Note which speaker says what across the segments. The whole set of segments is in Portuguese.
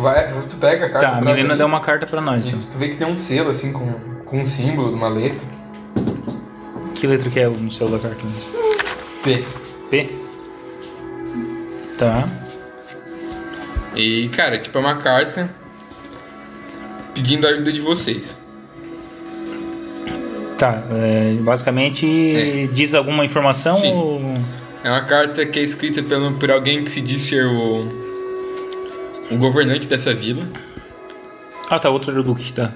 Speaker 1: vai, tu pega a carta.
Speaker 2: Tá,
Speaker 1: pra
Speaker 2: a Milena
Speaker 1: abrir.
Speaker 2: deu uma carta pra nós. então.
Speaker 1: Isso, tu vê que tem um selo assim com, com um símbolo de uma letra.
Speaker 2: Que letra que é no céu da carta?
Speaker 1: P.
Speaker 2: P? Tá.
Speaker 3: E, cara, tipo, é uma carta pedindo a ajuda de vocês.
Speaker 2: Tá. é, basicamente
Speaker 1: É.
Speaker 2: diz alguma informação
Speaker 3: Sim.
Speaker 2: ou.
Speaker 3: É uma carta que é escrita pelo, por alguém que se diz ser o, o governante dessa vila,
Speaker 2: Ah, tá, outra do Duque, tá.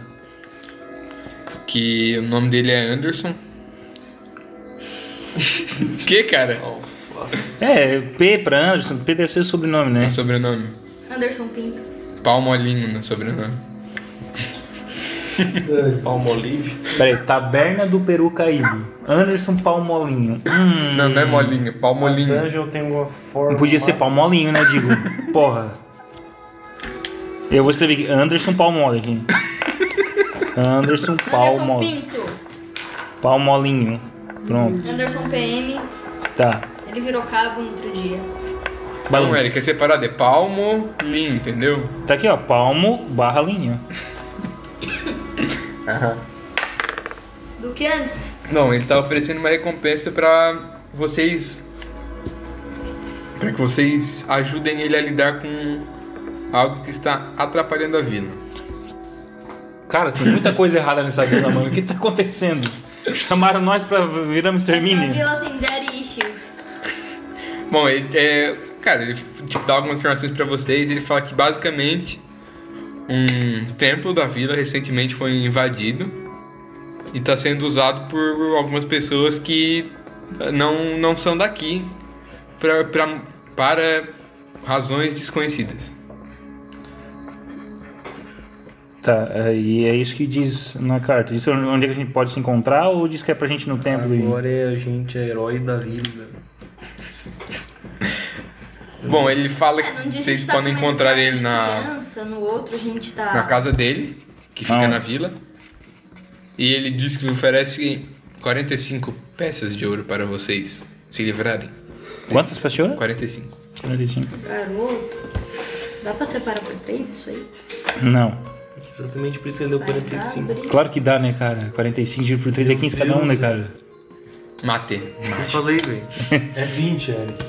Speaker 3: que o nome dele é Anderson. que, cara?
Speaker 2: É, P pra Anderson, P deve ser o sobrenome, né?
Speaker 3: É sobrenome.
Speaker 4: Anderson Pinto.
Speaker 3: Palmolinho no sobrenome.
Speaker 5: Palmolive.
Speaker 2: Peraí, Taberna do Peru Caído. Anderson Palmolinho. Hum,
Speaker 3: Não, não é molinho, palmolinho.
Speaker 5: Dungeon tem uma forma.
Speaker 2: não podia ser Palmolinho, né, Digo? Porra. Eu vou escrever aqui, Anderson Palmole aqui. Anderson
Speaker 4: Anderson
Speaker 2: Palmole.
Speaker 4: Pinto.
Speaker 2: Palmolinho. Pronto,
Speaker 4: Anderson PM.
Speaker 2: tá.
Speaker 4: Ele virou cabo no outro dia.
Speaker 3: Não, Eric, é separado, é palmolinho, entendeu?
Speaker 2: Tá aqui, ó, palmo barra linha.
Speaker 4: Do que antes?
Speaker 3: Não, ele tá oferecendo uma recompensa pra vocês. Pra que vocês ajudem ele a lidar com algo que está atrapalhando a vila.
Speaker 2: Cara, tem muita coisa errada nessa vila, mano. O que tá acontecendo? Chamaram nós pra virarmos
Speaker 4: Essa é
Speaker 2: termine.
Speaker 4: vila tem daddy issues.
Speaker 3: Bom, ele é. Cara, ele tipo, dá algumas informações pra vocês. Ele fala que basicamente um templo da vila recentemente foi invadido e tá sendo usado por algumas pessoas que não, não são daqui pra, pra, para razões desconhecidas.
Speaker 2: Tá, é, e é isso que diz na carta. Diz onde é que a gente pode se encontrar ou diz que é pra gente ir no templo? e-
Speaker 5: Agora é a gente é herói da vida.
Speaker 3: Bom, ele fala
Speaker 4: É, num
Speaker 3: que
Speaker 4: dia a
Speaker 3: vocês
Speaker 4: gente tá
Speaker 3: podem
Speaker 4: comendo
Speaker 3: encontrar
Speaker 4: carne
Speaker 3: ele
Speaker 4: de
Speaker 3: na,
Speaker 4: Criança, no outro a gente tá.
Speaker 3: na casa dele, que fica
Speaker 2: Não.
Speaker 3: na vila. E ele diz que oferece 45 peças de ouro para vocês se livrarem.
Speaker 2: Quantas pra senhora?
Speaker 3: 45.
Speaker 2: 45.
Speaker 4: Garoto. Dá pra separar por três isso aí?
Speaker 2: Não.
Speaker 5: Exatamente por isso que ele deu 45.
Speaker 4: Abre.
Speaker 2: Claro que dá, né, cara? 45 dividido por 3 é 15 cada um, né, cara?
Speaker 3: Mate.
Speaker 5: Eu falei, velho. É 20, Eric.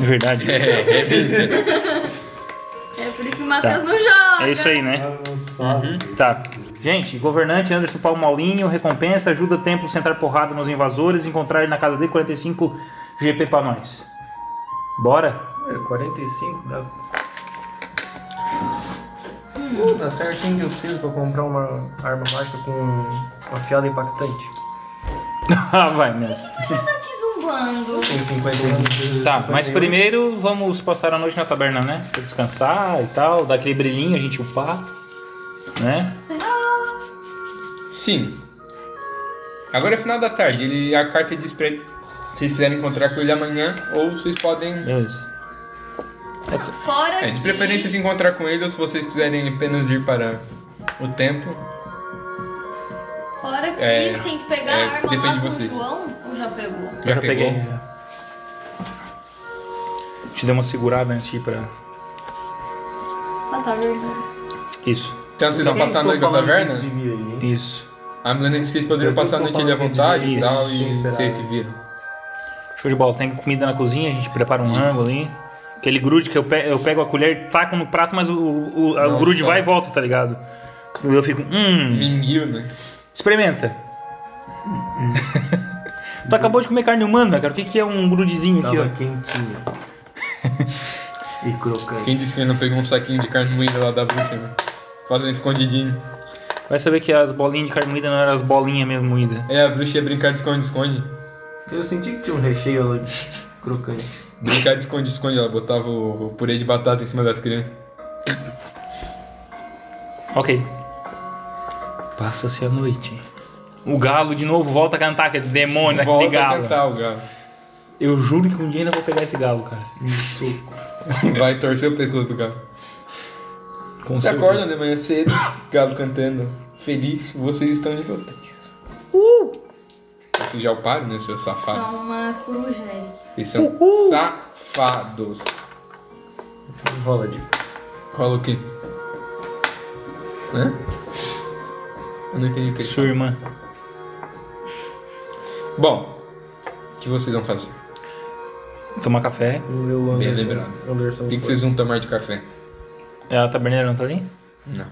Speaker 2: É verdade.
Speaker 3: É, é 20.
Speaker 4: É por isso que o Matheus não joga.
Speaker 2: É isso aí, né?
Speaker 5: Avançado.
Speaker 3: Uhum.
Speaker 2: Tá. Gente, governante Anderson Palmolinho, recompensa, ajuda o templo a sentar porrada nos invasores, encontrar ele na casa dele 45 GP pra nós. Bora?
Speaker 5: É, 45 dá. Pô, dá certinho que eu preciso pra comprar uma arma mágica com uma fiada impactante.
Speaker 2: ah, vai nessa.
Speaker 4: Tá aqui zumbando.
Speaker 5: Tem um. 50 anos.
Speaker 2: Tá, mas primeiro vamos passar a noite na taberna, né? Pra descansar e tal, dar aquele brilhinho, a gente upar, né?
Speaker 3: Sim. Agora é final da tarde. Ele, a carta diz pra ele. Se vocês quiserem encontrar com ele amanhã, ou vocês podem.
Speaker 2: Beleza.
Speaker 4: Fora
Speaker 3: É, de
Speaker 4: que-
Speaker 3: preferência se encontrar com ele, ou se vocês quiserem apenas ir para o templo.
Speaker 4: Fora que
Speaker 3: É,
Speaker 4: tem que pegar
Speaker 3: é,
Speaker 4: a arma
Speaker 3: depende
Speaker 4: lá
Speaker 3: de
Speaker 4: com o
Speaker 3: vocês.
Speaker 4: João. Ou já pegou?
Speaker 2: Eu já peguei. Já. Te dei uma segurada antes de ir pra.
Speaker 4: Ah, tá verdade.
Speaker 2: Isso.
Speaker 3: Então vocês vão
Speaker 5: Quem
Speaker 3: passar a
Speaker 5: ficou
Speaker 3: noite na
Speaker 5: falando
Speaker 3: taverna?
Speaker 5: disso de vida aí, hein?
Speaker 2: Isso.
Speaker 3: A Milena disse que vocês poderiam
Speaker 5: Eu tô
Speaker 3: passar a noite ali à
Speaker 5: falando
Speaker 3: vontade e
Speaker 2: disso,
Speaker 3: tal,
Speaker 5: sem
Speaker 3: e
Speaker 5: esperar. né?
Speaker 3: vocês se viram.
Speaker 2: Show de bola. Tem comida na cozinha, a gente prepara um rango ali. Aquele grude que eu pego, eu pego a colher, taco no prato, mas o, o, o- o
Speaker 3: Nossa.
Speaker 2: grude vai e volta, tá ligado? E eu fico, hum,
Speaker 3: Minguiu, né?
Speaker 2: experimenta.
Speaker 3: Hum.
Speaker 2: tu acabou de comer carne humana, cara. O que, que é um grudezinho
Speaker 3: Tá
Speaker 2: aqui,
Speaker 5: Tava
Speaker 2: ó?
Speaker 5: quentinha. e crocante.
Speaker 3: Quem disse que ele não pegou um saquinho de carne moída lá da bruxa, né? Fazer um escondidinho.
Speaker 2: Vai saber que as bolinhas de carne moída não eram as bolinhas mesmo moída.
Speaker 3: É, a bruxa ia brincar de esconde-esconde.
Speaker 5: Eu senti que tinha um recheio ali crocante.
Speaker 3: Brincar de esconde-esconde, ela botava o, o purê de batata em cima das crianças.
Speaker 2: Ok. Passa-se a noite. O galo de novo volta a cantar, aquele demônio, aquele
Speaker 3: Volta a
Speaker 2: galo.
Speaker 3: cantar o galo.
Speaker 2: Eu juro que um dia ainda vou pegar esse galo, cara.
Speaker 5: Um suco.
Speaker 3: Vai torcer o pescoço do galo.
Speaker 2: Com
Speaker 5: Um
Speaker 3: Você
Speaker 2: certeza.
Speaker 3: acorda de manhã cedo, galo cantando. Feliz, vocês estão de volta. Uh! Vocês já param, né, seus safados?
Speaker 4: Só uma coruja, Eric.
Speaker 3: Vocês são safados.
Speaker 5: Rola de.
Speaker 3: Rola o quê? Né? Eu não entendi o que ele
Speaker 2: Sua irmã.
Speaker 3: falou. Bom, o que vocês vão fazer?
Speaker 2: Tomar café.
Speaker 5: Vamos ver o Anderson.
Speaker 3: lembrado.
Speaker 5: Anderson
Speaker 3: O que, que vocês vão tomar de café?
Speaker 2: É a taberneira, não tá ali?
Speaker 3: Não.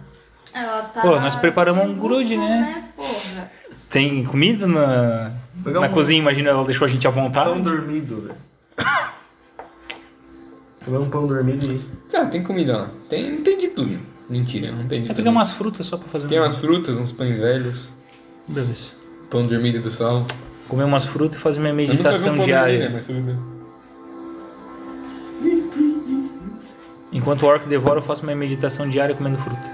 Speaker 4: Ela tá
Speaker 2: Pô, nós preparamos um
Speaker 4: de
Speaker 2: grude,
Speaker 4: luto,
Speaker 2: né?
Speaker 4: porra?
Speaker 2: Tem comida na,
Speaker 5: Pegar
Speaker 2: na
Speaker 5: um-
Speaker 2: cozinha, imagina, ela deixou a gente à vontade.
Speaker 3: Então,
Speaker 5: Pão dormido, velho. Comer um pão dormido e.
Speaker 3: Tá, tem comida lá. Tem, não tem de tudo. Mentira, não tem de
Speaker 2: Vai
Speaker 3: tudo.
Speaker 2: pegar umas frutas só pra fazer
Speaker 3: Tem
Speaker 2: um-
Speaker 3: umas frutas, uns pães velhos,
Speaker 2: Beleza.
Speaker 3: pão dormido do sol.
Speaker 2: Comer umas frutas e fazer minha
Speaker 3: Eu nunca vi um
Speaker 2: meditação
Speaker 3: pão
Speaker 2: diária.
Speaker 3: dormido, né, mas tudo bem.
Speaker 2: Enquanto o orc devora, eu faço minha meditação diária comendo fruta.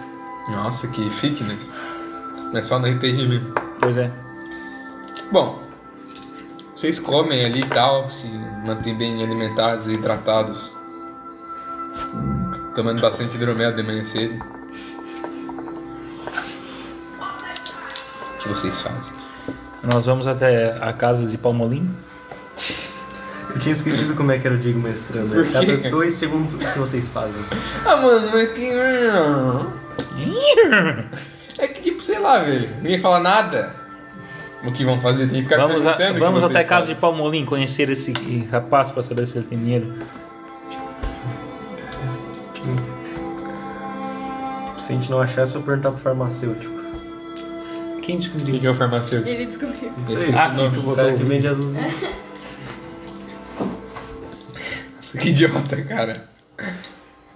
Speaker 3: Nossa, que fitness. Não é só no RPG mesmo.
Speaker 2: Pois é.
Speaker 3: Bom, vocês comem ali e tal, se mantêm bem alimentados e hidratados. Tomando bastante hidromel de manhã cedo. O que vocês fazem?
Speaker 2: Nós vamos até a casa de Palmolim.
Speaker 5: Eu tinha esquecido como é que era o Diego mestrando.
Speaker 3: Por quê,
Speaker 5: né? Cada
Speaker 3: cara?
Speaker 5: dois segundos o que vocês fazem.
Speaker 3: Ah, mano, mas que. É que tipo, sei lá, velho. Ninguém fala nada. O que vão fazer? Tem que ficar
Speaker 2: Vamos, a-
Speaker 3: perguntando o que
Speaker 2: vamos
Speaker 3: vocês
Speaker 2: até a casa
Speaker 3: fazem.
Speaker 2: de Palmolim conhecer esse rapaz pra saber se ele tem dinheiro.
Speaker 5: Se a gente não achar, é só perguntar pro farmacêutico.
Speaker 2: Quem
Speaker 3: O
Speaker 2: descobriu?
Speaker 3: que é o farmacêutico?
Speaker 4: Ele descobriu.
Speaker 3: Esse-
Speaker 5: Isso aí,
Speaker 3: esse
Speaker 5: esse
Speaker 3: nome.
Speaker 5: nome, o cara que vende as
Speaker 3: Que idiota, cara.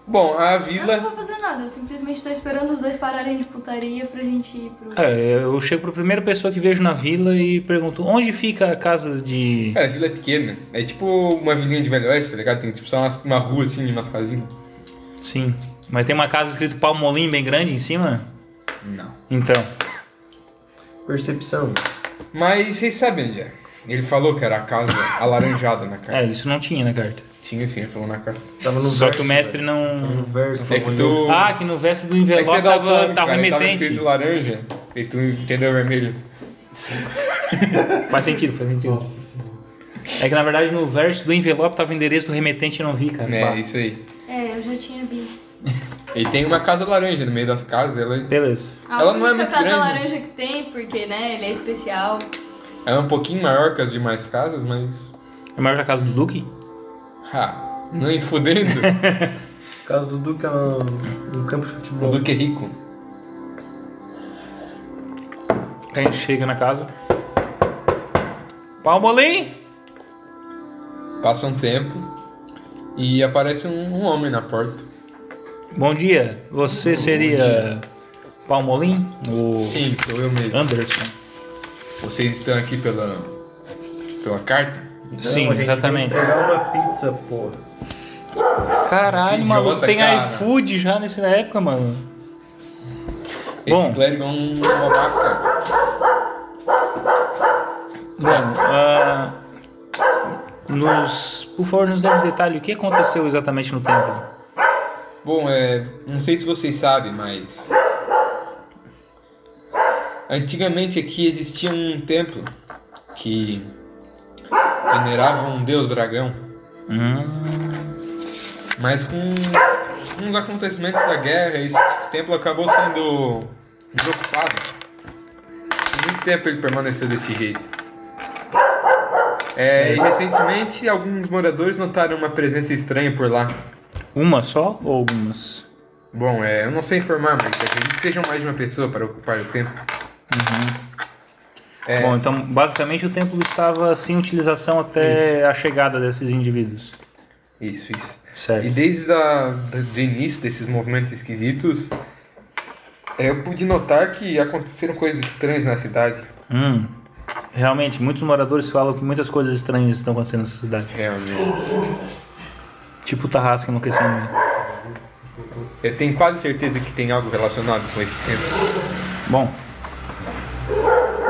Speaker 3: Bom, a
Speaker 4: Eu não
Speaker 3: vila.
Speaker 4: vou fazer nada, eu simplesmente tô esperando os dois pararem de putaria pra gente ir pro.
Speaker 2: É, eu chego pra primeira pessoa que vejo na vila e pergunto onde fica a casa de.
Speaker 3: Cara, a vila é pequena. É tipo uma vilinha de velho oeste, tá ligado? Tem tipo só umas- uma rua assim, umas casinhas.
Speaker 2: Sim. Mas tem uma casa escrito Palmolim bem grande em cima?
Speaker 3: Não.
Speaker 2: Então.
Speaker 5: Percepção.
Speaker 3: Mas vocês sabem onde é. Ele falou que era a casa alaranjada na carta.
Speaker 2: É, isso não tinha na carta.
Speaker 3: Tinha sim, ele falou na carta.
Speaker 5: Tava no
Speaker 2: Só
Speaker 5: verso, né?
Speaker 2: que o mestre
Speaker 5: velho. Tava
Speaker 2: não.
Speaker 5: No verso,
Speaker 3: É que
Speaker 5: tava
Speaker 3: tu.
Speaker 2: Ah, que no verso do
Speaker 3: é que tu
Speaker 2: envelope
Speaker 3: é
Speaker 2: tava,
Speaker 3: daltônico,
Speaker 2: tava
Speaker 3: cara, ele tava
Speaker 2: remetente.
Speaker 3: escrito laranja e tu entendeu vermelho.
Speaker 2: Faz sentido, faz sentido.
Speaker 5: Nossa senhora.
Speaker 2: É que na verdade no verso do envelope tava o endereço do remetente e eu não vi, cara. Bah.
Speaker 3: É, isso aí.
Speaker 4: É, eu já tinha visto.
Speaker 3: E tem uma casa laranja no meio das casas, ela
Speaker 2: Beleza.
Speaker 4: A
Speaker 3: Ela
Speaker 4: única
Speaker 3: não é muito
Speaker 4: casa
Speaker 3: grande.
Speaker 4: laranja que tem, porque, né, ele é especial.
Speaker 3: é um pouquinho maior que as demais casas, mas.
Speaker 2: É maior que a casa do Duque?
Speaker 3: Ah, nem fudendo.
Speaker 5: Caso do Duca no um, campo de futebol.
Speaker 3: o Duque é rico.
Speaker 2: A gente chega na casa. Palmolim!
Speaker 3: Passa um tempo e aparece um, um homem na porta.
Speaker 2: Bom dia. Você seria Palmolim? O
Speaker 3: Sim, sou eu mesmo.
Speaker 2: Anderson?
Speaker 3: Vocês estão aqui pela pela carta?
Speaker 5: Não,
Speaker 2: Sim,
Speaker 5: a gente
Speaker 2: exatamente.
Speaker 5: veio Pegar uma pizza, porra.
Speaker 2: Caralho,
Speaker 3: Que
Speaker 2: maluco,
Speaker 3: idiota,
Speaker 2: tem
Speaker 3: cara.
Speaker 2: iFood já nessa época, mano. Bom.
Speaker 3: Esse clérigo é um babaca. cara.
Speaker 2: Mano, ah, nos, por favor, nos dê um detalhe. O que aconteceu exatamente no templo?
Speaker 3: Bom, é, não sei se vocês sabem, mas antigamente aqui existia um templo que venerava um deus dragão,
Speaker 2: Hum,
Speaker 3: mas com uns acontecimentos da guerra esse templo acabou sendo desocupado. Por muito tempo ele permaneceu desse jeito. É, e recentemente alguns moradores notaram uma presença estranha por lá.
Speaker 2: uma só ou algumas?
Speaker 3: Bom, é, eu não sei informar, mas acredito que sejam mais de uma pessoa para ocupar o tempo. É.
Speaker 2: Bom, então basicamente o templo estava sem utilização até a chegada desses indivíduos.
Speaker 3: Isso, isso. E
Speaker 2: Certo.
Speaker 3: desde a, da- do início desses movimentos esquisitos, é, eu pude notar que aconteceram coisas estranhas na cidade.
Speaker 2: Hum. Realmente, muitos moradores falam que muitas coisas estranhas estão acontecendo nessa cidade.
Speaker 3: Realmente.
Speaker 2: Tipo o Tarrasque enlouquecendo. né?
Speaker 3: Eu tenho quase certeza que tem algo relacionado com esse tempo.
Speaker 2: Bom,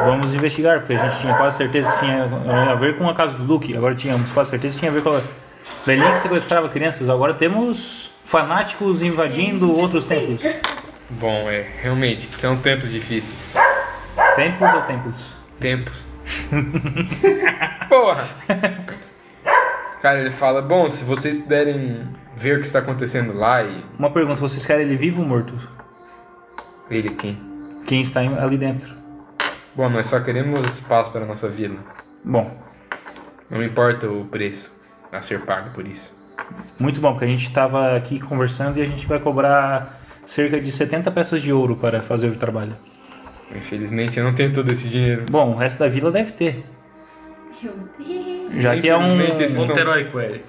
Speaker 2: vamos investigar, porque a gente tinha quase certeza que tinha a ver com a casa do Duque. Agora tínhamos quase certeza que tinha a ver com a velhinha que sequestrava crianças. Agora temos fanáticos invadindo outros templos.
Speaker 3: Bom, é, realmente, são tempos difíceis.
Speaker 2: Templos ou templos?
Speaker 3: Tempos. Porra! Cara, ele fala, bom, se vocês puderem ver o que está acontecendo lá e
Speaker 2: Uma pergunta, vocês querem ele vivo ou morto?
Speaker 3: Ele quem?
Speaker 2: Quem está em- ali dentro.
Speaker 3: Bom, nós só queremos espaço para a nossa vila.
Speaker 2: Bom,
Speaker 3: Não importa o preço a ser pago por isso.
Speaker 2: muito bom, porque a gente estava aqui conversando e a gente vai cobrar cerca de 70 peças de ouro para fazer o trabalho.
Speaker 3: Infelizmente eu não tenho todo esse dinheiro.
Speaker 2: Bom, o resto da vila deve ter.
Speaker 4: Meu Deus.
Speaker 2: Já que é um.
Speaker 3: Infelizmente, esses são-
Speaker 6: heróico, Eric.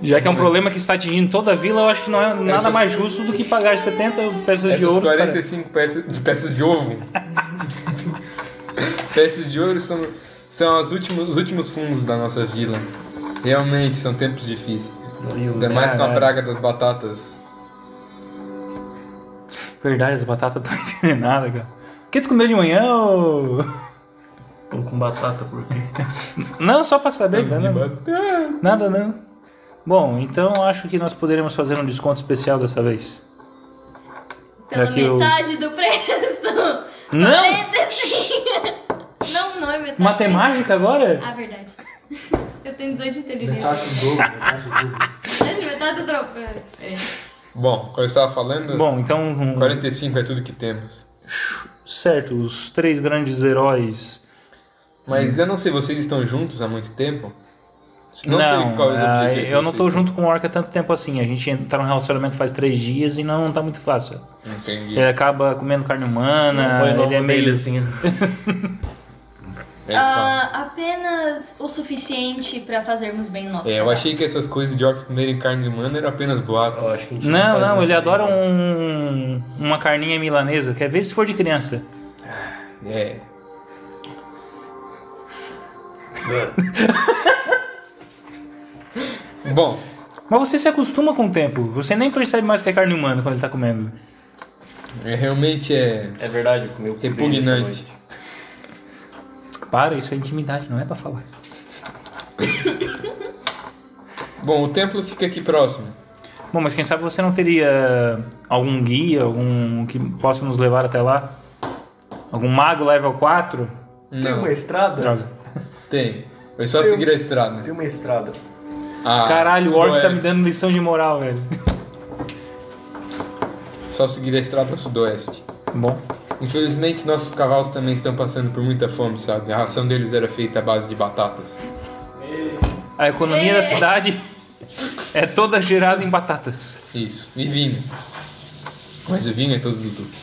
Speaker 2: Já que é um problema que está atingindo toda a vila, eu acho que não é nada
Speaker 3: Essas-
Speaker 2: mais justo do que pagar 70 peças de
Speaker 3: Essas
Speaker 2: ouro. para-
Speaker 3: 45 peças, de peças de ovo. peças de ouro são, são as últimas, os últimos fundos da nossa vila. Realmente são tempos difíceis. Ainda mais com a
Speaker 2: Caralho.
Speaker 3: praga das batatas.
Speaker 2: Verdade, as batatas estão envenenadas, tá cara. O que tu comeu de manhã? ô?
Speaker 7: Pão com batata, por quê?
Speaker 2: Não, só pra saber.
Speaker 3: Tempo de
Speaker 2: Nada, não.
Speaker 3: batata.
Speaker 2: nada não. Bom, então acho que nós poderemos fazer um desconto especial dessa vez.
Speaker 4: Pela
Speaker 2: Daqui eu-
Speaker 4: metade do preço.
Speaker 2: Não!
Speaker 4: 45. Não, não é metade.
Speaker 2: Matemática agora?
Speaker 4: Ah, verdade. Eu tenho 18 de inteligência.
Speaker 7: Metade do dobro, metade do dobro.
Speaker 4: Metade, metade do drop. É.
Speaker 3: Bom, como eu estava falando,
Speaker 2: Bom, então. um-
Speaker 3: 45 é tudo que temos.
Speaker 2: Certo, os três grandes heróis.
Speaker 3: Mas
Speaker 2: Hum.
Speaker 3: eu não sei, vocês estão juntos há muito tempo?
Speaker 2: Não,
Speaker 3: sei qual é o
Speaker 2: ah,
Speaker 3: objetivo. de
Speaker 2: eu não tô
Speaker 3: vocês.
Speaker 2: junto com o Orca há tanto tempo assim. A gente tá num relacionamento faz três dias e não tá muito fácil.
Speaker 3: Entendi. É,
Speaker 2: Ele acaba comendo carne humana,
Speaker 6: Põe o
Speaker 2: ele é
Speaker 6: nome dele
Speaker 2: meio.
Speaker 6: assim.
Speaker 3: Ele fala.
Speaker 4: Ah, apenas o suficiente pra fazermos bem o nosso
Speaker 3: É, eu
Speaker 4: trabalho.
Speaker 3: achei que essas coisas de orcs comerem carne humana eram apenas boatos.
Speaker 6: Eu acho que a gente
Speaker 2: Não,
Speaker 6: faz
Speaker 2: não,
Speaker 6: muito
Speaker 2: ele
Speaker 6: bem.
Speaker 2: adora um, uma carninha milanesa. Quer ver se for de criança?
Speaker 3: É. Bom,
Speaker 2: Mas você se acostuma com o tempo. Você nem percebe mais que é carne humana quando ele tá comendo.
Speaker 3: é, realmente é.
Speaker 2: um-
Speaker 6: É verdade, eu comi o cupim
Speaker 3: Repugnante.
Speaker 6: essa noite.
Speaker 2: Para, isso é intimidade, não é pra falar.
Speaker 3: Bom, o templo fica aqui próximo.
Speaker 2: Bom, mas quem sabe você não teria algum guia, algum que possa nos levar até lá? Algum mago level 4?
Speaker 7: Tem
Speaker 3: Não,
Speaker 7: uma estrada?
Speaker 2: Droga.
Speaker 3: tem. Foi só
Speaker 7: Tem
Speaker 3: seguir a estrada.
Speaker 7: Tem uma estrada.
Speaker 3: Ah,
Speaker 2: Caralho, o Orc tá me
Speaker 3: sudoeste.
Speaker 2: dando lição de moral, velho.
Speaker 3: Só seguir a estrada sudoeste.
Speaker 2: Bom.
Speaker 3: Infelizmente, nossos cavalos também estão passando por muita fome, sabe? A ração deles era feita à base de batatas.
Speaker 2: A economia da cidade é toda gerada em batatas.
Speaker 3: Isso, e vinho. Mas o vinho é todo do Duque.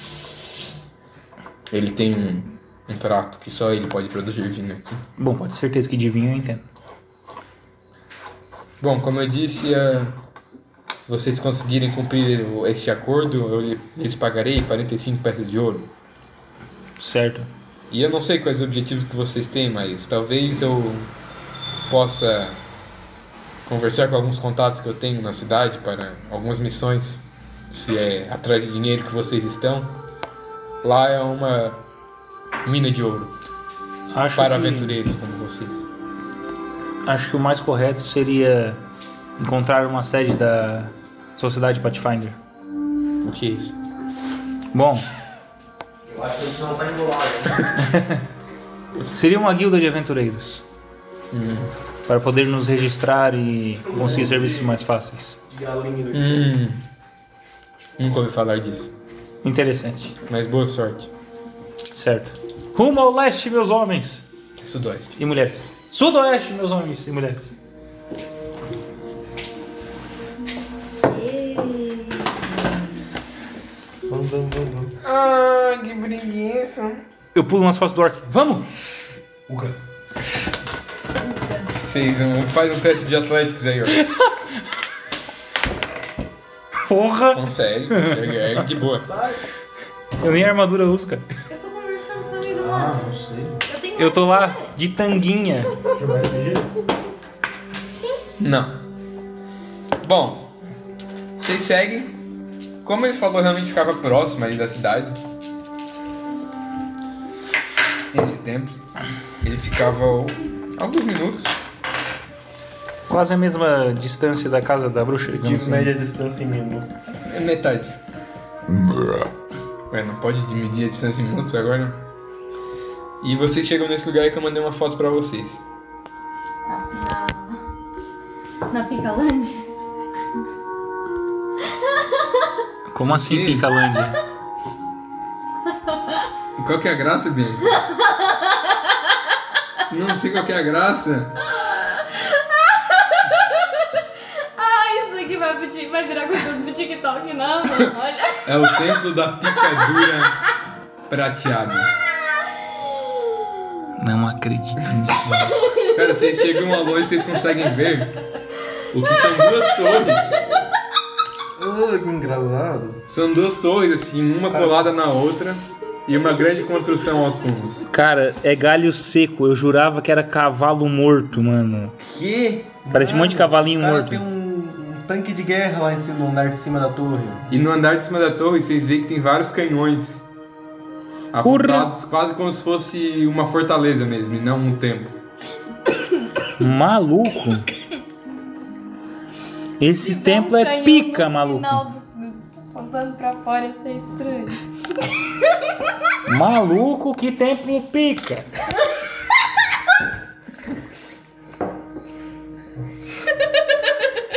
Speaker 3: Ele tem um, um trato que só ele pode produzir vinho aqui.
Speaker 2: Bom, pode ter certeza que de vinho eu entendo.
Speaker 3: Bom, como eu disse, ah, se vocês conseguirem cumprir o- este acordo, eu lhe- lhes pagarei 45 peças de ouro.
Speaker 2: Certo.
Speaker 3: E eu não sei quais objetivos que vocês têm, mas talvez eu possa conversar com alguns contatos que eu tenho na cidade para algumas missões, se é atrás de dinheiro que vocês estão. Lá é uma mina de ouro
Speaker 2: Acho
Speaker 3: para
Speaker 2: que-
Speaker 3: aventureiros como vocês.
Speaker 2: Acho que o mais correto seria encontrar uma sede da Sociedade Pathfinder.
Speaker 3: O que é isso?
Speaker 2: Bom,
Speaker 7: Eu acho que isso não tá enrolado.
Speaker 2: seria uma guilda de aventureiros. Para poder nos registrar e conseguir serviços mais fáceis.
Speaker 7: né? De galinha do
Speaker 3: Hum, nunca ouvi falar disso,
Speaker 2: Interessante.
Speaker 3: mas boa sorte.
Speaker 2: Certo. Rumo ao leste, meus homens
Speaker 3: É sudoeste.
Speaker 2: e mulheres. Sudoeste, meus homens e mulheres.
Speaker 7: Vamos, vamos, vamos, vamos.
Speaker 3: Ah, que preguiça.
Speaker 2: Eu pulo nas costas do orc. Vamos!
Speaker 7: Uga.
Speaker 3: Vocês não- faz um teste de atléticos aí, ó.
Speaker 2: Porra!
Speaker 3: Consegue, consegue, é de boa.
Speaker 7: Sai.
Speaker 2: Eu nem armadura uso, cara.
Speaker 4: Eu tô conversando com o amigo
Speaker 7: Ah, não
Speaker 4: nosso.
Speaker 7: sei.
Speaker 4: Eu tenho
Speaker 2: Eu tô lá
Speaker 4: mais que
Speaker 2: de tanguinha.
Speaker 7: Jogar RPG?
Speaker 4: você. Sim.
Speaker 3: Não. Bom, vocês seguem. Como ele falou, realmente ficava próximo ali da cidade. Nesse tempo. Ele ficava ó, alguns minutos.
Speaker 2: Quase a mesma distância da casa da bruxa. digamos
Speaker 7: Digo
Speaker 2: assim.
Speaker 7: média distância em minutos.
Speaker 3: É metade. Ué, não pode medir a distância em minutos agora? E vocês chegam nesse lugar que eu mandei uma foto pra vocês.
Speaker 4: Na, na, na Picalândia.
Speaker 2: Como
Speaker 3: Sim.
Speaker 2: assim Picalândia?
Speaker 3: Qual que é a graça, Bia? Não sei qual que é a graça.
Speaker 4: Ah, isso aqui vai, pro Tik- vai virar conteúdo pro TikTok, não, mano. Olha.
Speaker 3: É o templo da picadura prateada.
Speaker 2: Não acredito nisso.
Speaker 3: Cara, vocês chegam ao longe, vocês conseguem ver o que são duas torres.
Speaker 5: Ah, que engraçado.
Speaker 3: São duas torres, assim, uma colada na outra e uma grande construção aos fundos.
Speaker 2: Cara, é galho seco. Eu jurava que era cavalo morto, mano.
Speaker 3: Que?
Speaker 2: Parece um monte de cavalinho
Speaker 5: O cara
Speaker 2: morto.
Speaker 5: tem um, um tanque de guerra lá em cima, no andar de cima da torre.
Speaker 3: E no andar de cima da torre, vocês veem que tem vários canhões. Apontados quase como se fosse uma fortaleza mesmo, e não um templo.
Speaker 2: Maluco. Esse templo
Speaker 4: Tem
Speaker 2: é
Speaker 4: um
Speaker 2: pica,
Speaker 4: canhão no
Speaker 2: maluco.
Speaker 4: final do- do- Apontando pra fora, isso é estranho.
Speaker 2: Maluco, que templo pica.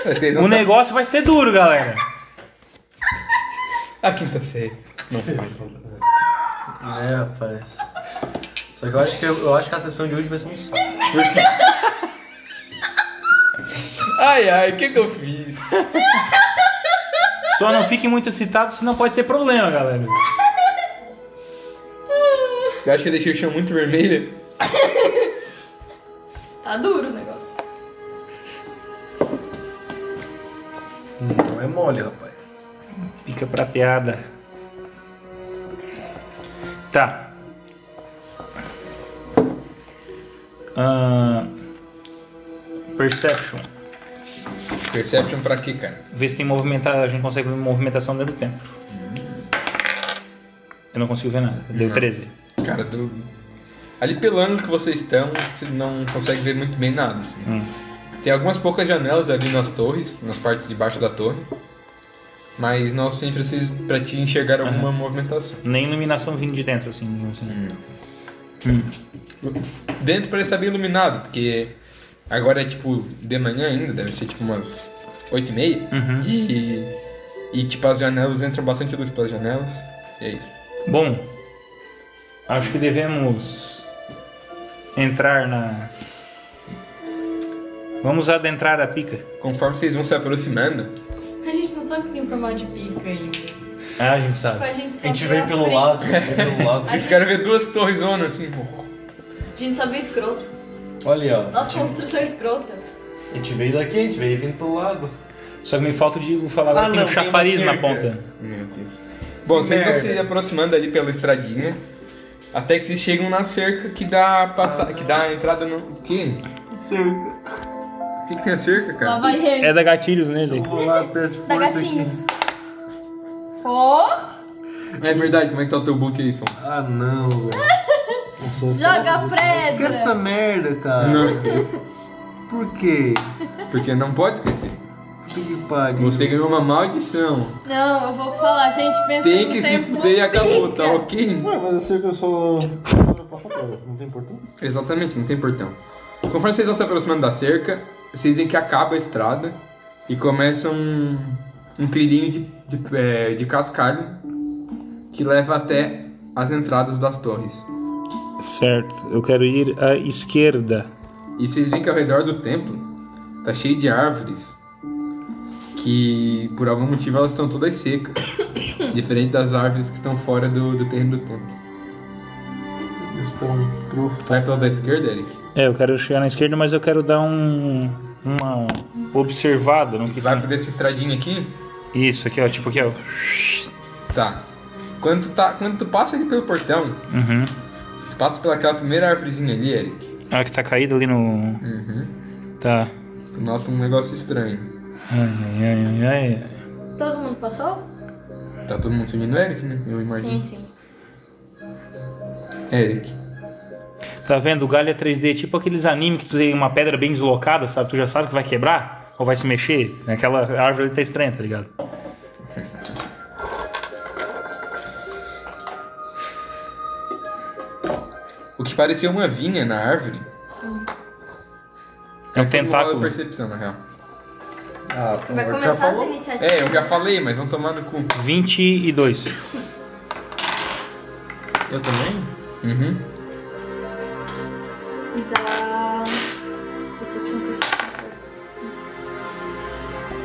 Speaker 3: Vocês
Speaker 2: O negócio vai ser duro, galera.
Speaker 3: A quinta série. Não faz.
Speaker 5: É, rapaz. Só que eu acho que, eu acho que a sessão de hoje vai ser um saco.
Speaker 3: Ai, ai, o que que eu fiz?
Speaker 2: Só não fique muito excitado, senão pode ter problema, galera.
Speaker 3: Eu acho que eu deixei o chão muito vermelho.
Speaker 4: Tá duro o negócio.
Speaker 5: Não é mole, rapaz.
Speaker 2: Pica prateada. Tá. Ahn. perception.
Speaker 3: Perception pra quê, cara?
Speaker 2: Vê se tem movimentação. A gente consegue ver movimentação dentro do tempo. Eu não consigo ver nada. Deu 13.
Speaker 3: Cara, do... ali pelo ângulo que vocês estão, você não consegue ver muito bem nada. assim. Tem algumas poucas janelas ali nas torres, nas partes de baixo da torre. Mas não o suficiente pra, vocês, pra te enxergar alguma movimentação.
Speaker 2: Nem iluminação vindo de dentro, assim. Hum. assim.
Speaker 3: Dentro parece estar bem iluminado, porque agora é tipo de manhã ainda, deve ser tipo umas 8 e meia.
Speaker 2: Uhum.
Speaker 3: E, e tipo as janelas, entra bastante luz pelas janelas. E é isso.
Speaker 2: Bom, acho que devemos entrar na. Vamos adentrar a pica.
Speaker 3: Conforme vocês vão se aproximando,
Speaker 4: A gente não sabe o que tem formato de pica ainda.
Speaker 2: Ah, a gente sabe.
Speaker 4: A gente,
Speaker 5: A
Speaker 4: só
Speaker 5: gente
Speaker 4: vê
Speaker 5: vem pelo
Speaker 4: frente.
Speaker 5: lado, vem pelo lado.
Speaker 3: vocês querem ver duas torres zonas assim, pô.
Speaker 4: A gente só vê escroto.
Speaker 5: Olha aí, ó.
Speaker 4: Nossa, construção escrota.
Speaker 5: A gente veio daqui, a gente veio vindo pelo lado.
Speaker 2: Só que me falta de falar agora
Speaker 5: Ah,
Speaker 2: que tem
Speaker 5: não,
Speaker 2: um
Speaker 5: tem
Speaker 2: chafariz
Speaker 5: uma
Speaker 2: na
Speaker 5: cerca.
Speaker 2: ponta.
Speaker 3: Meu Deus. Bom, vocês vão
Speaker 5: Merda.
Speaker 3: se aproximando ali pela estradinha. Até que vocês chegam na cerca que dá a passa... que dá a entrada no. O quê?
Speaker 5: Cerca.
Speaker 3: O que, que tem a cerca,
Speaker 4: Lá
Speaker 3: cara?
Speaker 4: vai ele.
Speaker 2: É da gatilhos nele.
Speaker 5: Vou lá até força
Speaker 4: Dá gatinhos. Oh,
Speaker 3: É verdade, como é que tá o teu book aí, Som?
Speaker 5: Ah, não, velho.
Speaker 4: joga
Speaker 5: Que essa
Speaker 4: pedra.
Speaker 5: merda, cara?
Speaker 3: Não esqueça.
Speaker 5: Por quê?
Speaker 3: Porque não pode esquecer.
Speaker 5: Que que pariu?
Speaker 3: Você ganhou uma maldição.
Speaker 4: Não, eu vou falar, gente, pensa
Speaker 3: Tem
Speaker 4: no
Speaker 3: que se
Speaker 4: tempo
Speaker 3: fuder e acabou,
Speaker 4: pica.
Speaker 3: tá ok?
Speaker 5: Ué, Ah, mas eu sei que eu sou. Não tem importância?
Speaker 3: Exatamente, não tem portão. Conforme vocês vão se aproximando da cerca, vocês veem que acaba a estrada e começa um, um trilhinho de, de, é, de cascalho que leva até as entradas das torres.
Speaker 2: Certo, eu quero ir à esquerda.
Speaker 3: E vocês veem que ao redor do templo tá cheio de árvores que, por algum motivo, elas estão todas secas, diferente das árvores que estão fora do, do terreno do templo.
Speaker 5: Estão cru.
Speaker 3: Vai pela da esquerda, Eric?
Speaker 2: É, eu quero chegar na esquerda, mas eu quero dar um. uma observada no que
Speaker 3: Vai
Speaker 2: tá.
Speaker 3: por essa estradinha aqui?
Speaker 2: Isso, aqui, ó, tipo aqui, ó.
Speaker 3: Tá. Quando tu, tá, quando tu passa ali pelo portão,
Speaker 2: Uhum.
Speaker 3: Tu passa pelaquela primeira árvorezinha ali, Eric.
Speaker 2: Ah, que tá caído ali no.
Speaker 3: Uhum.
Speaker 2: Tá.
Speaker 3: Tu nota um negócio estranho.
Speaker 2: Ai, ai, ai, ai, ai.
Speaker 8: Todo mundo passou?
Speaker 3: Tá todo mundo seguindo o Eric, né? Eu
Speaker 8: Sim,
Speaker 3: imagino.
Speaker 8: sim.
Speaker 3: Eric.
Speaker 2: Tá vendo? O galho é 3D, tipo aqueles anime que tu tem uma pedra bem deslocada, sabe? Tu já sabe que vai quebrar ou vai se mexer. Aquela árvore ali tá estranha, tá ligado?
Speaker 3: O que parecia uma vinha na árvore.
Speaker 2: É
Speaker 3: Aqui não rola
Speaker 2: um É
Speaker 5: é
Speaker 2: tentáculo.
Speaker 3: percepção, na real.
Speaker 5: Ah, pô,
Speaker 4: Vai
Speaker 5: já
Speaker 4: começar assim. as
Speaker 5: falou.
Speaker 4: iniciativas.
Speaker 9: É, eu já falei, mas vão tomar no cu.
Speaker 2: 22.
Speaker 7: Eu também?
Speaker 9: Uhum.
Speaker 4: Da. Percepção física.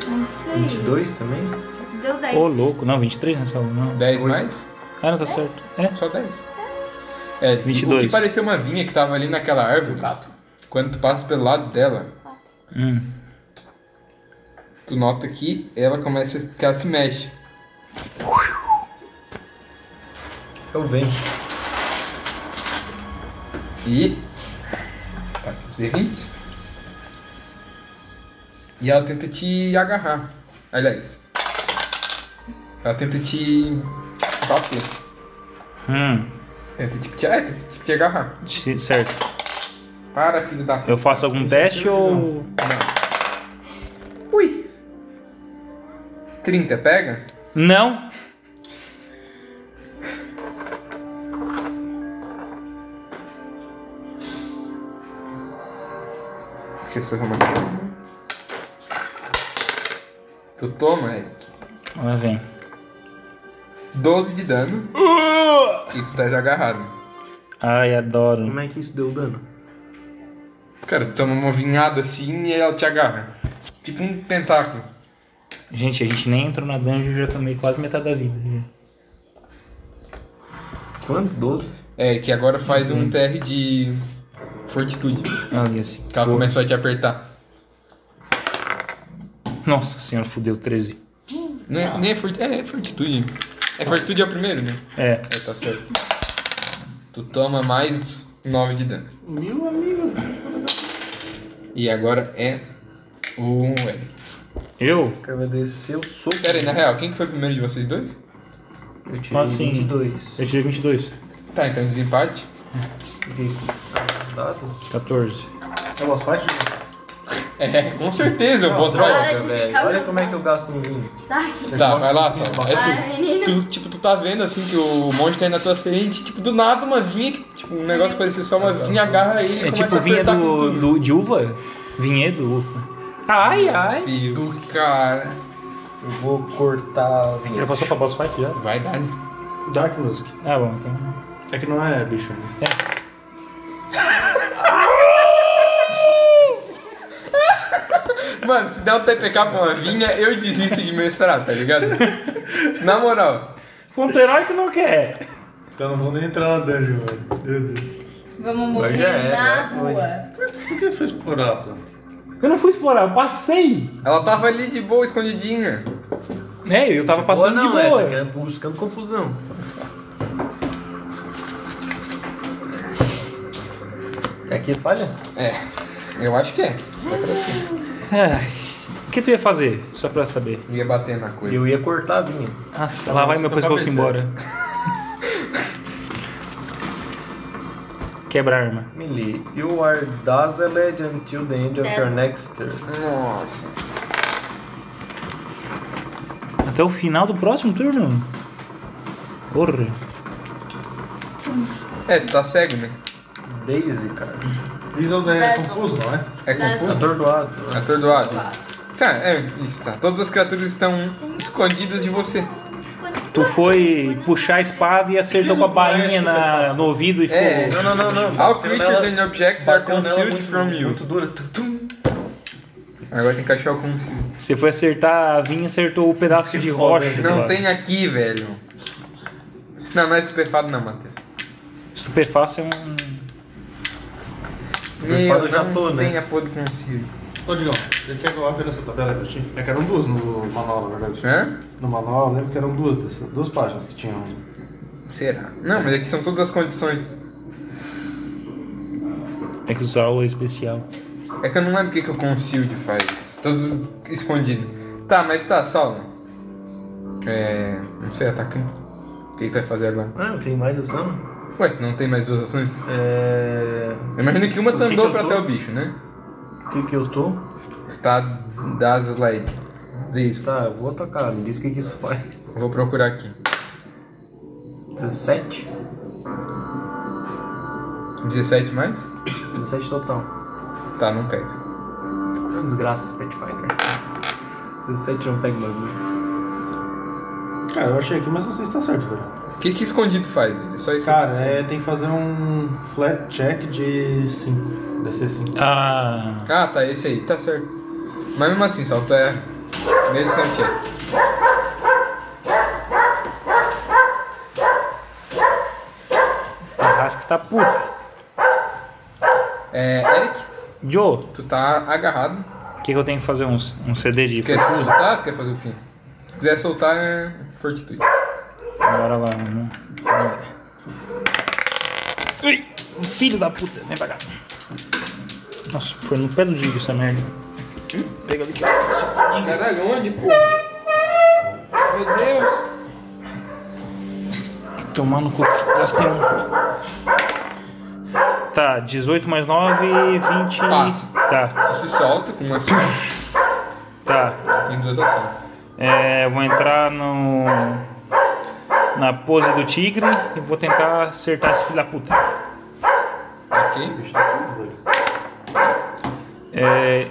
Speaker 4: É isso aí.
Speaker 7: 22 também?
Speaker 4: Deu 10.
Speaker 2: Ô, louco. Não, 23 nessa aula. né, Não.
Speaker 3: 10
Speaker 7: Oito.
Speaker 3: mais?
Speaker 2: Ah, não tá certo. É.
Speaker 3: Só 10. É,
Speaker 2: 22.
Speaker 3: o que parecia uma vinha que tava ali naquela árvore,
Speaker 7: Gato.
Speaker 3: quando tu passa pelo lado dela,
Speaker 2: Hum.
Speaker 3: tu nota que ela começa, a- que ela se mexe.
Speaker 7: Eu venho.
Speaker 3: E. Tá, D20. E ela tenta te agarrar. Aliás. Ela tenta te bater.
Speaker 2: Hum.
Speaker 3: Tenta tipo, te, é, tenta te, te agarrar.
Speaker 2: C- Certo.
Speaker 3: Para, filho da
Speaker 2: Eu faço algum teste ou.
Speaker 3: Não. Ui! 30, pega?
Speaker 2: Não!
Speaker 3: Porque você vai matar. Tu toma, é, Eric.
Speaker 2: Lá vem.
Speaker 3: 12 de dano. E tu tá agarrado.
Speaker 2: Ai, adoro.
Speaker 7: Como é que isso deu dano?
Speaker 3: Cara, tu toma uma vinhada assim e ela te agarra. Tipo um tentáculo.
Speaker 2: Gente, a gente nem entrou na dungeon e já tomei quase metade da vida.
Speaker 7: Quanto? 12?
Speaker 3: É, que agora faz um TR de fortitude.
Speaker 2: Olha assim.
Speaker 3: Que ela começou a te apertar.
Speaker 2: Nossa senhora, fudeu 13.
Speaker 3: Não é, nem é, forti é, é fortitude. É fortitude é o primeiro, né?
Speaker 2: É.
Speaker 3: É, tá certo. Tu toma mais 9 de dano.
Speaker 7: Meu amigo.
Speaker 3: E agora é o Eric.
Speaker 2: Eu?
Speaker 7: Quero agradecer o soco.
Speaker 3: Pera
Speaker 5: né?
Speaker 3: aí, na real, quem que foi o primeiro de vocês dois?
Speaker 7: Eu tirei
Speaker 2: Ah, sim.
Speaker 7: 22.
Speaker 2: Eu tirei 22.
Speaker 3: Tá, então desempate.
Speaker 7: Fiquei com dado.
Speaker 2: 14.
Speaker 7: Eu gosto mais de
Speaker 3: É, com certeza eu boto
Speaker 4: droga.
Speaker 3: vai.
Speaker 4: Para de ficar
Speaker 7: Olha
Speaker 4: gastando.
Speaker 7: como é que eu gasto um vinho.
Speaker 4: Sai.
Speaker 3: Tá, vai lá, só.
Speaker 4: Ai,
Speaker 3: É tu,
Speaker 4: menino.
Speaker 3: tu, tipo, tu tá vendo assim que o monte tá aí na tua frente, tipo, do nada uma vinha, que, tipo, um negócio parecia só uma vinha, agarra ele e
Speaker 2: É
Speaker 3: começa
Speaker 2: tipo
Speaker 3: a
Speaker 2: vinha
Speaker 3: apertar com
Speaker 2: do,
Speaker 3: tudo.
Speaker 2: do, de uva? Vinhedo? Ai, ai.
Speaker 3: Meu Deus, cara.
Speaker 7: Eu vou cortar a vinha.
Speaker 2: Já passou pra boss fight já?
Speaker 3: Vai dar. né?
Speaker 5: Dark Music.
Speaker 2: Ah, bom, então.
Speaker 5: É que não é bicho, né?
Speaker 3: Mano, se der um TPK pra uma vinha, eu desisto de mestrar, tá ligado? Na moral.
Speaker 2: Contra herói que não quer.
Speaker 5: Eu não vou nem entrar na dungeon, velho. Meu Deus.
Speaker 6: Vamos
Speaker 3: Mas
Speaker 6: morrer
Speaker 3: já é,
Speaker 6: na
Speaker 3: né?
Speaker 6: rua.
Speaker 5: Por que foi explorar, pô?
Speaker 2: Eu não fui explorar, eu passei.
Speaker 3: Ela tava ali de boa, escondidinha.
Speaker 2: É, eu tava passando
Speaker 7: não,
Speaker 2: de boa.
Speaker 7: É, tá querendo- buscando confusão. É aqui falha?
Speaker 3: É, eu acho que é.
Speaker 2: Ai, o que tu ia fazer? Só pra saber.
Speaker 3: Eu ia bater na coisa.
Speaker 7: Eu ia cortar a vinha.
Speaker 2: Nossa, lá vai meu
Speaker 5: você tá
Speaker 2: pescoço
Speaker 5: cabeça.
Speaker 2: embora. Quebra a arma.
Speaker 7: Melee, you are dazzled until the end of your
Speaker 4: Dazzled.
Speaker 7: next turn.
Speaker 3: Nossa.
Speaker 2: Até o final do próximo turno? Porra.
Speaker 3: É, tu tá cego, né?
Speaker 7: Daisy, cara.
Speaker 5: Reason é
Speaker 4: Dazzle.
Speaker 5: confuso, não é?
Speaker 3: É confuso.
Speaker 7: Atordoado.
Speaker 3: Atordoado. Tá, é isso, tá. Todas as criaturas estão escondidas de você.
Speaker 2: Tu foi puxar a espada e acertou com a bainha na, no ouvido e ficou.
Speaker 3: É,
Speaker 7: Não, não, não, não.
Speaker 3: All
Speaker 7: Bateu
Speaker 3: creatures
Speaker 7: nela-
Speaker 3: and objects are
Speaker 7: É bateu nela
Speaker 3: concealed
Speaker 7: muito-
Speaker 3: from you.
Speaker 7: Muito dura. Tu- tum.
Speaker 3: Agora tem que achar o concealed.
Speaker 2: Você foi acertar a vinha acertou o pedaço de rocha.
Speaker 3: Não
Speaker 2: cara.
Speaker 3: tem aqui, velho. Não, não é estupefado não, Matheus.
Speaker 2: Estupefaço é um.
Speaker 3: Meu,
Speaker 7: eu já
Speaker 3: não
Speaker 7: tô, né?
Speaker 3: tem a porra do concealed.
Speaker 5: Ô, Digão, você quer que eu abra essa tabela pra ti? É que eram duas no manual, na verdade.
Speaker 3: Hã?
Speaker 5: No manual, eu lembro que eram duas, dessas, duas páginas que tinham.
Speaker 3: Será? Não, mas aqui são todas as condições.
Speaker 2: É que o Zaul é especial.
Speaker 3: É que eu não lembro o que, que o Concealed faz. Todos escondidos. Tá, mas tá, Saulo. É. Não sei, atacante. O que, que tu vai fazer agora?
Speaker 7: Ah, tem mais ação?
Speaker 3: Ué, tu não tem mais duas ações?
Speaker 7: É...
Speaker 3: Imagina que uma
Speaker 7: O
Speaker 3: tu
Speaker 7: que que
Speaker 3: andou
Speaker 7: eu
Speaker 3: pra
Speaker 7: tô?
Speaker 3: até o bicho, né?
Speaker 7: O que que eu tô?
Speaker 3: Tu tá das slide. Isso.
Speaker 7: Tá, eu vou atacar. Me diz o que que isso faz.
Speaker 3: Vou procurar aqui.
Speaker 7: 17?
Speaker 3: 17 mais?
Speaker 7: 17 total.
Speaker 3: Tá, não pega.
Speaker 7: Desgraça, Pathfinder. 17 não pega o bagulho.
Speaker 5: Cara, eu achei aqui, mas você está tá certo, velho.
Speaker 3: O que que escondido faz? Ele só escondido.
Speaker 5: Cara, é, tem que fazer um flat check de 5. DC 5.
Speaker 2: Ah.
Speaker 7: é-
Speaker 3: Ah, tá, esse aí, tá certo. Mas mesmo assim, só pra. Mesmo sem check.
Speaker 2: Carrasco tá puto.
Speaker 3: É, Eric,
Speaker 2: Joe,
Speaker 3: tu tá agarrado.
Speaker 2: o que, que eu tenho que fazer? Um, um CD de
Speaker 3: Quer se
Speaker 2: fortuna?
Speaker 3: soltar? Tu quer fazer o quê? Se quiser soltar, é fortitude.
Speaker 2: Bora lá, né? vamos. vamos lá. Ui, filho da puta, vem pra cá. Nossa, foi no pé do Digo essa merda.
Speaker 9: Caralho, onde, pô? Meu Deus!
Speaker 2: Tomar no cu, gastei um. Tá, 18 mais 9, 20.
Speaker 3: Passa.
Speaker 2: Tá,
Speaker 3: Tu se solta com uma ação,
Speaker 2: tá.
Speaker 3: tem duas ações.
Speaker 2: É, eu vou entrar no. Na pose do tigre e vou tentar acertar esse filho da puta.
Speaker 3: Ok?
Speaker 5: Bicho, tá tudo, velho.
Speaker 2: É,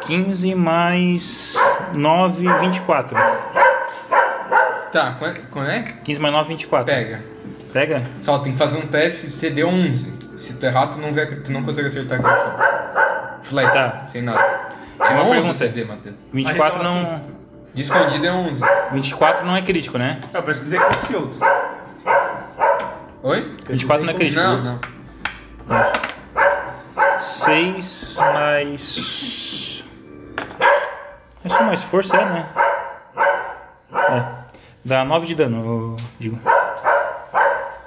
Speaker 2: 15 mais 9, 24.
Speaker 3: Tá, qual é- qual é?
Speaker 2: 15 mais 9, 24.
Speaker 3: Pega.
Speaker 2: Pega?
Speaker 3: Só tem que fazer um teste CD 11. Se tu errar, tu não, vê, tu não consegue acertar com a Flat,
Speaker 2: Tá.
Speaker 3: sem nada. É
Speaker 2: uma
Speaker 3: 11
Speaker 2: pergunta.
Speaker 3: CD, Matheus.
Speaker 2: 24
Speaker 5: Aí tava
Speaker 2: não,
Speaker 3: De escondido é 11.
Speaker 2: 24 não é crítico, né?
Speaker 5: Eu pesquisei com o Silvio.
Speaker 3: Oi?
Speaker 2: 24 não é crítico.
Speaker 3: Não, não.
Speaker 2: 6 mais. É só mais força, é, né? É. Dá 9 de dano, eu digo.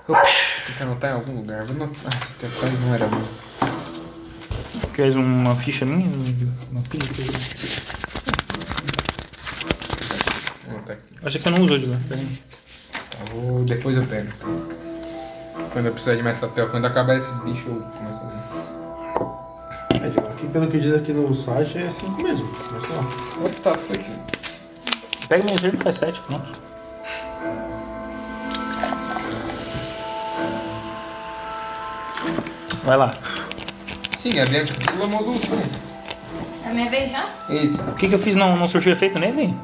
Speaker 2: Ops,
Speaker 3: Tem que anotar em algum lugar. Vou anotar. Ah, esse teu pai não era bom.
Speaker 2: Queres uma ficha minha? Uma pilha?
Speaker 3: Vou anotar aqui.
Speaker 2: Acho que eu não uso, eu digo.
Speaker 3: Tá, vou... Depois eu pego. Quando eu precisar de mais papel. Quando acabar esse bicho, eu começo a ver.
Speaker 5: É, tipo, aqui, pelo que diz aqui no site, é 5 mesmo. Mas sei lá.
Speaker 3: Quanto tá foi aqui?
Speaker 2: Pega minha turma e faz 7, pronto. Vai lá.
Speaker 3: Sim, é a Bianca pula a
Speaker 6: É minha vez já?
Speaker 3: Isso.
Speaker 2: O que, que eu fiz? Não, não surgiu efeito nele?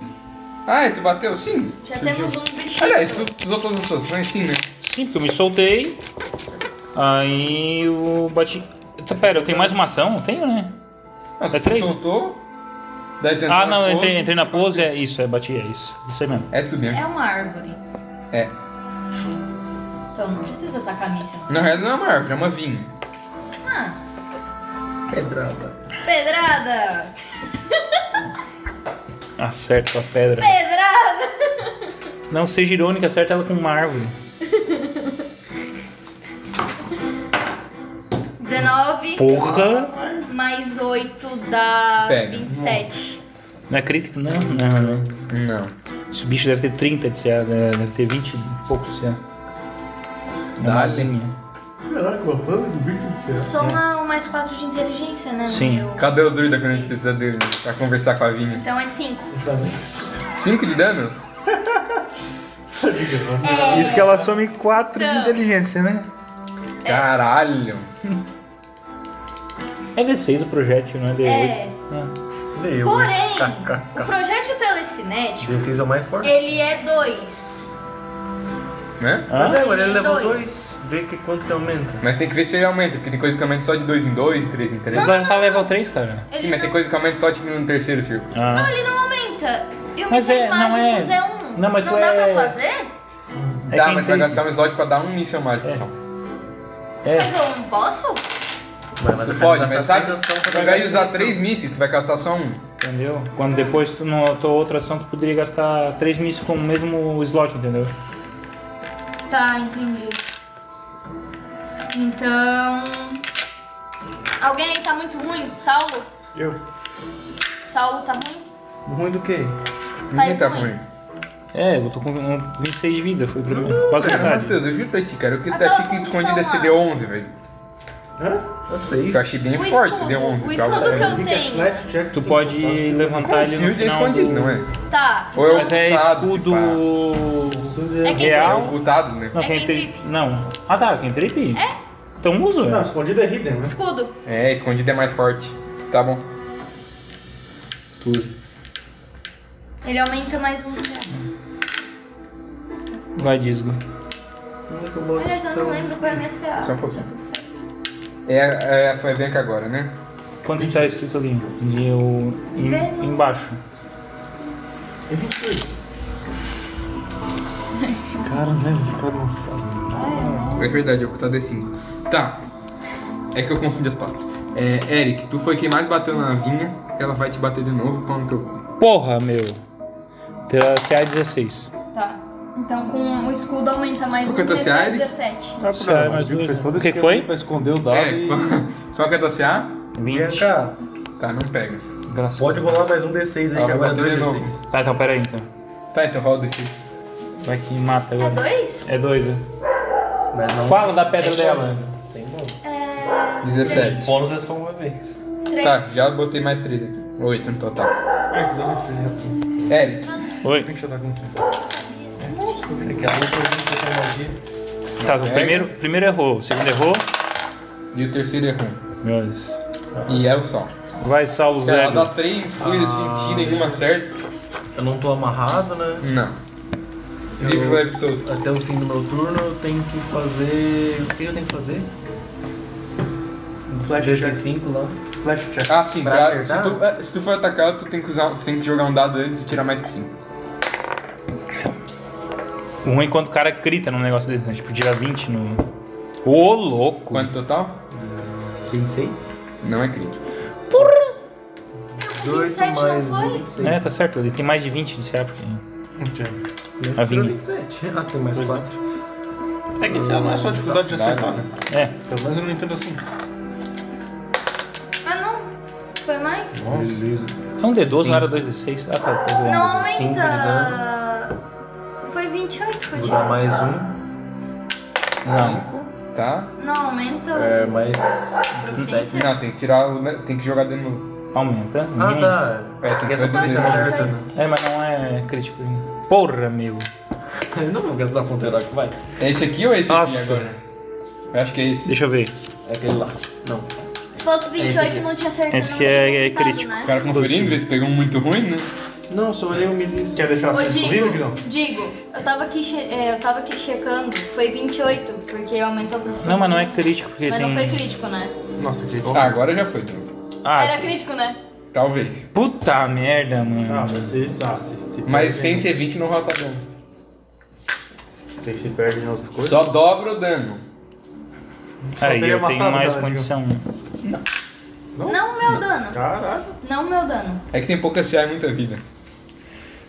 Speaker 3: Ah, e tu bateu? Sim.
Speaker 6: Já temos um bichinho.
Speaker 3: Aliás, tu tu usou todas as tuas ações? Sim, né?
Speaker 2: Sim, porque eu me soltei. Aí eu bati. Eita, Pera, eu tenho mais uma ação? Eu Tenho, né?
Speaker 3: Ah, tu
Speaker 2: É três,
Speaker 3: se
Speaker 2: né?
Speaker 3: soltou. Daí tentou
Speaker 2: Ah,
Speaker 3: na
Speaker 2: não, eu entrei,
Speaker 3: pose.
Speaker 2: entrei na pose, é isso, é bati, é isso. Isso aí mesmo.
Speaker 3: É tu mesmo.
Speaker 4: É uma árvore.
Speaker 3: É.
Speaker 4: Então não precisa tacar míssil.
Speaker 3: Na real, não é uma árvore, é uma vinha.
Speaker 4: Ah,
Speaker 7: Pedrada.
Speaker 4: pedrada!
Speaker 2: Acerta com Ah, a pedra.
Speaker 4: Pedrada!
Speaker 2: Não seja irônica, acerta ela com uma árvore.
Speaker 4: 19
Speaker 2: Porra!
Speaker 4: mais 8 dá
Speaker 3: Pega.
Speaker 4: 27.
Speaker 2: Não é crítico? Não, não, não.
Speaker 3: Não.
Speaker 2: Esse bicho deve ter 30 de CA, né? deve ter 20 e poucos de CA. É uma
Speaker 3: Dá-lhe.
Speaker 2: linha.
Speaker 5: Caraca, uma banda de bico de céu.
Speaker 4: Soma o um mais 4 de inteligência, né?
Speaker 2: Sim.
Speaker 4: Meu?
Speaker 3: Cadê o druida quando a gente precisa dele pra conversar com a vinha?
Speaker 4: Então é 5.
Speaker 5: Tá nisso.
Speaker 3: 5 de dano?
Speaker 5: né?
Speaker 4: É,
Speaker 2: Isso que ela some 4 de
Speaker 4: Não.
Speaker 2: inteligência, né?
Speaker 3: Caralho.
Speaker 2: É V6 o projétil, não é D8.
Speaker 4: é.
Speaker 7: Deu.
Speaker 4: Porém, o
Speaker 7: KKK.
Speaker 4: projétil telecinético,
Speaker 7: 16 é o mais forte.
Speaker 4: ele é 2.
Speaker 3: Né?
Speaker 7: Mas é,
Speaker 4: ele
Speaker 7: mano, ele
Speaker 4: é
Speaker 7: levou
Speaker 4: dois.
Speaker 7: 2. Vê que quanto que aumenta.
Speaker 3: Mas tem que ver se ele aumenta, porque tem coisa que aumenta só de 2 em 2, 3 em 3.
Speaker 2: Mas ela tá level 3, cara.
Speaker 4: Ele
Speaker 3: Sim, mas tem
Speaker 4: não-
Speaker 3: coisa que aumenta só tipo no terceiro círculo.
Speaker 2: Ah.
Speaker 4: Ele não aumenta. E o
Speaker 2: Mas
Speaker 4: mísseis
Speaker 2: é, não
Speaker 4: mágicos
Speaker 2: é-
Speaker 4: é 1. Um.
Speaker 2: Não, mas tu
Speaker 4: dá
Speaker 2: é-
Speaker 4: pra fazer?
Speaker 2: É
Speaker 3: Dá, mas tu
Speaker 2: quem
Speaker 3: vai
Speaker 2: tem-
Speaker 3: gastar um slot pra dar um míssel mágico
Speaker 2: É.
Speaker 3: só.
Speaker 2: É,
Speaker 4: Mas eu não posso?
Speaker 7: Mas, mas
Speaker 3: Você
Speaker 7: eu quero
Speaker 3: pode,
Speaker 7: gastar
Speaker 3: mas sabe?
Speaker 7: três ações pra
Speaker 3: Ao invés de
Speaker 7: gastar
Speaker 3: usar 3 mísseis, você vai gastar só um.
Speaker 2: entendeu? Quando depois tu não tua outra ação, tu poderia gastar três mísseis com o mesmo slot, entendeu?
Speaker 4: Tá, entendi. Então. Alguém aí tá muito ruim? Saulo?
Speaker 7: Eu.
Speaker 4: Saulo tá ruim?
Speaker 7: Ruim do quê?
Speaker 3: Ninguém tá
Speaker 4: um ruim.
Speaker 3: ruim.
Speaker 2: É, eu tô com um 26 de vida, foi o primeiro. Quase
Speaker 3: Cara,
Speaker 2: metade.
Speaker 3: Matheus, eu juro pra ti, cara, eu que
Speaker 4: Aquela
Speaker 3: achei que
Speaker 4: condição
Speaker 3: escondido é
Speaker 4: lá.
Speaker 3: CD11, velho.
Speaker 7: Eu sei.
Speaker 3: Que eu achei bem
Speaker 4: O
Speaker 3: forte
Speaker 4: escudo,
Speaker 3: CD11. pra
Speaker 4: o
Speaker 3: você.
Speaker 4: escudo que eu
Speaker 5: Fica
Speaker 4: tenho.
Speaker 5: flash check
Speaker 2: Tu
Speaker 5: cinco,
Speaker 2: pode
Speaker 5: tá? Fica-
Speaker 2: levantar ele no
Speaker 3: Shield é
Speaker 2: final
Speaker 3: escondido,
Speaker 2: do...
Speaker 3: não é?
Speaker 4: Tá.
Speaker 3: Ou eu-
Speaker 2: Mas é
Speaker 3: Ocultado,
Speaker 2: escudo...
Speaker 5: Isso
Speaker 4: É quem
Speaker 3: É
Speaker 2: real...
Speaker 3: ocultado, né?
Speaker 2: Não,
Speaker 4: É
Speaker 2: quem
Speaker 4: quem
Speaker 2: tri... Não. Ah tá, quem trip? É? Então usa,
Speaker 5: Não,
Speaker 2: velho.
Speaker 5: escondido é hidden, né?
Speaker 4: um Escudo.
Speaker 3: É, escondido é mais forte. Tá bom. Tu usa.
Speaker 4: Ele aumenta mais um CA.
Speaker 2: Vai, Disgo.
Speaker 10: Muito bom.
Speaker 4: Aliás, eu não lembro qual é a minha CA.
Speaker 11: Só um pouquinho.
Speaker 4: Tá tudo certo.
Speaker 11: É, é, foi bem que agora, né?
Speaker 2: Quanto que tá escrito ali? De o... em- embaixo.
Speaker 10: É 28.
Speaker 5: Cara, velho, esse cara não sabe.
Speaker 4: Ah,
Speaker 3: É verdade, eu vou botar D5. Tá. É que eu confundi as palavras. É, Eric, tu foi quem mais bateu na vinha. Ela vai te bater de novo. Pau no teu cu.
Speaker 2: Porra, meu. Terá CA 16.
Speaker 4: Tá. Então com o escudo aumenta mais um
Speaker 3: Quanto é
Speaker 4: DC,
Speaker 3: CA, Eric?
Speaker 4: 17.
Speaker 5: Tá,
Speaker 2: Sério,
Speaker 5: cara,
Speaker 2: mas
Speaker 5: mas viu
Speaker 2: dois,
Speaker 5: que fez
Speaker 2: né?
Speaker 5: todo
Speaker 2: O que
Speaker 5: esse
Speaker 2: que foi?
Speaker 5: pra esconder o dado
Speaker 3: É,
Speaker 5: e...
Speaker 3: só que é da CA?
Speaker 2: 20.
Speaker 10: Cara,
Speaker 3: Tá, não pega.
Speaker 2: Graças
Speaker 10: pode
Speaker 2: a
Speaker 10: rolar mais um D6 aí,
Speaker 3: Ah,
Speaker 10: que agora é
Speaker 3: vai bater de
Speaker 10: 2D6.
Speaker 2: Deus. Tá, então, pera aí, então.
Speaker 3: Tá, então rola o D6.
Speaker 2: Vai que mata
Speaker 4: É
Speaker 2: agora.
Speaker 4: dois?
Speaker 2: É dois, né?
Speaker 10: Mas não.
Speaker 2: Fala da pedra dela.
Speaker 10: Sem bom.
Speaker 4: É.
Speaker 3: 17.
Speaker 10: Bônus é só uma vez.
Speaker 4: Três.
Speaker 3: Tá, já botei mais 3 aqui. 8 no total.
Speaker 5: Ai, É, que dá um uma ferreta.
Speaker 3: Eric,
Speaker 2: Oi.
Speaker 5: Tem que chutar com
Speaker 10: Você quer muito ouvir que eu
Speaker 2: Tá, o primeiro, primeiro errou, o segundo errou.
Speaker 3: e o terceiro errou.
Speaker 2: Meu Deus.
Speaker 3: E é o Sol.
Speaker 2: Vai, Saulo
Speaker 3: Ela
Speaker 2: Zero.
Speaker 3: dá 3, cuida
Speaker 10: Ah.
Speaker 3: assim, tira em uma certa.
Speaker 10: Eu não tô amarrado, né?
Speaker 3: Não.
Speaker 10: Eu-
Speaker 3: Livre leve solto.
Speaker 10: Até o fim do meu turno eu tenho que fazer. O que eu tenho que fazer? Um
Speaker 5: Flash
Speaker 10: DC5 lá.
Speaker 5: flash check.
Speaker 3: Ah, sim,
Speaker 10: Pra
Speaker 3: pra- se,
Speaker 10: acertar?
Speaker 3: tu, é, se tu for atacar, tu tem que, usar, tu tem que jogar um dado antes e tirar mais que 5.
Speaker 2: O ruim é quando o cara grita num negócio desse, né? Tipo, tira 20 no. Ô, louco!
Speaker 3: Quanto total?
Speaker 10: 26?
Speaker 3: Não é crítico.
Speaker 4: 27 não foi?
Speaker 10: um, 26.
Speaker 2: É, tá certo, ele tem mais de 20 de CA, porque.
Speaker 5: Ok.
Speaker 2: A vinha.
Speaker 10: 27. Ah, tem mais 4.
Speaker 5: É que esse ano não é só dificuldade de acertar, né?
Speaker 2: É,
Speaker 5: Pelo menos eu não entendo assim.
Speaker 4: Ah, não. Foi mais?
Speaker 5: Beleza.
Speaker 2: é um D12, não era 2D6. Ah, tá. tá bom.
Speaker 4: Não
Speaker 10: Cinco de
Speaker 4: aumenta. Foi 28 que eu
Speaker 10: Vou dar
Speaker 4: tirei.
Speaker 10: mais um.
Speaker 2: Não.
Speaker 3: Tá?
Speaker 4: Não aumenta.
Speaker 10: É, mais
Speaker 4: Proficiência.
Speaker 10: 17.
Speaker 3: Não, tem que tirar o. ne- Tem que jogar de novo.
Speaker 2: Aumenta.
Speaker 10: Ah,
Speaker 2: Ninguém-
Speaker 10: tá.
Speaker 3: É,
Speaker 10: Essa
Speaker 3: essa
Speaker 10: aqui é só
Speaker 3: foi
Speaker 10: proficiência
Speaker 4: dois.
Speaker 10: certa, né?
Speaker 2: É, mas não é crítico. ainda. Porra, meu.
Speaker 10: Eu não vou gastar ponto heróico, vai.
Speaker 3: É esse aqui ou é esse
Speaker 2: Nossa.
Speaker 3: aqui agora? Eu acho que é esse.
Speaker 2: Deixa eu ver.
Speaker 10: É aquele lá. Não.
Speaker 4: Se fosse
Speaker 10: Esse
Speaker 4: 28,
Speaker 10: aqui.
Speaker 4: não tinha acertado.
Speaker 2: Esse
Speaker 4: não
Speaker 2: que
Speaker 4: tinha
Speaker 2: é- é
Speaker 4: aumentado,
Speaker 2: crítico.
Speaker 3: O
Speaker 4: Né?
Speaker 3: cara conferiu, eles pegou um muito ruim, né?
Speaker 10: Não, só olhei o ministro.
Speaker 5: Quer deixar
Speaker 4: Ô,
Speaker 5: assim comigo, Digão?
Speaker 4: Digo, Digo, eu tava aqui, che- é, eu tava aqui checando, foi 28, porque aumentou a proficiência.
Speaker 2: Não, mas não é crítico, porque
Speaker 4: Mas
Speaker 2: tem.
Speaker 4: não foi crítico, né?
Speaker 5: Nossa, que igual.
Speaker 3: Ah, agora já foi de novo.
Speaker 2: Ah,
Speaker 4: Era crítico, né?
Speaker 3: Talvez.
Speaker 2: puta merda,
Speaker 5: Ah,
Speaker 2: mano.
Speaker 5: vocês, ah, vocês se
Speaker 3: Mas sem
Speaker 5: perdem-
Speaker 3: ser 20 não rota dano.
Speaker 5: Vocês se perdem nas coisas.
Speaker 3: Só dobra o dano.
Speaker 5: Só
Speaker 2: Aí
Speaker 5: teria
Speaker 2: eu tenho
Speaker 5: matado
Speaker 2: mais
Speaker 5: ela,
Speaker 2: condição.
Speaker 5: Não? Tá.
Speaker 4: Não meu dano.
Speaker 5: Digão. Caralho.
Speaker 4: Não meu dano.
Speaker 3: É que tem pouca CA e muita vida.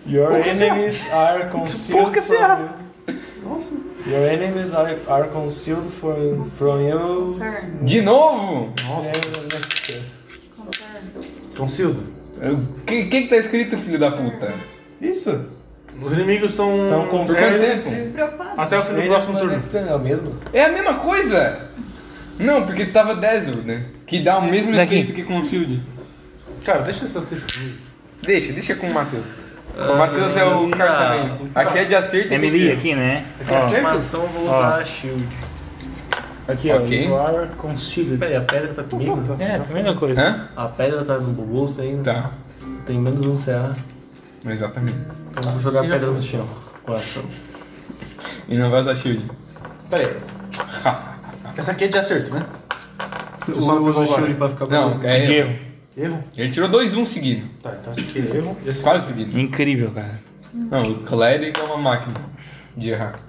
Speaker 12: Your
Speaker 5: Pouca CA.
Speaker 12: enemies are concealed
Speaker 5: Pouca
Speaker 12: from
Speaker 5: CA.
Speaker 12: you.
Speaker 5: Nossa.
Speaker 12: Your enemies are, are concealed from, from you.
Speaker 4: Concern.
Speaker 3: De novo?
Speaker 12: And next year.
Speaker 4: Concern.
Speaker 5: Concildo.
Speaker 3: O que, que que tá escrito, filho da puta?
Speaker 12: Isso.
Speaker 5: Os inimigos estão.
Speaker 12: Então
Speaker 3: Por
Speaker 12: concealed.
Speaker 3: quanto tempo?
Speaker 4: Preocupado.
Speaker 5: Até o fim do próximo turno.
Speaker 12: É o mesmo?
Speaker 3: É a mesma coisa? Não, porque tava 10, né? Que dá o mesmo
Speaker 2: Daqui.
Speaker 3: efeito que Concilde.
Speaker 5: Cara, deixa essa ser comigo.
Speaker 3: Deixa, deixa com o Matheus.
Speaker 2: Ah,
Speaker 3: O Matheus é o cara também. Aqui é de acerto. e de
Speaker 2: Emily
Speaker 3: tiro.
Speaker 2: aqui, né?
Speaker 5: acerto?
Speaker 10: Informação, vou usar shield.
Speaker 2: Aqui,
Speaker 3: Ok.
Speaker 2: are concealed.
Speaker 10: Peraí, a pedra tá comigo?
Speaker 2: É, tá a mesma coisa.
Speaker 3: Hã?
Speaker 10: A pedra tá no bolso ainda.
Speaker 3: Tá.
Speaker 10: Tem menos um CA.
Speaker 3: Exatamente.
Speaker 10: Então eu vou jogar a pedra no chão. Com ação.
Speaker 3: E não vai usar shield.
Speaker 5: Pera aí. Essa aqui é de acerto, né? Tu só
Speaker 10: Ou eu uso
Speaker 5: pegou agora.
Speaker 10: shield pra ficar
Speaker 3: Não,
Speaker 10: bonito.
Speaker 3: é
Speaker 2: De
Speaker 3: erro.
Speaker 2: erro.
Speaker 5: Erro?
Speaker 3: Ele tirou 2 1 seguido.
Speaker 5: Tá, então esse aqui é erro. E esse
Speaker 3: Quase seguido.
Speaker 2: Incrível, cara.
Speaker 3: Não, o clérigo é uma máquina de errar.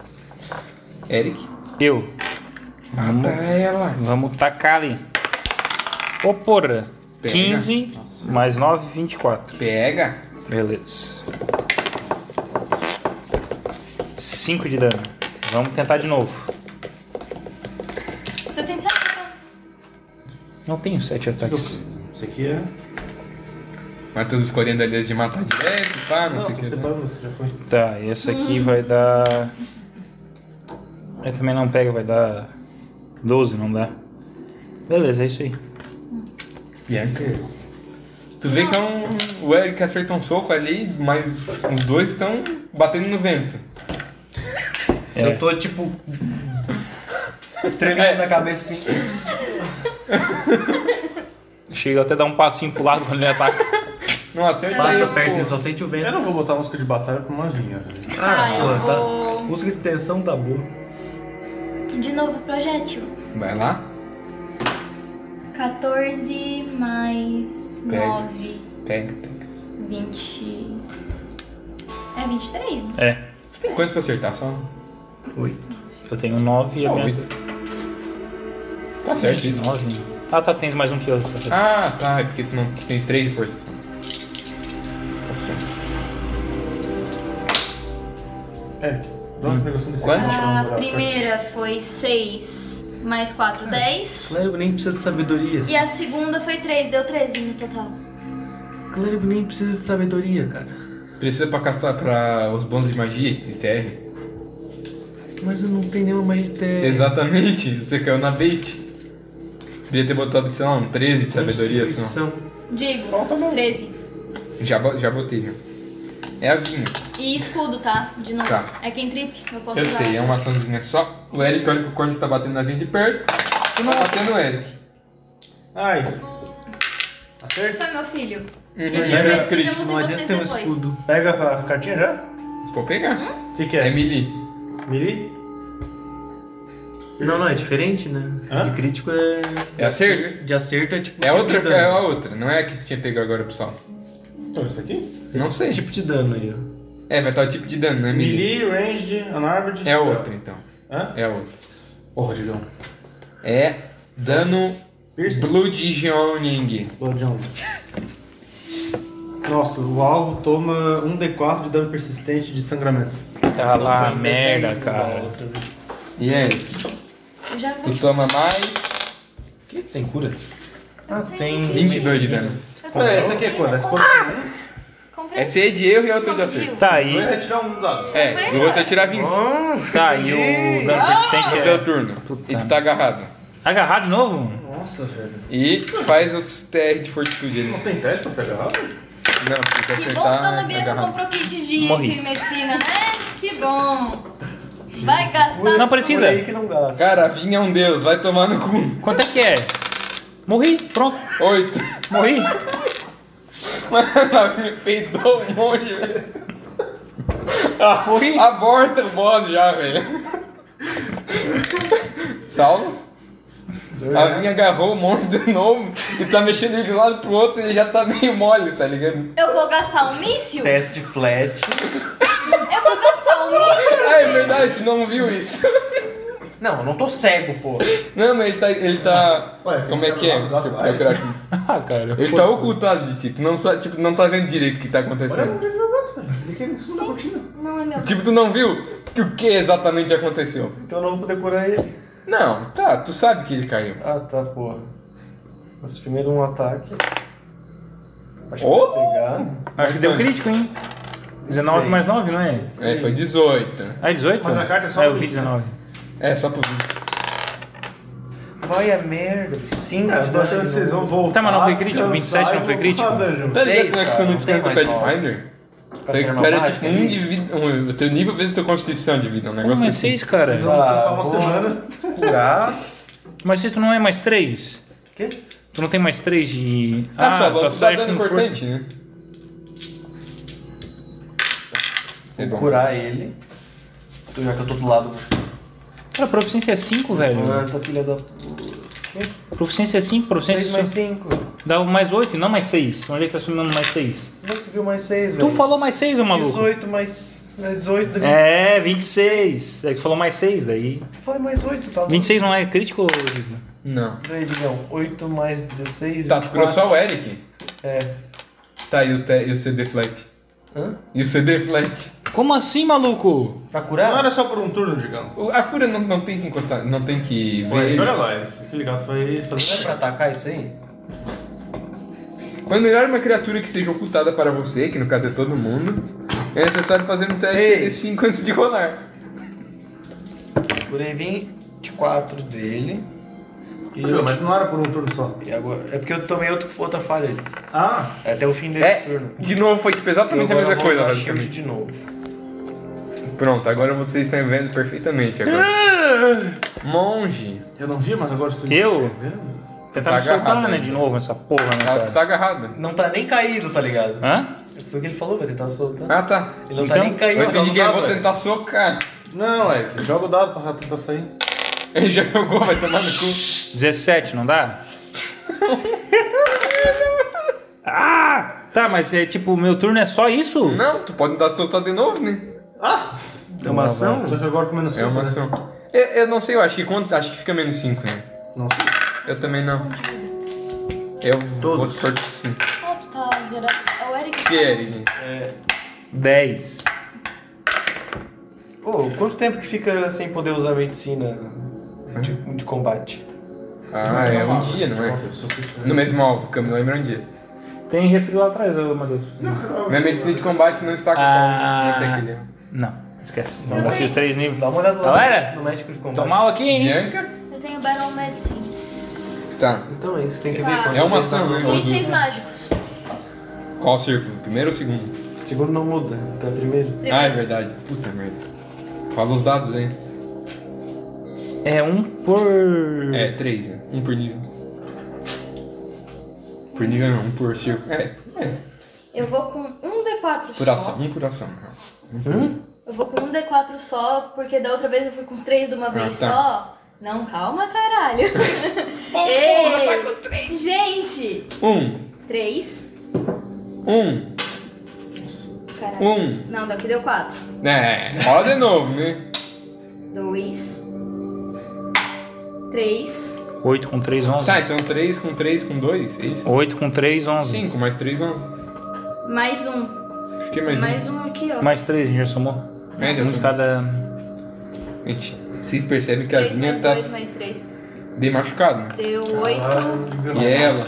Speaker 3: Eric?
Speaker 2: Eu. Vamos,
Speaker 3: Ah, tá, é ela.
Speaker 2: vamos tacar ali. Ô, porra.
Speaker 3: Pega.
Speaker 2: 15 mais 9, 24.
Speaker 3: Pega.
Speaker 2: Beleza. 5 de dano. Vamos tentar de novo.
Speaker 4: Você tem 7 ataques.
Speaker 2: Não tenho 7
Speaker 5: é
Speaker 2: ataques.
Speaker 5: Esse aqui é.
Speaker 3: Matheus escolhendo ali as de matar direto, pá, não,
Speaker 5: Não,
Speaker 3: sei o
Speaker 5: tô
Speaker 3: que. né?
Speaker 5: separando, já foi.
Speaker 2: Tá, e essa aqui vai dar. Eu também não pega, vai dar 12, não dá. Beleza, é isso aí.
Speaker 3: Bianca. Tu vê que é um. O Eric acertou um soco ali, mas os dois estão batendo no vento.
Speaker 2: É.
Speaker 10: Eu tô tipo. Estrelando na cabeça assim.
Speaker 2: Chega até a dar um passinho pro lado quando ele ataca.
Speaker 9: Não acerta
Speaker 4: Passa
Speaker 9: aí.
Speaker 4: eu-
Speaker 10: perto, você só sente o
Speaker 5: Eu
Speaker 10: vento.
Speaker 5: não vou botar música de batalha pra uma vinha, velho.
Speaker 4: Ah, eu
Speaker 10: tá.
Speaker 4: vou.
Speaker 10: Música de tensão tá boa.
Speaker 4: De novo, projétil.
Speaker 3: Vai lá.
Speaker 4: 14 mais
Speaker 3: Pega.
Speaker 4: 9,
Speaker 3: Pega, pega.
Speaker 4: 20. É 23, né?
Speaker 2: É,
Speaker 3: Você tem quanto pra acertar? Só,
Speaker 2: eu tenho 9 e a
Speaker 3: só
Speaker 2: minha.
Speaker 3: oito. Tá certo isso.
Speaker 2: 9. Ah, tá, tens mais um que eu.
Speaker 3: Ah, tá. É porque tu não tu tens três de força. só.
Speaker 5: Eric, dá uma interrogação desse
Speaker 3: Quanto?
Speaker 5: aqui, deixa eu lembrar
Speaker 4: A
Speaker 5: as
Speaker 4: primeira foi 6 mais 4, 10.
Speaker 10: Clérigo nem precisa de sabedoria.
Speaker 4: E a segunda foi 3, deu 13 no total.
Speaker 10: Clérigo nem precisa de sabedoria, cara.
Speaker 3: Precisa pra castar pra os bons de magia de TR.
Speaker 10: Mas eu não tenho nenhuma mais de ter.
Speaker 3: Exatamente. Você caiu na bait. Devia ter botado, sei lá, um 13 de sabedoria. Assim, ó.
Speaker 10: Constituição.
Speaker 4: Digo, 13.
Speaker 3: Já, bo- já botei, já. É a vinha.
Speaker 4: E escudo, tá? De novo.
Speaker 3: Tá.
Speaker 4: É quem trip, eu posso
Speaker 3: Eu
Speaker 4: usar.
Speaker 3: sei, é uma açãozinha só. O Eric olha pro corno que tá batendo na vinha de perto. E não tá batendo o Eric.
Speaker 5: coisas. Ai. Acerta.
Speaker 4: Foi meu filho.
Speaker 3: Uhum.
Speaker 4: Eu tive
Speaker 5: Lembra,
Speaker 4: medicina,
Speaker 10: Não
Speaker 4: você
Speaker 10: adianta
Speaker 4: vocês é
Speaker 10: ter um
Speaker 4: depois.
Speaker 10: escudo.
Speaker 5: Pega essa cartinha já?
Speaker 3: Vou pegar.
Speaker 5: O que, que
Speaker 3: É
Speaker 5: é?
Speaker 3: melee.
Speaker 5: Miri?
Speaker 10: Não, não, é diferente, né?
Speaker 5: Hã?
Speaker 10: De crítico é.
Speaker 3: É acerto.
Speaker 10: De acerto é tipo.
Speaker 3: É a
Speaker 10: tipo
Speaker 3: outra,
Speaker 10: de dano.
Speaker 3: é a outra, não é a que tu tinha pego agora, pessoal.
Speaker 5: Então, isso aqui?
Speaker 3: Não sei.
Speaker 10: Tipo de dano aí, ó.
Speaker 3: É, vai estar o tipo de dano, não é melee.
Speaker 5: Miri, ranged, unarmored.
Speaker 3: É a outra, então.
Speaker 5: Hã?
Speaker 3: É a outra.
Speaker 5: Porra, Digão.
Speaker 3: É dano
Speaker 5: Piercing?
Speaker 3: Blood Joning.
Speaker 5: Bloodhound. Nossa, o alvo toma 1d4 de dano persistente de sangramento.
Speaker 2: Tá lá,
Speaker 10: Foi
Speaker 2: merda,
Speaker 10: 10
Speaker 2: cara.
Speaker 10: da outra vez.
Speaker 3: E aí,
Speaker 4: Eu já vou.
Speaker 3: tu toma mais
Speaker 10: Que? Tem cura? Ah, tem.
Speaker 3: 22 de dano.
Speaker 4: Eu
Speaker 5: É,
Speaker 4: comprei
Speaker 5: essa aqui é quanto? Essa
Speaker 4: medicina,
Speaker 5: conta tem um?
Speaker 4: Comprei.
Speaker 3: Essa é de erro e a outra é de acerto.
Speaker 4: Comprei.
Speaker 2: Tá aí,
Speaker 5: Vai retirar um dado.
Speaker 3: É, o outro é tirar 20.
Speaker 2: tá aí o dano persistente.
Speaker 3: É
Speaker 2: É...
Speaker 3: teu turno. E tu tá agarrado.
Speaker 2: Agarrar de novo?
Speaker 5: Nossa, velho.
Speaker 3: E faz os TR de fortitude ali.
Speaker 5: Não tem teste pra ser agarrado?
Speaker 3: Não, se tu
Speaker 4: Que bom que
Speaker 3: acertar,
Speaker 4: Dona
Speaker 3: é
Speaker 4: Bianca
Speaker 3: agarrado.
Speaker 4: comprou um kit de,
Speaker 2: Morri.
Speaker 4: de medicina, né? Que bom. Vai gastar.
Speaker 2: Não precisa.
Speaker 10: Por aí que não gasta.
Speaker 3: Cara, vinha é um deus, vai tomar no cu.
Speaker 2: Quanto é que é? Morri, pronto,
Speaker 3: Oito.
Speaker 2: morri.
Speaker 3: Mano, a vinha peidou um monte, velho.
Speaker 2: Morri.
Speaker 3: Aborta o boss já, velho. Salvo. A vinha agarrou o monte de novo e tá mexendo ele de um lado pro outro e ele já tá meio mole, tá ligado?
Speaker 4: Eu vou gastar um míssil?
Speaker 10: Teste flat.
Speaker 4: Eu vou gastar um míssil?
Speaker 3: Ah, é verdade, tu não viu isso.
Speaker 10: Não, eu não tô cego, pô.
Speaker 3: Não, mas ele tá. Ele tá
Speaker 5: Ué,
Speaker 3: como é que é?
Speaker 5: do lado do lado,
Speaker 3: Eu quero aqui.
Speaker 2: Ah, cara.
Speaker 3: Ele tá ocultado de ti, tu não, sabe, tipo, não tá vendo direito o que tá
Speaker 5: Olha
Speaker 3: acontecendo.
Speaker 5: onde ele vai botar, velho. Ele quer em
Speaker 10: um
Speaker 5: cima da rotina.
Speaker 4: Não é meu.
Speaker 3: Tipo, tu não viu que o que exatamente aconteceu.
Speaker 10: Então eu não vou decorar ele.
Speaker 3: Não, tá, tu sabe que ele caiu.
Speaker 10: Ah, tá, porra. Mas primeiro um ataque. Acho que
Speaker 3: Oh!
Speaker 10: vai pegar.
Speaker 2: Acho que deu crítico, hein? 19 mais 9, não é?
Speaker 3: É, foi 18.
Speaker 2: Ah, é 18?
Speaker 5: Mas a carta é só
Speaker 2: eu
Speaker 5: vinte,
Speaker 2: vi 19.
Speaker 3: É, só pro vídeo.
Speaker 10: Vai a merda. 5
Speaker 5: Cara, É, eu tô achando que vocês vão voltar.
Speaker 2: Tá, mas não foi crítico?
Speaker 5: descansar
Speaker 2: 27
Speaker 5: e
Speaker 2: não foi
Speaker 5: voltar
Speaker 2: crítico?
Speaker 5: a dungeon.
Speaker 3: Tá ligado
Speaker 10: Seis,
Speaker 3: como é que
Speaker 10: cara,
Speaker 3: você não
Speaker 10: não
Speaker 3: descarta o
Speaker 10: tem mais nova.
Speaker 3: Pathfinder? Tu
Speaker 10: Pra ter uma
Speaker 3: recupera tipo
Speaker 10: mágica,
Speaker 3: um
Speaker 10: né?
Speaker 3: de vida, um, o teu nível vezes tua constituição de vida, um
Speaker 2: Pô,
Speaker 3: negócio
Speaker 2: mas
Speaker 3: assim.
Speaker 2: 6, cara.
Speaker 5: Vamos descansar uma
Speaker 10: Vou-
Speaker 5: semana.
Speaker 10: Curar.
Speaker 2: Mas 6 tu não é mais 3?
Speaker 10: Quê?
Speaker 2: Tu não tem mais 3 de.
Speaker 3: Ah, ah só,
Speaker 2: tua
Speaker 3: tu dá
Speaker 2: sorte
Speaker 3: dano
Speaker 2: com força.
Speaker 3: cortante, né? É
Speaker 10: Vou
Speaker 3: bom.
Speaker 10: curar ele. Eu já que eu tô do lado.
Speaker 2: Cara, proficiência é 5, velho.
Speaker 10: Ah, essa filha da.
Speaker 2: Proficiência é 5,
Speaker 10: 3
Speaker 2: proficiência é
Speaker 10: mais
Speaker 2: 5.
Speaker 10: 5.
Speaker 2: Dá um mais 8, não mais 6. Onde é que tá sumindo mais 6?
Speaker 10: Não, tu viu mais 6, velho.
Speaker 2: Tu falou mais 6, ô maluco.
Speaker 10: 18 mais. Mais 8 do
Speaker 2: É, 26. Aí É, tu falou mais 6 daí.
Speaker 10: Eu Falei mais 8, tá?
Speaker 2: 26 não é crítico? Digo?
Speaker 3: Não.
Speaker 10: Daí, Digão, 8 mais 16.
Speaker 3: Tá, tu curou só o Eric.
Speaker 10: É.
Speaker 3: Tá, e o, te, e o CD flat?
Speaker 10: Hã?
Speaker 3: E o CD flat?
Speaker 2: Como assim, maluco?
Speaker 10: Pra
Speaker 5: Não
Speaker 10: curar?
Speaker 5: era só por um turno, Digão.
Speaker 3: O- A cura não, não tem que encostar, não tem que ver
Speaker 5: Ué,
Speaker 3: ele.
Speaker 5: Olha lá, Eric. Aquele gato foi
Speaker 10: Não é
Speaker 5: fazendo.
Speaker 10: pra atacar isso aí?
Speaker 3: Quando melhorar uma criatura que seja ocultada para você, que no caso é todo mundo, é necessário fazer um teste de 5 antes de rolar.
Speaker 10: Curei 24 dele. E,
Speaker 5: Viu, Mas não era por um turno só.
Speaker 10: e agora. É porque eu tomei outro, outra falha ali.
Speaker 5: Ah,
Speaker 10: É até o fim desse
Speaker 3: É,
Speaker 10: turno.
Speaker 3: de novo foi tipo, exatamente a
Speaker 10: agora
Speaker 3: mesma
Speaker 10: vou
Speaker 3: coisa,
Speaker 10: usar shield
Speaker 3: basicamente.
Speaker 10: de novo.
Speaker 3: Pronto, agora vocês estão vendo
Speaker 10: Ah!
Speaker 3: perfeitamente agora. Monge.
Speaker 5: eu não vi, mas agora estou
Speaker 2: Eu?
Speaker 5: enxergando.
Speaker 2: Tentaram
Speaker 3: Tá
Speaker 2: soltar,
Speaker 3: agarrado
Speaker 2: né,
Speaker 3: ainda.
Speaker 2: de novo essa porra, né,
Speaker 10: Ah,
Speaker 3: Ela
Speaker 2: cara?
Speaker 3: está agarrada.
Speaker 10: Não tá nem caído, tá ligado?
Speaker 2: Hã?
Speaker 10: Foi o que ele falou, vai tentar soltar.
Speaker 3: Ah, tá.
Speaker 10: Ele não tá
Speaker 2: Então,
Speaker 10: nem caído.
Speaker 3: Eu
Speaker 10: Mas
Speaker 3: entendi que eu
Speaker 10: não
Speaker 3: vou
Speaker 10: tá,
Speaker 3: tentar socar.
Speaker 5: Não, é, joga o dado pra tentar sair.
Speaker 3: Ele já jogou, vai tomar no cu.
Speaker 2: 17, não dá? ah! Tá, mas é tipo, meu turno é só isso?
Speaker 3: Não, tu pode dar soltar de novo, né?
Speaker 7: É uma ação?
Speaker 5: Só que agora né? com menos
Speaker 3: É
Speaker 5: 5,
Speaker 10: né?
Speaker 3: uma ação. Eu, eu não sei, eu acho que quanto. Acho que fica menos 5, né?
Speaker 5: Não.
Speaker 3: Eu também não. Eu
Speaker 7: Todos.
Speaker 3: vou por 5.
Speaker 4: Ah, tu tá zerando. É o Eric.
Speaker 3: Que é, Eric?
Speaker 2: 10.
Speaker 10: Pô, quanto tempo que fica sem poder usar medicina de, de combate?
Speaker 3: Ah, é um dia, não é? No mesmo alvo, que eu me lembro um dia.
Speaker 2: Tem refri lá atrás, ô Matheus.
Speaker 3: Minha medicina de combate não está com
Speaker 2: Ah.
Speaker 3: calma. Não tem aquele.
Speaker 2: Não, esquece. Não, esses três níveis.
Speaker 10: Dá uma olhada lá
Speaker 2: Galera,
Speaker 10: no médico de combate.
Speaker 2: Tô mal aqui, hein?
Speaker 3: Bianca?
Speaker 4: Eu tenho Battle Medicine.
Speaker 3: Tá.
Speaker 7: Então é isso, tem que ver
Speaker 4: Tá.
Speaker 7: quanto
Speaker 3: É uma
Speaker 7: tempo
Speaker 3: ação,
Speaker 7: tá.
Speaker 3: né?
Speaker 4: Tem seis mágicos.
Speaker 3: Qual círculo? Primeiro ou segundo?
Speaker 10: Segundo não muda, tá primeiro.
Speaker 3: Ah, é verdade. Puta merda. Fala os dados, hein?
Speaker 2: É um por.
Speaker 3: É, três, né? Um por nível. Por nível não, um por círculo. É,
Speaker 4: Eu vou com um D4
Speaker 3: por
Speaker 4: só.
Speaker 3: ação. Um por ação. Hum?
Speaker 4: Eu vou com um D4 só, porque da outra vez eu fui com os três de uma vez
Speaker 3: tá.
Speaker 4: só. Não, calma, caralho.
Speaker 3: tá
Speaker 4: Ei! Gente!
Speaker 3: Um,
Speaker 4: Três.
Speaker 3: um,
Speaker 4: Caralho.
Speaker 3: um.
Speaker 4: Não, daqui deu quatro.
Speaker 3: É, rola de novo, né?
Speaker 4: Dois. Três.
Speaker 2: 8 com 3, 11.
Speaker 3: Tá, então três com três com dois, é isso?
Speaker 2: 8 com 3, 11.
Speaker 3: Cinco mais três, onze.
Speaker 4: Mais um.
Speaker 3: Fiquei mais,
Speaker 4: Mais um aqui, ó.
Speaker 2: Mais 3, a gente já somou.
Speaker 3: um. Média,
Speaker 2: Um de
Speaker 3: só.
Speaker 2: cada.
Speaker 3: Gente, vocês percebem que a
Speaker 4: Três
Speaker 3: vinha
Speaker 4: mais
Speaker 3: tá
Speaker 4: dois mais um. três.
Speaker 3: bem machucada. né?
Speaker 4: Deu oito.
Speaker 3: E ela?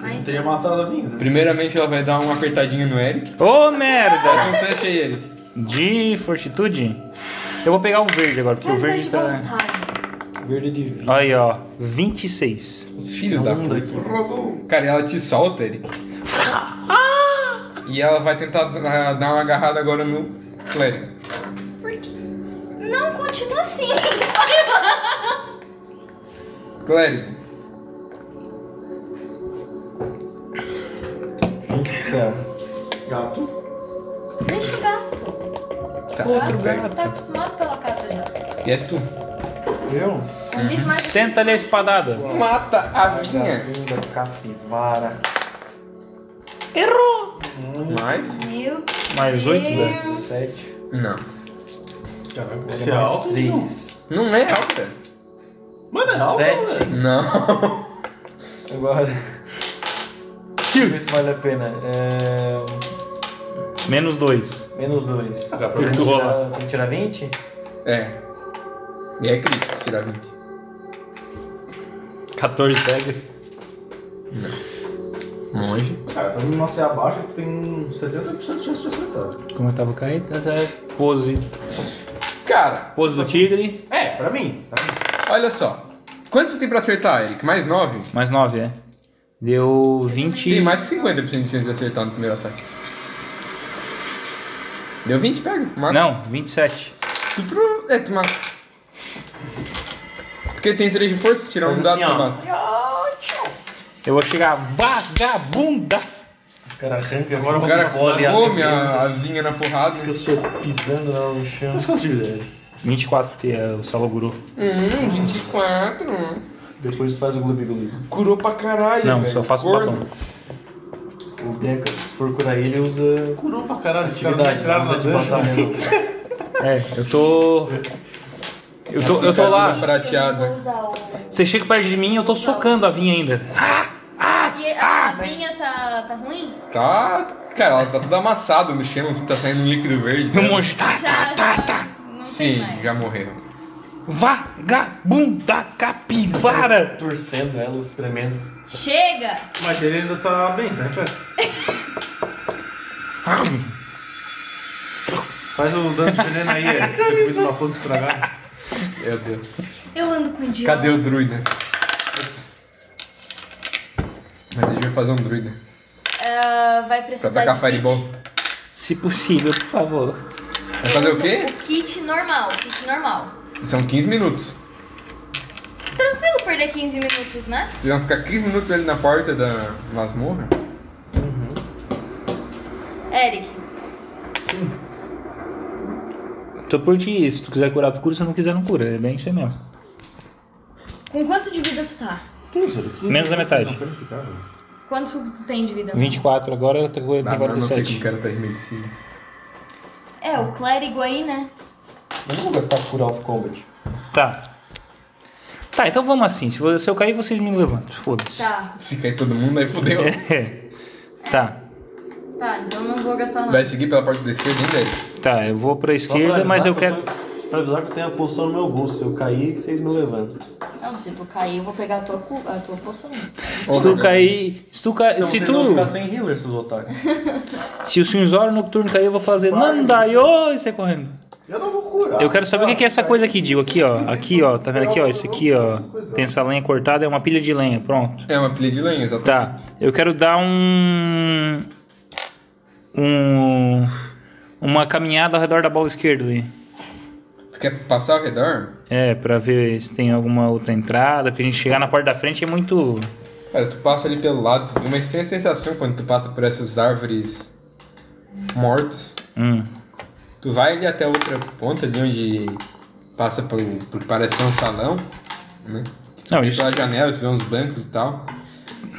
Speaker 4: Mais
Speaker 5: Teria matado a né? vinda.
Speaker 3: Primeiramente ela vai dar uma apertadinha no Eric.
Speaker 2: Ô, merda!
Speaker 3: Faz um teste aí, Eric.
Speaker 2: De fortitude? Eu vou pegar o verde agora, porque
Speaker 4: Mas
Speaker 2: o
Speaker 4: tá
Speaker 2: verde
Speaker 4: de
Speaker 3: então, né?
Speaker 2: tá.
Speaker 4: vontade.
Speaker 10: Verde de vida.
Speaker 2: Aí, ó. 26.
Speaker 3: Filho da puta. Cara, ela te solta, Eric. E ela vai tentar ah, dar uma agarrada agora no clérigo.
Speaker 4: Não, continua assim.
Speaker 3: Clérigo,
Speaker 10: é
Speaker 5: Gato.
Speaker 4: Deixa o gato.
Speaker 3: tá,
Speaker 4: O gato
Speaker 3: tá, clérigo.
Speaker 4: tá acostumado pela casa já.
Speaker 3: E é tu.
Speaker 10: Eu?
Speaker 4: Um bicho mais
Speaker 2: Senta-lhe a espadada.
Speaker 3: Mata a vinha.
Speaker 10: Vagabunda, capivara.
Speaker 3: Mais?
Speaker 4: Meu
Speaker 2: Mais né? 8,
Speaker 4: Deus.
Speaker 2: velho.
Speaker 10: 17.
Speaker 3: Não.
Speaker 5: Caraca,
Speaker 10: Agora
Speaker 5: você é
Speaker 10: mais
Speaker 5: alto?
Speaker 10: 3.
Speaker 3: Não é alta.
Speaker 5: Mano, é alto, velho.
Speaker 10: 7.
Speaker 3: Não.
Speaker 10: Agora. Deixa eu ver se vale a pena. É...
Speaker 2: Menos 2.
Speaker 10: Menos 2.
Speaker 5: Ah, Dá pra
Speaker 10: Tem que
Speaker 2: tu rolar.
Speaker 10: tirar- tem que tirar 20?
Speaker 3: É. E é crítico, se tirar 20.
Speaker 2: 14 pega.
Speaker 3: Longe.
Speaker 5: Cara, pra mim, você abaixa, tu tem um 70% de chance de acertar.
Speaker 2: Como eu tava caindo, essa é pose.
Speaker 3: Cara,
Speaker 2: Pose do tigre.
Speaker 5: É, pra mim. Tá?
Speaker 3: olha só. Quantos você tem pra acertar, Eric? Mais 9?
Speaker 2: Mais 9, é. Deu
Speaker 3: Tem
Speaker 2: 20.
Speaker 3: mais que 50% de chance de acertar no primeiro ataque. Deu 20, pega. Mata.
Speaker 2: Não, 27.
Speaker 3: Tu pro... É, tu mata. Porque tem 3 de força, se tirar
Speaker 2: Faz
Speaker 3: um dado,
Speaker 2: assim,
Speaker 3: tu
Speaker 2: ó.
Speaker 3: mata.
Speaker 2: Eu vou chegar vagabunda.
Speaker 10: O cara arranca
Speaker 5: Agora
Speaker 3: O
Speaker 10: assim,
Speaker 3: cara
Speaker 10: olha,
Speaker 3: come
Speaker 10: assim,
Speaker 3: a, a vinha na porrada.
Speaker 10: Fica só pisando lá no chão.
Speaker 5: Mas tipo quanto de ideia?
Speaker 2: 24, que é o Saloguru.
Speaker 3: Hum, 24.
Speaker 10: Depois faz o glubi glubi.
Speaker 3: Curou pra caralho,
Speaker 2: Não,
Speaker 3: velho.
Speaker 2: só faço um
Speaker 3: Gordo.
Speaker 2: papão.
Speaker 10: O Deca, se for curar ele, usa
Speaker 5: Curou pra caralho. os caras não
Speaker 10: atividade. Não
Speaker 5: entraram na
Speaker 10: usa de
Speaker 5: dungeon.
Speaker 10: batalha, né? não.
Speaker 2: É, eu tô. Eu tô, eu tô
Speaker 3: Uma
Speaker 2: lá.
Speaker 3: Ah, prateada.
Speaker 4: Eu não vou usar o...
Speaker 2: Você chega perto de mim e eu tô socando a vinha ainda.
Speaker 3: Ah,
Speaker 4: E a minha tá, tá ruim?
Speaker 3: Tá. Cara, ela tá toda amassada no chão, tá saindo um líquido verde.
Speaker 2: Um monte. Tá,
Speaker 4: Já,
Speaker 2: tá, tá,
Speaker 4: já.
Speaker 2: tá.
Speaker 4: Não tem
Speaker 3: Ah, Sim,
Speaker 4: mais.
Speaker 3: já morreu.
Speaker 2: Vagabunda capivara.
Speaker 10: Torcendo ela, espremendo.
Speaker 4: Chega!
Speaker 5: Mas ele ainda tá bem, tá? cara? Faz o dano de veneno aí, é. Depois uma planta estragada.
Speaker 3: Meu Deus.
Speaker 4: Eu ando com idiota.
Speaker 3: Cadê o druida? Mas a gente vai fazer um druida.
Speaker 4: Ah, vai
Speaker 3: Pra
Speaker 4: precisar
Speaker 3: atacar
Speaker 4: de
Speaker 3: fireball.
Speaker 4: kit.
Speaker 2: Se possível, por favor.
Speaker 3: Vai fazer o quê?
Speaker 4: O kit normal, kit normal.
Speaker 3: São 15 minutos.
Speaker 4: Tranquilo, perder 15 minutos, né?
Speaker 3: Vocês vão ficar 15 minutos ali na porta da masmorra?
Speaker 4: Eric.
Speaker 2: Tô por ti, se tu quiser curar, tu cura, se não quiser, não cura. É bem isso aí mesmo.
Speaker 4: Com quanto de vida tu tá?
Speaker 2: Menos da metade.
Speaker 4: Quanto tu tem de vida?
Speaker 2: 24 agora, tem
Speaker 3: Dá, mas não tem como o
Speaker 2: 47.
Speaker 3: cara tá de medicina.
Speaker 4: É, o clérigo aí, né?
Speaker 10: Mas não vou gastar por Alpha Combat.
Speaker 2: Tá. Tá, então vamos assim. Se você- se eu cair, vocês me levantam. Foda-se.
Speaker 4: Tá,
Speaker 3: Se cair todo mundo, aí fodeu.
Speaker 2: É. Tá,
Speaker 4: tá, então não vou gastar nada.
Speaker 3: Vai seguir pela porta da esquerda, hein, velho?
Speaker 2: tá. Eu vou pra esquerda,
Speaker 10: Só pra
Speaker 2: mas
Speaker 10: avisar
Speaker 2: eu quero.
Speaker 10: tô- Pra avisar que eu tenho a poção no meu bolso. Se eu cair, vocês me levantam.
Speaker 4: Não, se tu cair, eu vou pegar a tua, cu- a tua poção.
Speaker 2: Se tu cair. Se tu cair.
Speaker 7: Então,
Speaker 2: Se
Speaker 7: vocês vão ficar
Speaker 2: tu.
Speaker 7: sem healer, seus otários.
Speaker 2: Se o cinzório nocturno cair, eu vou fazer. Nandaio! E sair correndo.
Speaker 13: Eu não vou curar.
Speaker 2: Eu quero saber o que que é essa coisa aqui, Dio. Aqui, ó. Aqui, ó. Tá vendo aqui, ó? Isso aqui, ó. Tem essa lenha cortada, é uma pilha de lenha. Pronto.
Speaker 3: É uma pilha de lenha, exatamente.
Speaker 2: Tá. Eu quero dar um. Um. Uma caminhada ao redor da bola esquerda ali.
Speaker 3: Tu quer passar ao redor?
Speaker 2: É, pra ver se tem alguma outra entrada, porque a gente chegar na parte da frente é muito.
Speaker 3: Cara, tu passa ali pelo lado, tu tem uma estranha sensação quando tu passa por essas árvores mortas.
Speaker 2: Hum.
Speaker 3: Tu vai ali até a outra ponta, ali onde passa por, por parece ser um salão, né?
Speaker 2: Não,
Speaker 3: Tem
Speaker 2: isso-
Speaker 3: pela janela, tu vê uns bancos e tal.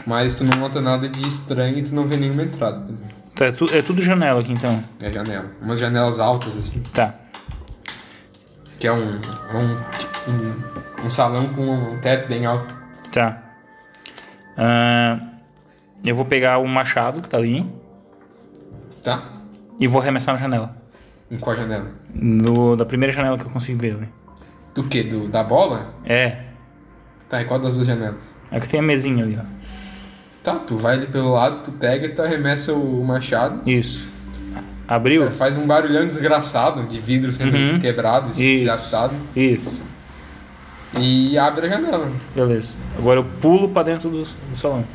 Speaker 3: Mas tu não nota nada de estranho e tu não vê nenhuma entrada.
Speaker 2: Tá, é, tu- é tudo janela aqui então.
Speaker 3: É janela. Umas janelas altas, assim.
Speaker 2: Tá.
Speaker 3: Que é um, um, um, um salão com um teto bem alto.
Speaker 2: Tá. Ahn, eu vou pegar o machado que tá ali
Speaker 3: Tá?
Speaker 2: e vou arremessar na janela.
Speaker 3: Em qual janela?
Speaker 2: No, da primeira janela que eu consigo ver ali.
Speaker 3: Do que? Do, da bola?
Speaker 2: É.
Speaker 3: Tá, e qual das duas janelas?
Speaker 2: Aqui tem a mesinha ali, ó.
Speaker 3: Tá, tu vai ali pelo lado, tu pega e tu arremessa o machado.
Speaker 2: Isso. Abriu?
Speaker 3: Cara, faz um barulhão desgraçado de vidro sendo
Speaker 2: Uhum.
Speaker 3: quebrado,
Speaker 2: Isso.
Speaker 3: desgraçado.
Speaker 2: Isso.
Speaker 3: E abre a janela.
Speaker 2: Beleza. Agora eu pulo pra dentro do, do salão.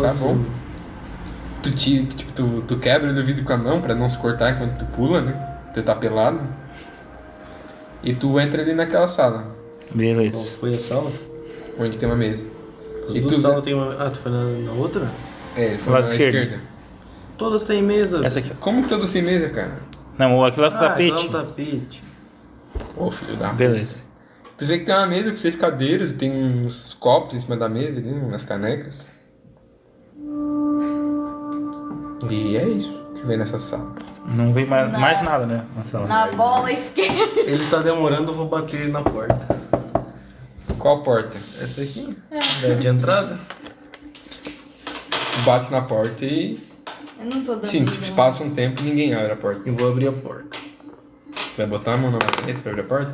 Speaker 3: Tá bom. Tu, te, tu, tipo, tu, tu quebra ele do vidro com a mão pra não se cortar enquanto tu pula, né? Tu tá pelado. E tu entra ali naquela sala,
Speaker 10: Bom,
Speaker 2: Beleza.
Speaker 10: foi a sala?
Speaker 3: onde tem uma mesa.
Speaker 10: As
Speaker 3: E
Speaker 10: duas
Speaker 3: tu- né?
Speaker 10: salas tem uma. Ah, tu foi na, na outra?
Speaker 3: É, foi
Speaker 2: Lado
Speaker 3: na
Speaker 2: esquerdo.
Speaker 3: esquerda.
Speaker 10: Todas têm mesa.
Speaker 2: Essa aqui. ó.
Speaker 3: Como todo sem mesa, cara?
Speaker 2: Não, aqui lá é o
Speaker 10: Ah,
Speaker 2: É tapete.
Speaker 10: então tá. é um tapete.
Speaker 3: Ô, filho da.
Speaker 2: Beleza.
Speaker 3: Tu vê que tem uma mesa com seis cadeiras, tem uns copos em cima da mesa ali, umas canecas. E é isso que vem nessa sala.
Speaker 2: Não vem mais,
Speaker 4: Na-
Speaker 2: mais nada, né? Na sala.
Speaker 4: Na bola esquerda.
Speaker 10: Ele tá demorando, eu vou bater na porta.
Speaker 3: Qual porta?
Speaker 10: Essa aqui? É de entrada?
Speaker 3: Tu bate na porta e.
Speaker 4: Eu não tô dando.
Speaker 3: Sim,
Speaker 4: vida,
Speaker 3: tu
Speaker 4: né?
Speaker 3: passa um tempo e ninguém abre a porta.
Speaker 10: Eu vou abrir a porta.
Speaker 3: Tu vai botar a mão na maçaneta pra abrir a porta?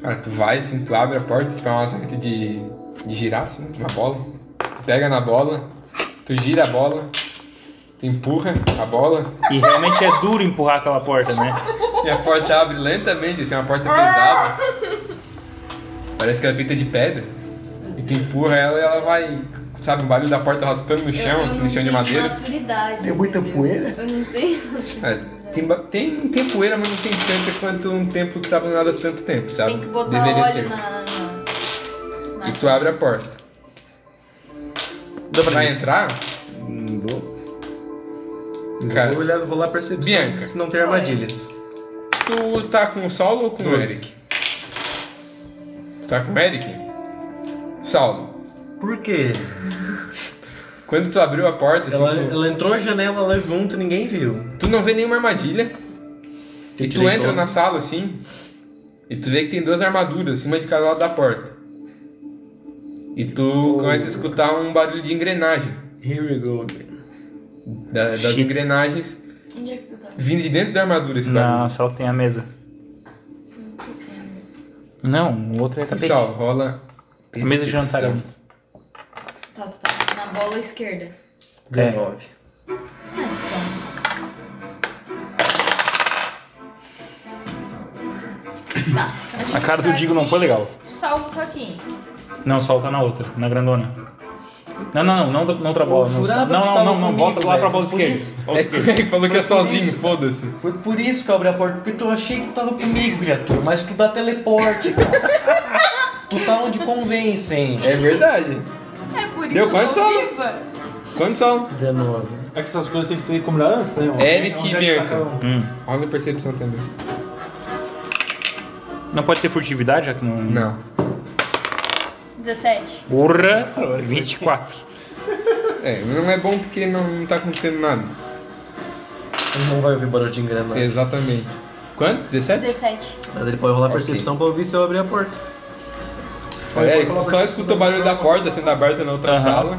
Speaker 3: Cara, tu vai assim, tu abre a porta, tipo é uma maçaneta de, de girar, assim, de uma bola. Tu pega na bola, tu gira a bola, tu empurra a bola
Speaker 2: E realmente é duro empurrar aquela porta, né?
Speaker 3: e a porta abre lentamente, assim, é uma porta pesada. Parece que ela é feita de pedra. E tu empurra ela e ela vai, sabe, o barulho da porta raspando no
Speaker 4: Eu-
Speaker 3: chão,
Speaker 4: eu
Speaker 3: assim,
Speaker 4: não
Speaker 3: no chão de
Speaker 4: tenho
Speaker 3: madeira.
Speaker 4: Maturidade,
Speaker 7: Tem muita
Speaker 4: entendeu?
Speaker 7: poeira?
Speaker 4: Eu não tenho.
Speaker 3: É, tem, ba- tem, tem poeira, mas não tem tanta quanto um tempo que tava nada há tanto tempo, sabe?
Speaker 4: Tem que botar óleo na. na... na-
Speaker 3: E tu abre a porta. Dá pra Vai entrar?
Speaker 10: Não dou.
Speaker 3: Cara,
Speaker 7: Vou olhar, rolar percepção.
Speaker 3: Bianca.
Speaker 7: Se não tem armadilhas.
Speaker 3: tu tá com o Saulo ou com o
Speaker 7: Doze.
Speaker 3: Eric? Tá com o Eric? Saulo,
Speaker 7: Por quê?
Speaker 3: quando tu abriu a porta, assim,
Speaker 7: Ela,
Speaker 3: tu,
Speaker 7: ela entrou a janela lá junto, ninguém viu.
Speaker 3: tu não vê nenhuma armadilha. E tu
Speaker 7: tirei
Speaker 3: entra
Speaker 7: doze.
Speaker 3: na sala assim, e tu vê que tem duas armaduras, assim, uma de cada lado da porta. E tu começa a escutar um barulho de engrenagem.
Speaker 10: Here we go.
Speaker 3: da- das
Speaker 2: Shit.
Speaker 3: engrenagens
Speaker 4: Onde é que tu tá?
Speaker 3: vindo de dentro da armadura esse
Speaker 2: Na
Speaker 3: barulho.
Speaker 2: sala tem a mesa.
Speaker 4: é tá?
Speaker 2: Não, o outro é tapete.
Speaker 3: Pessoal, rola.
Speaker 2: A mesa de jantar ali.
Speaker 4: Tá, tu tá. Na bola esquerda.
Speaker 3: É.
Speaker 7: 19.
Speaker 4: Ah, então. Tá. gente
Speaker 2: A cara do
Speaker 4: tá
Speaker 2: Digo não
Speaker 4: aqui.
Speaker 2: foi legal.
Speaker 4: O Saulo tá aqui.
Speaker 2: Não, solta na outra, na grandona. Não, não, não, não, da- na outra bola. Não,
Speaker 10: jurava
Speaker 2: não,
Speaker 10: que
Speaker 2: não,
Speaker 10: tava
Speaker 2: não, não,
Speaker 10: comigo,
Speaker 2: volta lá pra
Speaker 10: velho,
Speaker 2: bola
Speaker 10: por
Speaker 2: esquerda.
Speaker 10: isso.
Speaker 2: Bola esquerda.
Speaker 3: Ele falou que é sozinho, foda-se.
Speaker 10: Foi por isso que eu abri a porta, porque tu achei que tava comigo, criatura. Mas tu dá teleporte, cara. Tu tá onde convencem.
Speaker 3: É verdade.
Speaker 14: É por isso
Speaker 3: Deu
Speaker 14: que eu
Speaker 3: quanto,
Speaker 14: tô
Speaker 3: Saulo?
Speaker 14: viva.
Speaker 3: Quantos são?
Speaker 10: 19.
Speaker 5: É que essas coisas tem que ser combinado antes, né?
Speaker 3: Eric
Speaker 5: Onde
Speaker 3: e
Speaker 5: é que tá
Speaker 3: Bianca.
Speaker 5: cada um?
Speaker 2: Hum.
Speaker 3: Olha a percepção também.
Speaker 2: Não pode ser furtividade, já que não.
Speaker 3: Não.
Speaker 4: 17.
Speaker 2: Urra, 24.
Speaker 3: É, não é bom porque não, não tá acontecendo nada.
Speaker 10: Ele não vai ouvir barulho de engrenagem.
Speaker 3: É. Exatamente. Quanto? 17?
Speaker 4: 17.
Speaker 10: Mas ele pode rolar
Speaker 3: Ok.
Speaker 10: percepção pra ouvir se eu abrir a porta.
Speaker 3: Olha, Eric, tu só escuta o barulho da porta sendo aberta na outra
Speaker 2: Aham.
Speaker 3: sala.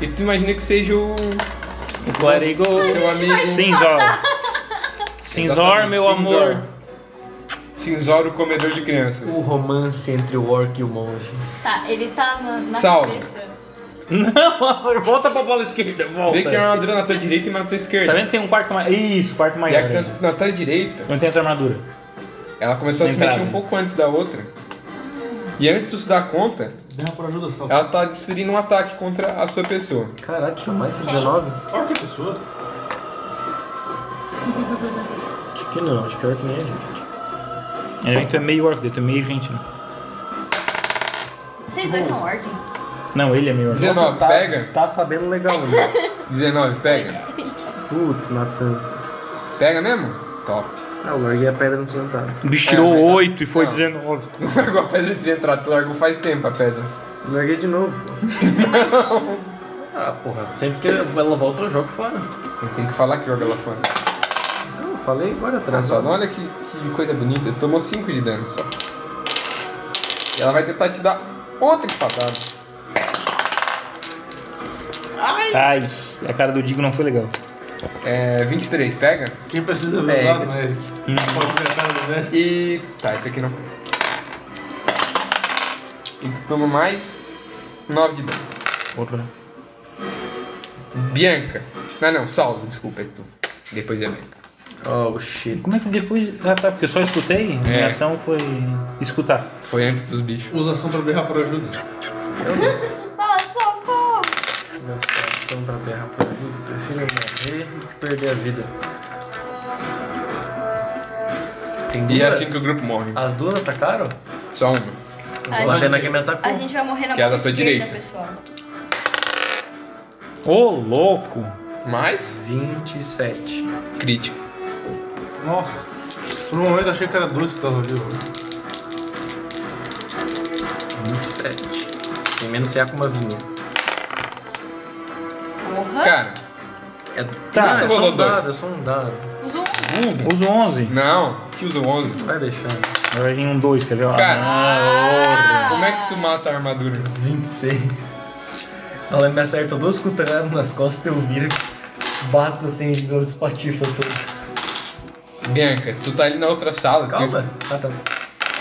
Speaker 3: E tu imagina que seja o.
Speaker 2: O clérigo.
Speaker 3: Seu amigo.
Speaker 2: Cinzor. Cinzor,
Speaker 3: Exatamente, Cinzor.
Speaker 2: meu amor.
Speaker 3: Cinzor, o comedor de crianças.
Speaker 10: O romance entre o orc e o monge.
Speaker 4: Tá, ele tá na, na
Speaker 3: Saulo.
Speaker 4: cabeça.
Speaker 2: Não, amor, volta pra bola esquerda, volta.
Speaker 3: Vê que tem uma armadura na tua direita e uma na tua esquerda.
Speaker 2: Tá vendo que tem um quarto maior? Isso, quarto
Speaker 3: E
Speaker 2: maior.
Speaker 3: a que tá na tua direita,
Speaker 2: Não tem essa armadura.
Speaker 3: ela começou a se
Speaker 2: Lembrado.
Speaker 3: mexer um pouco antes da outra. E antes de tu se dar conta,
Speaker 5: Derra por ajuda só.
Speaker 3: ela tá desferindo um ataque contra a sua pessoa.
Speaker 10: Caralho, tinha mais que 19?
Speaker 5: Olha que é pessoa.
Speaker 10: Acho que não, acho que o orc nem é gente.
Speaker 2: Ainda bem que tu é meio orc, daí tu é meio gente. né?
Speaker 4: Vocês dois são orc?
Speaker 2: Não, ele é meio orc.
Speaker 3: 19, Ah, pega.
Speaker 10: Tá sabendo legal, né?
Speaker 3: 19, pega.
Speaker 10: Putz, Natan.
Speaker 3: Pega mesmo? Top.
Speaker 15: Ah, eu
Speaker 10: é
Speaker 15: larguei a pedra no sentado.
Speaker 2: O bicho tirou
Speaker 3: É, mas-
Speaker 2: 8 e foi
Speaker 3: Não.
Speaker 2: 19.
Speaker 3: Tu largou a pedra desentrada, tu largou faz tempo a pedra.
Speaker 15: Larguei de novo.
Speaker 10: Ah, porra, sempre que ela volta eu jogo fora.
Speaker 3: Tem que falar que joga lá fora.
Speaker 15: Não, falei agora atrás.
Speaker 3: Nossa, olha que, que coisa bonita. Ele tomou 5 de dano só. E ela vai tentar te dar outra espadada.
Speaker 2: Ai, a cara do Digo não foi legal.
Speaker 3: É, 23, pega.
Speaker 5: Quem precisa
Speaker 10: É,
Speaker 5: ver o dado, né, Eric? Pode ver a cara do mestre.
Speaker 3: E. Tá, esse aqui não. E tu toma mais 9 de dano.
Speaker 2: Porra.
Speaker 3: Bianca. Não, não, Saulo, desculpa, é tu. Depois é Bianca.
Speaker 10: Oh, shit.
Speaker 2: Como é que depois. Ah, tá, porque eu só escutei. A minha
Speaker 3: É.
Speaker 2: ação foi escutar.
Speaker 3: Foi antes dos bichos.
Speaker 5: Usa ação pra berrar por ajuda.
Speaker 4: Ah, socorro!
Speaker 10: Meu coração pra berrar por ajuda. Prefiro morrer do que perder a vida. Tem
Speaker 3: E é
Speaker 10: duas?
Speaker 3: assim que o grupo morre.
Speaker 10: As duas atacaram?
Speaker 3: Só um. uma.
Speaker 4: A
Speaker 10: A Atena
Speaker 4: gente-
Speaker 10: que me atacou.
Speaker 4: A gente vai morrer na
Speaker 3: Que é da
Speaker 4: mão
Speaker 3: tua
Speaker 4: esquerda,
Speaker 3: direita.
Speaker 4: pessoal.
Speaker 2: Ô, louco!
Speaker 3: Mas,
Speaker 10: 27.
Speaker 3: crítico.
Speaker 5: Nossa. Por um momento eu achei que era dois que tava vivo.
Speaker 10: 27. Tem menos CA com uma vinha.
Speaker 4: Porra.
Speaker 3: Cara,
Speaker 10: É,
Speaker 2: Tá,
Speaker 10: ah, é
Speaker 3: rolou
Speaker 10: só um
Speaker 3: dois.
Speaker 10: dado, é só um dado.
Speaker 4: Usa um.
Speaker 3: vulgo.
Speaker 2: Uso 11.
Speaker 3: Não, que usa o 11.
Speaker 10: Vai deixando.
Speaker 2: Agora vai vir um 2, quer ver? Ah,
Speaker 3: Cara.
Speaker 2: Ah,
Speaker 3: Como é que tu mata a armadura?
Speaker 10: 26. Ela me acerta duas cuteladas nas costas eu viro. Bato assim, duas patifas todas.
Speaker 3: Bianca, tu tá ali na outra sala. tu-
Speaker 10: Calma. Ah, tá.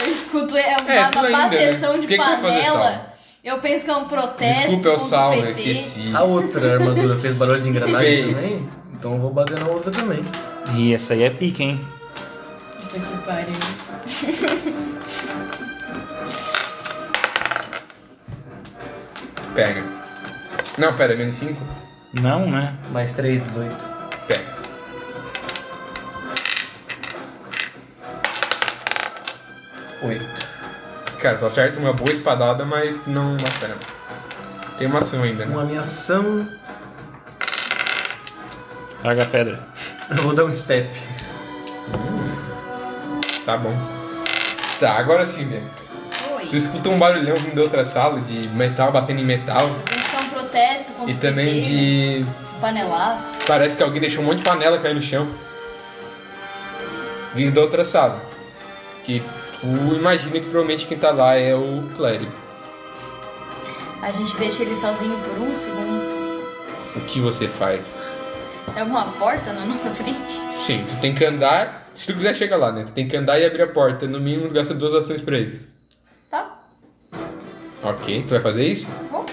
Speaker 4: Eu escuto é uma,
Speaker 3: É,
Speaker 4: uma
Speaker 3: tudo ainda,
Speaker 4: bateção
Speaker 3: né?
Speaker 4: de
Speaker 3: O que que vai fazer, Saulo?
Speaker 4: panela. eu penso que é um protesto.
Speaker 3: Desculpa, é o
Speaker 4: contra
Speaker 3: Saulo, eu
Speaker 4: PT.
Speaker 3: esqueci.
Speaker 10: A outra armadura fez barulho de engrenagem
Speaker 3: Fez.
Speaker 10: também? Então eu vou bater na outra também.
Speaker 2: E essa aí é pique, hein?
Speaker 4: Puta que pariu.
Speaker 3: Pega. Não, pera, menos 5?
Speaker 2: Não, né?
Speaker 10: Mais 3, 18.
Speaker 3: Pega.
Speaker 10: oito
Speaker 3: Cara, tu acerta uma boa espadada, mas tu não. Nossa, pera. Tem uma ação ainda, né?
Speaker 10: Uma minha ação.
Speaker 2: Larga a pedra.
Speaker 10: Eu vou dar um step.
Speaker 3: Tá bom. Tá, agora sim, Bianca.
Speaker 4: Oi.
Speaker 3: Tu escuta um barulhão vindo da outra sala, de metal batendo em metal.
Speaker 4: Eu penso que é um protesto contra
Speaker 3: E
Speaker 4: o
Speaker 3: também
Speaker 4: PT,
Speaker 3: de.
Speaker 4: Panelaço.
Speaker 3: Parece que alguém deixou um monte de panela cair no chão. Vindo da outra sala. Que tu imagina que provavelmente quem tá lá é o clérigo.
Speaker 4: A gente deixa ele sozinho por um segundo.
Speaker 3: O que você faz?
Speaker 4: Tem alguma porta na nossa frente?
Speaker 3: Sim, tu tem que andar. Se tu quiser chegar lá, né? Tu tem que andar e abrir a porta. No mínimo, tu gasta duas ações pra isso.
Speaker 4: Tá?
Speaker 3: Ok, tu vai fazer isso?
Speaker 4: Vou.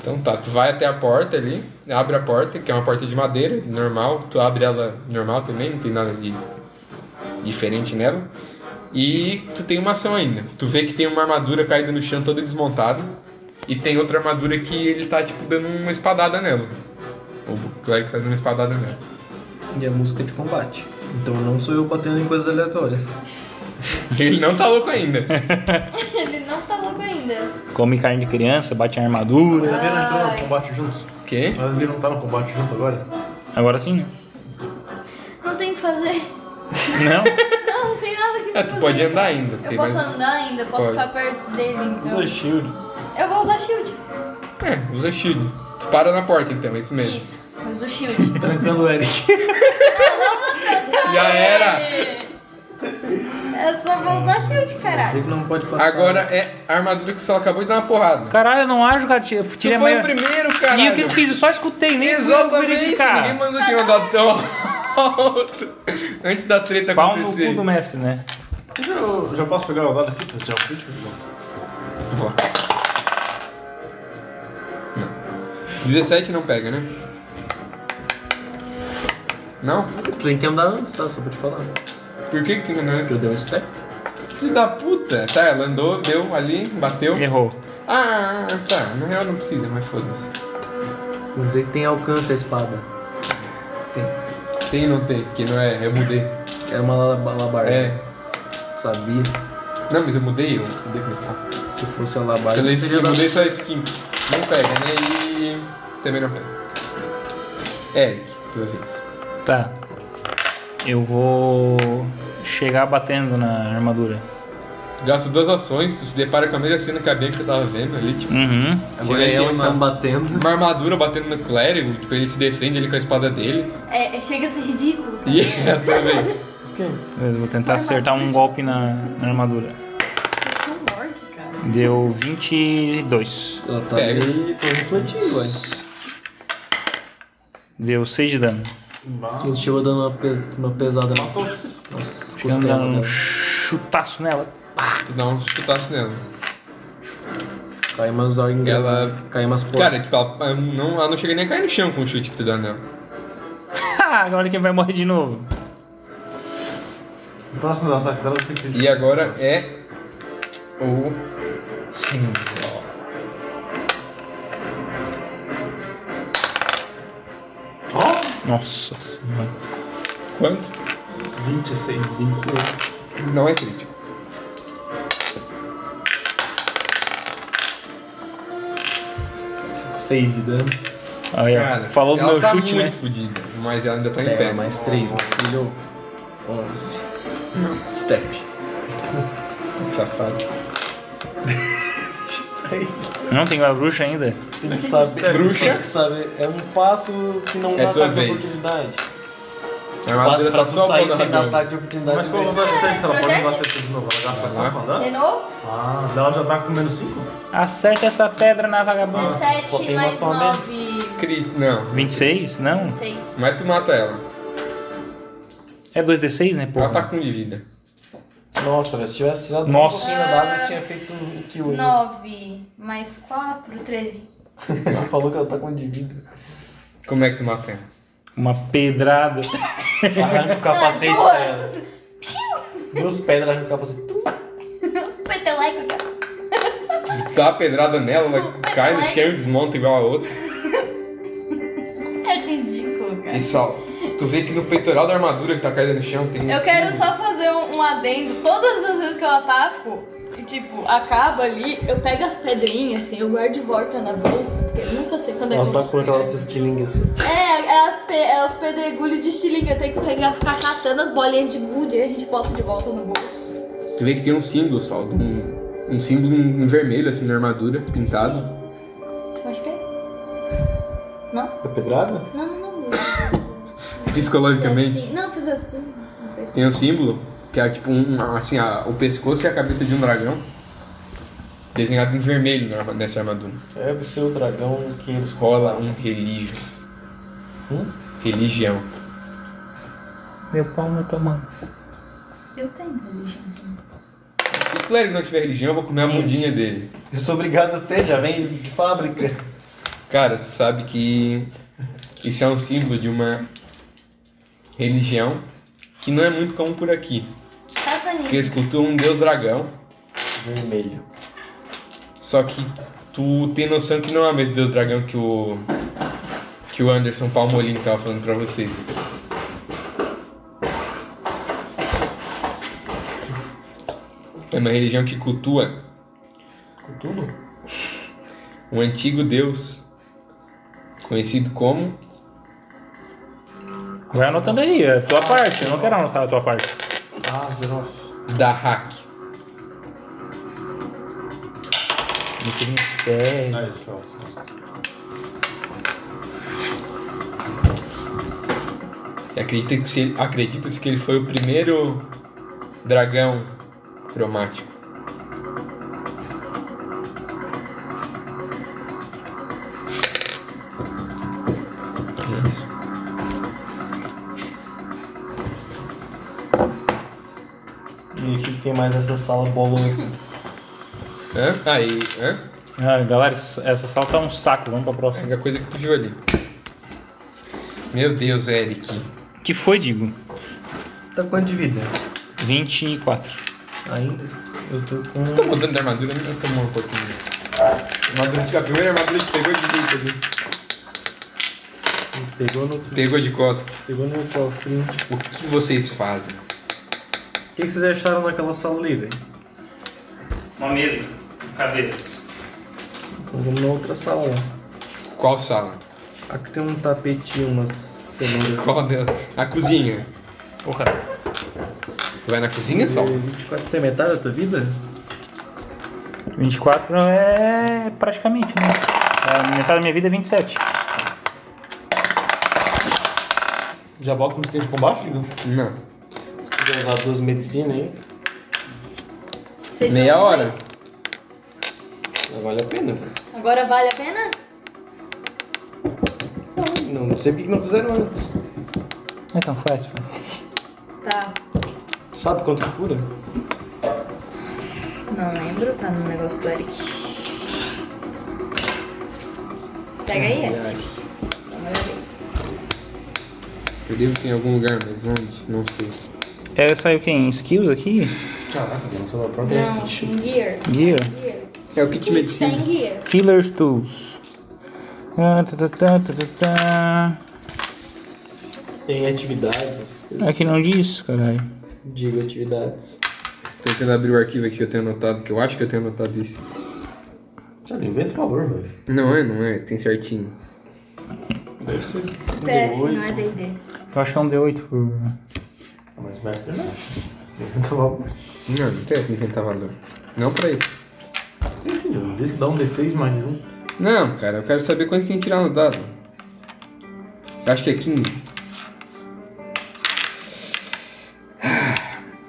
Speaker 3: Então tá, tu vai até a porta ali, abre a porta, que é uma porta de madeira, normal, tu abre ela normal também, não tem nada de diferente nela. E tu tem uma ação ainda. Tu vê que tem uma armadura caída no chão toda desmontada. E tem outra armadura que ele tá tipo dando uma espadada nela. O clérigo tá dando uma espadada nela.
Speaker 10: E a música de combate. Então não sou eu batendo em coisas aleatórias.
Speaker 3: Ele não tá louco ainda.
Speaker 4: Ele não tá
Speaker 16: maluco ainda.
Speaker 2: Come carne de criança, bate a armadura.
Speaker 5: Tabela entrou no combate juntos.
Speaker 3: O quê?
Speaker 5: Mas ele não tá no combate junto agora.
Speaker 2: Agora sim, né?
Speaker 4: Não tem o que fazer.
Speaker 2: Não?
Speaker 4: Não, não tem nada que
Speaker 3: É,
Speaker 4: fazer.
Speaker 3: tu pode andar ainda.
Speaker 4: Eu
Speaker 3: tem
Speaker 4: posso
Speaker 3: mais-
Speaker 4: andar ainda, posso
Speaker 3: Pode.
Speaker 4: ficar perto dele, então.
Speaker 2: Usa shield.
Speaker 4: Eu vou usar shield.
Speaker 3: É, usa shield. Tu para na porta então, é isso mesmo.
Speaker 4: Isso, eu uso shield.
Speaker 5: Trancando o Eric.
Speaker 3: Já era!
Speaker 4: Eu só vou usar shield, caralho.
Speaker 10: Inclusive não pode passar.
Speaker 3: Agora é a armadura que só acabou de dar uma porrada.
Speaker 2: Caralho, eu não acho, cara. Tirei
Speaker 3: Tu
Speaker 2: a
Speaker 3: foi
Speaker 2: maior-
Speaker 3: o primeiro, cara.
Speaker 2: E o que eu fiz? Eu só escutei, nem fui
Speaker 3: Exatamente, ninguém
Speaker 2: verificar.
Speaker 3: mandou te andar tão alto antes da treta
Speaker 2: Pau no cu
Speaker 3: acontecer.
Speaker 2: do mestre, né?
Speaker 5: Deixa eu, já posso pegar o dado aqui? Tchau, tchau.
Speaker 3: 17 não pega, né? Não?
Speaker 10: Tu tem que andar antes, tá? Só pra te falar.
Speaker 3: Por que que tu não
Speaker 10: Porque eu dei um step.
Speaker 3: Filho da puta! Tá, ela andou, deu ali, bateu.
Speaker 2: Errou.
Speaker 3: Ah, tá. Na real não precisa, mas foda-se.
Speaker 10: Vamos dizer que tem alcance a espada.
Speaker 3: Tem ou não tem? Que não é, eu mudei.
Speaker 10: Era uma lala- alabarda.
Speaker 3: É.
Speaker 10: Sabia?
Speaker 3: Não, mas eu mudei, eu mudei com esse papo.
Speaker 10: Se fosse a alabarda.
Speaker 3: Eu
Speaker 10: teria dado-
Speaker 3: mudei só a skin. Não pega, né? E também não pega. Eric, tua vez.
Speaker 2: Tá. Eu vou chegar batendo na armadura.
Speaker 3: Gasto duas ações, tu se depara com a mesma cena que a Bianca tava vendo ali, tipo,
Speaker 2: Uhum.
Speaker 10: Agora
Speaker 3: Chega
Speaker 10: é
Speaker 3: aí,
Speaker 10: ela que tá
Speaker 3: mano.
Speaker 10: batendo.
Speaker 3: uma armadura batendo no clérigo, tipo, ele se defende ali com a espada dele.
Speaker 4: É, é- chega a ser ridículo.
Speaker 3: E é a tua vez.
Speaker 2: Beleza, vou tentar acertar um golpe na, na armadura.
Speaker 16: Eu sou um orc, cara.
Speaker 2: Deu 22.
Speaker 10: Ela tá
Speaker 3: Pega.
Speaker 10: meio tô refletindo, ué.
Speaker 2: Deu 6 de dano.
Speaker 10: Ele chegou dando uma, pes... uma pesada na Nossa,
Speaker 2: Chegando
Speaker 10: costela
Speaker 2: dando um
Speaker 10: dela.
Speaker 2: chutaço nela.
Speaker 3: Tu dá um chutaço nela.
Speaker 10: Cai umas orgas.
Speaker 3: Ela-
Speaker 10: Cai umas porra.
Speaker 3: Cara, tipo, ela não, ela não chega nem a cair no chão com o chute que tu dá nela.
Speaker 2: Ha, Ah, Agora quem vai morrer de novo?
Speaker 5: O próximo do ataque dela tem que ser.
Speaker 3: E agora é o símbolo.
Speaker 5: Ó,
Speaker 2: Nossa senhora.
Speaker 3: Quanto?
Speaker 5: 26. 26.
Speaker 3: Não é crítico.
Speaker 10: Seis de dano.
Speaker 2: Aí, ó, É, falou do
Speaker 3: ela
Speaker 2: meu
Speaker 3: tá
Speaker 2: chute,
Speaker 3: muito
Speaker 2: né? É,
Speaker 3: fodida, mas ela ainda tá em
Speaker 10: Pega
Speaker 3: pé.
Speaker 10: mais três, meu filho. Onze. Step.
Speaker 3: Safado.
Speaker 2: Não tem uma bruxa ainda?
Speaker 10: Tem que saber.
Speaker 3: Bruxa.
Speaker 10: Tem que saber. É um passo que não
Speaker 3: É
Speaker 10: dá
Speaker 3: tua
Speaker 10: ataque de
Speaker 3: vez.
Speaker 10: oportunidade.
Speaker 3: A armadura
Speaker 10: pra
Speaker 3: tá
Speaker 10: tu
Speaker 3: só
Speaker 10: sair
Speaker 3: pondo
Speaker 10: sem dar
Speaker 3: agora.
Speaker 10: ataque de oportunidade.
Speaker 5: Mas como
Speaker 10: tu
Speaker 5: vai fazer isso? Ela pode
Speaker 4: Projétil.
Speaker 5: gastar isso de novo. Ela gasta
Speaker 3: lá.
Speaker 5: 5 andando?
Speaker 4: De novo?
Speaker 5: Ah, ela já tá com menos 5?
Speaker 2: Acerta essa pedra na vagabunda.
Speaker 4: 17
Speaker 10: botei
Speaker 4: mais
Speaker 10: uma só mesmo.
Speaker 4: 9,
Speaker 3: Cri- Não,
Speaker 2: 26? Não.
Speaker 4: 6.
Speaker 3: mas tu mata ela.
Speaker 2: É 2d6, né,
Speaker 3: Ela tá
Speaker 2: pô?
Speaker 3: com um de vida.
Speaker 10: Nossa, velho, se tivesse tirado
Speaker 2: Nossa.
Speaker 10: um pouquinho d'água, eu tinha feito um o que o
Speaker 4: 9 mais 4, 13.
Speaker 10: Ele falou que ela tá com um de vida.
Speaker 3: Como é que tu mata ela?
Speaker 2: Uma pedrada.
Speaker 10: Arranca o capacete dela. Duas pedras arranca o capacete. Tum.
Speaker 4: Peteleco, cara.
Speaker 3: Tu dá uma pedrada nela, ela cai no chão e desmonta igual a outra.
Speaker 4: É ridículo, cara.
Speaker 3: E só, tu vê que no peitoral da armadura que tá caindo no chão tem um
Speaker 16: Eu quero
Speaker 3: símbolo.
Speaker 16: só fazer um, um adendo. Todas as vezes que eu ataco e, tipo, acaba ali, eu pego as pedrinhas, assim, eu guardo de volta na bolsa, porque eu nunca sei quando é que
Speaker 10: Ela
Speaker 16: eu
Speaker 10: tá
Speaker 16: vou
Speaker 10: com
Speaker 16: pegar.
Speaker 10: aquelas estilingas assim.
Speaker 16: É, é, as pe- é os pedregulhos de estilingue. Eu tenho que pegar, ficar catando as bolinhas de gude e a gente bota de volta no bolso.
Speaker 3: Tu vê que tem um símbolo, só, um, um símbolo em vermelho assim na armadura, pintado.
Speaker 4: Acho que é.
Speaker 16: é.
Speaker 10: Da É pedrada?
Speaker 4: Não, não, não.
Speaker 3: Psicologicamente.
Speaker 4: Assim. Não, fiz assim. Não sei.
Speaker 3: Tem um símbolo, que é tipo um, um- assim, a- o pescoço e a cabeça de um dragão. Desenhado em vermelho na arma- nessa armadura.
Speaker 10: É o seu dragão que eles
Speaker 3: Rola um relígio.
Speaker 10: Hum?
Speaker 3: Religião.
Speaker 2: Meu pau na tua mão.
Speaker 4: Eu tenho religião.
Speaker 3: Se o clérigo não tiver religião, eu vou comer a bundinha dele.
Speaker 10: Eu sou obrigado a ter, já vem de fábrica.
Speaker 3: Cara, você sabe que isso é um símbolo de uma religião que não é muito comum por aqui. Porque
Speaker 4: Satanismo.
Speaker 3: eles cultuam um deus dragão,
Speaker 10: Vermelho.
Speaker 3: só que tu tem noção que não é o mesmo deus dragão que o que o Anderson Palmolin tava falando pra vocês. É uma religião que cultua
Speaker 10: Cthulhu?
Speaker 3: Um antigo deus, conhecido como
Speaker 2: Vai anotando aí, é a tua parte. Eu não quero anotar a tua parte.
Speaker 17: Ah, zerou.
Speaker 3: Dahak.
Speaker 5: Ah, isso, foi.
Speaker 3: E acredita que se- Acredita-se que ele foi o primeiro dragão cromático. É Isso.
Speaker 10: E o que que tem mais nessa sala assim. bolonça?
Speaker 3: Hã? Aí, hã?
Speaker 2: Ah, galera, essa sala tá um saco. Vamos pra próxima.
Speaker 3: Pega a coisa é que fugiu ali. Meu Deus, Eric.
Speaker 2: Que foi, digo?
Speaker 10: Tá quanto de vida?
Speaker 2: 24.
Speaker 10: Ainda? Eu tô com.
Speaker 3: Tô mudando de armadura, ainda tomou um pouquinho. Armadura de- A primeira armadura te pegou de jeito ali.
Speaker 10: Pegou no.
Speaker 3: Pegou de costas.
Speaker 10: Pegou no cofrinho. O
Speaker 3: O que vocês fazem?
Speaker 10: que, que vocês acharam naquela sala ali, velho?
Speaker 2: Uma mesa, cadeiras.
Speaker 10: Vamos na outra sala lá.
Speaker 3: Qual sala?
Speaker 10: Aqui tem um tapetinho, umas cenouras.
Speaker 3: Qual dela? A cozinha.
Speaker 2: Porra.
Speaker 3: Tu vai na cozinha, Sol?
Speaker 10: E 24, você é metade da tua vida?
Speaker 2: 24 é praticamente, né? É, metade da minha vida é 27.
Speaker 5: Já bota no skate de combate, Digo?
Speaker 3: Não.
Speaker 10: Vou usar duas medicinas aí.
Speaker 4: Vocês
Speaker 3: Meia
Speaker 4: não-
Speaker 3: hora.
Speaker 10: Vale a pena, velho.
Speaker 4: Agora vale a pena?
Speaker 10: Não, não sei por que não fizeram antes.
Speaker 2: Então faz, faz.
Speaker 4: Tá.
Speaker 10: Tu Sabe quanto que cura?
Speaker 4: Não lembro, tá no negócio do Eric. Pega
Speaker 3: É,
Speaker 4: aí, Eric. Dá uma olhada aí.
Speaker 3: Eu devo ter em algum lugar, mas onde? Não sei.
Speaker 2: É, saiu quem? Skills aqui?
Speaker 5: Caraca, não sei lá, pra ver.
Speaker 4: Não, em gear.
Speaker 2: Gear?
Speaker 4: Gear.
Speaker 3: É o kit
Speaker 4: Kit tá
Speaker 3: medicina.
Speaker 4: em gear.
Speaker 2: Healer's Tools. Ah, tá, tá, tá, tá, tá,
Speaker 10: Tem atividades, essas
Speaker 2: tá.
Speaker 10: coisas.
Speaker 2: Aqui não diz, caralho.
Speaker 10: Digo atividades.
Speaker 3: Tô tentando abrir o arquivo aqui que eu tenho anotado, que eu acho que eu tenho anotado isso.
Speaker 10: Cara, inventa o valor, velho.
Speaker 3: Não é, não é, tem certinho.
Speaker 10: Deve ser.
Speaker 4: PF, não é D&D.
Speaker 2: Eu acho que é um D8 por.
Speaker 5: Tá
Speaker 10: Mas mestre
Speaker 5: né?
Speaker 10: não. Inventa o valor.
Speaker 3: Não, não tem assim essa de inventar valor. Não pra isso.
Speaker 5: Sim, sim, eu disse que dá um D6 mais um.
Speaker 3: Não, cara, eu quero saber quanto que tem que tirar no dado. Eu acho que é 15.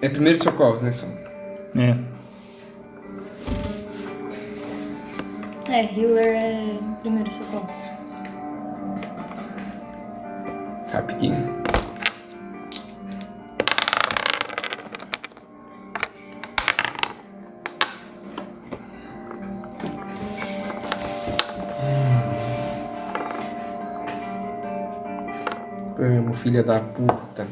Speaker 3: É primeiro socorros, né, Sol?
Speaker 2: É.
Speaker 4: É, healer é primeiro socorro.
Speaker 3: Rapidinho. Hum. Vamos, filha da puta.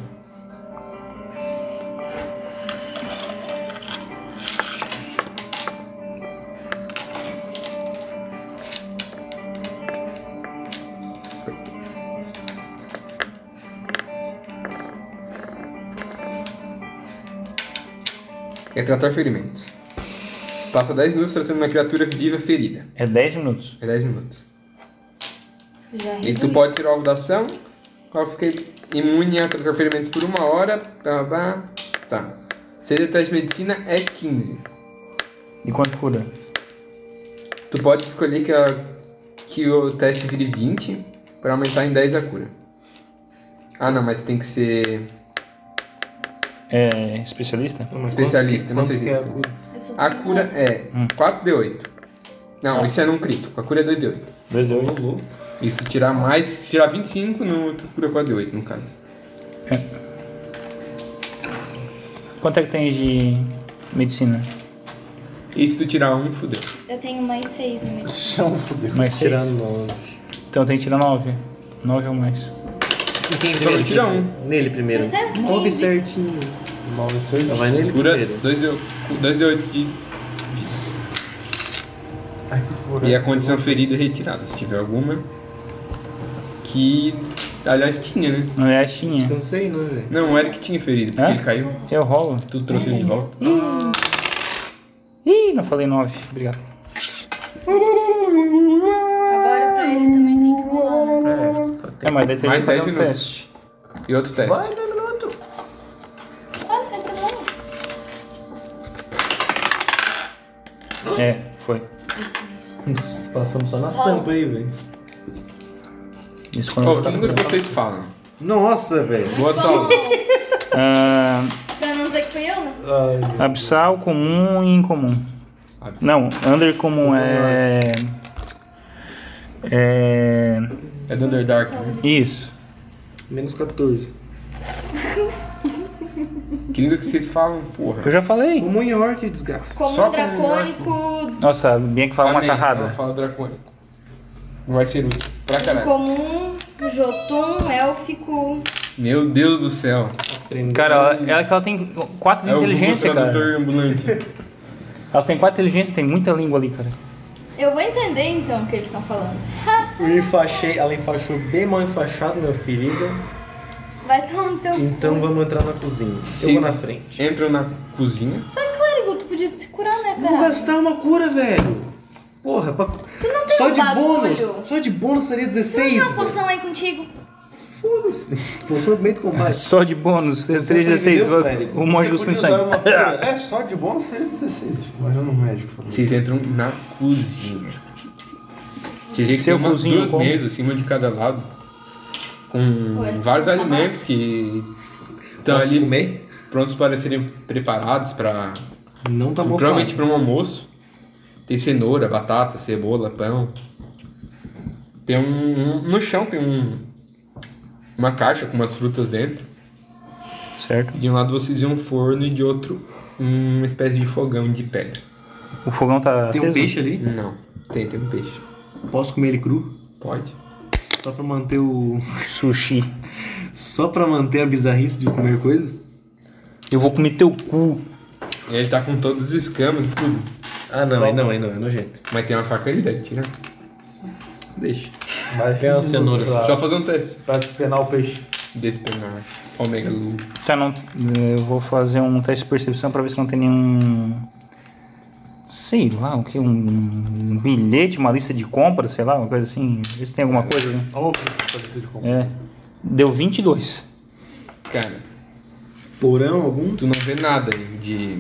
Speaker 3: É tratar ferimentos. Passa 10 minutos tratando uma criatura viva ferida.
Speaker 2: É 10 minutos.
Speaker 3: É 10 minutos.
Speaker 4: Já
Speaker 3: E tu pode ser alvo da ação. Qual fica imune a tratar ferimentos por uma hora. Tá. tá. tá. Seria teste de medicina é 15.
Speaker 2: E quanto cura?
Speaker 3: Tu pode escolher que, a, que o teste vire 20 pra aumentar em 10 a cura. Ah não, mas tem que ser
Speaker 2: É. Especialista?
Speaker 3: especialista, não sei se.
Speaker 4: Eu sou
Speaker 3: A cura é
Speaker 2: Hum.
Speaker 3: 4D8. Não,
Speaker 2: Ah.
Speaker 3: isso é num crítico. A cura é 2D8.
Speaker 2: 2 D8.
Speaker 3: E se tirar mais, se tirar 25, no, tu cura 4D8, no caso.
Speaker 2: Quanto é que tens de medicina?
Speaker 3: E se tu tirar um, fudeu.
Speaker 4: Eu tenho mais seis em medicina.
Speaker 5: Chão, fudeu.
Speaker 2: Mais seis?
Speaker 10: Tirar nove.
Speaker 2: Então tem que tirar 9. 9 ou mais.
Speaker 10: E quem
Speaker 3: Só
Speaker 10: primeiro?
Speaker 3: tira um.
Speaker 10: Nele primeiro. Nove certinho.
Speaker 5: 9 6.
Speaker 10: Então vai nele
Speaker 3: Cura
Speaker 10: primeiro.
Speaker 3: 2D8 2D8 de
Speaker 5: Ai, que furado.
Speaker 3: E a condição ferida é retirada, se tiver alguma. Que. Aliás, tinha, né?
Speaker 2: Não é a Xinha.
Speaker 10: Não sei, não, velho.
Speaker 3: Não, o Eric tinha ferido, porque
Speaker 2: Hã?
Speaker 3: ele caiu.
Speaker 2: Eu rolo.
Speaker 3: Tu trouxe ele de volta.
Speaker 2: Ih, não falei 9. Obrigado.
Speaker 4: Agora pra ele também tem que rolar.
Speaker 7: É, só
Speaker 2: É,
Speaker 7: tem.
Speaker 2: mas daí teria
Speaker 3: Mais
Speaker 2: que fazer
Speaker 3: 10
Speaker 2: um
Speaker 3: minutos.
Speaker 2: teste.
Speaker 3: E outro teste.
Speaker 7: Vai, dois minutos.
Speaker 4: Ah, não tem problema.
Speaker 2: É, foi.
Speaker 10: Nossa, Passamos só nas
Speaker 4: Fala.
Speaker 10: tampas aí, velho.
Speaker 2: Isso
Speaker 3: Ô,
Speaker 2: quando eu
Speaker 3: que
Speaker 2: tava
Speaker 3: língua que
Speaker 2: fazendo.
Speaker 3: vocês falam?
Speaker 10: Nossa, velho.
Speaker 3: Boa sorte.
Speaker 2: Ah,
Speaker 4: Pra não dizer que fui eu, né?
Speaker 2: absal, comum e incomum. Não, under comum é. É.
Speaker 3: É do Underdark, né?
Speaker 2: Isso.
Speaker 10: Menos 14.
Speaker 3: Que língua que vocês falam, porra?
Speaker 2: Eu já falei.
Speaker 10: Como em York, desgraça.
Speaker 4: Como
Speaker 3: Só
Speaker 4: um
Speaker 3: com
Speaker 4: dracônico
Speaker 2: Nossa, bem que fala uma
Speaker 3: Amém. Ela
Speaker 2: carrada.
Speaker 3: fala dracônico. Não vai ser útil. Pra caralho.
Speaker 4: comum, Jotun, élfico.
Speaker 3: Meu Deus do céu.
Speaker 2: Cara, ela, ela, que ela tem 4 de
Speaker 3: É o Google
Speaker 2: inteligência, cara.
Speaker 3: tradutor ambulante.
Speaker 2: Ela tem 4 de inteligência, tem muita língua ali, cara.
Speaker 4: Eu vou entender então o que eles estão falando.
Speaker 10: Eu enfaixei, ela enfaixou bem mal enfaixado, meu filho.
Speaker 4: Vai tomar no teu.
Speaker 10: Então vamos entrar na cozinha. Eu vou na frente.
Speaker 3: Entram na cozinha.
Speaker 4: Clérigo, tu podia se curar, né,
Speaker 10: Vou
Speaker 3: é
Speaker 4: cara?
Speaker 10: gastar uma cura, velho. Porra, pra...
Speaker 4: tem
Speaker 10: só
Speaker 4: um
Speaker 10: de
Speaker 4: bagulho?
Speaker 10: bônus. Só de bônus seria
Speaker 4: Tem
Speaker 10: 16.
Speaker 4: uma poção aí contigo.
Speaker 10: Foda-se. Poção do meio do combate.
Speaker 2: Só de bônus, 316,
Speaker 10: entendeu, velho?
Speaker 2: o monge cuspindo
Speaker 5: Podia usar
Speaker 2: sangue.
Speaker 5: uma cura. É, só de bom seria 16. Mas eu não médico. falei.
Speaker 3: Vocês entram na cozinha. Tinha gente que tem
Speaker 2: Seu
Speaker 3: umas
Speaker 2: cozinho
Speaker 3: duas
Speaker 2: como?
Speaker 3: mesas, assim, uma de cada lado. Com
Speaker 4: Pô, esse
Speaker 3: vários
Speaker 4: tá massa.
Speaker 3: alimentos que estão ali
Speaker 10: comer?
Speaker 3: prontos para serem preparados para
Speaker 10: Não tá bom.
Speaker 3: provavelmente para um almoço. Tem cenoura, batata, cebola, pão. Tem um, um- no chão tem um uma caixa com umas frutas dentro.
Speaker 2: Certo?
Speaker 3: De um lado vocês veem um forno e de outro uma espécie de fogão de pedra.
Speaker 2: O fogão tá
Speaker 10: Tem um
Speaker 2: aceso?
Speaker 10: peixe ali.
Speaker 3: Não, tem tem um peixe.
Speaker 10: Posso comer ele cru?
Speaker 3: Pode.
Speaker 10: Só pra manter o.
Speaker 2: Sushi.
Speaker 10: Só pra manter a bizarrice de comer coisas?
Speaker 2: Eu vou comer teu cu.
Speaker 3: E ele tá com todos os escamas e tudo.
Speaker 10: Ah, não, aí não, aí não, é nojento.
Speaker 3: Mas tem uma faca ali, deve tirar.
Speaker 10: Deixa.
Speaker 5: Mas
Speaker 10: Tem uma cenoura
Speaker 5: pra,
Speaker 3: Só fazer um teste.
Speaker 5: pra despenar o peixe.
Speaker 3: Despenar. Omega Lu.
Speaker 2: Tá, não. Eu vou fazer um teste de percepção pra ver se não tem nenhum. Sei lá, o que? Um bilhete, uma lista de compras, sei lá, uma coisa assim. Ver se tem
Speaker 3: É.
Speaker 2: alguma coisa, né?
Speaker 5: Ou pra descer de como.
Speaker 2: É. Deu 22.
Speaker 3: Cara,
Speaker 10: Porão algum?
Speaker 3: tu não vê nada de, de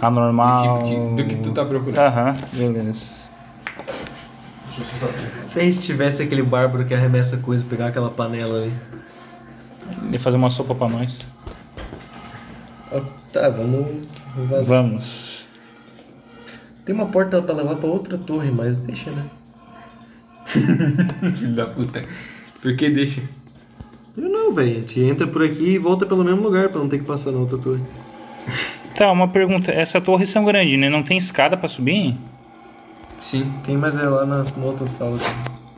Speaker 2: Anormal.
Speaker 3: tipo de- do que tu tá procurando.
Speaker 2: Aham, beleza.
Speaker 10: Se a gente tivesse aquele bárbaro que arremessa coisa, pegar aquela panela ali.
Speaker 2: Vou fazer uma sopa pra nós.
Speaker 10: tá, vamos. vazar.
Speaker 2: Vamos.
Speaker 10: Tem uma porta pra levar pra outra torre, mas deixa, né?
Speaker 3: Filho da puta. Por que deixa?
Speaker 10: Eu não, velho. A gente entra por aqui e volta pelo mesmo lugar pra não ter que passar na outra torre.
Speaker 2: Tá, uma pergunta. Essa torre são grande, né? Não tem escada pra subir?
Speaker 3: Sim.
Speaker 10: Tem mais é lá nas, na outra sala.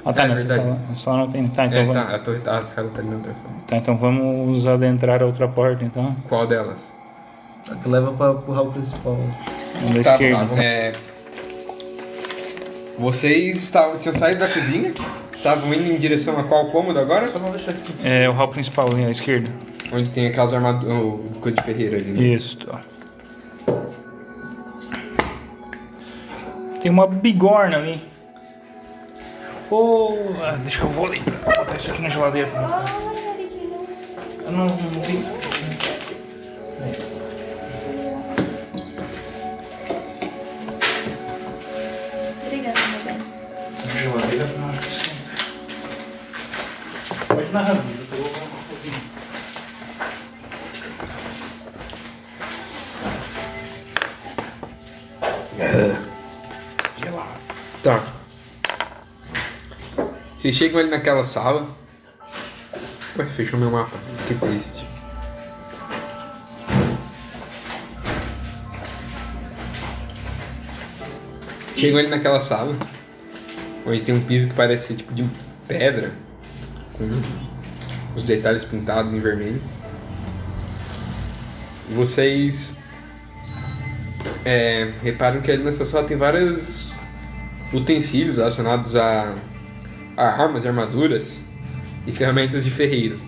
Speaker 2: Ah, tá,
Speaker 3: É
Speaker 2: nessa
Speaker 3: verdade.
Speaker 2: sala, essa sala não tem. Tá, então
Speaker 3: é,
Speaker 2: vamos.
Speaker 3: tá, a torre tá, a escada tá ali na outra sala.
Speaker 2: Tá, então vamos adentrar a outra porta, então.
Speaker 3: Qual delas?
Speaker 10: A que leva pra empurrar o principal.
Speaker 3: Tá,
Speaker 2: Vamos da esquerda.
Speaker 3: É, vocês estavam, tinham saído da cozinha? Estavam indo em direção a qual cômodo agora?
Speaker 2: É o hall principal ali à esquerda.
Speaker 3: Onde tem aquelas armaduras. O coisa de ferreiro ali, né?
Speaker 2: Isso. Tem uma bigorna ali. Ô, ah, deixa eu vou ali pra botar isso aqui na geladeira. Eu não, não tenho.
Speaker 4: Obrigada, meu bem.
Speaker 2: Geladeira pra hora que esquenta. Pode narrar, eu tô
Speaker 3: Tá. Vocês chegam ali naquela sala. Ué, fechou meu mapa. Que triste. Chegam ali naquela sala. Onde tem um piso que parece ser tipo de pedra. Com os detalhes pintados em vermelho. E vocês. É, reparam que ali nessa sala tem várias utensílios relacionados a, a armas, armaduras e ferramentas de ferreiro.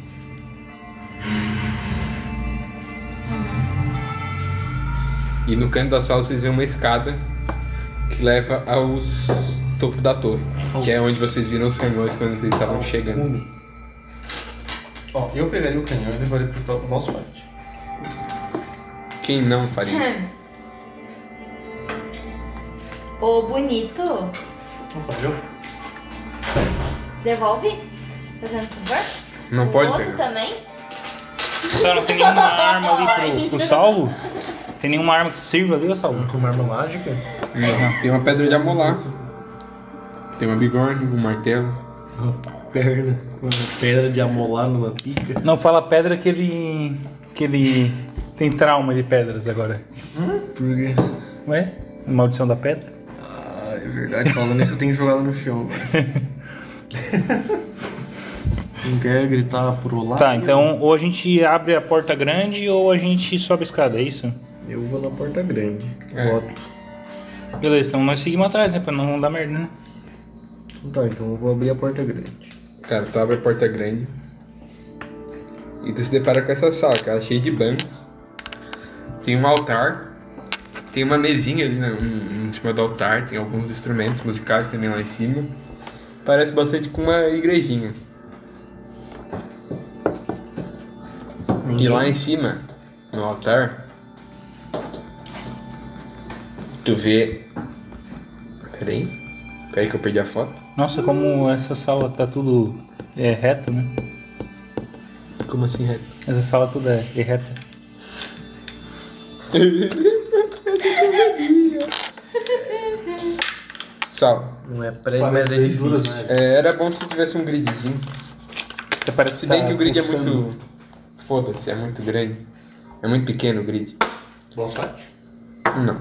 Speaker 3: E no canto da sala vocês veem uma escada que leva aos topo da torre, que é onde vocês viram os canhões quando vocês estavam chegando.
Speaker 10: Ó, eu pegaria o canhão e levaria pro to- nosso parte.
Speaker 3: Quem não faria isso?
Speaker 4: Ô, bonito.
Speaker 3: Então,
Speaker 10: Não valeu?
Speaker 4: Devolve. Fazendo favor.
Speaker 3: Não
Speaker 4: o
Speaker 3: pode
Speaker 4: outro
Speaker 3: pegar.
Speaker 4: também.
Speaker 2: Só não tem nenhuma arma ali pro, pro Saulo? Tem nenhuma arma que sirva ali, ô Saulo?
Speaker 5: Com uma arma mágica?
Speaker 3: Não. Tem uma pedra de amolar. Tem uma bigorna, um martelo.
Speaker 5: Uma perna. Uma pedra de amolar numa pica.
Speaker 2: Não fala pedra que ele. que ele. tem trauma de pedras agora.
Speaker 5: Por quê?
Speaker 2: Ué? Maldição da pedra?
Speaker 5: Ah, é verdade. Falando isso, eu tenho que jogar ela no chão. velho. Não quer gritar por olá?
Speaker 2: Tá, então ou a gente abre a porta grande ou a gente sobe a escada, é isso?
Speaker 5: Eu vou na porta grande.
Speaker 3: É.
Speaker 5: Voto.
Speaker 2: Beleza, então nós seguimos atrás, né? Pra não dar merda, né?
Speaker 5: Tá, então eu vou abrir a porta grande.
Speaker 3: Cara, tu abre a porta grande e tu se depara com essa sala, cara, cheia de bancos. Tem um altar, tem uma mesinha ali né, um- em cima do altar, tem alguns instrumentos musicais também lá em cima. Parece bastante com uma igrejinha. E lá em cima, no altar, tu vê. Peraí, peraí que eu perdi a foto.
Speaker 2: Nossa, como essa sala tá tudo é, reto, né?
Speaker 3: Como assim, Red?
Speaker 2: Essa sala toda é reta.
Speaker 3: Sal,
Speaker 5: Não é prédio, mas é
Speaker 10: Paredes
Speaker 5: edifício.
Speaker 10: duras, né?
Speaker 3: É, era bom se tivesse um gridzinho.
Speaker 2: Até parece
Speaker 18: Se
Speaker 3: Se
Speaker 2: tá
Speaker 3: bem que o grid
Speaker 2: pulsando.
Speaker 3: é muito. Foda-se, é muito grande. É muito pequeno o grid.
Speaker 10: Bom site.
Speaker 3: Não.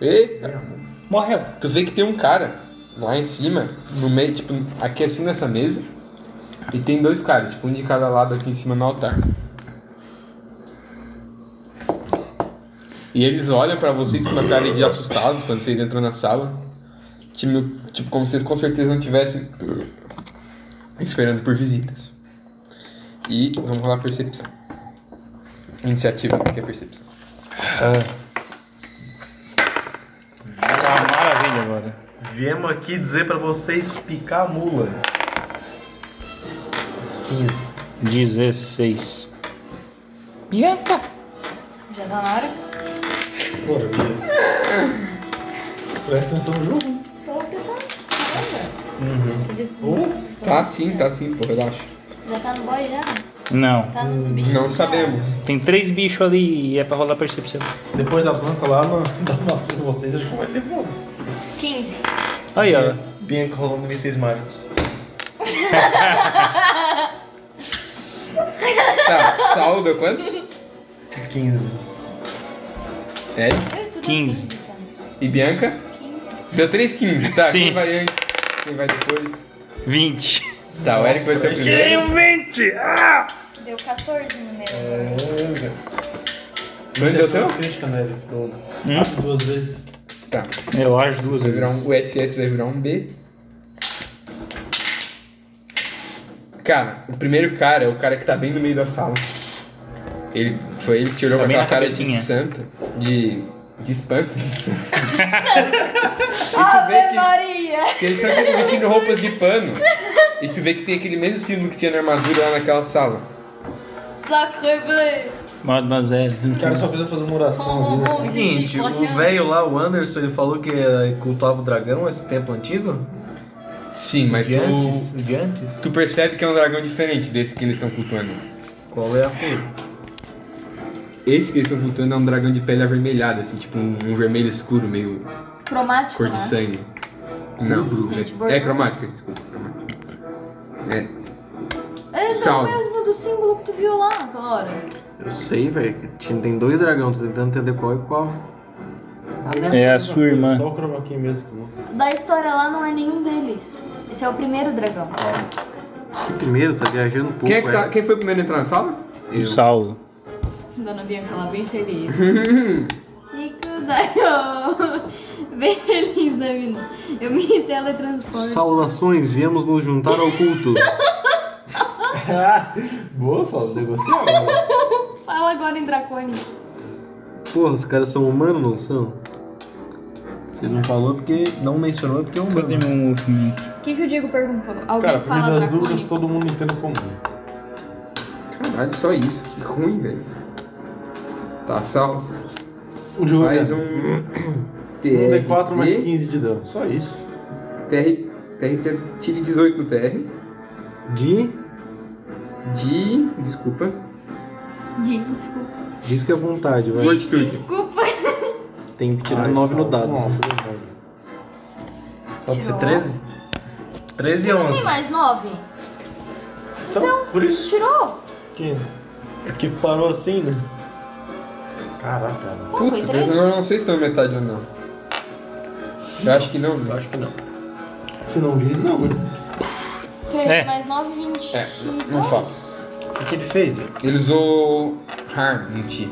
Speaker 3: Eita!
Speaker 2: Morreu.
Speaker 3: Tu vê que tem um cara lá em cima, no meio, tipo, aqui assim nessa mesa. E tem dois caras, tipo, um de cada lado aqui em cima no altar. E eles olham pra vocês com uma cara de assustados quando vocês entram na sala. Tipo, tipo como vocês com certeza não tivessem eh, esperando por visitas. E vamos rolar percepção. Iniciativa, que é percepção.
Speaker 2: Tá uma maravilha agora.
Speaker 5: Viemos aqui dizer pra vocês picar a mula. 15.
Speaker 2: 16. Bianca!
Speaker 19: Já tá na hora?
Speaker 5: Bora, Bia. Presta atenção no jogo.
Speaker 4: Tô pensando. Caramba.
Speaker 5: Uhum.
Speaker 4: Eu disse-
Speaker 3: Tá sim, tá sim, pô, relaxa.
Speaker 4: Já tá no boy já?
Speaker 2: Não.
Speaker 4: Tá nos bichos?
Speaker 3: Hum, Não
Speaker 4: já?
Speaker 3: sabemos.
Speaker 2: Tem três bichos ali e é pra rolar percepção.
Speaker 10: Depois da planta lá, mano, dá uma surra em vocês, acho que vai ter bônus.
Speaker 4: 15.
Speaker 2: Aí, ó.
Speaker 5: Bianca rolando mísseis mágicos.
Speaker 3: Tá, saldo quantos?
Speaker 5: 15.
Speaker 3: É.
Speaker 4: Eu e tudo
Speaker 2: 15.
Speaker 4: também.
Speaker 3: E Bianca?
Speaker 4: 15.
Speaker 3: Deu 3 15, tá?
Speaker 2: Sim.
Speaker 3: Quem vai antes? Quem vai depois?
Speaker 2: 20.
Speaker 3: Tá, o Eric vai ser o
Speaker 2: Tirei
Speaker 3: primeiro.
Speaker 2: um 20! Ah!
Speaker 4: Deu 14 no meu.
Speaker 3: É, Quanto deu teu?
Speaker 10: Crítica, né, Eric? 12.
Speaker 2: Hum?
Speaker 10: Abre duas vezes.
Speaker 3: Tá.
Speaker 2: Eu acho duas
Speaker 3: Vai virar
Speaker 2: vezes.
Speaker 3: um, o SS vai virar um B. Cara, o primeiro cara é o cara que tá bem no meio da sala. Ele, foi ele que tirou
Speaker 2: Tá
Speaker 3: com
Speaker 2: bem
Speaker 3: aquela
Speaker 2: na
Speaker 3: cara
Speaker 2: cabecinha.
Speaker 3: de santo, de, de espanto. De santo. e tu vê que
Speaker 19: Maria!
Speaker 3: Porque eles estão vestindo roupas de pano. E tu vê que tem aquele mesmo estilo que tinha na armadura lá naquela sala.
Speaker 19: Sacre bleu!
Speaker 2: Mademoiselle.
Speaker 10: Cara, eu só precisa fazer uma oração
Speaker 19: Oh,
Speaker 10: ali,
Speaker 19: oh, oh.
Speaker 10: assim.
Speaker 5: Seguinte, o velho lá, o Anderson, ele falou que eh, cultuava o dragão esse tempo antigo?
Speaker 3: Sim, mas
Speaker 5: de antes?
Speaker 3: tu,
Speaker 5: O de antes?
Speaker 3: tu percebe que é um dragão diferente desse que eles estão cultuando.
Speaker 5: Qual é a cor?
Speaker 3: Esse que eles estão cultuando é um dragão de pele avermelhada, assim, tipo um, um vermelho escuro, meio
Speaker 19: Cromático,
Speaker 3: cor de
Speaker 19: né?
Speaker 3: sangue. Não,
Speaker 4: Gente,
Speaker 3: é,
Speaker 4: bordão.
Speaker 3: é cromática, desculpa. cromática. É,
Speaker 4: É não
Speaker 3: Salve.
Speaker 4: é o mesmo do símbolo que tu viu lá aquela hora.
Speaker 5: Eu sei, velho. Tem dois dragão, tô tentando entender qual e qual.
Speaker 4: Tá vendo?
Speaker 2: É a sua irmã.
Speaker 10: Só o chroma key mesmo. que não-
Speaker 5: né?
Speaker 4: Da história lá não é nenhum deles. Esse é o primeiro dragão.
Speaker 5: O primeiro tá viajando um pouco.
Speaker 3: quem, é que tá- quem foi o primeiro a entrar na sala?
Speaker 2: O Saulo.
Speaker 19: Dona Bianca lá, bem feliz.
Speaker 3: Hum,
Speaker 19: Nico, daí eu... Bem feliz
Speaker 4: né,
Speaker 19: da mina. Eu me teletransporto.
Speaker 5: Saudações, viemos nos juntar ao culto.
Speaker 10: Boa, só negociar.
Speaker 5: né?
Speaker 10: mano.
Speaker 19: Fala agora em Dracônio.
Speaker 5: Porra, os caras são humanos, não são?
Speaker 13: Você não falou porque. Não mencionou porque é um
Speaker 20: Cadê
Speaker 13: humano.
Speaker 20: meu movimento?
Speaker 6: O que, que o Diego perguntou? Alguém
Speaker 5: Cara,
Speaker 6: fala
Speaker 5: primeiro das dúvidas,
Speaker 6: dracônico?
Speaker 5: todo mundo entende é. comum.
Speaker 3: Caralho, só isso. Que ruim, velho. Tá salvo.
Speaker 5: Júlia,
Speaker 3: Faz um.
Speaker 5: um
Speaker 3: TR.
Speaker 5: D4 mais 15 de dano, só isso.
Speaker 3: TR, TR, tire 18 no TR.
Speaker 13: De.
Speaker 3: De. Desculpa.
Speaker 6: Diego, Desculpa.
Speaker 13: Diz que é vontade, vai.
Speaker 6: Diego,
Speaker 3: Fortitude.
Speaker 6: Desculpa.
Speaker 13: Tem que tirar
Speaker 5: Ai,
Speaker 13: 9 no
Speaker 5: salve.
Speaker 13: dado.
Speaker 5: Nossa, verdade.
Speaker 10: Pode ser
Speaker 6: Tirou.
Speaker 10: 13? 13 e
Speaker 4: Não
Speaker 10: 11.
Speaker 4: tem mais nove?
Speaker 5: Então, por isso.
Speaker 4: Tirou?
Speaker 10: Porque parou assim, né?
Speaker 5: Caraca, cara.
Speaker 4: Qual foi?
Speaker 3: eu
Speaker 4: Três?
Speaker 3: não, não sei se estão metade ou não. Eu acho que não.
Speaker 10: Eu
Speaker 3: né?
Speaker 10: acho que não.
Speaker 5: Se não diz, não. né?
Speaker 4: Três
Speaker 2: É.
Speaker 4: mais nove, vinte
Speaker 3: É,
Speaker 4: e
Speaker 3: não
Speaker 4: dois.
Speaker 3: faço.
Speaker 10: O que, que ele fez? velho?
Speaker 3: Ele usou harm em ti.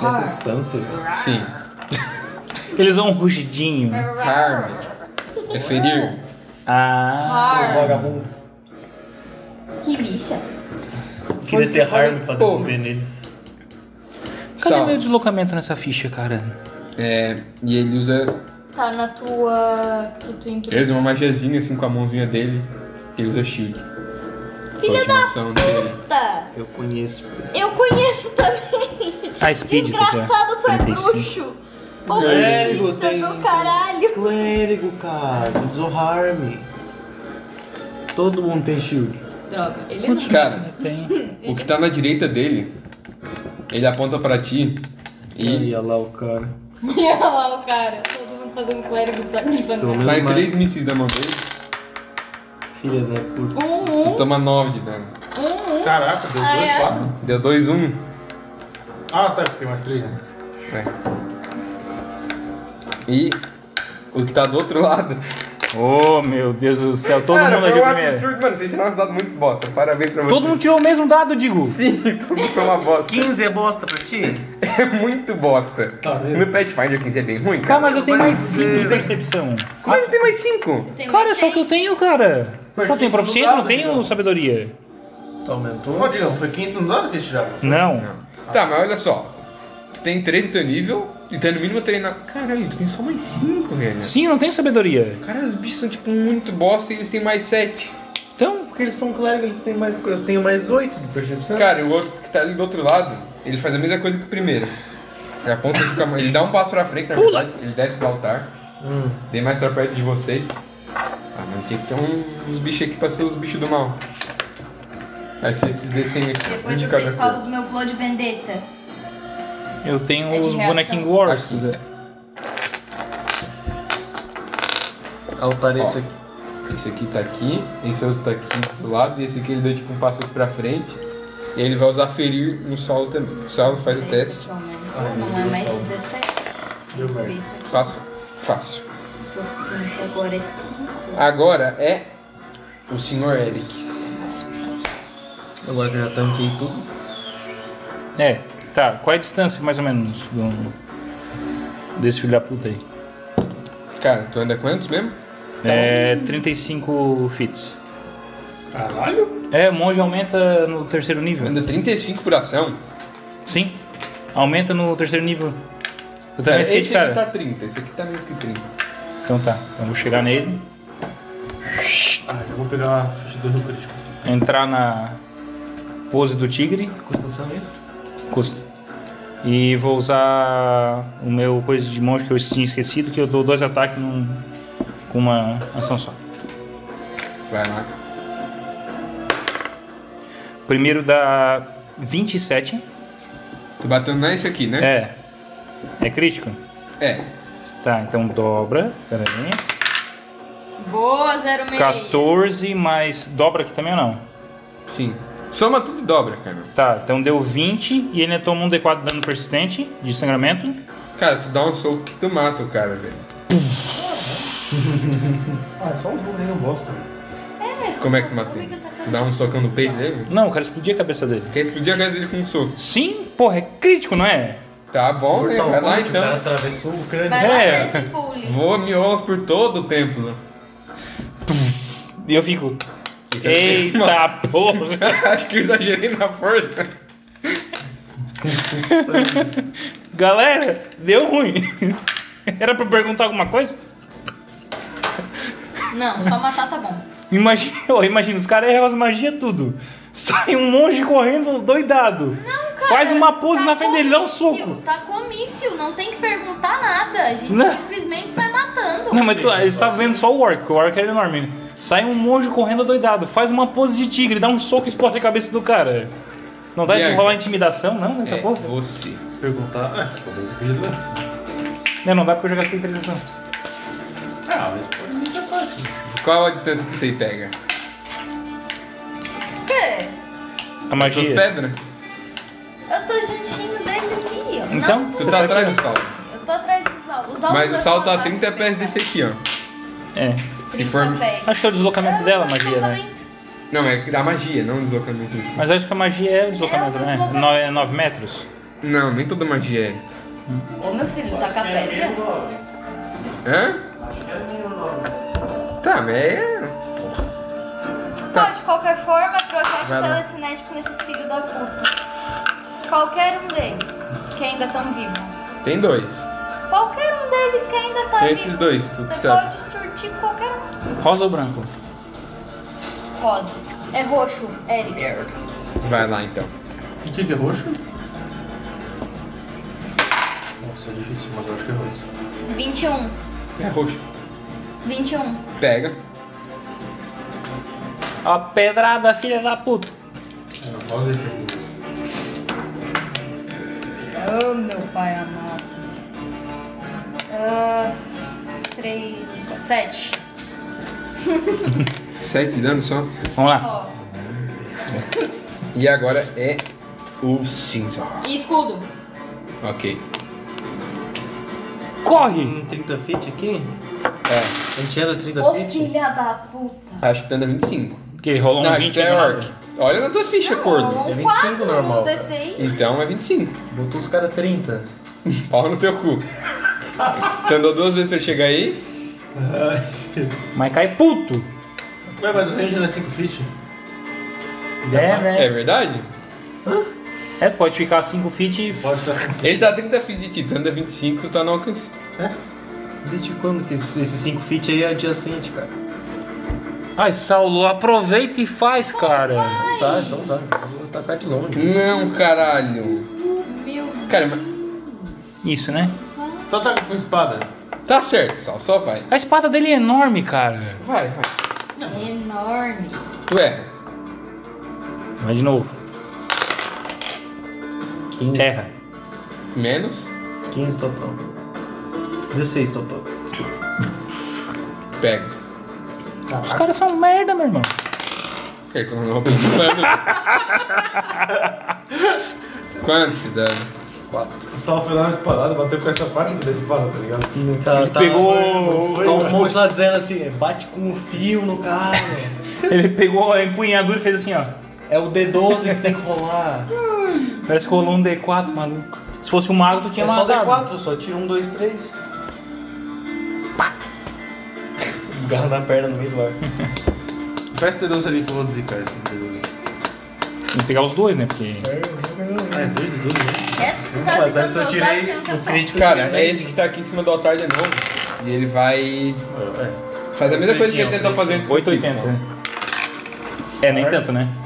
Speaker 10: Nessa distância, velho.
Speaker 3: Sim.
Speaker 2: Eles vão um rugidinho.
Speaker 3: Harm. É ferir.
Speaker 2: Ah.
Speaker 10: Seu
Speaker 5: Então,
Speaker 6: Har.
Speaker 10: Vagabundo.
Speaker 4: Que bicha.
Speaker 10: Queria ter harm pra
Speaker 3: Pô.
Speaker 10: devolver nele.
Speaker 2: Cadê
Speaker 3: Sal.
Speaker 2: meu deslocamento nessa ficha, cara?
Speaker 3: É, e ele usa.
Speaker 4: Tá na tua. que tu imprimiu.
Speaker 3: Ele usa uma magiazinha assim com a mãozinha dele. Ele usa shield. Filha da dele.
Speaker 4: Tá.
Speaker 13: Eu conheço.
Speaker 4: Eu conheço também.
Speaker 2: Ah, speed. tá aqui, ó.
Speaker 4: Desgraçado, tu é
Speaker 2: 35.
Speaker 4: bruxo.
Speaker 3: É
Speaker 13: Clérigo
Speaker 4: Ocultista
Speaker 13: tem-
Speaker 4: do caralho.
Speaker 13: Clérigo, cara. Usou harm. Todo mundo tem shield.
Speaker 6: Droga, ele não.
Speaker 3: Cara,
Speaker 2: Tem.
Speaker 3: o que tá na direita dele, ele aponta pra ti e
Speaker 13: Olha lá o cara.
Speaker 6: E olha lá o cara, todo mundo fazendo clérigo pra de
Speaker 13: Pelo menos
Speaker 3: saem
Speaker 13: mais-
Speaker 3: três mísseis da mão dele
Speaker 13: Filha da puta.
Speaker 6: Um, um,
Speaker 3: e toma nove de dano.
Speaker 6: um, um.
Speaker 5: Caraca, deu
Speaker 6: Ah,
Speaker 5: 2,
Speaker 6: é.
Speaker 5: 4.
Speaker 3: Deu dois, um.
Speaker 5: Ah, tá, tem mais 3. Né?
Speaker 3: É. E o que tá do outro lado.
Speaker 2: Oh, meu Deus do céu. Todo
Speaker 3: Cara,
Speaker 2: mundo
Speaker 3: foi
Speaker 2: agiu
Speaker 3: um
Speaker 2: primeiro.
Speaker 3: absurdo, mano. Vocês tiraram uns dados muito bosta. Parabéns pra vocês.
Speaker 2: Todo mundo tirou o mesmo dado, digo.
Speaker 3: Sim, todo mundo foi uma bosta.
Speaker 10: 15 é bosta pra ti?
Speaker 3: É muito bosta.
Speaker 2: Tá
Speaker 3: No Pathfinder 15 é bem ruim,
Speaker 2: Cara,
Speaker 3: cara.
Speaker 2: mas eu tenho mais
Speaker 3: um
Speaker 2: 5 de
Speaker 10: Mas-
Speaker 2: percepção.
Speaker 3: Como é que tem mais cinco?
Speaker 4: Tem
Speaker 2: Cara, é
Speaker 4: mais
Speaker 2: só o que eu
Speaker 4: seis.
Speaker 2: tenho, cara.
Speaker 7: Foi
Speaker 2: Só tem
Speaker 3: um
Speaker 7: isso,
Speaker 2: proficiência, não
Speaker 7: dado,
Speaker 2: tenho
Speaker 7: digamos.
Speaker 2: sabedoria.
Speaker 10: Tu aumentou?
Speaker 5: Tá Ô, Digão, foi 15 no dano que eles tiraram?
Speaker 2: Não.
Speaker 3: Tá, mas olha só. Tu tem 3 no teu nível e tem no mínimo treinar. Caralho, tu tem só mais 5, velho.
Speaker 2: Sim, eu não tenho sabedoria.
Speaker 3: Cara, os bichos são tipo muito bosta e eles têm mais 7.
Speaker 2: Então,
Speaker 10: Porque eles são clérigos, eles têm mais. co- Eu tenho mais 8 de percepção.
Speaker 3: Cara, e o outro que tá ali do outro lado, ele faz a mesma coisa que o primeiro. Ele aponta esse cam- ele dá um passo pra frente, na verdade, ele desce do altar. Vem mais pra perto de vocês. Ah, mas tinha que ter um- uns bichos aqui pra ser os bichos do mal. Aí se esses descem aqui. um
Speaker 4: Depois
Speaker 3: de
Speaker 4: vocês
Speaker 3: cada
Speaker 4: falam do meu Blood Vendetta.
Speaker 2: eu tenho
Speaker 4: É de
Speaker 2: os
Speaker 4: reação.
Speaker 2: bonequinhos Wars.
Speaker 3: Aqui.
Speaker 10: Altar
Speaker 3: Ó.
Speaker 10: isso aqui.
Speaker 3: coisa. Esse aqui tá aqui, esse outro tá aqui do lado, e esse aqui ele deu tipo um passo pra frente. E ele vai usar ferir no Saulo também. O Saulo faz
Speaker 4: É
Speaker 3: o teste.
Speaker 4: Esse que aumentou,
Speaker 3: Ah,
Speaker 4: Não é mais 17. Deu isso aqui.
Speaker 3: Fácil. Fácil.
Speaker 4: Proficiência agora é 5.
Speaker 3: Agora é o senhor Eric.
Speaker 10: Agora que eu já tanquei tudo.
Speaker 2: É, tá. Qual é a distância, mais ou menos, do... desse filho da puta aí?
Speaker 3: Cara, tu anda quantos mesmo?
Speaker 4: Tá.
Speaker 2: É 35 fits.
Speaker 5: Caralho?
Speaker 2: É, o monge aumenta no terceiro
Speaker 3: Tu
Speaker 2: nível.
Speaker 3: anda 35 por ação.
Speaker 2: Sim. Aumenta no terceiro nível. Eu também
Speaker 3: Cara,
Speaker 2: esqueci,
Speaker 3: esse aqui
Speaker 2: cara.
Speaker 3: tá 30, esse aqui tá menos que 30.
Speaker 2: Então tá. Então vou chegar nele,
Speaker 5: Ah, eu vou pegar a ficha do Rio Crítico.
Speaker 2: entrar na pose do tigre.
Speaker 5: um
Speaker 10: Custa sangue.
Speaker 2: Custa. E vou usar o meu coisa de monge que eu tinha esquecido, que eu dou dois ataques num- com uma ação só.
Speaker 3: Vai lá.
Speaker 2: Primeiro dá 27.
Speaker 3: Tu bateu nesse aqui, né?
Speaker 2: É. É crítico?
Speaker 3: É.
Speaker 2: Tá, então dobra. Pera aí.
Speaker 6: Boa, 06.
Speaker 2: 14 mais. Dobra aqui também ou não?
Speaker 3: Sim. Soma tudo e dobra, cara.
Speaker 2: Tá, então deu 20 e ele toma um D4 de dano persistente de sangramento.
Speaker 3: Cara, tu dá um soco que tu mata o cara, velho.
Speaker 5: Ah, é só um bolinho bosta.
Speaker 3: Como é que tu mata ele?
Speaker 4: tá
Speaker 3: Tu dá um socão no peito dele?
Speaker 2: Não, eu quero explodir a cabeça dele.
Speaker 3: Quer explodir a casa dele com um soco.
Speaker 2: Sim, porra, é crítico, não é?
Speaker 3: Tá bom, né? Vai lá
Speaker 10: O cara
Speaker 3: então.
Speaker 10: atravessou o crânio.
Speaker 4: Vai lá, tipo,
Speaker 2: É.
Speaker 4: Nancy Pulis.
Speaker 3: Voa miolos por todo o né? templo.
Speaker 2: E eu fico. Eita porra!
Speaker 3: Acho que eu exagerei na força.
Speaker 2: Galera, deu ruim. Era pra eu perguntar alguma coisa?
Speaker 6: Não, só matar tá bom.
Speaker 2: Imagina, ó, imagina os caras erram as magias tudo. Sai um monge correndo doidado.
Speaker 6: Não, cara,
Speaker 2: Faz uma pose na frente dele, dá um
Speaker 6: tá comício,
Speaker 2: soco.
Speaker 6: Tá comício, não tem que perguntar nada. A gente
Speaker 2: Não.
Speaker 6: simplesmente sai matando.
Speaker 2: Não, mas tu, eles estavam vendo só o orc, o orc era enorme. né? Sai um monge correndo doidado, faz uma pose de tigre, dá um soco e explode a cabeça do cara. Não dá
Speaker 21: E
Speaker 2: de
Speaker 21: aí?
Speaker 2: rolar intimidação, não, nessa
Speaker 21: É
Speaker 2: porra?
Speaker 21: você.
Speaker 5: Perguntar. Ah, tipo, eu pedi antes.
Speaker 2: Não, não dá porque eu já gastei intimidação.
Speaker 5: Ah, mas pode me dar parte.
Speaker 3: Qual a distância que você pega?
Speaker 6: O quê?
Speaker 2: A
Speaker 3: Suas
Speaker 2: magia.
Speaker 3: pedras?
Speaker 6: Eu tô juntinho dele aqui, ó.
Speaker 2: Então,
Speaker 6: Não, é.
Speaker 3: Tu tá atrás do Saulo.
Speaker 6: eu tô atrás do Saulo. Saulo
Speaker 3: Mas o
Speaker 6: vai
Speaker 3: Saulo tá a
Speaker 6: matar
Speaker 3: 30
Speaker 6: também,
Speaker 3: pés
Speaker 6: cara.
Speaker 3: desse aqui, ó.
Speaker 2: É.
Speaker 6: 30
Speaker 3: Se for.
Speaker 6: pés.
Speaker 2: Acho que é o deslocamento dela, a
Speaker 6: É,
Speaker 2: magia, né?
Speaker 6: deslocamento.
Speaker 3: Não, é da magia, não deslocamento em si.
Speaker 2: Mas acho que a magia é o deslocamento,
Speaker 6: É, o
Speaker 2: né?
Speaker 6: deslocamento.
Speaker 2: No- É 9 metros.
Speaker 3: Não, nem toda magia é.
Speaker 6: Ô, meu filho, tá com a pedra?
Speaker 3: Hã? Tá, mas é. Tá.
Speaker 6: Pode, de qualquer forma, trocar de
Speaker 3: Vai lá.
Speaker 6: telecinético nesses filhos da puta. Qualquer um deles que ainda estão vivos.
Speaker 3: Tem dois.
Speaker 6: Qualquer um deles que ainda tá
Speaker 3: Tem
Speaker 6: vivo.
Speaker 3: esses dois, tu que
Speaker 6: Você
Speaker 3: sabe.
Speaker 6: pode surtir qualquer um.
Speaker 2: Rosa ou branco?
Speaker 6: Rosa. É roxo, Eric.
Speaker 3: Vai lá então.
Speaker 5: O que, que é roxo? Nossa, é difícil, mas eu acho que é roxo.
Speaker 6: 21.
Speaker 3: É roxo.
Speaker 6: 21.
Speaker 3: Pega.
Speaker 2: Ó, pedrada, filha da puta.
Speaker 5: É, rosa é esse
Speaker 6: Oh, meu pai amado. Ah, 3, 7.
Speaker 3: Sete de dano só.
Speaker 2: Vamos lá.
Speaker 6: Ó.
Speaker 3: E agora é o cinza.
Speaker 6: E escudo.
Speaker 3: Ok.
Speaker 2: Corre!
Speaker 10: Tem 30 Um feet aqui?
Speaker 3: É,
Speaker 10: A gente era
Speaker 5: Tá
Speaker 10: 30
Speaker 6: Ô,
Speaker 10: feet?
Speaker 6: filha da puta.
Speaker 3: acho que tá andando 25.
Speaker 2: Que rolou um
Speaker 3: Não,
Speaker 2: 20
Speaker 3: tu é
Speaker 2: aí,
Speaker 3: orc. Olha na tua ficha, corno.
Speaker 4: Um
Speaker 6: Não,
Speaker 10: É 25
Speaker 6: 4
Speaker 10: normal,
Speaker 6: no D6.
Speaker 3: Então é 25.
Speaker 10: Botou os caras 30.
Speaker 3: Pau no teu cu. Tu andou duas vezes pra chegar aí?
Speaker 2: Mas cai puto.
Speaker 5: aqui. Ué, mas o range não é 5 feet?
Speaker 2: É, né?
Speaker 3: É verdade?
Speaker 2: É, tu pode ficar 5 feet e
Speaker 5: Pode estar.
Speaker 3: Ele tá 30 feet de ti, tu anda 25, tu tá no alcance.
Speaker 10: Desde quando que esse- esses 5 feet aí é adjacente, cara?
Speaker 2: Ai, Saulo, aproveita e faz, cara.
Speaker 10: Tá, então tá. Vou atacar de longe.
Speaker 3: Não, caralho.
Speaker 6: Meu
Speaker 3: Cara, mas-
Speaker 2: Isso, né?
Speaker 5: Então tá com espada.
Speaker 3: tá certo, Sal, só vai.
Speaker 2: A espada dele é enorme, cara.
Speaker 3: Vai, vai.
Speaker 6: Enorme.
Speaker 3: Tu erra.
Speaker 2: Mas de novo. Terra.
Speaker 3: Menos,
Speaker 10: 15 total. 16 total.
Speaker 3: pega.
Speaker 2: Os caras são merda, meu irmão.
Speaker 3: Quer que eu não vou pensando? Quanto de dano?
Speaker 5: O Sal foi lá na espadada, bateu com essa parte da espada, tá ligado?
Speaker 10: Tá, tá,
Speaker 2: pegou-
Speaker 10: Tá um monte lá dizendo assim, bate com um fio no cara.
Speaker 2: Ele pegou a empunhadura e fez assim, ó.
Speaker 10: É o D12 que tem que rolar.
Speaker 2: Parece que rolou um D4, maluco. Se fosse um mago, tu tinha
Speaker 10: É só
Speaker 2: mandado.
Speaker 10: D4, só tira um, dois, três. Pá! Garra na perna no meio do ar.
Speaker 5: Presta T12 ali que eu vou desecar esse T12.
Speaker 2: Tem que pegar os dois, né? Porque.
Speaker 5: Ah, é 2 de 12, né?
Speaker 6: É, tu tá
Speaker 10: Mas
Speaker 6: ficando
Speaker 10: antes eu
Speaker 6: soldado,
Speaker 10: tirei
Speaker 6: tem um
Speaker 10: o
Speaker 6: tempo.
Speaker 10: crítico.
Speaker 3: Cara, é esse que tá aqui em cima do altar de novo. E ele vai
Speaker 5: É.
Speaker 3: fazer a mesma coisa que ele tentou fazer antes contigo,
Speaker 2: 880, né? É, nem tanto, né?
Speaker 3: Sal.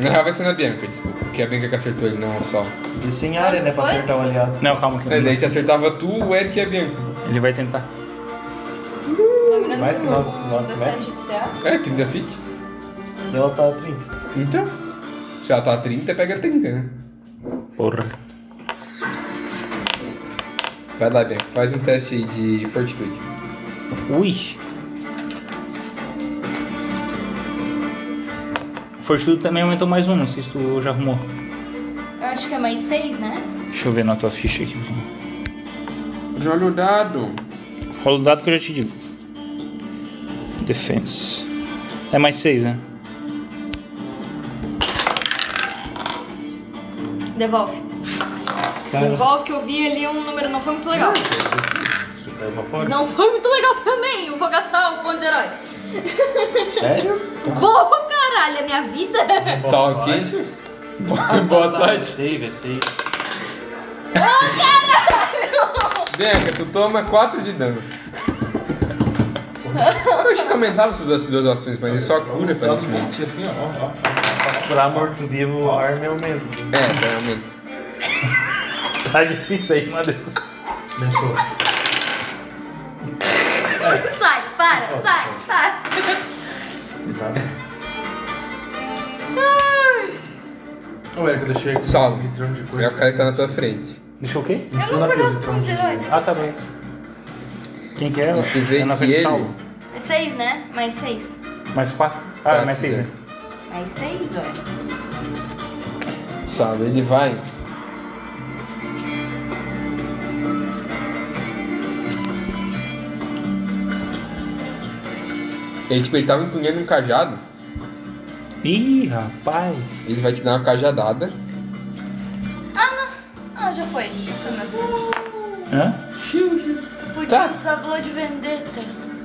Speaker 3: Na real vai ser na Bianca, desculpa. Porque a Bianca que acertou ele, não é o Sal.
Speaker 10: E sem área, né, pra
Speaker 6: Foi?
Speaker 10: acertar o aliado.
Speaker 2: Não, calma aqui.
Speaker 3: É, daí te acertava tu, o Eric e a Bianca.
Speaker 2: Ele vai tentar.
Speaker 6: Lembrando
Speaker 10: Mais que nove,
Speaker 6: com
Speaker 10: nove,
Speaker 6: 17 de CA.
Speaker 3: É, 30 feet.
Speaker 10: E ela tá 30.
Speaker 3: Então, se ela tá 30, pega 30, né?
Speaker 2: Porra.
Speaker 3: Vai lá, Bianca, faz um teste aí de fortitude.
Speaker 2: Ui. Fortitude também aumentou mais um, não sei se tu já arrumou.
Speaker 6: Eu acho que é mais 6, né?
Speaker 2: Deixa eu ver na tua ficha aqui.
Speaker 3: Joga o dado.
Speaker 2: Rola o um dado que eu já te digo. Defense. É mais 6, né?
Speaker 6: Devolve. Devolve que eu vi ali um número não foi muito legal.
Speaker 5: Isso caiu pra fora.
Speaker 6: Não foi muito legal também. Eu vou gastar o ponto de herói. Sério? Vou, caralho, é minha vida.
Speaker 3: Tá ok? Boa sorte.
Speaker 10: Save, é save.
Speaker 3: Bianca, tu toma 4 de dano. Eu te comentava essas as duas ações, mas ele só cura aparentemente.
Speaker 5: Assim, ó, ó.
Speaker 10: Pra morto-vivo,
Speaker 2: Ah,
Speaker 10: a arma aumenta.
Speaker 3: É, realmente.
Speaker 2: Tá difícil aí, meu Deus.
Speaker 10: Abençoa.
Speaker 4: Sai, para, sai, para.
Speaker 5: Ô, Eric, eu deixei aqui
Speaker 3: Saulo.
Speaker 5: um litrão de
Speaker 3: É
Speaker 5: coisa.
Speaker 3: o cara que tá na tua frente.
Speaker 2: Deixa o quê?
Speaker 4: Eu nunca gosto
Speaker 5: então.
Speaker 4: muito de herói.
Speaker 2: Ah, tá bem. Quem que é?
Speaker 3: E tu vê
Speaker 2: É na
Speaker 3: que
Speaker 2: frente do
Speaker 3: ele.
Speaker 2: Saulo.
Speaker 4: É seis, né? Mais seis.
Speaker 2: Mais quatro. Ah,
Speaker 3: Quatro,
Speaker 2: mais seis,
Speaker 3: né?
Speaker 2: né?
Speaker 4: Mais seis, ué.
Speaker 3: Saulo, ele vai. Ele, tipo, ele tava empunhando um cajado.
Speaker 2: Ih, rapaz.
Speaker 3: Ele vai te dar uma cajadada.
Speaker 4: Ah, já foi. Já foi meu.
Speaker 2: Hã?
Speaker 4: Eu podia
Speaker 3: Tá.
Speaker 4: usar Blood Vendetta.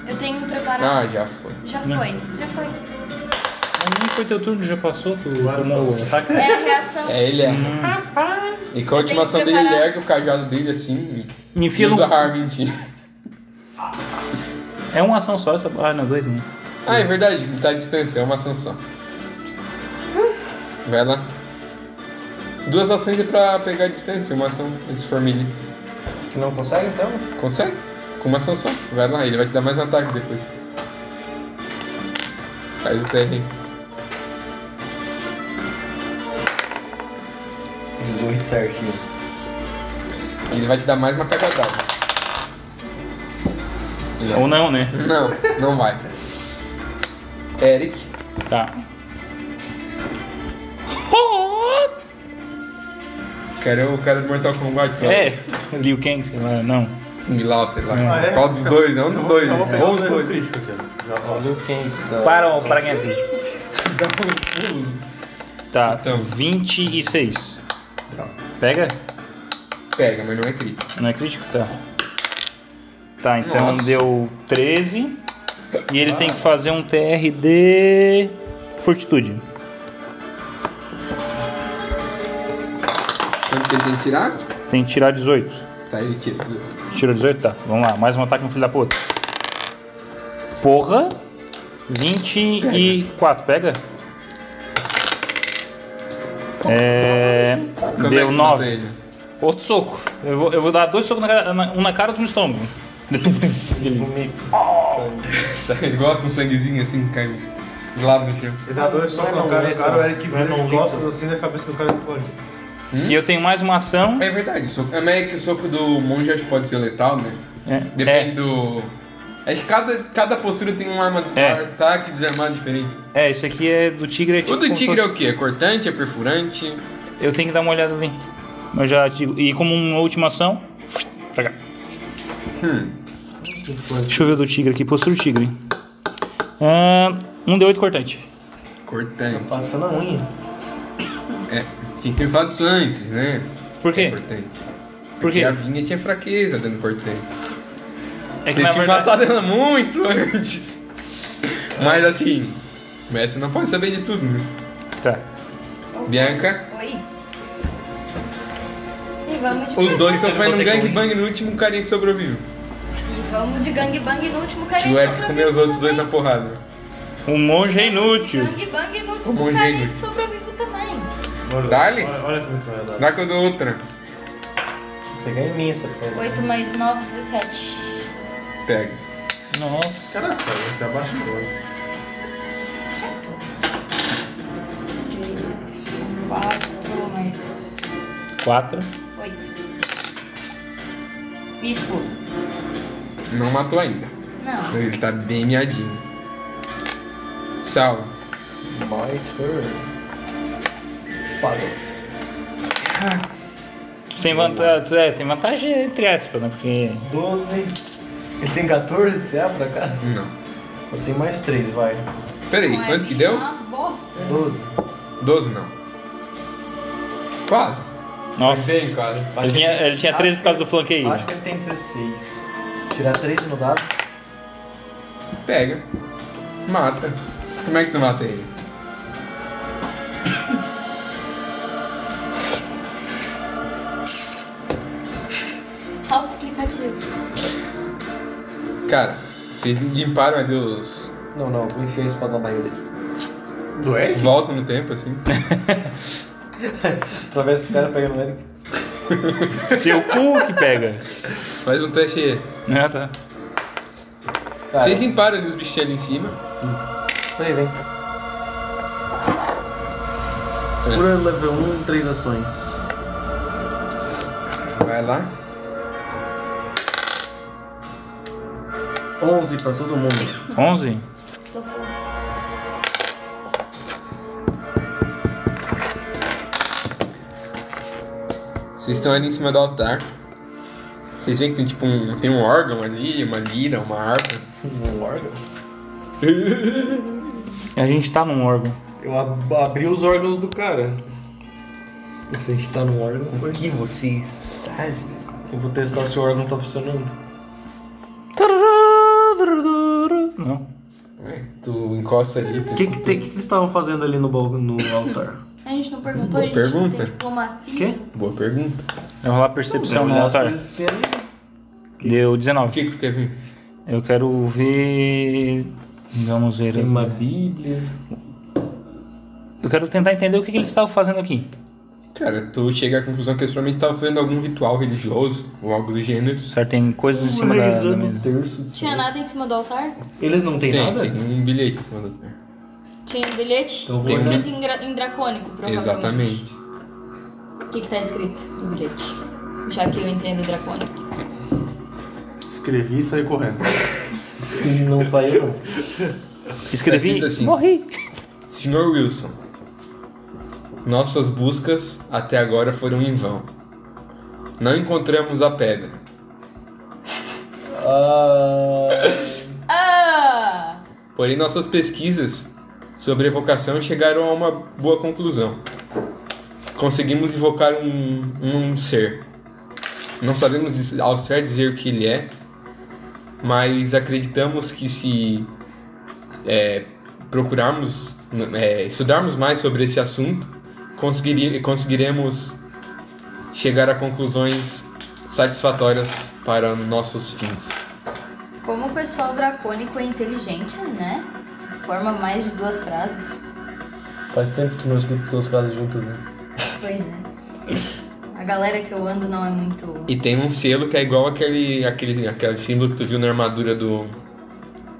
Speaker 4: Eu tenho me preparado.
Speaker 3: Ah, já foi.
Speaker 4: Já
Speaker 2: Não.
Speaker 4: foi, já foi.
Speaker 2: Mas nem foi teu turno, já passou. Tu tomou o ataque.
Speaker 4: É a reação.
Speaker 3: É, ele é. E com a
Speaker 4: Eu tenho que
Speaker 3: ultimação dele, ele
Speaker 4: preparar.
Speaker 3: ergue o cajado dele assim e
Speaker 2: Enfia no...
Speaker 3: usa harm em ti.
Speaker 2: É uma ação só essa. Ah, não, dois, né?
Speaker 3: Ah, é verdade, tá à distância, é uma ação só. Vai lá. Duas ações é pra pegar a distância, uma ação se for melee.
Speaker 7: Tu não consegue então?
Speaker 3: Consegue? Com uma ação só. Vai lá, ele vai te dar mais um ataque depois. Faz o TR.
Speaker 10: 18 certinho.
Speaker 3: Ele vai te dar mais uma cajadada.
Speaker 2: Ou não, né?
Speaker 3: Não, não vai. Eric,
Speaker 2: Tá.
Speaker 3: cara é o cara do Mortal Kombat. não?
Speaker 2: É, Liu Kang, sei lá, não.
Speaker 3: Milau, sei lá.
Speaker 2: Ah,
Speaker 5: é?
Speaker 3: Qual dos dois? É um dos dois.
Speaker 5: Eu vou
Speaker 3: É
Speaker 5: pegar
Speaker 3: um
Speaker 5: um
Speaker 3: dos
Speaker 5: dano
Speaker 3: dois.
Speaker 5: crítico aqui. ó. Já vou.
Speaker 10: Olha o quem
Speaker 2: Para, o- para quem é vídeo.
Speaker 3: Dá uns pulos.
Speaker 2: Tá,
Speaker 3: Então.
Speaker 2: 26. Pega?
Speaker 3: Pega, mas não é crítico.
Speaker 2: Não é crítico? Tá. Tá, então deu 13. E ele tem que fazer um TR de fortitude.
Speaker 3: Quanto que ele tem que tirar?
Speaker 2: Tem que tirar 18.
Speaker 3: Tá, ele tira.
Speaker 2: Tirou 18? Tá, vamos lá. Mais um ataque no filho da puta. Porra. 24, pega? É.
Speaker 3: Como é que
Speaker 2: Deu
Speaker 3: tu
Speaker 2: 9.
Speaker 3: mata ele?
Speaker 2: Outro soco. Eu vou, eu vou dar dois socos na cara, na- um na cara e outro no estômago. Ele-
Speaker 3: Sai, Ele gosta com um sanguezinho assim, cai do lado do chão.
Speaker 5: Ele dá dois socos no cara, o cara, o Eric vira
Speaker 10: não
Speaker 5: de costas assim, da cabeça do cara explode.
Speaker 3: Hum?
Speaker 2: E eu tenho mais uma ação.
Speaker 3: É verdade, o soco, é que o soco do monge acho que pode ser letal, né?
Speaker 2: É,
Speaker 3: Depende
Speaker 2: é,
Speaker 3: do. Acho que cada, cada postura tem uma arma de
Speaker 2: É.
Speaker 3: ataque desarmado diferente.
Speaker 2: é, esse aqui é do tigre. É
Speaker 3: O
Speaker 2: tipo
Speaker 3: do
Speaker 2: como se
Speaker 3: tigre é
Speaker 2: fosse-
Speaker 3: o quê? É cortante, é perfurante?
Speaker 2: Eu tenho que dar uma olhada ali. Eu já digo- E como uma última ação. Pra cá.
Speaker 3: Hum.
Speaker 2: Deixa eu ver o do tigre aqui. Postura do tigre. Ah, um D8 cortante.
Speaker 3: Cortante.
Speaker 10: Tá Passando a unha.
Speaker 3: É. Tinha que ter falado isso antes, né?
Speaker 2: Por
Speaker 3: É
Speaker 2: quê?
Speaker 3: cortante.
Speaker 2: Por
Speaker 3: Porque
Speaker 2: quê?
Speaker 3: a vinha tinha fraqueza dando cortante.
Speaker 2: É que
Speaker 3: Vocês
Speaker 2: na
Speaker 3: tinham
Speaker 2: verdade.
Speaker 3: matado ela muito antes. Mas assim, o Messi não pode saber de tudo, né?
Speaker 2: Tá.
Speaker 3: Bianca,
Speaker 4: Oi. E vamos de,
Speaker 3: os dois estão
Speaker 13: vão
Speaker 3: fazendo
Speaker 13: ter
Speaker 3: um
Speaker 13: que
Speaker 3: gangbang no último carinha que sobreviveu.
Speaker 4: e vamos de gangbang no último
Speaker 3: E
Speaker 4: carinha
Speaker 3: o
Speaker 4: que
Speaker 3: Eric comeu
Speaker 4: sobreviveu.
Speaker 3: os outros dois na
Speaker 4: também.
Speaker 3: porrada.
Speaker 2: O monge é inútil.
Speaker 4: Gangbang
Speaker 3: Um
Speaker 4: no
Speaker 3: monte
Speaker 4: último
Speaker 3: de
Speaker 4: carinha que
Speaker 3: gente.
Speaker 4: sobreviveu também.
Speaker 3: Dá-lhe?
Speaker 5: Olha, olha como isso vai dar.
Speaker 3: Dá que eu dou outra.
Speaker 10: Pegar em mim essa porra.
Speaker 4: 8 mais 9, 17.
Speaker 3: Pega.
Speaker 2: Nossa.
Speaker 5: Caraca, você abaixa o olho.
Speaker 4: 4 mais
Speaker 2: Quatro.
Speaker 4: 8. E escudo.
Speaker 3: Não matou ainda.
Speaker 4: Não.
Speaker 3: Ele tá bem miadinho. Salva.
Speaker 10: My turn. Espada.
Speaker 2: Tem vantagem. É, tem vantagem entre aspas, né? Porque.
Speaker 10: 12. Ele tem 14 de
Speaker 5: é,
Speaker 10: CA por acaso?
Speaker 3: Não.
Speaker 10: Eu tenho mais 3, vai.
Speaker 3: Pera aí,
Speaker 4: Não é
Speaker 3: quanto que
Speaker 4: bicho,
Speaker 3: deu?
Speaker 4: é Uma bosta.
Speaker 10: 12.
Speaker 3: 12 não. Quase.
Speaker 2: Nossa.
Speaker 3: Bem, quase.
Speaker 2: Ele tinha, ele tinha 13 por causa do flanqueio.
Speaker 10: Acho que ele tem 16. Tirar 3 no dado.
Speaker 3: Pega. Mata. Como é que tu mata ele?
Speaker 4: Auto-explicativo. iniciativa.
Speaker 3: Cara, vocês limparam ali os.
Speaker 5: Não, não, vou enfiar a espada na barriga dele.
Speaker 3: Do Eric? Volta no tempo, assim.
Speaker 5: Atravessa o cara, pega no Eric.
Speaker 2: Seu cu que pega.
Speaker 3: Faz um teste aí.
Speaker 2: Ah, tá.
Speaker 5: Cara.
Speaker 3: Vocês limparam ali os bichinhos ali em cima.
Speaker 5: Vem, vem. Cura level 1, 3 ações.
Speaker 3: Vai lá.
Speaker 5: 11 pra todo mundo.
Speaker 2: 11?
Speaker 4: Tô fora.
Speaker 3: Vocês estão ali em cima do altar. Vocês veem que tem tipo um. Tem um órgão ali, uma lira, uma harpa.
Speaker 5: Um órgão?
Speaker 2: A gente tá num órgão.
Speaker 22: Eu ab- abri os órgãos do cara.
Speaker 5: Se a gente tá no órgão, foi.
Speaker 22: que vocês fazem?
Speaker 5: Eu vou testar se o órgão tá funcionando.
Speaker 2: Não.
Speaker 3: É, Tu encosta ali, tu
Speaker 5: O que, que, te- que que eles estavam fazendo ali no, bal- no altar?
Speaker 4: A gente não perguntou,
Speaker 3: Boa
Speaker 4: a gente
Speaker 3: pergunta.
Speaker 4: tem diplomacia.
Speaker 5: Quê?
Speaker 3: Boa pergunta.
Speaker 2: Eu rolar percepção no
Speaker 5: Olhar as
Speaker 2: altar.
Speaker 5: coisas que tem ali.
Speaker 2: Deu
Speaker 3: O
Speaker 2: 19.
Speaker 3: que, que tu quer vir?
Speaker 2: Eu quero ver. Vamos ver.
Speaker 5: Tem uma bíblia.
Speaker 2: Eu quero tentar entender o que, que eles estavam fazendo aqui.
Speaker 3: Cara, tu chega à conclusão que eles provavelmente estavam fazendo algum ritual religioso ou algo do gênero.
Speaker 2: Certo? Tem coisas em cima da, da mesa.
Speaker 5: um terço.
Speaker 4: Tinha nada em cima do altar?
Speaker 5: Eles não têm
Speaker 3: tem,
Speaker 5: nada?
Speaker 3: tem um bilhete em cima do altar.
Speaker 4: Tinha um bilhete
Speaker 5: Então eu vou
Speaker 4: escrito em, gra- em dracônico, provavelmente.
Speaker 3: Exatamente.
Speaker 4: O que, que tá escrito no bilhete? Já que eu entendo dracônico.
Speaker 10: Escrevi e saí correndo.
Speaker 5: Não saiu, não.
Speaker 3: Tá
Speaker 2: Escrevi.
Speaker 3: escrito assim.
Speaker 2: Morri.
Speaker 3: Senhor Wilson, nossas buscas até agora foram em vão. Não encontramos a pedra.
Speaker 5: Ah,
Speaker 4: Ah!
Speaker 3: Porém, nossas pesquisas sobre evocação chegaram a uma boa conclusão. Conseguimos invocar um, um ser. Não sabemos diz- ao certo dizer o que ele é, mas acreditamos que se é, procurarmos, n- é, estudarmos mais sobre esse assunto, conseguiri- conseguiremos chegar a conclusões satisfatórias para nossos fins.
Speaker 4: Como o pessoal dracônico é inteligente, né? Forma mais de duas frases.
Speaker 5: faz tempo que tu não escuta tuas frases juntas, né?
Speaker 4: Pois é. A galera que eu ando não é muito.
Speaker 3: E tem um selo que é igual aquele, aquele, aquele símbolo que tu viu na armadura do,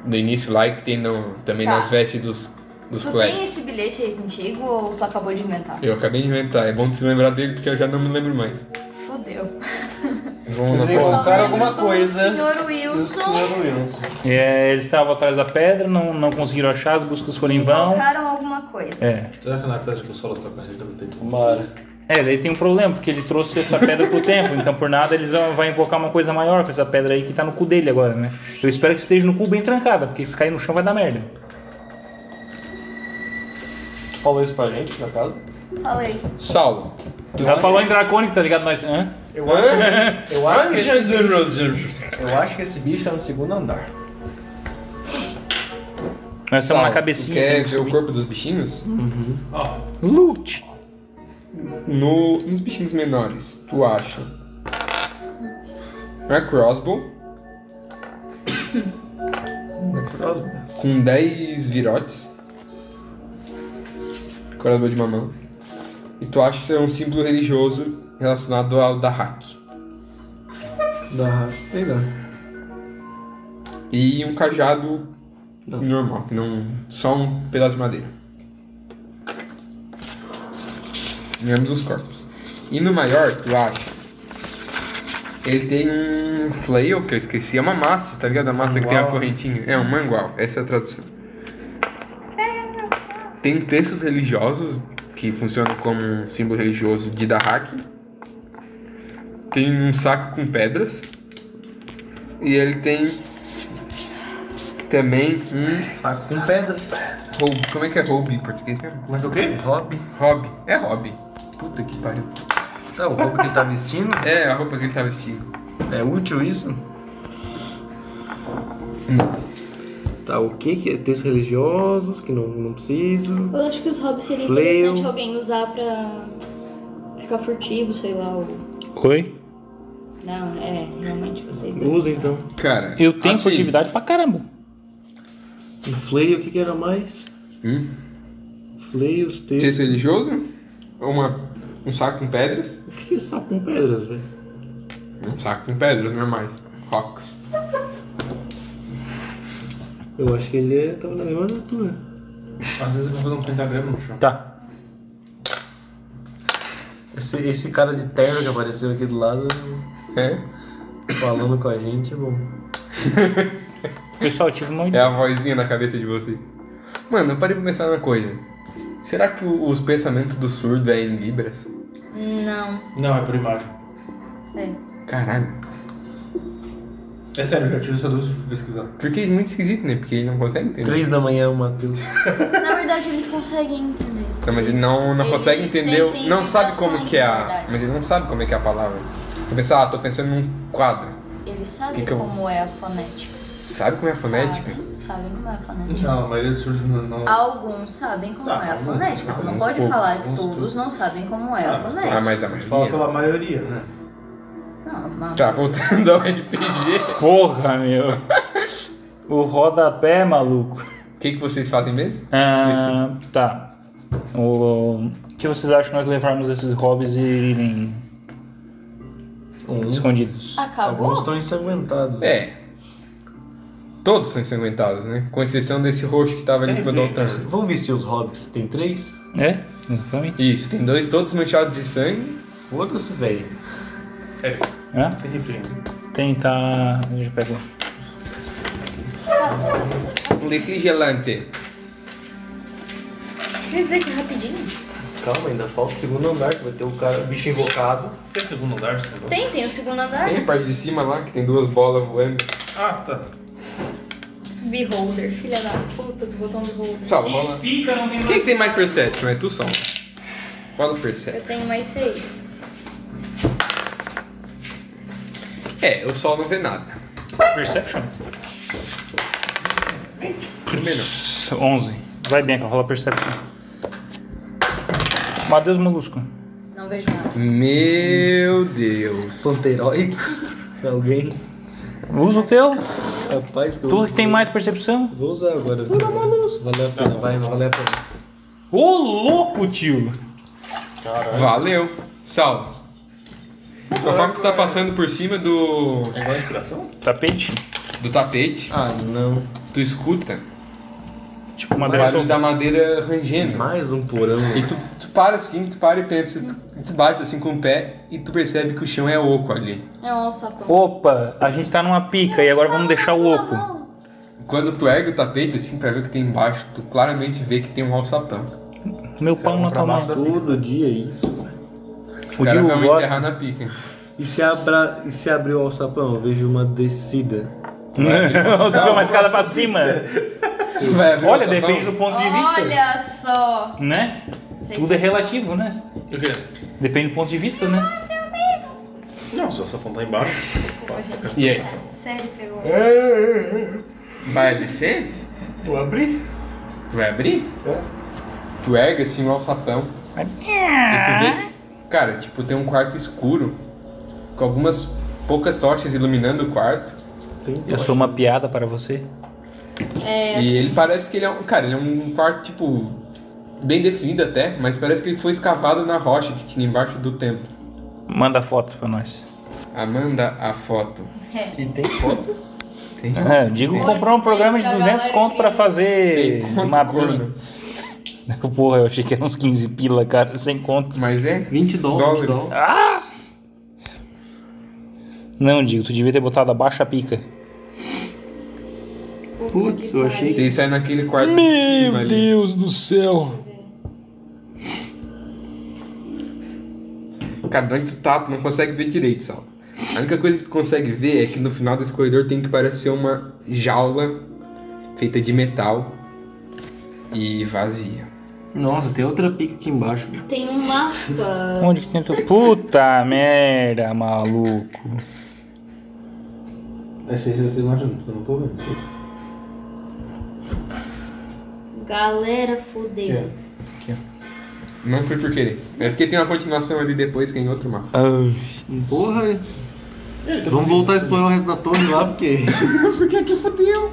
Speaker 3: do início lá e que tem no, também
Speaker 4: Tá.
Speaker 3: nas vestes dos, dos
Speaker 4: Tu
Speaker 3: colegas.
Speaker 4: tem esse bilhete aí contigo ou tu acabou de inventar?
Speaker 3: Eu acabei de inventar, é bom tu se lembrar dele porque eu já não me lembro mais.
Speaker 4: Fudeu.
Speaker 3: Vamos
Speaker 5: Quer dizer,
Speaker 3: lá.
Speaker 5: Colocaram
Speaker 4: Eu só lembro
Speaker 5: alguma
Speaker 4: do
Speaker 5: coisa.
Speaker 4: Senhor
Speaker 5: Eu
Speaker 4: Wilson.
Speaker 5: sou eu.
Speaker 2: É, eles estavam atrás da pedra, não, não conseguiram achar, as buscas foram em vão.
Speaker 4: Colocaram alguma coisa.
Speaker 2: É.
Speaker 10: Será que na verdade que o solo
Speaker 5: tá
Speaker 10: está carregando o tempo?
Speaker 5: Bora.
Speaker 2: É, daí tem um problema, porque ele trouxe essa pedra pro tempo, então por nada eles vão vai invocar uma coisa maior com essa pedra aí que tá no cu dele agora, né? Eu espero que esteja no cu bem trancada, porque se cair no chão vai dar merda.
Speaker 5: Tu falou isso pra gente, por acaso?
Speaker 4: Falei.
Speaker 3: Saulo,
Speaker 2: Já falou em dracônico, tá ligado? Nós. Hã?
Speaker 5: Eu acho, eu acho que é esse bicho, eu acho que esse bicho tá no segundo andar.
Speaker 2: Nós estamos na
Speaker 3: tu
Speaker 2: cabecinha. né,
Speaker 3: quer
Speaker 2: temos que
Speaker 3: ver o
Speaker 2: subir.
Speaker 3: corpo dos bichinhos?
Speaker 2: Loot!
Speaker 3: No, nos bichinhos menores, tu acha? Uma crossbow com 10 virotes. Crossbow de mamão. E tu acha que é um símbolo religioso relacionado ao Dahak.
Speaker 5: Da legal.
Speaker 3: E um cajado
Speaker 5: Não.
Speaker 3: normal, que não. Só um pedaço de madeira. Em ambos os corpos. E no maior, tu acha? Ele tem um flail, que eu esqueci, é uma massa, tá ligado? A massa que tem a
Speaker 5: Mangual.
Speaker 3: correntinha. É, um mangual, essa é a tradução. Tem textos religiosos, que funcionam como um símbolo religioso de Dahak. Tem um saco com pedras. E ele tem também um
Speaker 5: Saco Tá com pedras.
Speaker 3: Hobby. Como é que é hobby em português mesmo?
Speaker 5: Mas o quê? Hobby.
Speaker 3: Hobby. É hobby. Puta que pariu.
Speaker 5: É o roubo que ele tá vestindo.
Speaker 3: É a roupa que ele tá vestindo.
Speaker 5: É útil isso? Tá, o que que é? Textos religiosos que não, não preciso.
Speaker 4: Eu acho que os hobbies seria
Speaker 5: Flail.
Speaker 4: interessante alguém usar pra ficar furtivo, sei lá. Ou...
Speaker 2: Oi?
Speaker 4: Não, é, realmente vocês dois.
Speaker 23: Usa então.
Speaker 3: Cara,
Speaker 2: Eu tenho
Speaker 3: assim,
Speaker 2: furtividade pra caramba.
Speaker 23: Infleio, o que que era mais?
Speaker 3: Hum?
Speaker 23: Infleio os textos.
Speaker 3: Texto religioso? Uma, um saco com pedras?
Speaker 23: O que que é saco com pedras, velho?
Speaker 3: Um saco com pedras normais. Rocks.
Speaker 23: Eu acho que ele é, tava na mesma da tua.
Speaker 5: Às vezes eu vou fazer um pentagrama no chão.
Speaker 2: Tá.
Speaker 10: Esse, esse cara de terno que apareceu aqui do lado
Speaker 3: É,
Speaker 10: falando com a
Speaker 5: é
Speaker 10: gente, bom.
Speaker 2: Pessoal, eu tive uma
Speaker 3: é a vozinha na cabeça de você. Mano, eu parei pra pensar uma coisa. Será que o- os pensamentos do surdo é em libras?
Speaker 4: Não,
Speaker 5: Não, é por imagem.
Speaker 4: é.
Speaker 3: Caralho.
Speaker 5: É sério, eu já tive essa dúvida de pesquisar.
Speaker 3: Porque é muito esquisito, né? Porque ele não consegue entender.
Speaker 10: Três da manhã, o Matheus.
Speaker 4: Na verdade, eles conseguem entender.
Speaker 3: Não, mas ele não, não
Speaker 4: Eles
Speaker 3: consegue entender, o-
Speaker 4: sentem
Speaker 3: não sabe como
Speaker 4: vibrações,
Speaker 3: que é
Speaker 4: na
Speaker 3: a,
Speaker 4: verdade.
Speaker 3: mas ele não sabe como é que é a palavra. Ele pensa, ah, tô pensando num quadro.
Speaker 4: Eles sabem
Speaker 3: Que que eu-
Speaker 4: como é a fonética.
Speaker 3: Sabe como é a fonética?
Speaker 4: Sabem, sabem como é a fonética.
Speaker 5: Não, a maioria dos surdos não. não-
Speaker 4: Alguns sabem como
Speaker 5: Tá,
Speaker 4: é a
Speaker 5: alguns,
Speaker 4: fonética. Você não
Speaker 5: alguns
Speaker 4: pode
Speaker 3: poucos,
Speaker 4: falar que
Speaker 5: alguns
Speaker 4: todos
Speaker 5: poucos.
Speaker 4: não sabem como é a
Speaker 5: Ah,
Speaker 3: Ah,
Speaker 4: fonética.
Speaker 3: mas a
Speaker 5: Fala
Speaker 3: maioria.
Speaker 5: pela maioria, né?
Speaker 4: Não, não.
Speaker 3: Tá, voltando ao RPG.
Speaker 2: Porra, meu. O rodapé, maluco.
Speaker 3: O que, que vocês fazem mesmo?
Speaker 2: Ah, tá. O o que vocês acham nós levarmos esses hobbies e irem
Speaker 5: um.
Speaker 2: Tá escondidos?
Speaker 10: Alguns
Speaker 5: Ah,
Speaker 4: Acabou?
Speaker 10: estão ensanguentados.
Speaker 3: É. Todos são ensanguentados, né? Com exceção desse roxo que tava ali tipo
Speaker 10: É,
Speaker 3: adotando.
Speaker 10: Vamos vestir os hobbits. Tem três?
Speaker 2: É? Exatamente.
Speaker 3: Isso, tem dois todos manchados de sangue.
Speaker 10: Foda-se, velho.
Speaker 2: Hã?
Speaker 5: Tem refém.
Speaker 2: Tentar. Deixa eu pegar.
Speaker 3: Refrigerante.
Speaker 4: Quer dizer que rapidinho?
Speaker 10: Calma, ainda falta o segundo andar, que vai ter o cara, o bicho invocado.
Speaker 5: Tem segundo andar esse negócio?
Speaker 4: Tem, tem o segundo andar.
Speaker 3: Tem a parte de cima lá que tem duas bolas voando.
Speaker 5: Ah, tá.
Speaker 4: Beholder, filha da
Speaker 24: Puta, do botão do rolo.
Speaker 3: Salva lá.
Speaker 2: Pica não tem
Speaker 3: Quem que tem mais perception? É tu, Som. Fala o perception.
Speaker 4: Eu tenho mais seis.
Speaker 3: É, o sol não vê nada.
Speaker 2: Perception?
Speaker 3: Também não.
Speaker 2: 11. Vai bem, que rola Perception. Madeus Molusco.
Speaker 4: Não vejo nada.
Speaker 3: Meu Deus.
Speaker 10: Panterói. Alguém?
Speaker 2: Usa o teu.
Speaker 10: Rapaz, que eu
Speaker 2: Tu que tem mais percepção.
Speaker 10: Vou usar agora. Valeu a
Speaker 5: Tá
Speaker 10: pena, vai, valeu a pena.
Speaker 2: Ô, louco, tio!
Speaker 3: Valeu. Salve. Conforme tu tá passando por cima do,
Speaker 5: Igual a inspiração?
Speaker 2: Tapete.
Speaker 3: do tapete,
Speaker 10: Ah, não.
Speaker 3: tu escuta
Speaker 2: Tipo, uma
Speaker 3: o
Speaker 2: direção.
Speaker 3: barulho da madeira rangendo.
Speaker 10: Mais um porão.
Speaker 3: E tu, tu para assim, tu para e pensa, tu, tu bate assim com o pé e tu percebe que o chão é oco ali.
Speaker 4: É um alçapão.
Speaker 2: Opa, a gente tá numa pica e agora vamos deixar o oco.
Speaker 3: Quando tu ergue o tapete assim pra ver o que tem embaixo, tu claramente vê que tem um alçapão.
Speaker 2: Meu pau na tua mão.
Speaker 10: Todo dia isso.
Speaker 3: Os
Speaker 2: O
Speaker 3: caras
Speaker 2: Diego
Speaker 3: vão
Speaker 2: gosta.
Speaker 3: enterrar na pica.
Speaker 10: E se, abra... e se abrir o alçapão, eu vejo uma descida.
Speaker 2: Né? tu vê uma escada pra cima.
Speaker 3: Tu vai abrir o
Speaker 2: Tá Olha,
Speaker 3: alçapão?
Speaker 2: depende do ponto de vista.
Speaker 4: Olha só!
Speaker 2: Né?
Speaker 4: Vocês
Speaker 2: Tudo é relativo, né?
Speaker 5: O quê?
Speaker 2: Depende do ponto de vista, né?
Speaker 5: Não, se eu só
Speaker 10: tá
Speaker 5: apontar embaixo.
Speaker 4: Desculpa, gente.
Speaker 3: E é isso.
Speaker 4: Sério, pegou.
Speaker 3: Vai descer?
Speaker 5: Vou abrir.
Speaker 3: Tu vai abrir? Tu ergue assim o alçapão. E tu vê que, cara, tipo, tem um quarto escuro. Com algumas poucas tochas iluminando o quarto.
Speaker 2: Eu sou uma piada para você.
Speaker 4: É,
Speaker 3: E ele parece que ele é um. Cara, ele é um quarto, tipo. Bem definido até, mas parece que ele foi escavado na rocha que tinha embaixo do templo.
Speaker 2: Manda foto pra nós.
Speaker 3: Amanda, a foto.
Speaker 4: é.
Speaker 10: E tem foto?
Speaker 3: Tem?
Speaker 2: É, eu digo
Speaker 4: Pois
Speaker 2: comprar um programa de
Speaker 4: tem,
Speaker 2: 200
Speaker 4: galera,
Speaker 2: conto pra
Speaker 4: que-
Speaker 2: fazer
Speaker 3: Sem conto,
Speaker 2: uma
Speaker 3: gordo.
Speaker 2: Porra, eu achei que era uns 15 pila, cara, sem conto.
Speaker 3: Mas é.
Speaker 23: 20 dólares.
Speaker 3: Dólares. Ah.
Speaker 23: dólares.
Speaker 2: Não, digo, tu devia ter botado abaixo a pica.
Speaker 4: Puta
Speaker 23: Putz,
Speaker 4: que
Speaker 23: eu
Speaker 4: pariu.
Speaker 23: achei
Speaker 3: Vocês saem naquele quarto de cima ali.
Speaker 2: Deus do céu.
Speaker 3: Cara, de onde tu tá, tu não consegue ver direito, Sal. A única coisa que tu consegue ver é que no final desse corredor tem que parecer uma jaula feita de metal e vazia.
Speaker 23: Nossa, tem outra pica aqui embaixo.
Speaker 4: Tem um mapa.
Speaker 2: Onde que tem tu? Puta merda, maluco.
Speaker 10: É,
Speaker 5: Essa aí vocês imaginam, porque eu não tô vendo isso.
Speaker 4: Galera, fudeu.
Speaker 10: é.
Speaker 3: Não foi por querer. É porque tem uma continuação ali depois que é em outro mapa.
Speaker 2: Ai,
Speaker 23: Porra,
Speaker 25: Vamos voltar a explorar o resto da torre lá, porque.
Speaker 3: Porque aqui fodeu.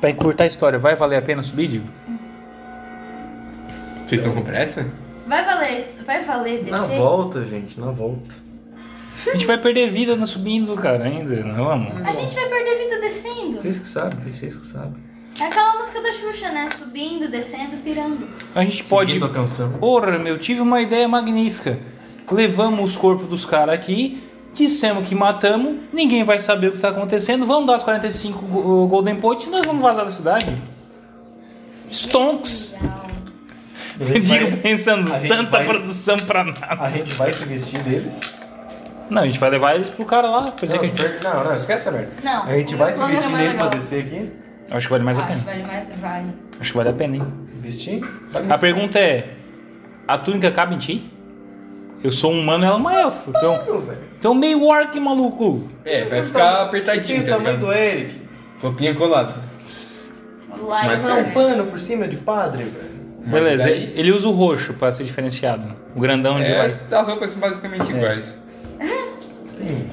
Speaker 2: Pra encurtar a história, vai valer a pena subir, Digo?
Speaker 26: Vocês estão com pressa?
Speaker 6: Vai valer, vai valer
Speaker 10: Na
Speaker 6: descer?
Speaker 10: volta, gente, na volta.
Speaker 2: A gente vai perder vida no subindo, cara, ainda, não é, vamos?
Speaker 6: A gente vai perder vida descendo.
Speaker 10: Vocês que sabem, vocês que sabem.
Speaker 6: É aquela música da Xuxa, né? Subindo, descendo, pirando.
Speaker 2: A gente pode.
Speaker 10: Seguindo a canção.
Speaker 2: Porra, meu, tive uma ideia magnífica. Levamos os corpos dos caras aqui, dissemos que matamos, ninguém vai saber o que tá acontecendo, vamos dar as 45 go- eh, Golden Points e nós vamos vazar da cidade. Stonks!
Speaker 10: gente
Speaker 2: Digo
Speaker 10: vai-
Speaker 2: pensando,
Speaker 10: a gente
Speaker 2: tanta
Speaker 10: vai-
Speaker 2: produção pra nada.
Speaker 10: A gente vai se vestir deles?
Speaker 2: Não, a gente vai levar eles pro cara lá, pra dizer
Speaker 10: Não,
Speaker 2: que a gente.
Speaker 10: per- não, não, esquece essa merda.
Speaker 6: Não.
Speaker 10: A gente
Speaker 6: o
Speaker 10: vai
Speaker 6: meu
Speaker 10: se
Speaker 6: plano
Speaker 10: vestir
Speaker 6: era mais
Speaker 10: nele pra
Speaker 6: legal.
Speaker 10: descer aquaqui?
Speaker 2: Acho que vale mais a
Speaker 6: Acho que
Speaker 2: pena.
Speaker 6: vale mais. Vale.
Speaker 2: Acho que vale a pena, hein?
Speaker 10: Vestir?
Speaker 2: A pergunta é: a túnica cabe em ti? Eu sou um humano, ela é uma elfo. Então, então meio orc, maluco.
Speaker 3: É, vai ficar
Speaker 10: Tem
Speaker 3: apertadinho,
Speaker 10: o
Speaker 3: tá
Speaker 10: tamanho do
Speaker 3: ligado?
Speaker 10: Eric.
Speaker 3: Roupinha colada.
Speaker 6: Lá
Speaker 3: Mas é
Speaker 6: em
Speaker 10: É um
Speaker 6: Varna.
Speaker 10: pano por cima de padre, velho.
Speaker 3: Mas
Speaker 2: Beleza,
Speaker 3: daí-
Speaker 2: ele usa o roxo pra ser diferenciado. O grandão de
Speaker 3: É,
Speaker 2: lycra.
Speaker 3: as as roupas são basicamente iguais.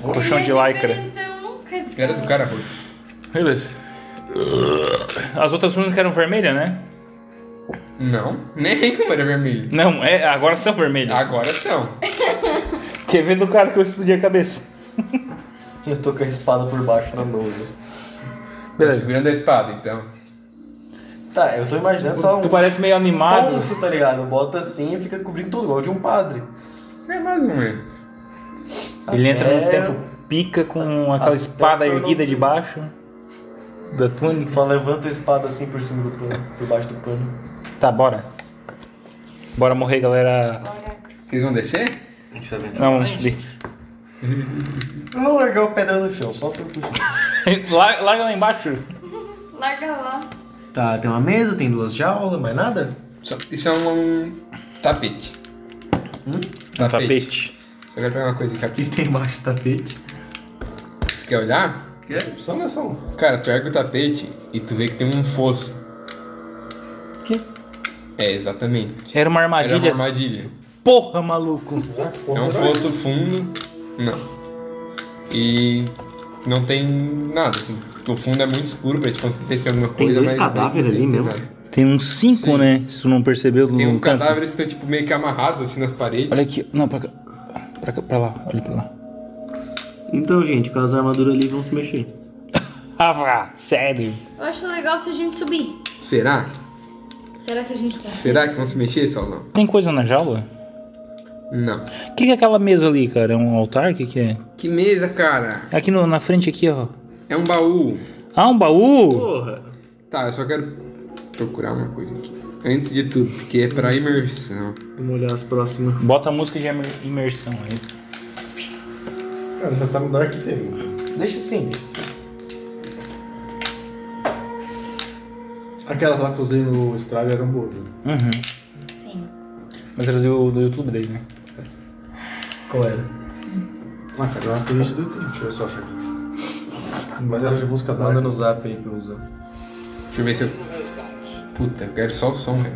Speaker 2: Colchão de
Speaker 6: Ele é
Speaker 2: lycra.
Speaker 6: diferente, eu nunca-
Speaker 3: Era do cara roxo.
Speaker 2: Beleza. As outras túnicas eram vermelhas, né?
Speaker 3: Não, nem como era vermelho.
Speaker 2: Não, é, agora são vermelhas.
Speaker 3: Agora são.
Speaker 2: Quer ver do cara que eu explodi a cabeça?
Speaker 10: Eu tô com a espada por baixo na mão. né?
Speaker 3: Tá segurando a espada, então.
Speaker 10: Tá, eu tô imaginando só um
Speaker 2: Tu parece meio animado.
Speaker 10: ponto, tá ligado? Bota assim e fica cobrindo tudo, igual de um padre.
Speaker 3: É mais ou menos.
Speaker 2: Ele entra no
Speaker 10: Até-
Speaker 2: tempo pica com aquela
Speaker 10: Até
Speaker 2: espada
Speaker 10: que eu não
Speaker 2: erguida
Speaker 10: sei.
Speaker 2: de baixo da túnica.
Speaker 10: Só levanta a espada assim por cima do pano, por baixo do pano.
Speaker 2: Tá, bora. Bora morrer, galera.
Speaker 3: Vocês vão descer?
Speaker 2: Não, vamos subir.
Speaker 10: Eu vou largar o pedra no chão, só por puxar.
Speaker 2: Larga larga lá embaixo.
Speaker 6: Larga lá.
Speaker 25: Tá, tem uma mesa, tem duas jaulas.
Speaker 10: Aula, mais nada?
Speaker 3: Só- Isso é um tapete.
Speaker 2: Um
Speaker 3: Tapete.
Speaker 2: tapete.
Speaker 3: Só quero pegar uma coisa aqui.
Speaker 25: E tem embaixo o tapete.
Speaker 3: Quer olhar?
Speaker 25: Quer? Só
Speaker 5: é
Speaker 25: uma só um.
Speaker 3: Cara, tu ergue o tapete e tu vê que tem um fosso.
Speaker 2: Quê?
Speaker 3: É, exatamente.
Speaker 2: Era uma
Speaker 3: Era
Speaker 2: armadilha.
Speaker 3: uma armadilha.
Speaker 2: Porra, maluco.
Speaker 3: É um
Speaker 5: né?
Speaker 3: fosso fundo. Não. E não tem nada, assim. O fundo é muito escuro pra gente conseguir perceber alguma coisa.
Speaker 25: Tem dois
Speaker 3: mas
Speaker 25: cadáveres
Speaker 3: não tem
Speaker 25: ali
Speaker 3: nada.
Speaker 2: Tem uns cinco, né? Se tu não percebeu no
Speaker 3: Tem uns
Speaker 2: canto.
Speaker 3: cadáveres que estão tipo, meio que amarrados assim nas paredes.
Speaker 2: Olha aqui. Não, pra cá. Pra, cá, pra lá. Olha pra lá.
Speaker 25: Então, gente, com as armaduras ali vão se mexer.
Speaker 2: Ah, vá, sério.
Speaker 6: Eu acho legal se a gente subir.
Speaker 3: Será?
Speaker 6: Será que a gente consegue?
Speaker 3: Será que vão se mexer, Solão?
Speaker 2: Tem coisa na jaula?
Speaker 3: Não.
Speaker 2: O que, que é aquela mesa ali, cara? É um altar? O que, que é?
Speaker 3: Que mesa, cara!
Speaker 2: Aqui no- na frente, aqui, ó.
Speaker 3: É um baú.
Speaker 2: Ah, um baú?
Speaker 25: Porra!
Speaker 3: Tá, eu só quero procurar uma coisa aqui. Antes de tudo, porque é pra imersão.
Speaker 25: Vamos olhar as próximas.
Speaker 2: Bota a música de imer- imersão aí.
Speaker 5: Cara, já tá melhor que teve.
Speaker 10: Deixa assim, deixa assim.
Speaker 5: Aquelas lá que eu usei no estrago eram boas. né?
Speaker 2: Uhum.
Speaker 6: Sim.
Speaker 2: Mas era do, do YouTube dele, né?
Speaker 10: Qual era?
Speaker 5: Ah, cara, era uma playlist do YouTube, deixa eu ver se eu acho aqui. Mas era de música
Speaker 10: Manda
Speaker 5: dark.
Speaker 10: no Tá zap aí pra eu usar.
Speaker 3: Deixa eu ver se eu. Puta, eu quero só o som, velho.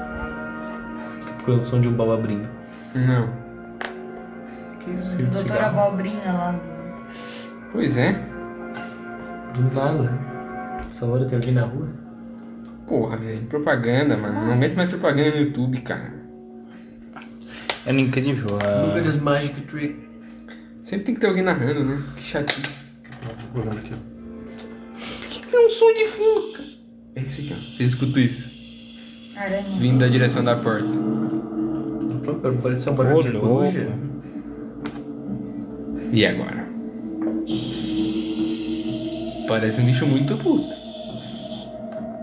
Speaker 10: Tô procurando o som de um balabrinho.
Speaker 3: Não.
Speaker 10: Que isso?
Speaker 6: Doutora Balbrinha lá.
Speaker 3: Pois é.
Speaker 10: Do nada, né? Essa hora tem alguém na rua?
Speaker 3: Porra, velho. Propaganda, mano. Não aguento mais propaganda no YouTube, cara.
Speaker 2: Era incrível. ah.
Speaker 10: Lucas Magic Trick.
Speaker 3: Sempre tem que ter alguém narrando, né? Que chatice.
Speaker 5: Tô olhando aqui, ó.
Speaker 3: Tem um som de fundo. É isso aqui, ó. Vocês escutam isso?
Speaker 6: Aranha.
Speaker 3: Vindo da direção da porta.
Speaker 10: Não Parece ser um
Speaker 2: Ô,
Speaker 10: barulho de
Speaker 2: louco.
Speaker 10: coruja.
Speaker 3: E agora? Parece um bicho muito puto.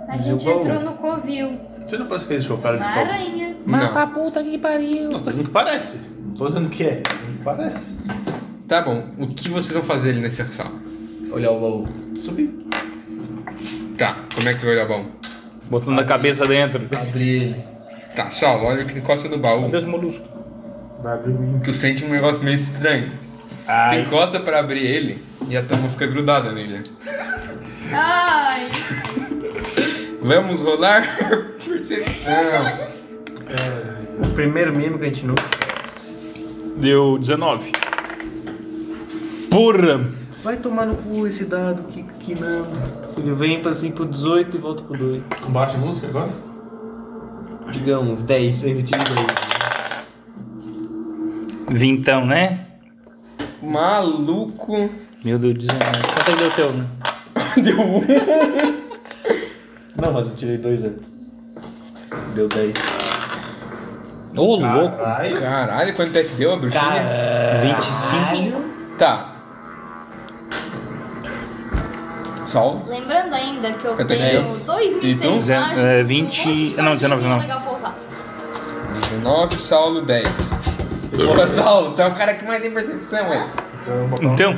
Speaker 6: A gente entrou no covil.
Speaker 5: Você não parece que eles chocaram de
Speaker 6: Uma
Speaker 5: pau?
Speaker 6: aranha.
Speaker 3: Não.
Speaker 2: puta que pariu.
Speaker 5: Não, tô dizendo que parece. Não tô dizendo que é, tô dizendo que parece.
Speaker 3: Tá bom. O que vocês vão fazer ali nessa sala?
Speaker 10: Olhar o baú.
Speaker 5: Subi.
Speaker 3: Tá. Como é que vai dar bom?
Speaker 2: Botando a cabeça dentro.
Speaker 10: Abri ele.
Speaker 3: Tá, Saulo, olha o que encosta do baú.
Speaker 2: Cadê os moluscos?
Speaker 5: Vai abrir o mim.
Speaker 3: Tu sente um negócio meio estranho. Tu
Speaker 2: Ai,
Speaker 3: encosta pra abrir ele e a tua mão fica grudada nele.
Speaker 6: Ai.
Speaker 3: Vamos rolar decepção.
Speaker 10: O primeiro meme que a gente nunca esquece.
Speaker 2: Deu 19. Porra!
Speaker 10: Vai tomar no cu esse dado, que, que não. Ele vem pra, assim pro 18 e volta pro 2.
Speaker 5: Combate a música agora?
Speaker 27: Digão, 10, ainda tive 10.
Speaker 2: Vintão, né?
Speaker 3: Maluco.
Speaker 2: Meu Deus, 19. Quanto é que deu teu, né?
Speaker 3: Deu um.
Speaker 27: Não, mas eu tirei 2 antes. Deu 10.
Speaker 2: Ô, louco!
Speaker 5: Caralho.
Speaker 3: Caralho, quanto é que deu a bruxinha?
Speaker 2: É. 25.
Speaker 3: Tá. Salve.
Speaker 4: Lembrando ainda que eu
Speaker 3: Eu tenho
Speaker 4: tenho
Speaker 3: dez.
Speaker 4: 2.600
Speaker 3: Então,
Speaker 2: dezen-
Speaker 4: páginas,
Speaker 2: é,
Speaker 4: um monte de
Speaker 2: 20
Speaker 4: páginas
Speaker 2: não, 19
Speaker 4: que é
Speaker 2: não.
Speaker 4: legal pra usar.
Speaker 3: 19, Saulo 10. Boa, Saulo, tu é o cara que mais tem percepção, velho.
Speaker 5: É
Speaker 2: Então,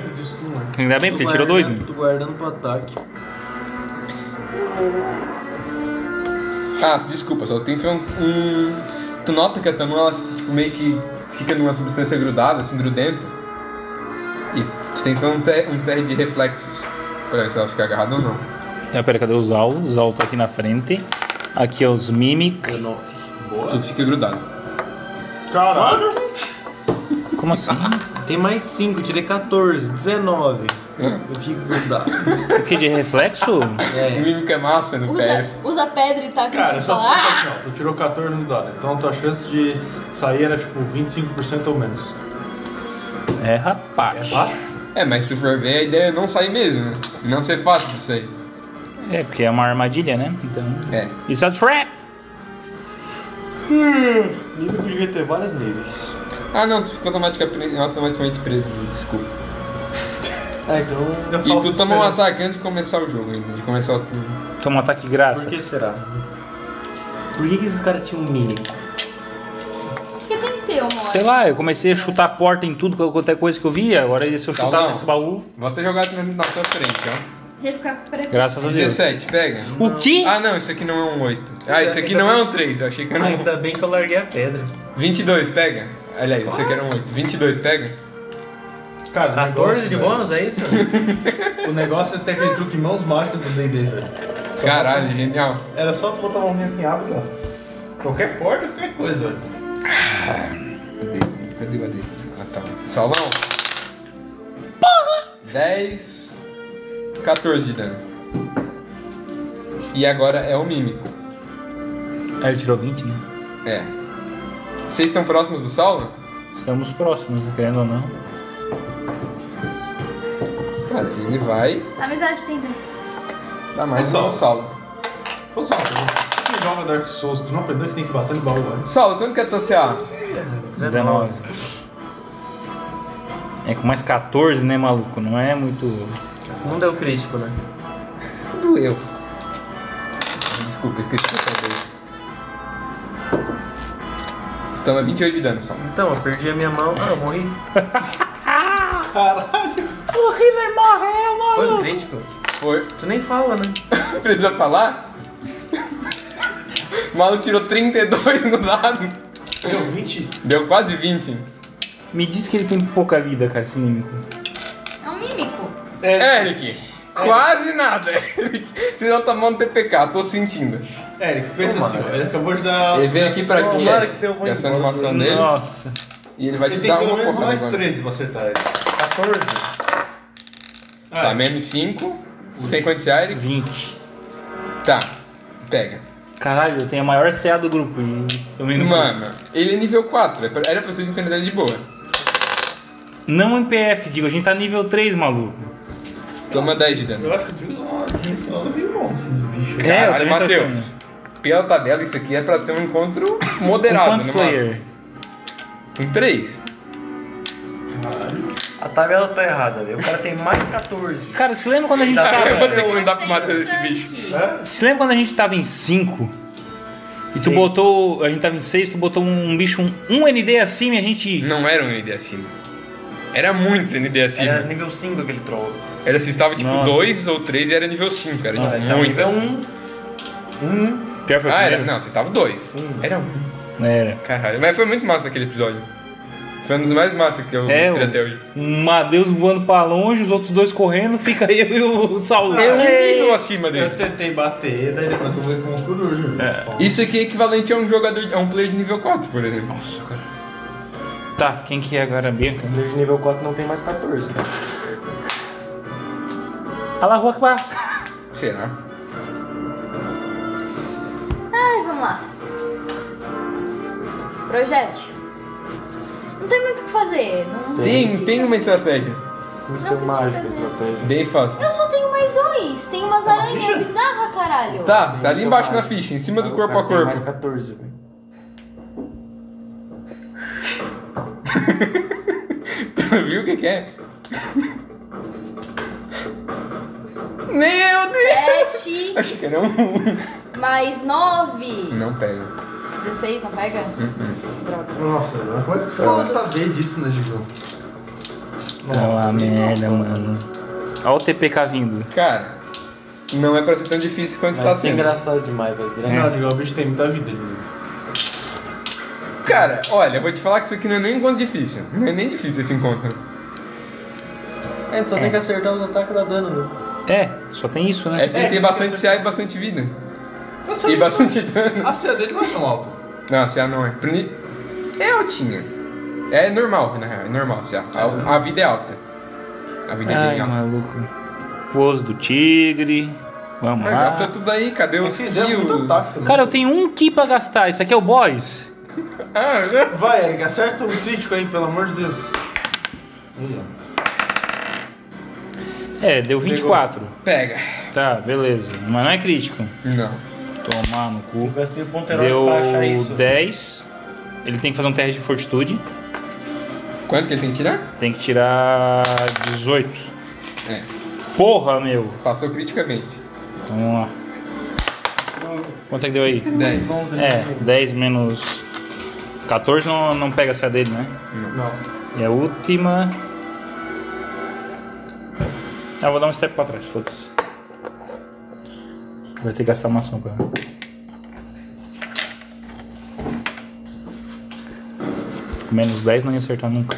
Speaker 2: ainda bem, porque ele tirou 2, né?
Speaker 28: Tô guardando pro ataque.
Speaker 3: Ah, desculpa, só tem um, um. Tu nota que a Tanu ela tipo, meio que fica numa substância grudada, assim, grudenta. E tu tem que fazer um, te um teste de reflexos pra ver se ela fica agarrada ou não.
Speaker 2: Não, pera, cadê o Zaulo? O Zaulo tá aqui na frente. Aqui é os Mimic.
Speaker 3: Tu fica grudado.
Speaker 5: Caralho.
Speaker 2: Como assim?
Speaker 28: Tem mais 5, tirei 14, 19.
Speaker 2: É.
Speaker 3: Hã?
Speaker 28: Eu fico grudado.
Speaker 2: O que de reflexo?
Speaker 3: O
Speaker 28: É.
Speaker 3: mímico é massa no PF.
Speaker 29: Usa, usa pedra e taca
Speaker 5: Cara,
Speaker 29: assim,
Speaker 5: só
Speaker 29: fala,
Speaker 5: pensa assim, ó, tu tirou 14 no dado, então a tua chance de sair era tipo 25% ou menos.
Speaker 2: É, rapaz.
Speaker 5: É baixo?
Speaker 3: É, mas se for ver, a ideia é não sair mesmo, né? Não ser fácil disso aí.
Speaker 2: É, porque é uma armadilha, né? Então.
Speaker 3: É.
Speaker 2: Isso é trap!
Speaker 27: Nível devia ter vários níveis.
Speaker 3: Ah, não, tu fica automatica pre- automaticamente preso, né? desculpa.
Speaker 28: Ah, então.
Speaker 5: Eu
Speaker 3: E
Speaker 5: faço
Speaker 3: tu toma um
Speaker 5: esperança.
Speaker 3: ataque antes de começar o jogo, ainda, de começar o turno.
Speaker 2: Toma um ataque de graça.
Speaker 28: Por que será? Por que, que esses caras tinham um mini?
Speaker 4: "Ah, Por que tem que ter uma
Speaker 2: Sei
Speaker 4: hora?
Speaker 2: lá, eu comecei a chutar a porta em tudo, qualquer coisa que eu via. Agora, se eu
Speaker 3: Calma.
Speaker 2: chutasse esse baú,
Speaker 3: Vou até jogar na tua frente, ó.
Speaker 4: Você ficar preparado.
Speaker 2: graças a Deus.
Speaker 3: 17, pega.
Speaker 2: O quê?
Speaker 3: Ah, não, isso aqui não é um 8. Ah, isso aqui não é um 3. Eu achei que era um
Speaker 28: Ainda bem que eu larguei a pedra.
Speaker 3: 22, pega. Aliás, isso aqui era um 8. 22, pega.
Speaker 5: Cara, o negócio,
Speaker 28: 14 de
Speaker 5: velho,
Speaker 28: bônus, é isso?
Speaker 5: O negócio é ter aquele truque mãos mágicas do D&D, velho.
Speaker 3: Caralho, genial.
Speaker 5: Era só botar a mãozinha assim, abre, ó. Qualquer porta, qualquer coisa, velho.
Speaker 3: Cadê o Adesivo? Ah, tá. Salão. Porra! 10, 14 de dano. E agora é o mímico.
Speaker 2: Ah, ele tirou 20, né?
Speaker 3: É. Vocês estão próximos do Saulo?
Speaker 2: Estamos próximos, né? querendo ou não.
Speaker 3: Cara, ele vai
Speaker 4: Amizade tem dessas.
Speaker 3: dar mais
Speaker 5: Ô,
Speaker 3: um
Speaker 5: Saulo.
Speaker 3: no Saulo.
Speaker 5: Pô, só uma pergunta. Por que joga Dark Souls? Tu não aprendeu que tem que bater no baú, velho?
Speaker 3: Saulo, quanto que é a tua CA?
Speaker 2: 19. É com mais 14, né, maluco? Não é muito.
Speaker 10: Não deu crítico, né?
Speaker 3: Doeu. Desculpa, esqueci outra vez. Estamos a 28 de dano, Saulo.
Speaker 10: Então, eu perdi a minha mão. Ah, eu morri. Caralho! O River morreu, mano! Foi um crítico?
Speaker 3: Foi.
Speaker 10: Tu nem fala, né?
Speaker 3: Precisa falar? O maluco tirou 32 no dado.
Speaker 5: Deu 20?
Speaker 3: Deu quase 20.
Speaker 2: Me diz que ele tem pouca vida, cara, esse mímico.
Speaker 4: É um mímico.
Speaker 5: É.
Speaker 3: Eric, quase nada, Eric. Vocês um não tomando TPK, tô sentindo.
Speaker 5: Eric, pensa assim, ó. Ele acabou de dar...
Speaker 3: Ele veio aqui pra ti,
Speaker 5: Tomara
Speaker 3: Eric,
Speaker 5: que deu, vou
Speaker 3: que é essa
Speaker 5: embora.
Speaker 3: animação dele,
Speaker 2: Nossa.
Speaker 3: e ele vai
Speaker 5: Ele
Speaker 3: te
Speaker 5: tem
Speaker 3: dar
Speaker 5: pelo
Speaker 3: uma
Speaker 5: menos
Speaker 3: porrada
Speaker 5: mais
Speaker 3: agora.
Speaker 5: 13 pra acertar ele.
Speaker 10: 14.
Speaker 3: Tá, menos 5. Você tem quantos, Eric?
Speaker 2: 20.
Speaker 3: Tá, pega.
Speaker 2: Caralho, eu tenho a maior CA do grupo e eu me
Speaker 3: Mano, ele é nível 4, é pra- era pra vocês entenderem de boa.
Speaker 2: Não em PF, digo, a gente tá nível 3, maluco.
Speaker 3: Toma 10 de dano.
Speaker 5: Eu acho que o Digo não não viu bom esses bichos.
Speaker 2: é, eu
Speaker 3: Caralho,
Speaker 2: também tô
Speaker 3: Matheus.
Speaker 2: achando.
Speaker 3: Pela tabela, isso aqui é pra ser um encontro
Speaker 2: Com
Speaker 3: moderado, né, Um
Speaker 2: quantos
Speaker 3: no máximo.
Speaker 2: player?
Speaker 3: Com 3.
Speaker 10: A tabela tá errada, velho. O cara tem mais 14.
Speaker 2: Cara, se lembra quando a gente
Speaker 10: Tá.
Speaker 3: Eu vou
Speaker 2: tava.
Speaker 3: ter que mandar pro
Speaker 4: Tem
Speaker 3: Matheus
Speaker 4: um
Speaker 3: esse bicho.
Speaker 4: tanque.
Speaker 2: Se lembra quando a gente tava em 5? E tu botou. A gente tava em 6, tu botou um bicho, um, um ND acima e a gente.
Speaker 3: Não era um ND acima. Era muitos ND acima.
Speaker 10: Era
Speaker 3: Era,
Speaker 10: É nível 5 aquele troll.
Speaker 3: se estava tipo
Speaker 2: Nossa.
Speaker 3: 2 ou 3 e era nível 5. Era
Speaker 2: Ah,
Speaker 3: tipo
Speaker 2: então
Speaker 3: muito.
Speaker 10: é Nível 1.
Speaker 2: Pior foi o
Speaker 3: Ah, era.
Speaker 2: primeiro.
Speaker 3: Não, você estava 2. Era um.
Speaker 2: Era.
Speaker 3: Caralho. Mas foi muito massa aquele episódio. Foi um dos mais massa que eu
Speaker 2: É,
Speaker 3: mostrei
Speaker 2: o-
Speaker 3: até hoje.
Speaker 2: Um Madeus voando pra longe, os outros dois correndo, fica eu e o Saulo.
Speaker 3: Eu um nível acima dele.
Speaker 5: Eu tentei bater, daí depois eu vou com o corujo.
Speaker 3: Isso aqui é equivalente a um jogador, a um player de nível 4, por exemplo.
Speaker 2: Nossa, cara. Tá, quem que é agora, Bianca?
Speaker 30: Desde nível 4 não tem mais 14. cara.
Speaker 2: Alá, Akbar.
Speaker 3: Será?
Speaker 4: Ai, vamos lá. Projétil. Não tem muito o que fazer. Não
Speaker 3: Tem, tem uma estratégia.
Speaker 4: Não,
Speaker 10: Missão
Speaker 4: que
Speaker 10: mágica,
Speaker 4: dicas, né?
Speaker 10: estratégia.
Speaker 3: Bem fácil.
Speaker 4: Eu só tenho mais dois. Tem umas aranhas bizarras, caralho.
Speaker 3: Tá, tá ali
Speaker 10: Missão
Speaker 3: embaixo na
Speaker 10: mágica.
Speaker 3: ficha, em
Speaker 30: é
Speaker 3: cima do
Speaker 10: Ah, o
Speaker 3: corpo
Speaker 10: cara
Speaker 3: a
Speaker 10: tem
Speaker 3: corpo.
Speaker 10: mais 14, velho.
Speaker 3: Viu o que, que é? Meu Deus!
Speaker 4: Sete
Speaker 3: Acho que era um.
Speaker 4: mais nove.
Speaker 3: Não pega.
Speaker 4: 16, não pega? Droga.
Speaker 5: Nossa, mano, como é que você
Speaker 4: Escudo.
Speaker 5: vai saber disso, né, Gigão?
Speaker 2: Tá merda, mano. Olha o TPK vindo.
Speaker 3: Cara, não é pra ser tão difícil quanto tá
Speaker 10: Vai ser
Speaker 3: sendo.
Speaker 10: é engraçado demais, vai
Speaker 3: É.
Speaker 10: virar
Speaker 5: Não, Gigão, o bicho tem muita vida, né? Gigão.
Speaker 3: Cara, olha, eu vou te falar que isso aqui não é nem um encontro difícil. Não é nem difícil esse encontro.
Speaker 30: A gente É, só tem que acertar os ataques da dano, né?
Speaker 2: É, só tem isso, né?
Speaker 3: É que ele tem bastante CA e bastante vida. E bastante dano.
Speaker 5: A CA dele não é tão alta.
Speaker 3: Não, CA não é. Pri- É altinha. É normal, na real. É normal, CA. A, a vida é alta. A vida é
Speaker 2: Ai,
Speaker 3: bem alta.
Speaker 2: maluco. Pose do tigre. Vamos
Speaker 3: Ah, gasta
Speaker 2: lá.
Speaker 3: tudo aí, cadê os
Speaker 5: Esse Zé é muito
Speaker 3: kills?
Speaker 5: ataque,
Speaker 2: Cara, eu tenho um ki pra gastar. Isso aqui é o boys?
Speaker 3: Ah, já-
Speaker 5: Vai, Eric, acerta o crítico aí, pelo amor de Deus. Aí, ó.
Speaker 2: É, deu 24.
Speaker 3: Pega.
Speaker 2: Tá, beleza. Mas não é crítico.
Speaker 3: Não.
Speaker 2: Tomar no
Speaker 31: Eu
Speaker 2: cu.
Speaker 31: gastei o ponto herói
Speaker 2: Deu
Speaker 31: pra achar isso.
Speaker 2: 10. Ele tem que fazer um teste de fortitude.
Speaker 3: Quanto que ele tem que tirar?
Speaker 2: Tem que tirar 18.
Speaker 3: É.
Speaker 2: Porra, meu.
Speaker 3: Passou criticamente.
Speaker 2: Vamos lá. Quanto é que deu aí?
Speaker 3: 10.
Speaker 2: É, 10 menos 14 não, não pega essa dele, né? Não. E a última. Ah, vou dar um step pra trás, foda-se. Vai ter que gastar uma ação pra. Menos 10 não ia acertar nunca.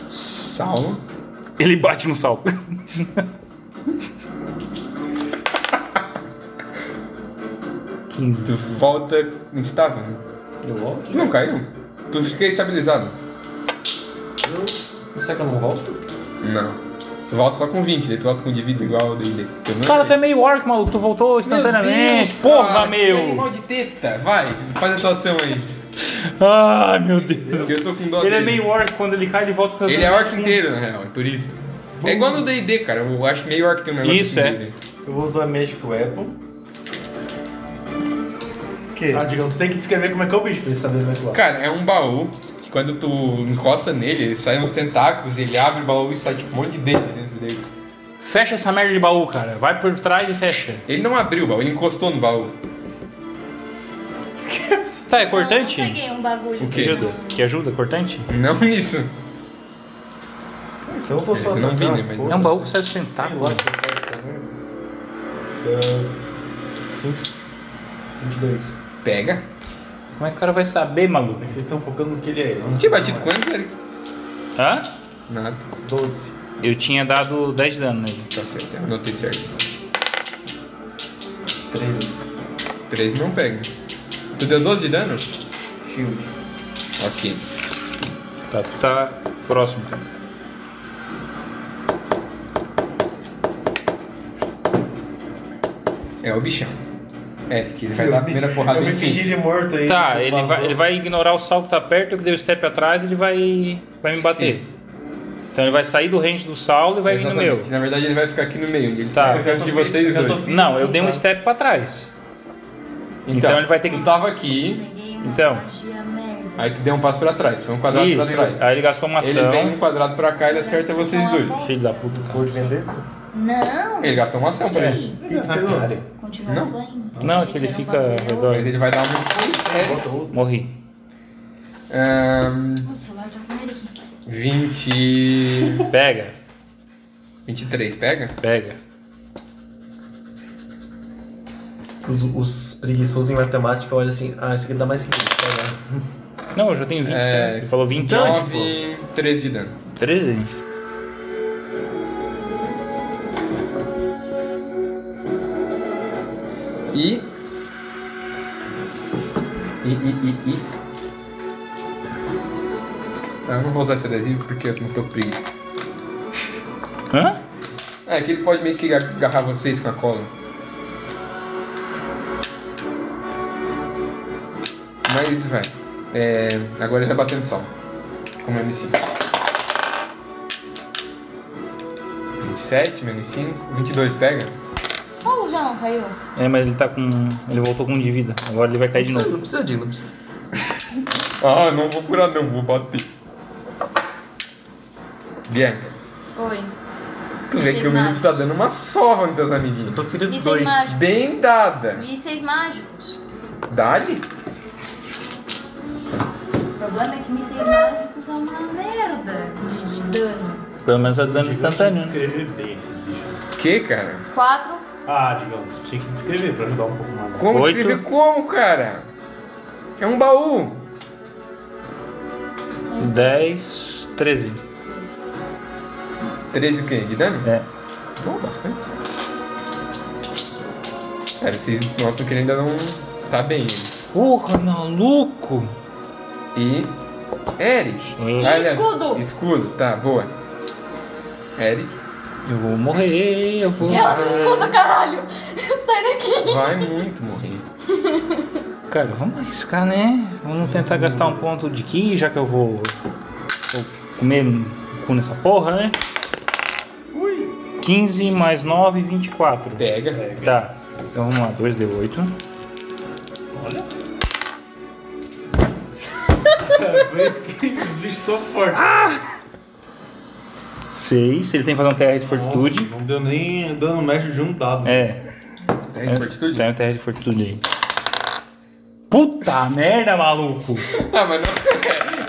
Speaker 3: 10. Salvo.
Speaker 2: Ele bate no salto.
Speaker 3: Tu volta instável. né?
Speaker 30: Eu volto?
Speaker 3: Tu não caiu. Tu fica estabilizado.
Speaker 30: Será que eu não volto?
Speaker 3: Não. Tu volta só com 20, daí tu volta com de vida igual ao dele. Eu não
Speaker 2: Cara, tu
Speaker 3: sei.
Speaker 2: é meio orc, maluco. Tu voltou instantaneamente.
Speaker 3: Meu Deus,
Speaker 2: Porra,
Speaker 3: cara, que
Speaker 2: meu!
Speaker 3: Animal de teta. Vai, faz a tua ação aí.
Speaker 2: Ai, meu Deus.
Speaker 3: Que eu tô com dó
Speaker 2: Ele é
Speaker 3: dele.
Speaker 2: meio orc, quando ele cai, ele volta
Speaker 3: Ele é orc inteiro, na real, é por isso. É igual no DD, cara. Eu acho que meio orc tem um negócio
Speaker 2: Isso,
Speaker 3: assim
Speaker 2: é.
Speaker 3: dele.
Speaker 10: Eu vou usar Magic Weapon.
Speaker 5: Ah, Digão, tu tem que descrever como é que é o bicho pra ele saber mais lá.
Speaker 3: Cara, é um baú. que Quando tu encosta nele, ele sai uns tentáculos, ele abre o baú e sai tipo um monte de dente dentro dele. é-
Speaker 2: Fecha essa merda de baú, cara. Vai por trás e fecha.
Speaker 3: Ele não abriu o baú, ele encostou no baú.
Speaker 2: Tá, é
Speaker 4: Importante.
Speaker 2: cortante?
Speaker 4: Não, eu peguei um bagulho.
Speaker 3: O
Speaker 2: Que
Speaker 3: quê?
Speaker 2: ajuda? Que ajuda, cortante?
Speaker 3: Não nisso.
Speaker 5: é.
Speaker 30: Então eu vou só
Speaker 3: Eu não vi,
Speaker 30: atacar,
Speaker 3: né, mas-
Speaker 30: pô.
Speaker 2: É um baú que sai dos
Speaker 30: Sei lá
Speaker 2: tentáculos.
Speaker 30: que eu faço essa
Speaker 31: né?
Speaker 30: merda. É, 22.
Speaker 3: Pega.
Speaker 2: Como é que o cara vai saber, maluco?
Speaker 5: Mas vocês estão focando no que ele é. Não
Speaker 3: Tinha batido quantos, Eric?
Speaker 2: Hã?
Speaker 3: Nada.
Speaker 30: 12.
Speaker 2: Eu tinha dado 10 de dano nele.
Speaker 3: Tá certo, eu anotei certo. 13. 13 não pega. Tu deu 12 de dano?
Speaker 30: Shield.
Speaker 3: Ok.
Speaker 2: Tá, tu tá próximo, cara.
Speaker 3: É o bichão. É, que ele vai dar a primeira porrada
Speaker 31: Eu me
Speaker 3: em ti.
Speaker 31: fingi de morto aí.
Speaker 2: Tá,
Speaker 31: Eu
Speaker 2: ele
Speaker 31: passo-
Speaker 2: vai, ele vai ignorar o sal que tá perto, que deu o step atrás, ele vai, vai me bater. Então ele vai sair do range do Saulo e vai vir no
Speaker 3: Exatamente.
Speaker 2: meu.
Speaker 3: Na verdade, ele vai ficar aqui no meio. Ele tá
Speaker 2: Tá.
Speaker 3: antes de vocês
Speaker 31: Eu tô
Speaker 3: dois.
Speaker 31: fi-
Speaker 2: Não, eu dei um step pra trás. Então, ele vai ter que.
Speaker 3: Tu tava aqui,
Speaker 4: Peguei uma
Speaker 2: Então.
Speaker 4: magia merda.
Speaker 3: aí tu deu um passo pra trás. Foi um quadrado
Speaker 2: Isso.
Speaker 3: pra trás.
Speaker 2: Aí ele gastou uma
Speaker 3: Ele
Speaker 2: ação.
Speaker 3: vem um quadrado pra cá e ele acerta vocês dois.
Speaker 2: Filho da puta, cara.
Speaker 31: Vou te vender?
Speaker 4: Não.
Speaker 3: Ele gastou uma ação pra isso.
Speaker 4: Ih, Continua
Speaker 3: Não.
Speaker 4: flying.
Speaker 2: Não, é que ele
Speaker 4: Achei que
Speaker 2: fica
Speaker 4: era um
Speaker 2: ao
Speaker 4: bagulho.
Speaker 2: redor.
Speaker 3: Mas ele vai dar um uma.
Speaker 2: Morri.
Speaker 3: Ahn,
Speaker 4: O celular tá com ele aqui.
Speaker 3: 20.
Speaker 2: Pega,
Speaker 3: 23, pega?
Speaker 2: pega.
Speaker 10: Os, os preguiçosos em matemática olham assim, ah, isso aqui dá mais que isso, tá
Speaker 2: Não, eu já tenho 20, né? Você falou 20
Speaker 3: então,
Speaker 2: antes,
Speaker 3: tipo...
Speaker 2: pô.
Speaker 3: 13 de dano.
Speaker 2: 13?
Speaker 3: E. E, e, e, e. Ah, eu não vou usar esse adesivo porque eu não tô com preguiça.
Speaker 2: Hã?
Speaker 3: É, que ele pode meio que agarrar vocês com a cola. Mas, vai. É, agora ele vai batendo só. Como M5. 27, menos 5. 22, pega?
Speaker 4: um
Speaker 6: Só o João caiu.
Speaker 2: É, mas ele tá com. Ele voltou com um de vida. Agora ele vai cair de
Speaker 10: ligado?
Speaker 2: novo.
Speaker 10: Não precisa de, não precisa.
Speaker 3: Ah, não vou curar não, vou bater. Bianca,
Speaker 6: Oi.
Speaker 3: tu vê
Speaker 6: Vocês
Speaker 3: que o menino
Speaker 6: mágicos.
Speaker 3: tá dando uma sova nos teus amiguinhos.
Speaker 10: Tô filho de
Speaker 6: E seis
Speaker 10: dois.
Speaker 6: mágicos.
Speaker 3: Bem dada.
Speaker 6: E seis mágicos.
Speaker 3: Dade?
Speaker 6: O problema é que mísseis mágicos são uma merda de, de dano.
Speaker 2: Pelo menos é dano instantâneo. né?
Speaker 5: Descrever bem esse bicho.
Speaker 3: Que, cara?
Speaker 6: Quatro.
Speaker 5: Ah, digamos, tinha que descrever pra ajudar um pouco mais.
Speaker 3: Como
Speaker 2: Oito.
Speaker 3: escrever como, cara? É um baú.
Speaker 2: 10, 13.
Speaker 3: 13 o quê? De dano?
Speaker 2: É.
Speaker 3: Bom, bastante. Cara, vocês notam que ele ainda não tá bem. ele.
Speaker 2: Porra, maluco!
Speaker 3: E... Eric.
Speaker 2: Hum.
Speaker 3: aliás,
Speaker 6: escudo.
Speaker 3: Escudo, tá, boa. Eric.
Speaker 2: Eu vou morrer, eu vou.
Speaker 4: Ela se escuta, caralho! Sai daqui!
Speaker 3: Vai muito morrer.
Speaker 2: Cara, vamos arriscar, né? Vamos tentar gastar um ponto de ki, já que eu vou, vou comer cu nessa porra, né? 15 mais 9, 24.
Speaker 3: Pega.
Speaker 2: Tá, então vamos lá, 2d8.
Speaker 5: Por isso que os bichos são fortes.
Speaker 2: 6, ele tem que fazer um TR de fortitude.
Speaker 5: Nossa, não deu nem dano médio de um dado.
Speaker 2: É,
Speaker 3: Tem fortitude?
Speaker 2: tem um TR de fortitude aí. Puta merda, maluco!
Speaker 3: Ah, mas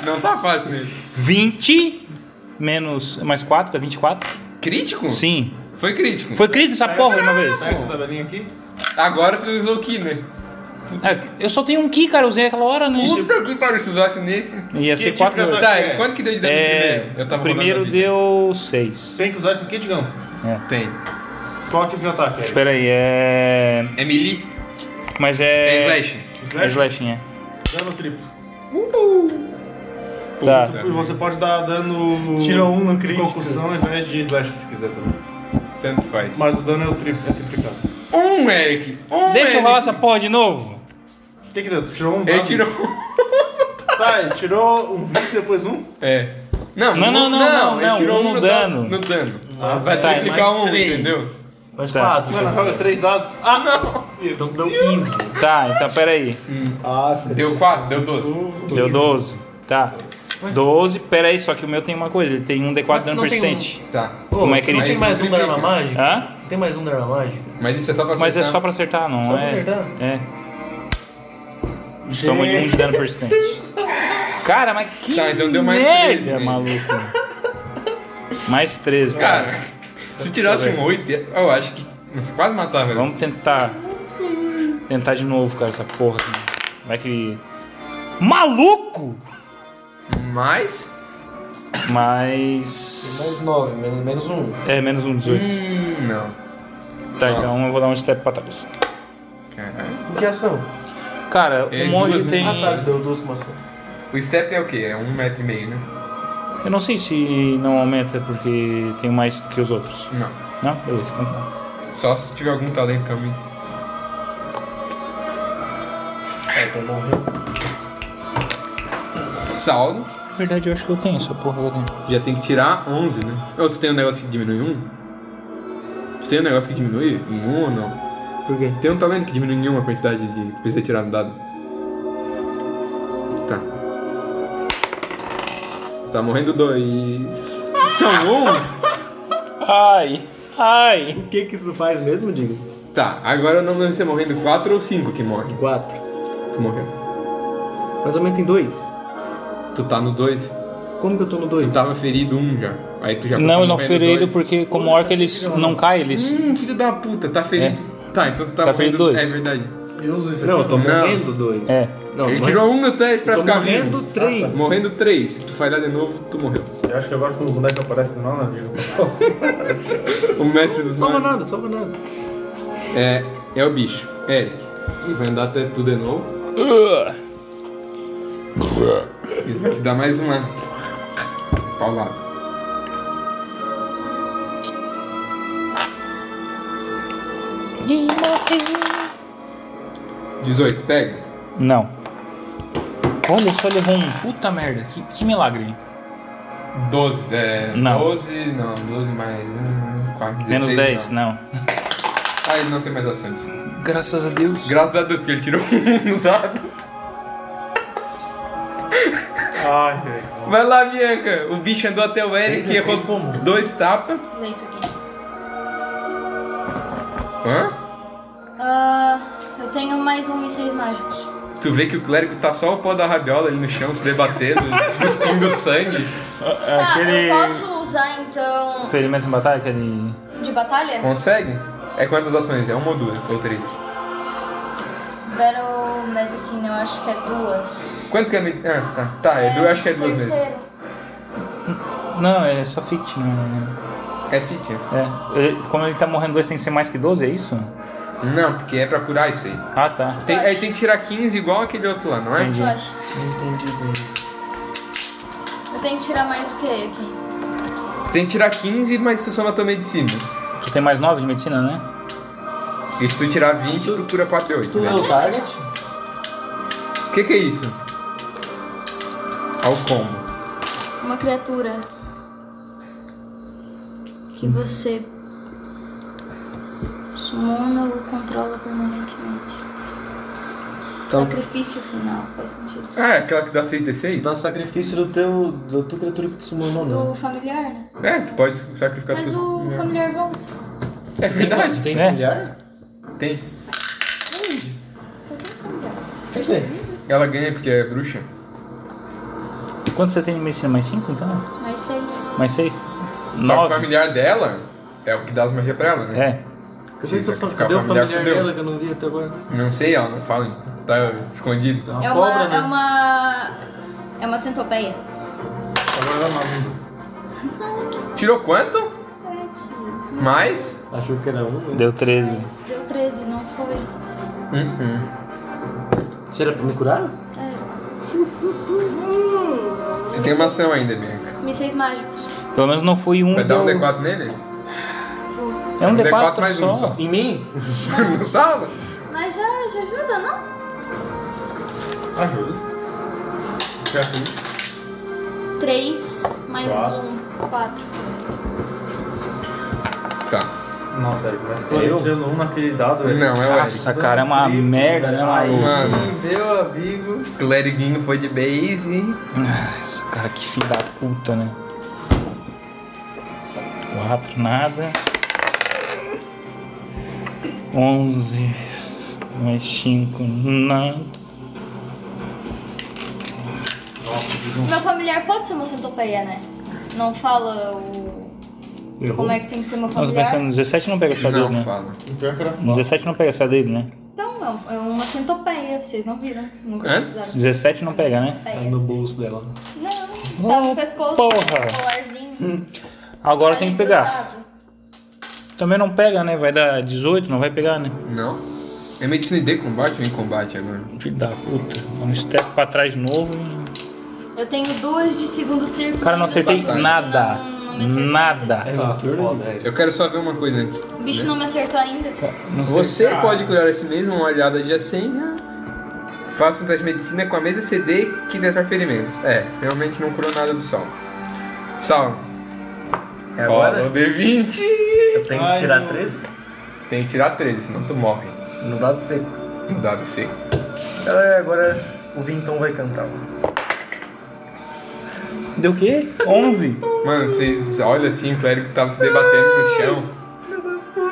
Speaker 3: não, não tá fácil mesmo.
Speaker 2: 20 menos. mais é 4, dá 24?
Speaker 3: Crítico?
Speaker 2: Sim.
Speaker 3: Foi crítico.
Speaker 2: Foi crítico essa porra de uma vez?
Speaker 5: Pega essa tabelinha aqui.
Speaker 3: Agora tu usou o Ki, né?
Speaker 2: É, eu só tenho um ki, cara, eu usei aquela hora, né?
Speaker 3: Puta que pariu, se usasse nesse.
Speaker 2: Ia ser 4
Speaker 5: tipo,
Speaker 3: Tá,
Speaker 5: É.
Speaker 3: e quanto que deu de dano
Speaker 2: É,
Speaker 3: primeiro? Eu tava
Speaker 2: o primeiro
Speaker 3: rolando a vida.
Speaker 2: deu 6.
Speaker 5: Tem que usar isso aqui, Digão.
Speaker 3: Tem.
Speaker 5: Qual tipo de ataque? Eric?
Speaker 2: Pera aí, é.
Speaker 3: É melee?
Speaker 2: Mas é.
Speaker 3: É slash?
Speaker 2: É slash, é.
Speaker 5: Dano triplo.
Speaker 2: Tá.
Speaker 5: E você pode dar dano.
Speaker 10: Tirou um no crítico.
Speaker 5: Concussão ao invés de slash se quiser também.
Speaker 3: Tanto faz.
Speaker 5: Mas o dano é o triplo, é triplicado.
Speaker 3: Um, Eric! Um,
Speaker 2: Deixa eu
Speaker 3: Eric.
Speaker 2: rolar essa porra de novo.
Speaker 5: O que que deu? Tu tirou um?
Speaker 3: Ele
Speaker 5: dado?
Speaker 3: tirou.
Speaker 5: Tá, ele tirou um 20 depois um?
Speaker 3: É. Não,
Speaker 2: Não, não, não, não,
Speaker 3: ele
Speaker 2: não,
Speaker 3: tirou
Speaker 2: um
Speaker 3: um
Speaker 2: no
Speaker 3: no
Speaker 2: dano.
Speaker 3: No dano.
Speaker 5: Ah,
Speaker 3: Vai
Speaker 2: tá,
Speaker 3: triplicar um, entendeu?
Speaker 10: Mais
Speaker 2: Tá.
Speaker 10: quatro.
Speaker 5: Mano, joga três dados. Ah, não! Ih,
Speaker 10: Então deu 15.
Speaker 2: Tá, então pera aí.
Speaker 32: Ah, filho.
Speaker 3: Deu 4, deu 12.
Speaker 2: Deu 12. Tá. 12, pera aí, só que o meu tem uma coisa, ele tem um D4 de dano
Speaker 10: Não tem um.
Speaker 2: persistente.
Speaker 3: Tá.
Speaker 10: Ô,
Speaker 2: Como é
Speaker 10: não
Speaker 2: crítico?
Speaker 10: Tem mais um da arma mágica?
Speaker 2: Hã?
Speaker 10: Tem mais um da arma mágica?
Speaker 3: Mas isso é só pra
Speaker 2: Mas é só
Speaker 3: acertar.
Speaker 2: pra acertar, não
Speaker 10: Só pra
Speaker 2: é?
Speaker 10: acertar?
Speaker 2: É. Toma de um de dano persistente. Cara, mas que
Speaker 3: Tá, então deu mais
Speaker 2: merda,
Speaker 3: 13 nele.
Speaker 2: maluco. Mais 13, tá?
Speaker 3: Cara, se tirasse um 8, eu acho que. Você quase matava ele.
Speaker 2: Vamos tentar. Tentar de novo, cara, essa porra. aqui. Vai que. Maluco!
Speaker 3: Mas.
Speaker 10: Mais
Speaker 2: Mas.
Speaker 10: 9, menos, menos um.
Speaker 2: É, menos um 18.
Speaker 3: Hum, não.
Speaker 2: Tá,
Speaker 3: Nossa.
Speaker 2: então eu vou dar um step pra trás.
Speaker 3: Caralho.
Speaker 10: Em que ação?
Speaker 2: Cara,
Speaker 3: É,
Speaker 2: o monge
Speaker 3: duas, né?
Speaker 2: tem.
Speaker 10: Ah tá, deu duas com ação.
Speaker 3: O step é o quê? É um metro e meio, né?
Speaker 2: Eu não sei se não aumenta porque tem mais que os outros.
Speaker 3: Não.
Speaker 2: Não? Beleza, então tá.
Speaker 3: Só se tiver algum talento também.
Speaker 10: Ah, então morreu.
Speaker 3: Saldo.
Speaker 2: Na verdade, eu acho que eu tenho essa porra que eu tenho.
Speaker 33: Já tem que tirar 11, né? Ou tu tem um negócio que diminui 1? Tu tem um negócio que diminui em 1 ou não?
Speaker 10: Por quê?
Speaker 33: Tem um talento que diminui em 1 a quantidade de que precisa tirar no dado. Tá. Tá morrendo dois. São um?
Speaker 2: Ai! Ai!
Speaker 32: O que que isso faz mesmo, Digo?
Speaker 33: Tá, agora eu não lembro se é morrendo quatro ou cinco que morre.
Speaker 32: Quatro.
Speaker 33: Tu morreu.
Speaker 32: Mais ou menos tem dois.
Speaker 33: Tu tá no dois?
Speaker 13: Como que eu tô no 2?
Speaker 3: Tu tava ferido um já. Aí tu já foi
Speaker 20: Não, eu não
Speaker 3: acompanhando
Speaker 20: ferido
Speaker 3: dois.
Speaker 20: porque como orca eles não caem, eles.
Speaker 3: Hum, filho da puta, tá ferido. Tá, então tu tá,
Speaker 20: Tá ferido
Speaker 3: morrendo-
Speaker 20: dois.
Speaker 3: É verdade.
Speaker 13: Não, eu tô
Speaker 3: Não.
Speaker 13: morrendo 2.
Speaker 20: É.
Speaker 13: Não,
Speaker 3: Ele
Speaker 13: morre-
Speaker 3: tirou um no teste pra
Speaker 13: Tô
Speaker 3: ficar
Speaker 13: morrendo
Speaker 3: vivo.
Speaker 13: três.
Speaker 3: Ah, tá. Morrendo três. Se tu falhar de novo, tu morreu.
Speaker 5: Eu acho que agora quando o boneco aparece no mal, né? amigo?
Speaker 3: O mestre dos
Speaker 13: Salva
Speaker 3: magos.
Speaker 13: nada, salva nada.
Speaker 3: É, é o bicho. Eric. Ele vai andar até tu de novo. Hum. Ele vai te dar mais uma. Paulada.
Speaker 20: Ih, morri.
Speaker 3: 18, pega.
Speaker 20: Não. Olha só, ele errou um. Puta merda, que, que milagre.
Speaker 3: 12, é.
Speaker 20: Não.
Speaker 3: 12, não, 12 mais. hum, quatro,
Speaker 20: Menos né?
Speaker 3: 16,
Speaker 20: 10,
Speaker 3: não.
Speaker 20: não.
Speaker 3: Ah, ele não tem mais ação. desculpa.
Speaker 20: Graças a Deus.
Speaker 3: Graças a Deus, porque ele tirou um no dado.
Speaker 5: Ai, velho.
Speaker 3: Vai lá, Bianca. O bicho andou até o Eric e errou dois tapas.
Speaker 4: Lê isso aqui.
Speaker 3: Hã?
Speaker 4: Ah, eu tenho mais um mísseis mágicos.
Speaker 3: Tu vê que o clérigo tá só o pó da rabiola ali no chão, se debatendo, cuspindo sangue.
Speaker 4: Tá,
Speaker 2: Aquele.
Speaker 4: eu posso usar então
Speaker 2: Ferimento em batalha, aquele.
Speaker 4: de batalha?
Speaker 3: Consegue? É quantas ações? É uma ou duas? Ou três?
Speaker 4: Battle Medicine, eu acho que é duas.
Speaker 3: Quanto que é. me- Ah, tá. Tá, é, eu acho que é duas mesmo.
Speaker 4: terceiro.
Speaker 2: Não, é só fit, não.
Speaker 3: É fitinha.
Speaker 2: É. Ele- Como ele tá morrendo dois, tem que ser mais que 12, é isso?
Speaker 3: Não, porque é pra curar isso aí.
Speaker 2: Ah, tá.
Speaker 3: Tem, aí tem que tirar 15 igual aquele outro lá, não é?
Speaker 4: Eu acho. Eu tenho que tirar mais o que aqui?
Speaker 3: Tem que tirar 15, mas tu soma tua medicina.
Speaker 2: Tu tem mais 9 de medicina, né?
Speaker 3: E se tu tirar 20, tu cura 48,
Speaker 10: é
Speaker 3: né?
Speaker 13: o target?
Speaker 3: O que, que é isso? Ao combo.
Speaker 4: Uma criatura. Que você sumona ou controla permanentemente. Sacrifício final, faz sentido.
Speaker 3: Ah, é aquela que dá 6d6?
Speaker 10: Dá sacrifício do teu. da tua criatura que tu sumonou, não.
Speaker 4: Do familiar, né?
Speaker 3: É, tu pode sacrificar
Speaker 4: Mas
Speaker 3: tudo.
Speaker 4: o familiar volta.
Speaker 3: É verdade.
Speaker 10: Tem
Speaker 2: É.
Speaker 10: familiar?
Speaker 3: Tem.
Speaker 10: Quer dizer,
Speaker 3: Ela ganha porque é bruxa.
Speaker 2: Quanto você tem de medicina? Mais 5 então?
Speaker 4: Mais seis.
Speaker 2: Mais 6?
Speaker 3: Só que o
Speaker 2: 9.
Speaker 3: familiar dela é o que dá as magias pra ela, né?
Speaker 2: É.
Speaker 3: Se
Speaker 10: cadê o
Speaker 3: sacrificar
Speaker 10: cadê o
Speaker 3: familiar,
Speaker 10: familiar
Speaker 3: fudeu.
Speaker 10: dela que eu não vi até agora?
Speaker 3: Não sei, ela não fala, tá escondido.
Speaker 10: Uma
Speaker 4: É uma,
Speaker 10: cobra, né?
Speaker 4: é uma. É uma centopeia.
Speaker 5: Agora não.
Speaker 3: Tirou quanto?
Speaker 4: Sete.
Speaker 3: Mais?
Speaker 10: Achou que era um. né?
Speaker 2: Deu 13.
Speaker 4: Deu 13, não foi.
Speaker 3: Hum,
Speaker 10: Será pra me curar?
Speaker 4: É.
Speaker 3: Tu tem uma ação ainda, Bianca.
Speaker 4: Mísseis mágicos.
Speaker 2: Pelo menos não foi um.
Speaker 3: Vai dar um
Speaker 2: deu-
Speaker 3: D4 nele?
Speaker 2: É um
Speaker 3: Um
Speaker 2: D4,
Speaker 3: D4 mais
Speaker 2: só.
Speaker 3: um só.
Speaker 10: Em mim?
Speaker 3: Não salva?
Speaker 4: Mas já, já ajuda, não?
Speaker 5: Ajuda. Já fui.
Speaker 4: 3 mais um, 4.
Speaker 3: Tá.
Speaker 5: Nossa, Eric, mas tu aí tirando um naquele dado, velho.
Speaker 3: Não, é o Eric.
Speaker 2: Nossa, cara, é uma merda, né, maluco?
Speaker 3: Mano,
Speaker 10: Meu amigo.
Speaker 3: cleriguinho foi de base.
Speaker 2: Esse cara, que filho da puta, né? 4, nada. 11, mais 5, nada.
Speaker 4: Meu familiar pode ser uma centopeia, né? Não fala o. Como é que tem que ser meu
Speaker 2: Eu tô
Speaker 4: familiar?
Speaker 2: pensando, 17 não pega essa dedo,
Speaker 3: Não
Speaker 2: né?
Speaker 3: fala.
Speaker 5: Pior que era foda.
Speaker 2: 17 não pega essa dedo, né?
Speaker 4: Então, não, é uma centopeia, vocês não viram. Nunca
Speaker 3: Hã?
Speaker 4: precisaram.
Speaker 2: 17 não pega, né?
Speaker 10: Tá
Speaker 4: Centopeia.
Speaker 10: no bolso dela.
Speaker 4: Não, tá
Speaker 2: Oh,
Speaker 4: no pescoço,
Speaker 2: porra.
Speaker 4: no colarzinho.
Speaker 2: Agora
Speaker 4: tá
Speaker 2: tem
Speaker 4: ali
Speaker 2: que pegar.
Speaker 4: grudado.
Speaker 2: Também não pega, né? Vai dar 18, não vai pegar, né?
Speaker 3: Não? É medicina de combate ou em combate agora?
Speaker 2: Filho da puta. Dá Um step pra trás de novo. e-
Speaker 4: Eu tenho duas de segundo círculo.
Speaker 2: Cara, não
Speaker 4: ainda,
Speaker 2: acertei
Speaker 4: só que o bicho
Speaker 2: nada.
Speaker 4: não- não é me acertou
Speaker 2: Nada.
Speaker 10: Tá, foda.
Speaker 3: Eu quero só ver uma coisa antes.
Speaker 4: ainda. O bicho não me acertou ainda.
Speaker 2: Não sei. Ah.
Speaker 3: Você pode curar esse mesmo uma olhada de senha. Faça um teste de medicina com a mesma CD que detectar ferimentos. É, realmente não curou nada do sol. Sal. É agora?
Speaker 9: D20.
Speaker 10: Eu tenho que tirar 13?
Speaker 3: Tem que tirar 13, senão tu morre.
Speaker 10: No dado seco.
Speaker 3: No dado seco.
Speaker 7: Galera, agora o Vintão vai cantar.
Speaker 2: Deu o quê? 11?
Speaker 3: Mano, vocês olham assim, o clérigo tava se debatendo no chão.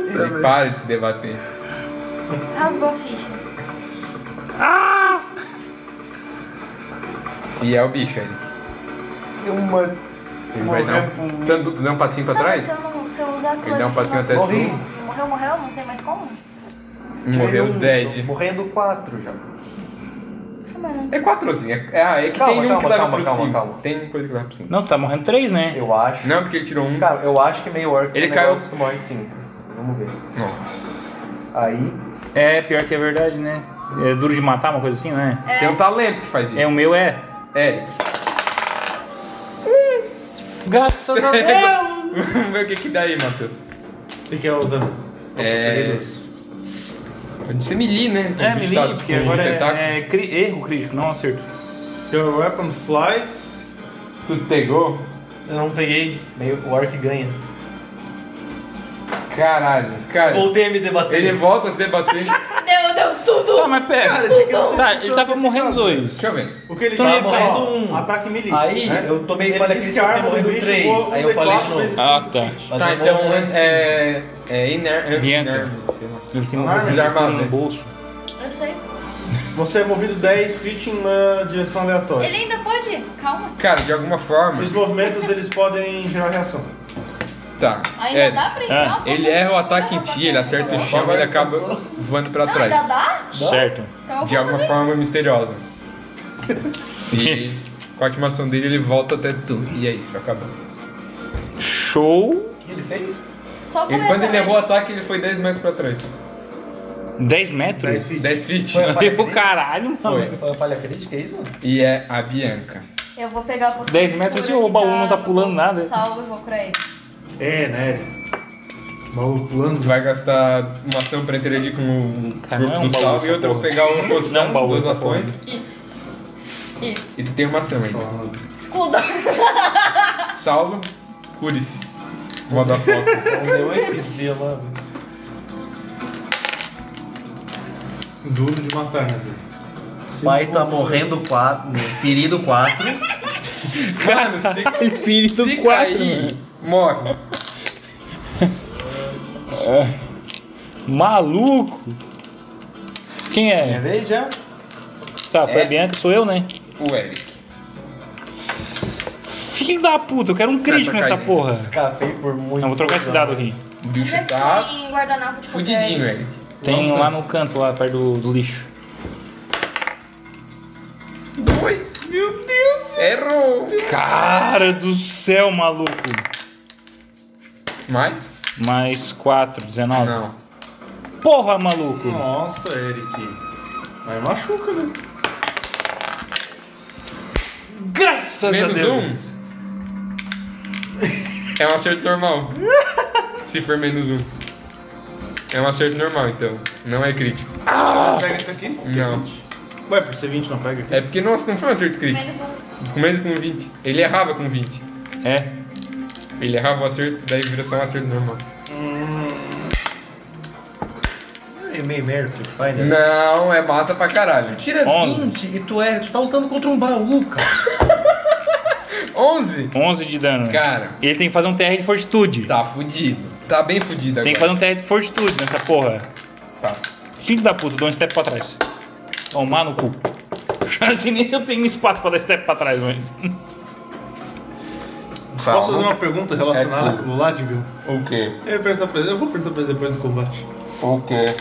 Speaker 3: Ele para de se debater.
Speaker 4: Rasgou a ficha.
Speaker 3: E é o bicho, ele.
Speaker 10: umas.
Speaker 3: Ele vai dar um, tanto, tu dá um passinho pra trás?
Speaker 4: Tá, Se eu, não, se eu usar a
Speaker 3: Ele dá um passinho até
Speaker 10: Morri.
Speaker 3: cima.
Speaker 4: Morreu, morreu, não tem mais como?
Speaker 3: Morreu
Speaker 10: um,
Speaker 3: dead.
Speaker 10: tô Morrendo quatro já.
Speaker 3: É quatrozinho. É, ah, é que
Speaker 10: Calma,
Speaker 3: tem um que
Speaker 10: calma,
Speaker 3: leva
Speaker 10: calma,
Speaker 3: pro
Speaker 10: calma,
Speaker 3: 5.
Speaker 10: calma.
Speaker 3: Tem coisa que leva pro 5.
Speaker 2: Não, tá morrendo três, né?
Speaker 10: Eu acho.
Speaker 3: Não, porque ele tirou um.
Speaker 10: Cara, eu acho que meio orc
Speaker 3: Ele
Speaker 10: tem um
Speaker 3: caiu-
Speaker 10: negócio que morre cinco. Vamos ver.
Speaker 3: Nossa.
Speaker 10: Aí.
Speaker 2: É, pior que é verdade, né? É duro de matar, uma coisa assim, né?
Speaker 3: Tem um talento que faz isso.
Speaker 2: É, o meu é.
Speaker 3: Eric.
Speaker 2: Graças a Deus!
Speaker 3: Vamos ver o que que dá aí, Matheus.
Speaker 5: O que que é o dano?
Speaker 3: É. Pode ser melee, né?
Speaker 2: É,
Speaker 3: O
Speaker 2: me
Speaker 3: bicho tá
Speaker 2: liga, porque
Speaker 3: com um
Speaker 2: agora
Speaker 3: tentáculo.
Speaker 2: é, é cri- erro crítico, não acerto.
Speaker 5: Your weapon flies.
Speaker 3: Tu pegou?
Speaker 34: Eu não peguei. Meio, o Orc ganha.
Speaker 3: Caralho. Cara,
Speaker 34: Voltei a me debater.
Speaker 3: ele volta a se debater.
Speaker 35: Deu, deu tudo!
Speaker 2: Tá, mas pera.
Speaker 5: é
Speaker 2: tá, ele tava morrendo dois.
Speaker 3: Deixa eu ver.
Speaker 5: O que ele
Speaker 2: Então
Speaker 5: tá
Speaker 2: ele fica-
Speaker 5: morrendo? Um ataque melee.
Speaker 34: Aí
Speaker 5: né?
Speaker 34: eu tomei
Speaker 5: Ele
Speaker 34: falha
Speaker 5: disse
Speaker 34: crítica,
Speaker 5: que
Speaker 34: eu
Speaker 5: a arma
Speaker 34: morri
Speaker 5: do
Speaker 34: no
Speaker 5: bicho
Speaker 34: três,
Speaker 5: voa um
Speaker 34: aí eu
Speaker 5: D4
Speaker 34: falei de novo.
Speaker 5: vezes
Speaker 2: Ah,
Speaker 5: cinco
Speaker 2: tá.
Speaker 5: feet.
Speaker 34: Mas né?
Speaker 3: Tá,
Speaker 34: eu vou
Speaker 3: então
Speaker 34: morrer antes.
Speaker 3: é. É iner...
Speaker 2: Bianca.
Speaker 3: inerme, sei lá.
Speaker 2: Ele tem um tipo
Speaker 5: Arma
Speaker 2: uma coisa
Speaker 3: desarmada.
Speaker 2: no bolso.
Speaker 4: Eu sei.
Speaker 5: Você é movido 10 feet na direção aleatória.
Speaker 4: Ele ainda pode? Calma.
Speaker 3: Cara, de alguma forma.
Speaker 5: Os movimentos eles podem gerar reação.
Speaker 3: Tá.
Speaker 4: Ainda
Speaker 3: é,
Speaker 4: dá pra entrar uma
Speaker 3: Ele
Speaker 4: poção
Speaker 3: erra o
Speaker 4: de
Speaker 3: ataque
Speaker 4: cura
Speaker 3: em
Speaker 4: pra
Speaker 3: ti, ele
Speaker 4: bater
Speaker 3: acerta o
Speaker 4: no
Speaker 3: chão e
Speaker 4: outro.
Speaker 3: ele acaba voando pra
Speaker 4: Não, ainda
Speaker 3: trás.
Speaker 2: né?
Speaker 4: dá?
Speaker 2: um Certo.
Speaker 4: Então eu
Speaker 3: De
Speaker 4: vou
Speaker 3: alguma
Speaker 4: fazer
Speaker 3: forma misteriosa. E com a ativação dele ele volta até tu. E é isso, vai acabar.
Speaker 2: Show.
Speaker 10: O que ele fez?
Speaker 4: isso. Só pra
Speaker 3: E quando ele
Speaker 4: reparar.
Speaker 3: errou o ataque, ele foi 10 metros pra trás.
Speaker 2: 10 metros?
Speaker 3: 10 feet.
Speaker 2: O caralho, mano.
Speaker 3: Foi.
Speaker 10: Foi uma falha crítica, é isso?
Speaker 3: E é a Bianca.
Speaker 4: Eu vou pegar a poção
Speaker 2: 10
Speaker 4: de
Speaker 2: metros
Speaker 4: cura
Speaker 2: e o
Speaker 4: que
Speaker 2: baú não tá
Speaker 4: no
Speaker 2: pulando
Speaker 4: bolso
Speaker 2: nada.
Speaker 4: do Salvo e vou curar ele.
Speaker 5: É, né? Maluco
Speaker 3: Tu
Speaker 5: pulando.
Speaker 3: vai gastar uma ação pra interagir com o
Speaker 2: Cara, não é
Speaker 3: grupo
Speaker 2: um
Speaker 3: do
Speaker 2: baú
Speaker 3: salve e
Speaker 2: essa
Speaker 3: outra pra
Speaker 2: porra.
Speaker 3: pegar uma
Speaker 2: Não é
Speaker 3: poção,
Speaker 2: um baú
Speaker 3: duas
Speaker 2: essa porra.
Speaker 3: ações.
Speaker 4: Isso.
Speaker 3: E tu tem uma ação ainda.
Speaker 4: Escudo.
Speaker 3: Salvo, cure-se. Moda foto.
Speaker 34: Um D8 dizia lá.
Speaker 5: Duro de matar, né? velho?
Speaker 36: Pai tá morrendo quatro, né? ferido quatro.
Speaker 3: Mano, se,
Speaker 2: Filho
Speaker 3: se cair, morre.
Speaker 2: Maluco. Quem
Speaker 10: Minha
Speaker 2: é?
Speaker 10: vez já?
Speaker 2: Tá, foi
Speaker 3: É.
Speaker 2: a Bianca, sou eu, né?
Speaker 3: O Eric.
Speaker 2: Filho da puta, eu quero um crítico
Speaker 3: Essa
Speaker 2: nessa
Speaker 3: caída.
Speaker 2: porra.
Speaker 10: Escapei por muito.
Speaker 2: Não, vou trocar esse dado aqui.
Speaker 3: O bicho
Speaker 4: Já
Speaker 3: tá
Speaker 4: tem guardanapo de
Speaker 3: fudidinho,
Speaker 4: papel.
Speaker 3: Eric.
Speaker 2: Tem lá no canto, lá perto do, do lixo.
Speaker 3: Dois. Meu Deus. Errou.
Speaker 2: Cara do céu, maluco.
Speaker 3: Mais?
Speaker 2: Mais 4, 19.
Speaker 3: Não.
Speaker 2: Porra, maluco.
Speaker 5: Nossa, Eric. Aí machuca, né?
Speaker 2: Graças
Speaker 3: Menos um?
Speaker 2: a Deus.
Speaker 3: É um acerto normal. Se for menos um. É um acerto normal, então. Não é crítico.
Speaker 5: Pega isso aqui.
Speaker 3: Não.
Speaker 5: Ué, por ser 20 não pega aqui.
Speaker 3: É porque, nossa, não foi um acerto crítico.
Speaker 4: Menos um.
Speaker 3: Menos com 20. Ele errava com 20.
Speaker 2: É.
Speaker 3: Ele errava o acerto, daí virou só um acerto normal.
Speaker 34: É meio merda, Free
Speaker 5: né?
Speaker 34: Fire.
Speaker 3: Não, é massa pra caralho.
Speaker 10: Tira
Speaker 2: 11.
Speaker 10: 20 e tu é. Tu tá lutando contra um baú, cara.
Speaker 3: 11?
Speaker 2: 11 de dano. né?
Speaker 3: Cara,
Speaker 2: Ele tem que fazer um TR de fortitude.
Speaker 3: tá fudido. Tá bem fudido agora.
Speaker 2: Tem que fazer um TR de fortitude nessa porra.
Speaker 3: Tá.
Speaker 2: Filho da puta, dou um step pra trás. Tomar no cu. Assim nem eu tenho espaço pra dar step pra trás, mas.
Speaker 5: Posso fazer uma pergunta relacionada
Speaker 3: É
Speaker 5: com o Ladville?
Speaker 3: O quê?
Speaker 5: Eu, ia perguntar pra ele, eu vou perguntar pra ele depois do combate.
Speaker 3: O quê?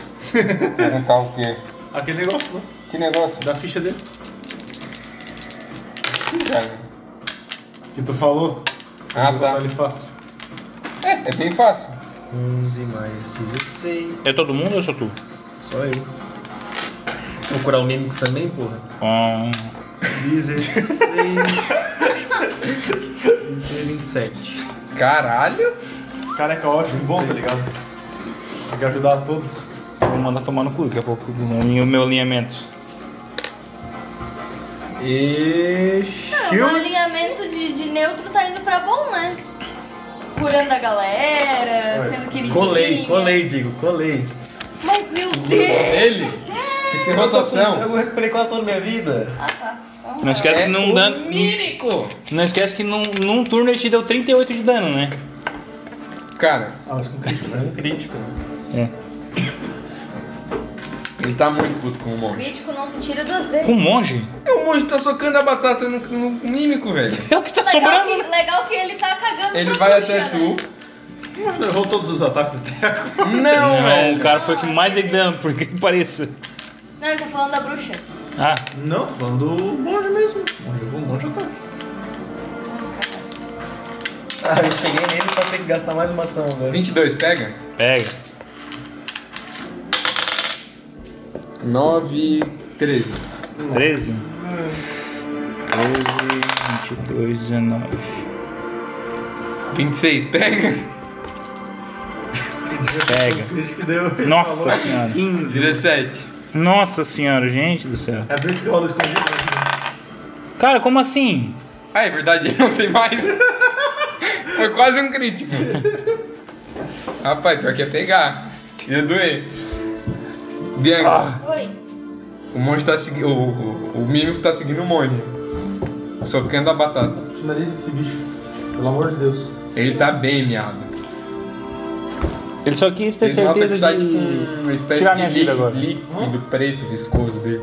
Speaker 3: Perguntar o quê?
Speaker 5: Aquele negócio, né?
Speaker 3: Que negócio?
Speaker 5: Da ficha dele.
Speaker 3: Cara.
Speaker 5: Que tu falou.
Speaker 3: Ah,
Speaker 5: Eu vou botar
Speaker 3: tá.
Speaker 5: Ele fácil.
Speaker 3: É, é bem fácil.
Speaker 34: 11 mais 16.
Speaker 2: É todo mundo ou só tu?
Speaker 34: Só eu. Vou curar o mímico também, porra.
Speaker 2: Ah,
Speaker 34: 16. 27.
Speaker 3: Caralho!
Speaker 5: O cara é caótico e bom, tá ligado? Tem que ajudar a todos.
Speaker 2: vou mandar tomar no cu daqui a pouco o meu alinhamento.
Speaker 34: E.
Speaker 4: Não, o alinhamento de, de neutro tá indo pra bom, né? Curando a galera, sendo queridinha.
Speaker 34: Colei, colei, digo, colei.
Speaker 4: Mas, meu Deus!
Speaker 3: Ele! Que sem rotação!
Speaker 10: Eu recuperei quase toda a minha vida.
Speaker 4: Ah, tá. Vamos
Speaker 2: Não
Speaker 4: lá.
Speaker 3: É
Speaker 2: esquece que num dano.
Speaker 3: um Mírico!
Speaker 2: Não esquece que num, num turno ele te deu 38 de dano, né?
Speaker 3: Cara,
Speaker 34: Ah, mas com crítico, né? Um crítico.
Speaker 2: É.
Speaker 3: Ele tá muito puto com o monge.
Speaker 4: Crítico não se tira duas vezes.
Speaker 2: Com o monge?
Speaker 3: É, o monge tá socando a batata no, no mímico, velho.
Speaker 2: É o que tá
Speaker 4: legal
Speaker 2: sobrando.
Speaker 4: Que, legal que ele tá cagando.
Speaker 3: Ele
Speaker 4: pra
Speaker 3: vai
Speaker 4: bruxa,
Speaker 3: até tu.
Speaker 4: né?
Speaker 5: Errou todos os ataques até agora.
Speaker 3: Não,
Speaker 2: Não, o
Speaker 3: velho.
Speaker 2: cara foi que mais dei dano, por que pareça.
Speaker 4: Não, ele tá falando da bruxa.
Speaker 2: Ah,
Speaker 5: Não, tô falando do monge mesmo. Monge errou um monte de ataque.
Speaker 3: um.
Speaker 10: Ah, eu cheguei nele pra ter que gastar mais uma ação, velho.
Speaker 3: 22, pega?
Speaker 2: pega.
Speaker 37: 9.
Speaker 3: 13.
Speaker 2: 13? 13, 22, 19.
Speaker 3: 26, pega?
Speaker 2: Pega.
Speaker 5: Por isso que deu.
Speaker 2: Nossa senhora.
Speaker 3: 17.
Speaker 2: Nossa senhora, gente do céu.
Speaker 5: É por isso que rola escondido. né?
Speaker 2: Cara, como assim?
Speaker 3: Ah, é verdade, ele não tem mais. Foi quase um crítico. Rapaz, pior que ia pegar. Ia doer. Bianca,
Speaker 4: Oi.
Speaker 3: o monge tá seguindo. O, o, o mímico tá seguindo o monge. Socando a batata.
Speaker 5: Finaliza esse bicho. Pelo amor de Deus.
Speaker 3: Ele tá bem miado.
Speaker 2: Ele só quis ter
Speaker 3: Ele nota que
Speaker 2: certeza
Speaker 3: sai tipo
Speaker 2: de.
Speaker 3: uma espécie
Speaker 2: tirar
Speaker 3: de
Speaker 2: minha vida
Speaker 3: lí-
Speaker 2: agora.
Speaker 3: líquido preto viscoso dele.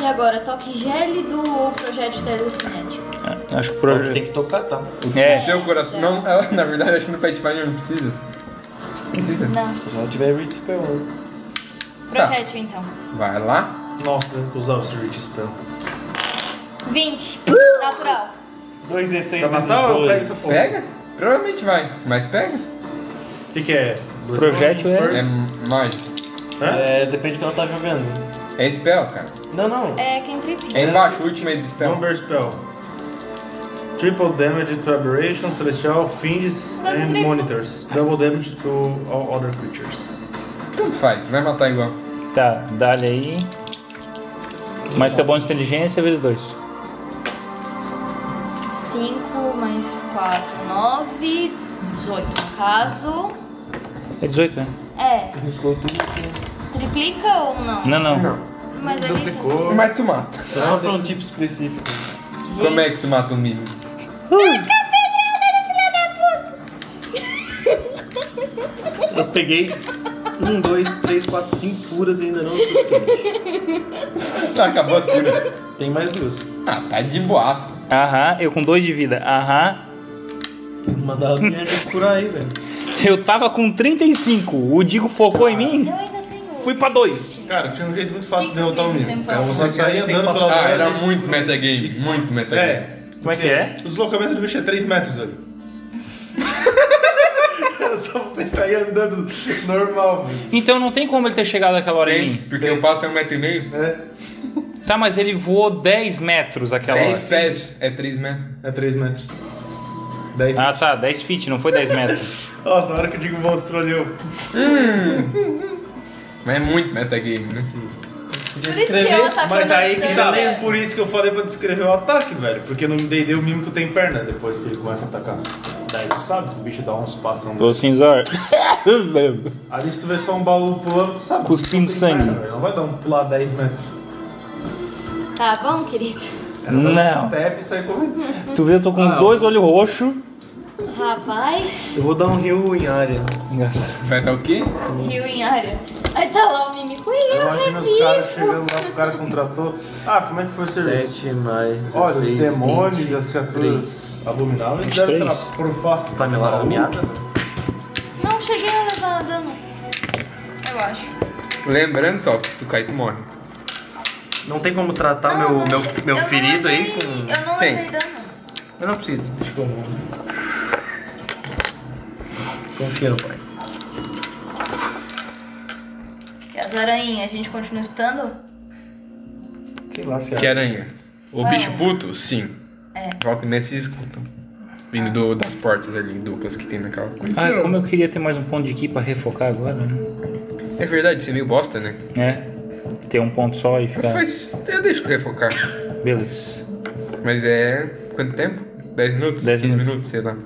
Speaker 4: E agora, toque gélido ou projeto telecinético?
Speaker 2: Acho que o
Speaker 10: Porque Tem
Speaker 2: projeto.
Speaker 10: que tocar, tá?
Speaker 2: É.
Speaker 3: Seu coração. Não, ela- na verdade, eu acho que no Pathfinder não precisa. Precisa? Tá,
Speaker 4: Não.
Speaker 10: Se ela tiver reach spell, né?
Speaker 4: Projeto, então.
Speaker 3: Vai lá.
Speaker 5: Nossa, eu vou usar o Surge Spell.
Speaker 4: 20. Natural.
Speaker 10: 2 e 6
Speaker 5: Pra matar ou eu pego essa
Speaker 2: É.
Speaker 5: porra?
Speaker 3: Pega? Provavelmente vai, mas pega.
Speaker 5: O que, que é?
Speaker 2: Projétil é.
Speaker 3: É mágico.
Speaker 10: É, depende de que ela tá jogando.
Speaker 3: É spell, cara.
Speaker 10: Não, não.
Speaker 4: É quem tripinha.
Speaker 3: É embaixo, última é de spell.
Speaker 5: Number Spell. Triple damage to aberration, celestial, fiends
Speaker 4: Mas
Speaker 5: and
Speaker 4: nem-
Speaker 5: monitors. Double damage to all other creatures.
Speaker 3: Tanto faz, vai matar igual.
Speaker 2: Tá, dá-lhe aí. Mas teu bônus de inteligência vezes 2.
Speaker 4: 5 mais 4, 9. 18 no caso.
Speaker 2: É 18, né?
Speaker 4: É. Triplica ou não?
Speaker 2: Não, não.
Speaker 4: Mas ele.
Speaker 5: Duplicou.
Speaker 3: Mas tu mata.
Speaker 10: É só pra um tipo específico.
Speaker 4: Gente,
Speaker 3: Como é que tu mata um mínimo?
Speaker 38: Eu peguei um, dois, três, quatro, cinco furas e ainda não o suficiente.
Speaker 3: Tá, acabou as curas.
Speaker 38: Tem mais duas.
Speaker 3: Ah, tá de boaço.
Speaker 2: Aham, eu com 2 de vida. Aham.
Speaker 10: Mandar alguém ajuda por aí, velho.
Speaker 2: Eu tava com 35. O Digo focou em mim?
Speaker 4: Eu ainda tenho.
Speaker 2: Fui pra 2.
Speaker 5: Cara, tinha um jeito muito fácil de
Speaker 4: Fica
Speaker 5: derrotar o
Speaker 4: comigo
Speaker 5: Mimic.
Speaker 4: tempo.
Speaker 5: Cara, você sair
Speaker 10: tem que
Speaker 5: andando pela
Speaker 3: Ah, era
Speaker 5: área.
Speaker 3: muito metagame, muito metagame.
Speaker 5: É.
Speaker 2: Como é que é?
Speaker 5: O deslocamento do bicho é 3 metros, velho.
Speaker 10: Era só você sair andando normal, velho.
Speaker 2: Então não tem como ele ter chegado aquela hora em mim.
Speaker 3: Tem, porque eu passo é um metro e meio.
Speaker 2: Tá, mas ele voou 10 metros aquela
Speaker 3: 10
Speaker 2: hora.
Speaker 3: pés é 3 metros.
Speaker 5: É 3 metros. 10
Speaker 2: Ah tá, 10 feet, não foi 10 metros.
Speaker 10: Nossa, na hora que o Digo mostrou ali, eu...
Speaker 3: Mas é muito metagame, né?
Speaker 4: Por isso que eu ataco
Speaker 5: Mas
Speaker 4: na
Speaker 5: aí que tá.
Speaker 38: né?
Speaker 4: distância.
Speaker 5: Por isso que eu falei pra descrever o ataque, velho. Porque no D&D o mímico tem perna depois que ele começa a atacar. Daí tu sabe que o bicho dá uns passos. né?
Speaker 2: Ô cinzor.
Speaker 5: Ali se tu vê só um baú pulando, tu sabe.
Speaker 2: Cuspindo
Speaker 5: Não tem
Speaker 2: sangue.
Speaker 5: perna, velho. Não vai dar um pular 10 metros.
Speaker 4: Tá bom, querido?
Speaker 5: Era dar
Speaker 2: Não.
Speaker 5: um step e sair correndo.
Speaker 2: Tu vê, eu tô com os dois olhos roxos.
Speaker 4: Rapaz,
Speaker 10: Eu vou dar um rio em área.
Speaker 2: Engraçado.
Speaker 3: Vai dar o quê?
Speaker 4: rio em área. Aí tá lá o né, mimico. Ih,
Speaker 5: Eu
Speaker 4: eu
Speaker 5: acho que meus caras
Speaker 4: revivo.
Speaker 5: chegando lá, o cara contratou. Ah, como é que foi o serviço?
Speaker 38: Sete mais.
Speaker 5: Olha, os
Speaker 38: dezesseis,
Speaker 5: demônios
Speaker 38: vinte.
Speaker 5: e as criaturas abomináveis
Speaker 2: Vinte e
Speaker 5: devem
Speaker 2: três.
Speaker 5: estar por fácil.
Speaker 38: Tá me lameada?
Speaker 4: Não cheguei a levar dano. Eu acho.
Speaker 3: Lembrando só que se tu cair, tu morre.
Speaker 10: Não tem como tratar
Speaker 4: Tá,
Speaker 10: meu, meu, meu
Speaker 4: eu não
Speaker 10: ferido aí
Speaker 4: levei-
Speaker 10: com...
Speaker 4: Eu não
Speaker 3: Tem.
Speaker 4: levei dano.
Speaker 10: Eu não preciso. Acho que eu vou. Confia no pai.
Speaker 4: E as aranhas, a gente continua escutando?
Speaker 10: Sei lá se é.
Speaker 3: Que aranha. O
Speaker 4: Uau.
Speaker 3: bicho puto, sim.
Speaker 4: É.
Speaker 3: Volta e meia se escutam. Vindo do- das portas ali duplas que tem naquela coisa.
Speaker 2: Ah, como eu queria ter mais um ponto de ki pra refocar agora, né?
Speaker 3: É verdade, você é meio bosta, né?
Speaker 2: É. Ter um ponto só e ficar.
Speaker 3: Mas eu deixo tu refocar.
Speaker 2: Beleza.
Speaker 3: Mas é. Quanto tempo? 10 minutos?
Speaker 2: 10
Speaker 3: 15
Speaker 2: minutos.
Speaker 3: minutos, sei lá.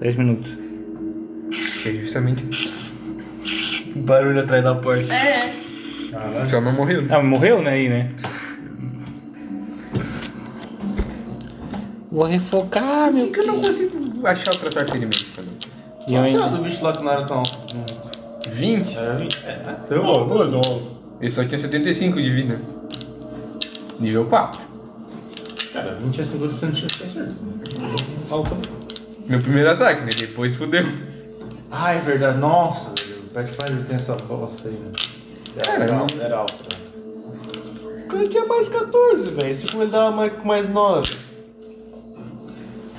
Speaker 2: 10 minutos.
Speaker 3: Que é justamente.
Speaker 10: Barulho atrás da porta.
Speaker 4: É.
Speaker 3: Só não morreu, né?
Speaker 2: Ah, morreu, né? Aí, né? Vou refocar, meu
Speaker 3: Porque eu não consigo achar o tratar ferimento também.
Speaker 2: E eu
Speaker 5: Será
Speaker 2: ainda.
Speaker 5: do bicho lá que não era tão alto?
Speaker 3: 20?
Speaker 5: É, 20. É,
Speaker 3: Então, ó, mano. Esse só tinha 75 de vida. Nível 4.
Speaker 5: Cara, 20 é 50% de chance de acerto. né? Falta.
Speaker 3: Meu primeiro ataque, né? Depois fudeu.
Speaker 5: Ah, é verdade. Nossa, velho. O Pathfinder tem essa bosta aí, né? Era,
Speaker 3: Cara,
Speaker 5: era,
Speaker 3: não-
Speaker 5: alta, era alta.
Speaker 13: O cara tinha mais 14, velho. Segundo ele dava mais, mais 9.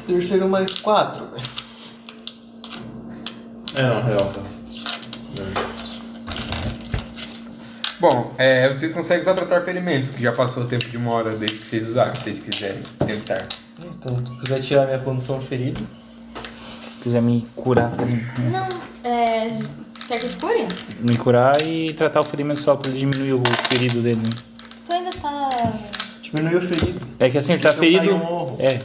Speaker 13: Terceiro mais 4, velho.
Speaker 5: É, não, é alta.
Speaker 3: Bom, é, vocês conseguem usar tratar ferimentos, que já passou o tempo de uma hora desde que vocês usaram, se vocês quiserem tentar.
Speaker 10: Então, se tu quiser tirar minha condição ferida.
Speaker 2: quiser me curar, um-
Speaker 4: Não, é. Quer que eu te cure?
Speaker 2: me curar e tratar o ferimento só pra ele diminuir o ferido dele. né?
Speaker 4: Tu ainda tá.
Speaker 13: Diminuiu o ferido.
Speaker 2: É que assim, ele tá
Speaker 13: Deixa eu
Speaker 2: ferido.
Speaker 13: cair um ovo.
Speaker 2: É.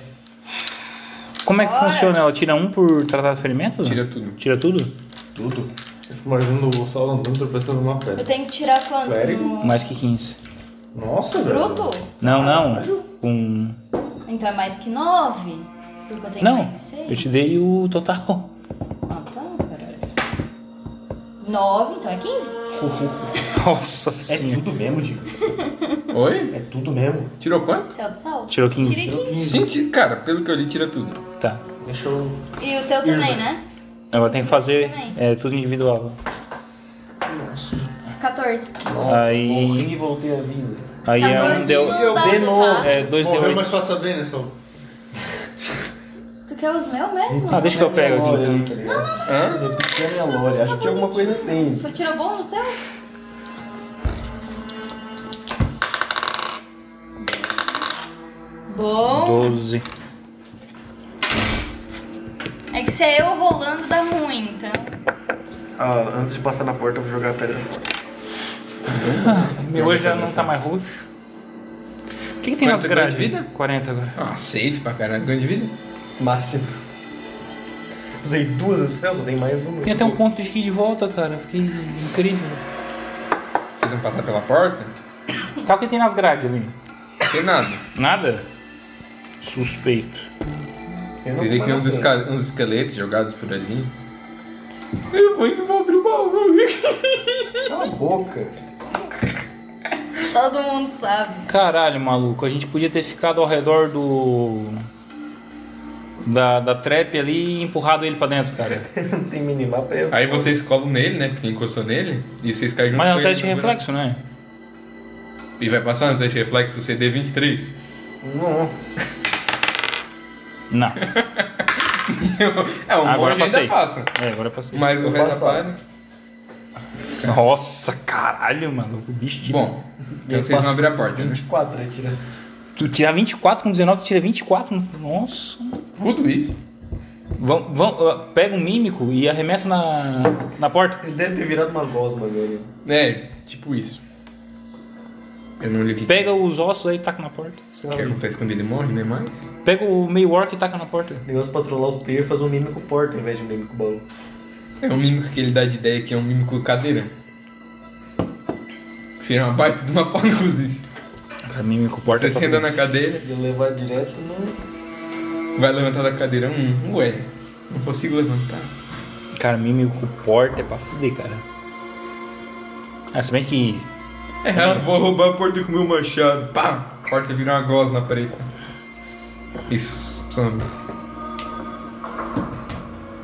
Speaker 2: Como é que
Speaker 4: Bora.
Speaker 2: funciona? Ela tira um por tratar ferimento?
Speaker 3: Tira tudo.
Speaker 2: Tira tudo?
Speaker 5: Tudo. Eu fico imaginando o Saulo andando tropeçando numa pedra.
Speaker 4: Eu tenho que tirar quanto?
Speaker 5: Clérigo?
Speaker 4: No...
Speaker 2: Mais que 15.
Speaker 5: Nossa, velho.
Speaker 4: Bruto?
Speaker 2: Não, não. Um.
Speaker 4: Então é mais que 9. Porque eu tenho
Speaker 2: Não,
Speaker 4: mais 6.
Speaker 2: eu te dei o total.
Speaker 4: Ah, tá, caralho. 9, então é 15?
Speaker 2: Nossa
Speaker 13: É
Speaker 2: senhora.
Speaker 13: tudo mesmo, Digo.
Speaker 3: Oi?
Speaker 13: É tudo mesmo.
Speaker 3: Tirou quanto?
Speaker 4: Céu do Sol?
Speaker 2: Tirou 15.
Speaker 4: Tirei 15.
Speaker 3: Sim, ti- cara, pelo que eu li, tira tudo.
Speaker 2: Tá.
Speaker 7: Deixa eu.
Speaker 4: E o teu também, né?
Speaker 2: Agora tem que fazer
Speaker 4: Também.
Speaker 2: é, tudo individual.
Speaker 4: 14.
Speaker 2: aí.
Speaker 13: E voltei a vida.
Speaker 2: Aí é um
Speaker 4: 14
Speaker 2: deu.
Speaker 4: Tá não dá,
Speaker 2: de novo.
Speaker 4: tá?
Speaker 2: É 2 de
Speaker 5: Morreu,
Speaker 2: 8.
Speaker 5: mas passa bem, né, Saulo?
Speaker 4: Tu quer os meus mesmo?
Speaker 2: Ah, deixa que eu pego aqui.
Speaker 10: é
Speaker 13: Olha,
Speaker 2: então.
Speaker 13: tá ligado? Repetir a minha lore. Acho que tinha alguma coisa assim.
Speaker 4: Foi tira bom no teu? Bom.
Speaker 2: 12.
Speaker 4: É que se é eu rolando dá ruim, então.
Speaker 7: Ah, antes de passar na porta, eu vou jogar a pedra fora.
Speaker 2: Meu hoje já não tá mais roxo. O que, que tem
Speaker 3: Quanto
Speaker 2: nas
Speaker 3: você ganhou de
Speaker 2: grades?
Speaker 3: vida?
Speaker 2: 40 agora.
Speaker 3: Ah, safe pra caralho, ganho de vida.
Speaker 10: Máximo. Usei duas esferas, só tem mais uma.
Speaker 2: Tem até um ponto de ski de volta, cara. Fiquei incrível.
Speaker 3: Vocês vão passar pela porta?
Speaker 2: Tá o que tem nas grades ali?
Speaker 3: Não tem nada.
Speaker 2: Nada? Suspeito.
Speaker 3: Teria que ver uns,
Speaker 10: assim.
Speaker 3: esca- uns esqueletos jogados por ali. Eu vou, eu vou abrir o baú.
Speaker 13: Cala a boca.
Speaker 4: Todo mundo sabe.
Speaker 2: Caralho, maluco. A gente podia ter ficado ao redor do. Da, da trap ali e empurrado ele pra dentro, cara.
Speaker 10: Não tem minimapa, eu.
Speaker 3: Aí vocês colam nele, né? Porque encostou nele. E vocês caem junto
Speaker 2: Mas é
Speaker 3: com
Speaker 2: um
Speaker 3: ele
Speaker 2: teste de
Speaker 3: no buraco.
Speaker 2: reflexo, né?
Speaker 3: E vai passar no teste de reflexo CD 23.
Speaker 10: Nossa.
Speaker 2: Não.
Speaker 3: é, um
Speaker 2: Agora
Speaker 3: monge
Speaker 2: passei.
Speaker 3: ainda passa.
Speaker 2: É, agora eu passei.
Speaker 3: Mas o
Speaker 10: Vou
Speaker 3: resto né?
Speaker 10: passar.
Speaker 3: da parte-
Speaker 2: Nossa, caralho, maluco. O bicho tira.
Speaker 3: Bom, então vocês vão abrir a porta, né?
Speaker 13: 24, aí tira.
Speaker 2: Tu tirar 24 com 19, tu tira 24. Nossa.
Speaker 3: Tudo isso.
Speaker 2: Vão, vão, ó, pega um mímico e arremessa na, na porta.
Speaker 13: Ele deve ter virado uma gosma agora.
Speaker 3: É, tipo isso. Eu não li o que
Speaker 2: Pega os ossos aí e taca na porta.
Speaker 3: que acontece quando ele morre, né? Mas.
Speaker 2: Pega o meio orc e taca na porta.
Speaker 10: Negócio pra trollar os players faz um mímico porta ao invés de um mímico baú.
Speaker 3: É um mímico que ele dá de ideia que é um mímico cadeira. Seria uma baita de uma panusis.
Speaker 2: Cara, mímico porta.
Speaker 3: Você
Speaker 2: é top.
Speaker 3: senta na cadeira,
Speaker 13: Ia levar direto no.
Speaker 3: vai levantar da cadeira. Hum, ué, não consigo levantar.
Speaker 2: Cara, mímico porta é pra fuder, cara. Ah, se bem que.
Speaker 3: É, ah, vou roubar a porta com meu machado. Pá! A porta vira uma gosma na parede. Isso, some.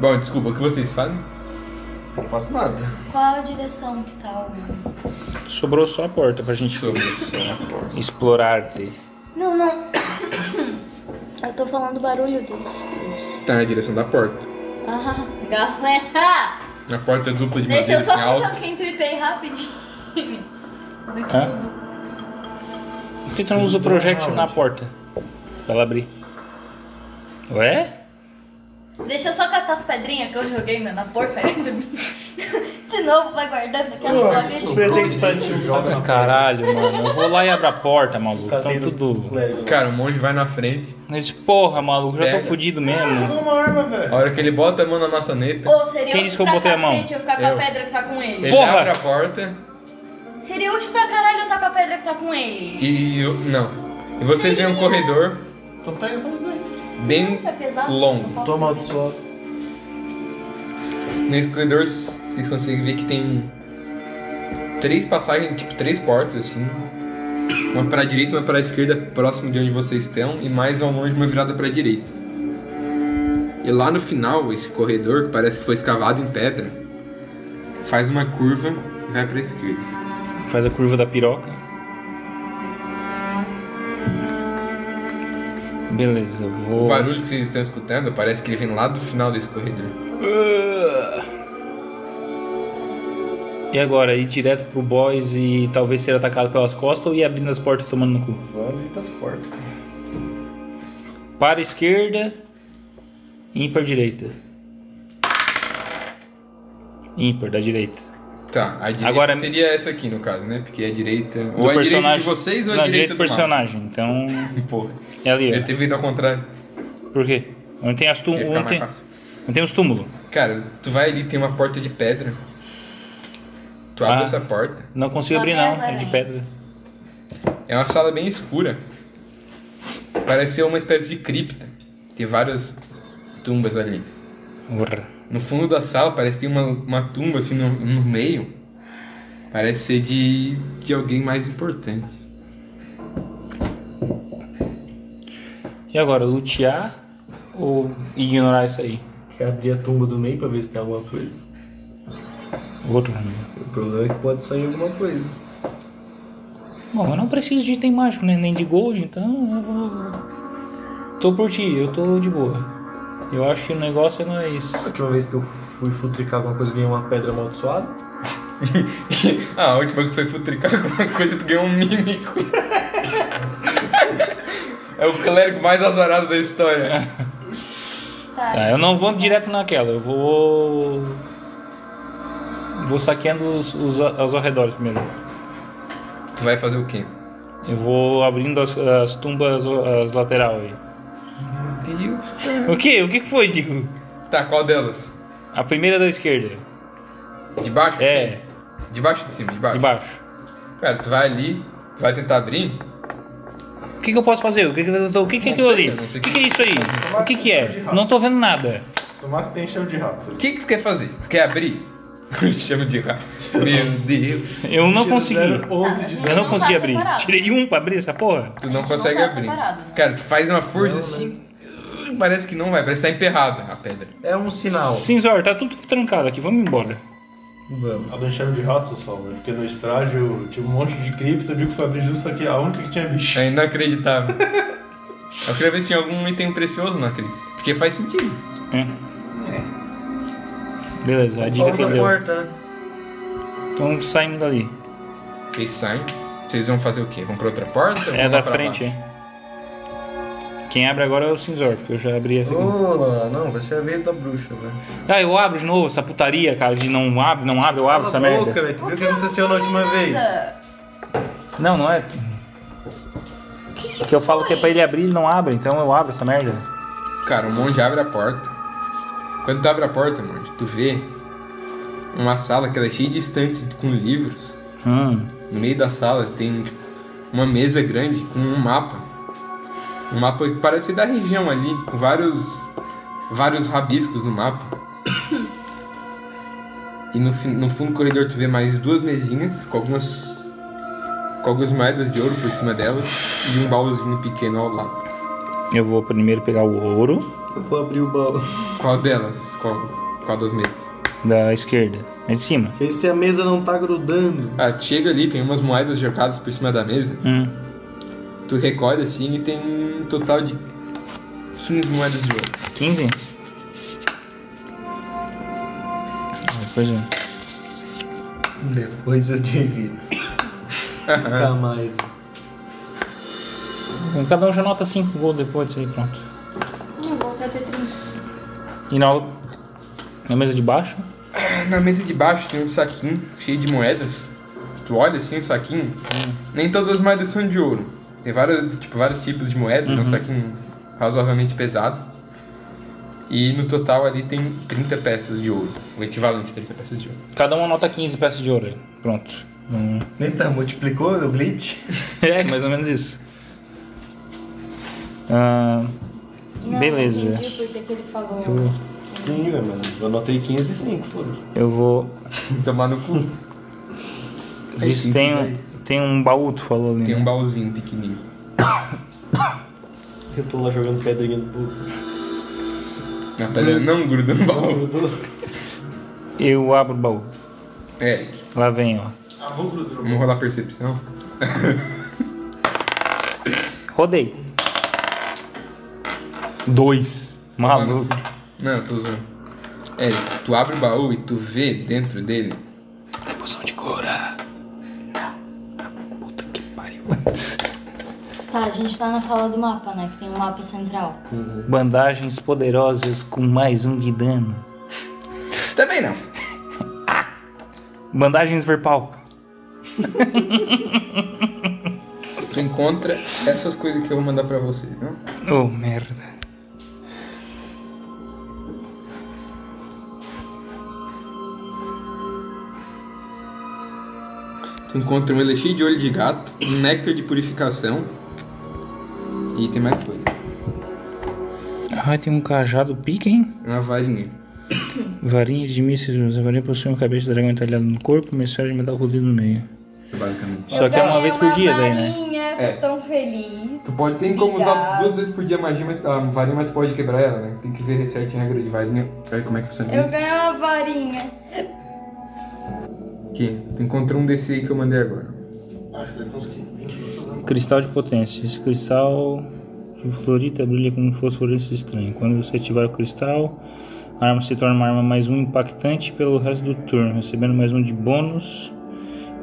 Speaker 3: Bom, desculpa, o que vocês fazem?
Speaker 13: Não faço nada.
Speaker 4: Qual a direção que tá o.
Speaker 2: Sobrou só a porta pra gente
Speaker 3: Sobre a porta.
Speaker 2: explorar-te.
Speaker 4: Não, não. Eu tô falando barulho do.
Speaker 3: Tá na direção da porta.
Speaker 4: Ah, galera!
Speaker 3: Na porta é dupla de
Speaker 4: Deixa eu
Speaker 3: madeira,
Speaker 4: só
Speaker 3: assim, alta.
Speaker 4: fazer o que entripei rapidinho. Do escudo.
Speaker 2: Por que tu não usa o projétil na porta? Pra ela abrir. Ué?
Speaker 4: Deixa eu só catar as pedrinhas que eu joguei na, na porcaria do De novo, vai guardando aquela bolinha de
Speaker 7: Presente pra ti.
Speaker 2: Ah, Caralho, mano. Eu vou lá e abro a porta, maluco. Tá tudo.
Speaker 4: um
Speaker 13: Clérigo.
Speaker 3: Cara, o monge vai na frente.
Speaker 2: Eu disse, porra, maluco, já tô
Speaker 3: Pega.
Speaker 2: fudido mesmo.
Speaker 5: Uma arma, velho.
Speaker 3: A hora que ele bota a mão na maçaneta,
Speaker 4: Ou seria
Speaker 2: Quem disse que
Speaker 4: útil
Speaker 2: eu
Speaker 4: pra
Speaker 2: botei a mão?
Speaker 4: cacete eu ficar com
Speaker 3: Eu.
Speaker 4: a pedra que tá com ele.
Speaker 3: ele
Speaker 2: Porra!
Speaker 3: abre a porta
Speaker 4: Seria útil pra caralho eu estar com a pedra que tá com ele.
Speaker 3: e. eu- Não. E vocês veem um corredor
Speaker 13: Então pega pra nós.
Speaker 3: bem
Speaker 4: É pesado.
Speaker 3: longo.
Speaker 4: não posso
Speaker 13: Toma
Speaker 4: comer.
Speaker 13: amaldiçoado.
Speaker 3: Nesse corredor s- Vocês conseguem ver que tem três passagens, tipo três portas assim. Uma para a direita, uma para a esquerda, próximo de onde vocês estão, e mais ao longe uma virada para a direita. E lá no final, esse corredor, que parece que foi escavado em pedra, faz uma curva e vai para a esquerda.
Speaker 2: Faz a curva da piroca. Beleza, eu
Speaker 3: O
Speaker 2: vou.
Speaker 3: barulho que vocês estão escutando parece que ele vem lá do final desse corredor.
Speaker 2: E agora? Ir direto pro boys e talvez ser atacado pelas costas ou ir abrindo as portas e tomando no cu?
Speaker 39: Valeu das portas.
Speaker 2: Para a esquerda, ímpar direita. Ímpar da direita.
Speaker 3: Tá, a direita
Speaker 2: Agora-
Speaker 3: seria essa aqui no caso, né? Porque é a direita.
Speaker 2: Do
Speaker 3: Ou a direita de vocês ou é a
Speaker 2: Não,
Speaker 3: direita
Speaker 2: do
Speaker 3: do
Speaker 2: personagem. Então.
Speaker 3: Porra.
Speaker 2: É ali,
Speaker 3: Deve
Speaker 2: ó.
Speaker 3: ter vindo ao contrário.
Speaker 2: Por quê? Onde tem as tum-
Speaker 3: Ia ficar
Speaker 2: onde
Speaker 3: mais
Speaker 2: um tem-
Speaker 3: fácil.
Speaker 2: onde tem os túmulos.
Speaker 3: Cara, tu vai ali, tem uma porta de pedra. Tu abre
Speaker 2: Ah.
Speaker 3: essa porta.
Speaker 2: Não consigo
Speaker 6: Lá
Speaker 2: abrir,
Speaker 6: tem
Speaker 2: não.
Speaker 6: as
Speaker 2: É de
Speaker 6: aranhas.
Speaker 2: pedra.
Speaker 3: É uma sala bem escura. Parece ser uma espécie de cripta. Tem várias tumbas ali.
Speaker 2: Urra.
Speaker 3: No fundo da sala parece que tem uma, uma tumba assim no, no meio. Parece ser de, de alguém mais importante.
Speaker 2: E agora, lutear ou ignorar isso aí?
Speaker 5: Quer abrir a tumba do meio pra ver se tem alguma coisa?
Speaker 2: Outro.
Speaker 5: O problema é que pode sair alguma coisa.
Speaker 2: Bom, eu não preciso de item mágico, né? Nem de gold, então eu vou... Tô por ti, eu tô de boa. Eu acho que o negócio é
Speaker 5: A
Speaker 2: nós...
Speaker 5: última vez que eu fui futricar alguma coisa, ganhei uma pedra amaldiçoada.
Speaker 3: ah, a última que foi futricar alguma coisa, tu ganhou um mímico. é o clérigo mais azarado da história.
Speaker 2: Tá, eu não vou direto naquela, eu vou... Vou saqueando os, os, os arredores primeiro.
Speaker 3: Tu vai fazer o quê?
Speaker 2: Eu vou abrindo as, as tumbas as lateral aí.
Speaker 3: Meu Deus.
Speaker 2: O que? O que que foi, Digo?
Speaker 3: Tá, qual delas?
Speaker 2: A primeira da esquerda.
Speaker 3: De baixo?
Speaker 2: É,
Speaker 3: De baixo ou de cima? De baixo.
Speaker 2: de baixo.
Speaker 3: Cara, tu vai ali, tu vai tentar abrir.
Speaker 2: O que, que eu posso fazer? O que, que, eu tô- o que, que é
Speaker 3: Não
Speaker 2: aquilo
Speaker 3: sei,
Speaker 2: ali?
Speaker 3: não sei
Speaker 2: O
Speaker 3: o
Speaker 2: que,
Speaker 3: que-
Speaker 2: que é isso aí? O que, que é? Não tô vendo nada.
Speaker 40: Tomara que tem cheiro de rato.
Speaker 3: O que, que tu quer fazer? Tu quer abrir? Chama de rato. Meu Deus.
Speaker 2: Eu não consegui.
Speaker 40: 11 de
Speaker 2: Eu não
Speaker 6: tá
Speaker 2: consegui abrir.
Speaker 6: separado.
Speaker 2: Tirei um pra abrir essa porra.
Speaker 3: Tu não
Speaker 6: Gente,
Speaker 3: consegue
Speaker 6: não tá
Speaker 3: abrir.
Speaker 6: separado, né?
Speaker 3: Cara, tu faz uma força
Speaker 2: né?
Speaker 3: assim. Parece que não vai, parece que tá emperrada a pedra.
Speaker 5: É um sinal.
Speaker 2: Cinzor, tá tudo trancado aqui, vamos embora.
Speaker 5: Vamos.
Speaker 40: Ah, não encheram de rato, seu Salva, porque no estrade eu tinha um monte de cripto, eu digo que foi abrir justo aqui, a única que tinha bicho.
Speaker 3: É inacreditável. Eu queria ver se tinha algum item precioso naquele. Porque faz sentido.
Speaker 2: É. Beleza, a dica que
Speaker 10: Outra
Speaker 2: ele deu.
Speaker 10: porta.
Speaker 2: Então saímos dali.
Speaker 3: Vocês saem. Vocês vão fazer o quê? Vão pra outra porta? ou
Speaker 2: É
Speaker 3: vão
Speaker 2: da
Speaker 3: lá pra
Speaker 2: frente, é. Quem abre agora é o Cinzor, porque eu já abri essa aqui.
Speaker 10: Ô, não, vai ser a vez da bruxa, velho.
Speaker 2: Ah, eu abro de novo essa putaria, cara, de não abre, não abre, eu abro Ah, essa
Speaker 10: Cala a boca,
Speaker 2: merda.
Speaker 10: velho. Tu viu o que aconteceu na última vez?
Speaker 6: Nada.
Speaker 2: Não, não é. Que eu falo que é pra ele abrir, ele não abre, então eu abro essa merda.
Speaker 3: lá? Cara, o monge abre a porta. Quando tu abre a porta, monge, tu vê uma sala que ela é cheia de estantes com livros.
Speaker 2: Hum.
Speaker 3: No meio da sala tem tipo, uma mesa grande com um mapa. Um mapa que parece da região ali, com vários vários rabiscos no mapa. E no, fi- no fundo do corredor tu vê mais duas mesinhas com algumas com algumas moedas de ouro por cima delas e um baúzinho pequeno ao lado.
Speaker 2: Eu vou primeiro pegar o ouro
Speaker 5: Eu vou abrir o baú.
Speaker 3: Qual delas? Qual, qual das mesas?
Speaker 2: da esquerda, é de cima.
Speaker 5: Vê se a mesa não tá grudando.
Speaker 3: Ah, tu chega ali, tem umas moedas jogadas por cima da mesa.
Speaker 2: Hum.
Speaker 3: Tu recolhe assim e tem um total de 15 moedas de ouro.
Speaker 2: 15? Ah, Pois é.
Speaker 5: Depois eu divido. Nunca mais.
Speaker 2: Então, Cada um já nota 5 gols depois disso aí, pronto.
Speaker 6: Não vou até ter 30.
Speaker 2: E na, outra- na mesa de baixo,
Speaker 3: Na mesa de baixo tem um saquinho cheio de moedas. Tu olha assim o saquinho, nem todas as moedas são de ouro. Tem vários, tipo, vários tipos de moedas,
Speaker 41: Uhum.
Speaker 3: é um saquinho razoavelmente pesado. E no total ali tem 30 peças de ouro, o equivalente a 30 peças de ouro.
Speaker 2: cada um anota 15 peças de ouro. aí. Pronto. Hum.
Speaker 5: Eita, tá, multiplicou o glitch?
Speaker 2: É, mais ou menos isso. Ah,
Speaker 6: Não,
Speaker 2: Beleza. Hum,
Speaker 6: Não entendi porque que ele falou.
Speaker 5: Sim, né, mas eu anotei 15 e 5, foda-se.
Speaker 2: Eu vou.
Speaker 41: Tomar no cu.
Speaker 2: Isso tem, um- tem um baú, tu falou ali.
Speaker 3: Tem um
Speaker 2: né?
Speaker 3: baúzinho pequenininho.
Speaker 5: Eu tô lá jogando pedrinha no puto.
Speaker 3: Na pedra
Speaker 41: Hum.
Speaker 3: não gruda no baú.
Speaker 2: Eu abro o baú.
Speaker 3: Eric,
Speaker 2: Lá vem, ó.
Speaker 3: vamos rolar percepção?
Speaker 2: Rodei. Dois. Maluco.
Speaker 3: Não, eu tô zoando. Eric, tu abre o baú e tu vê dentro dele.
Speaker 2: Poção de cura.
Speaker 6: Tá, a gente tá na sala do mapa, né? Que tem o mapa central.
Speaker 2: Bandagens poderosas com mais um de dano.
Speaker 3: Também não.
Speaker 2: Bandagens verpal.
Speaker 3: Tu encontra essas coisas que eu vou mandar pra vocês, não?
Speaker 2: Oh, merda.
Speaker 3: Tu encontra um elixir de olho de gato, um néctar de purificação. E tem mais coisa.
Speaker 2: Ah, tem um cajado pique, hein?
Speaker 3: É Uma varinha.
Speaker 2: Varinha de mísseis. A varinha possui uma cabeça de dragão entalhada no corpo, uma esfera de metal rodida no meio.
Speaker 3: Basicamente.
Speaker 2: Só que é uma vez por dia, daí, né?
Speaker 3: É.
Speaker 4: tão feliz.
Speaker 41: Tu pode ter como usar duas vezes por dia a magia, mas a varinha, mas tu pode quebrar ela, né? Tem que ver certinho a regra de varinha. Sabe como é que funciona?
Speaker 4: Eu ganhei uma varinha.
Speaker 3: Aqui, tu encontra um desse aí que eu mandei agora.
Speaker 2: Cristal de potência. Esse cristal florita brilha como um fosforescente estranho. Quando você ativar o cristal, a arma se torna uma arma mais um impactante pelo resto do turno, recebendo mais um de bônus,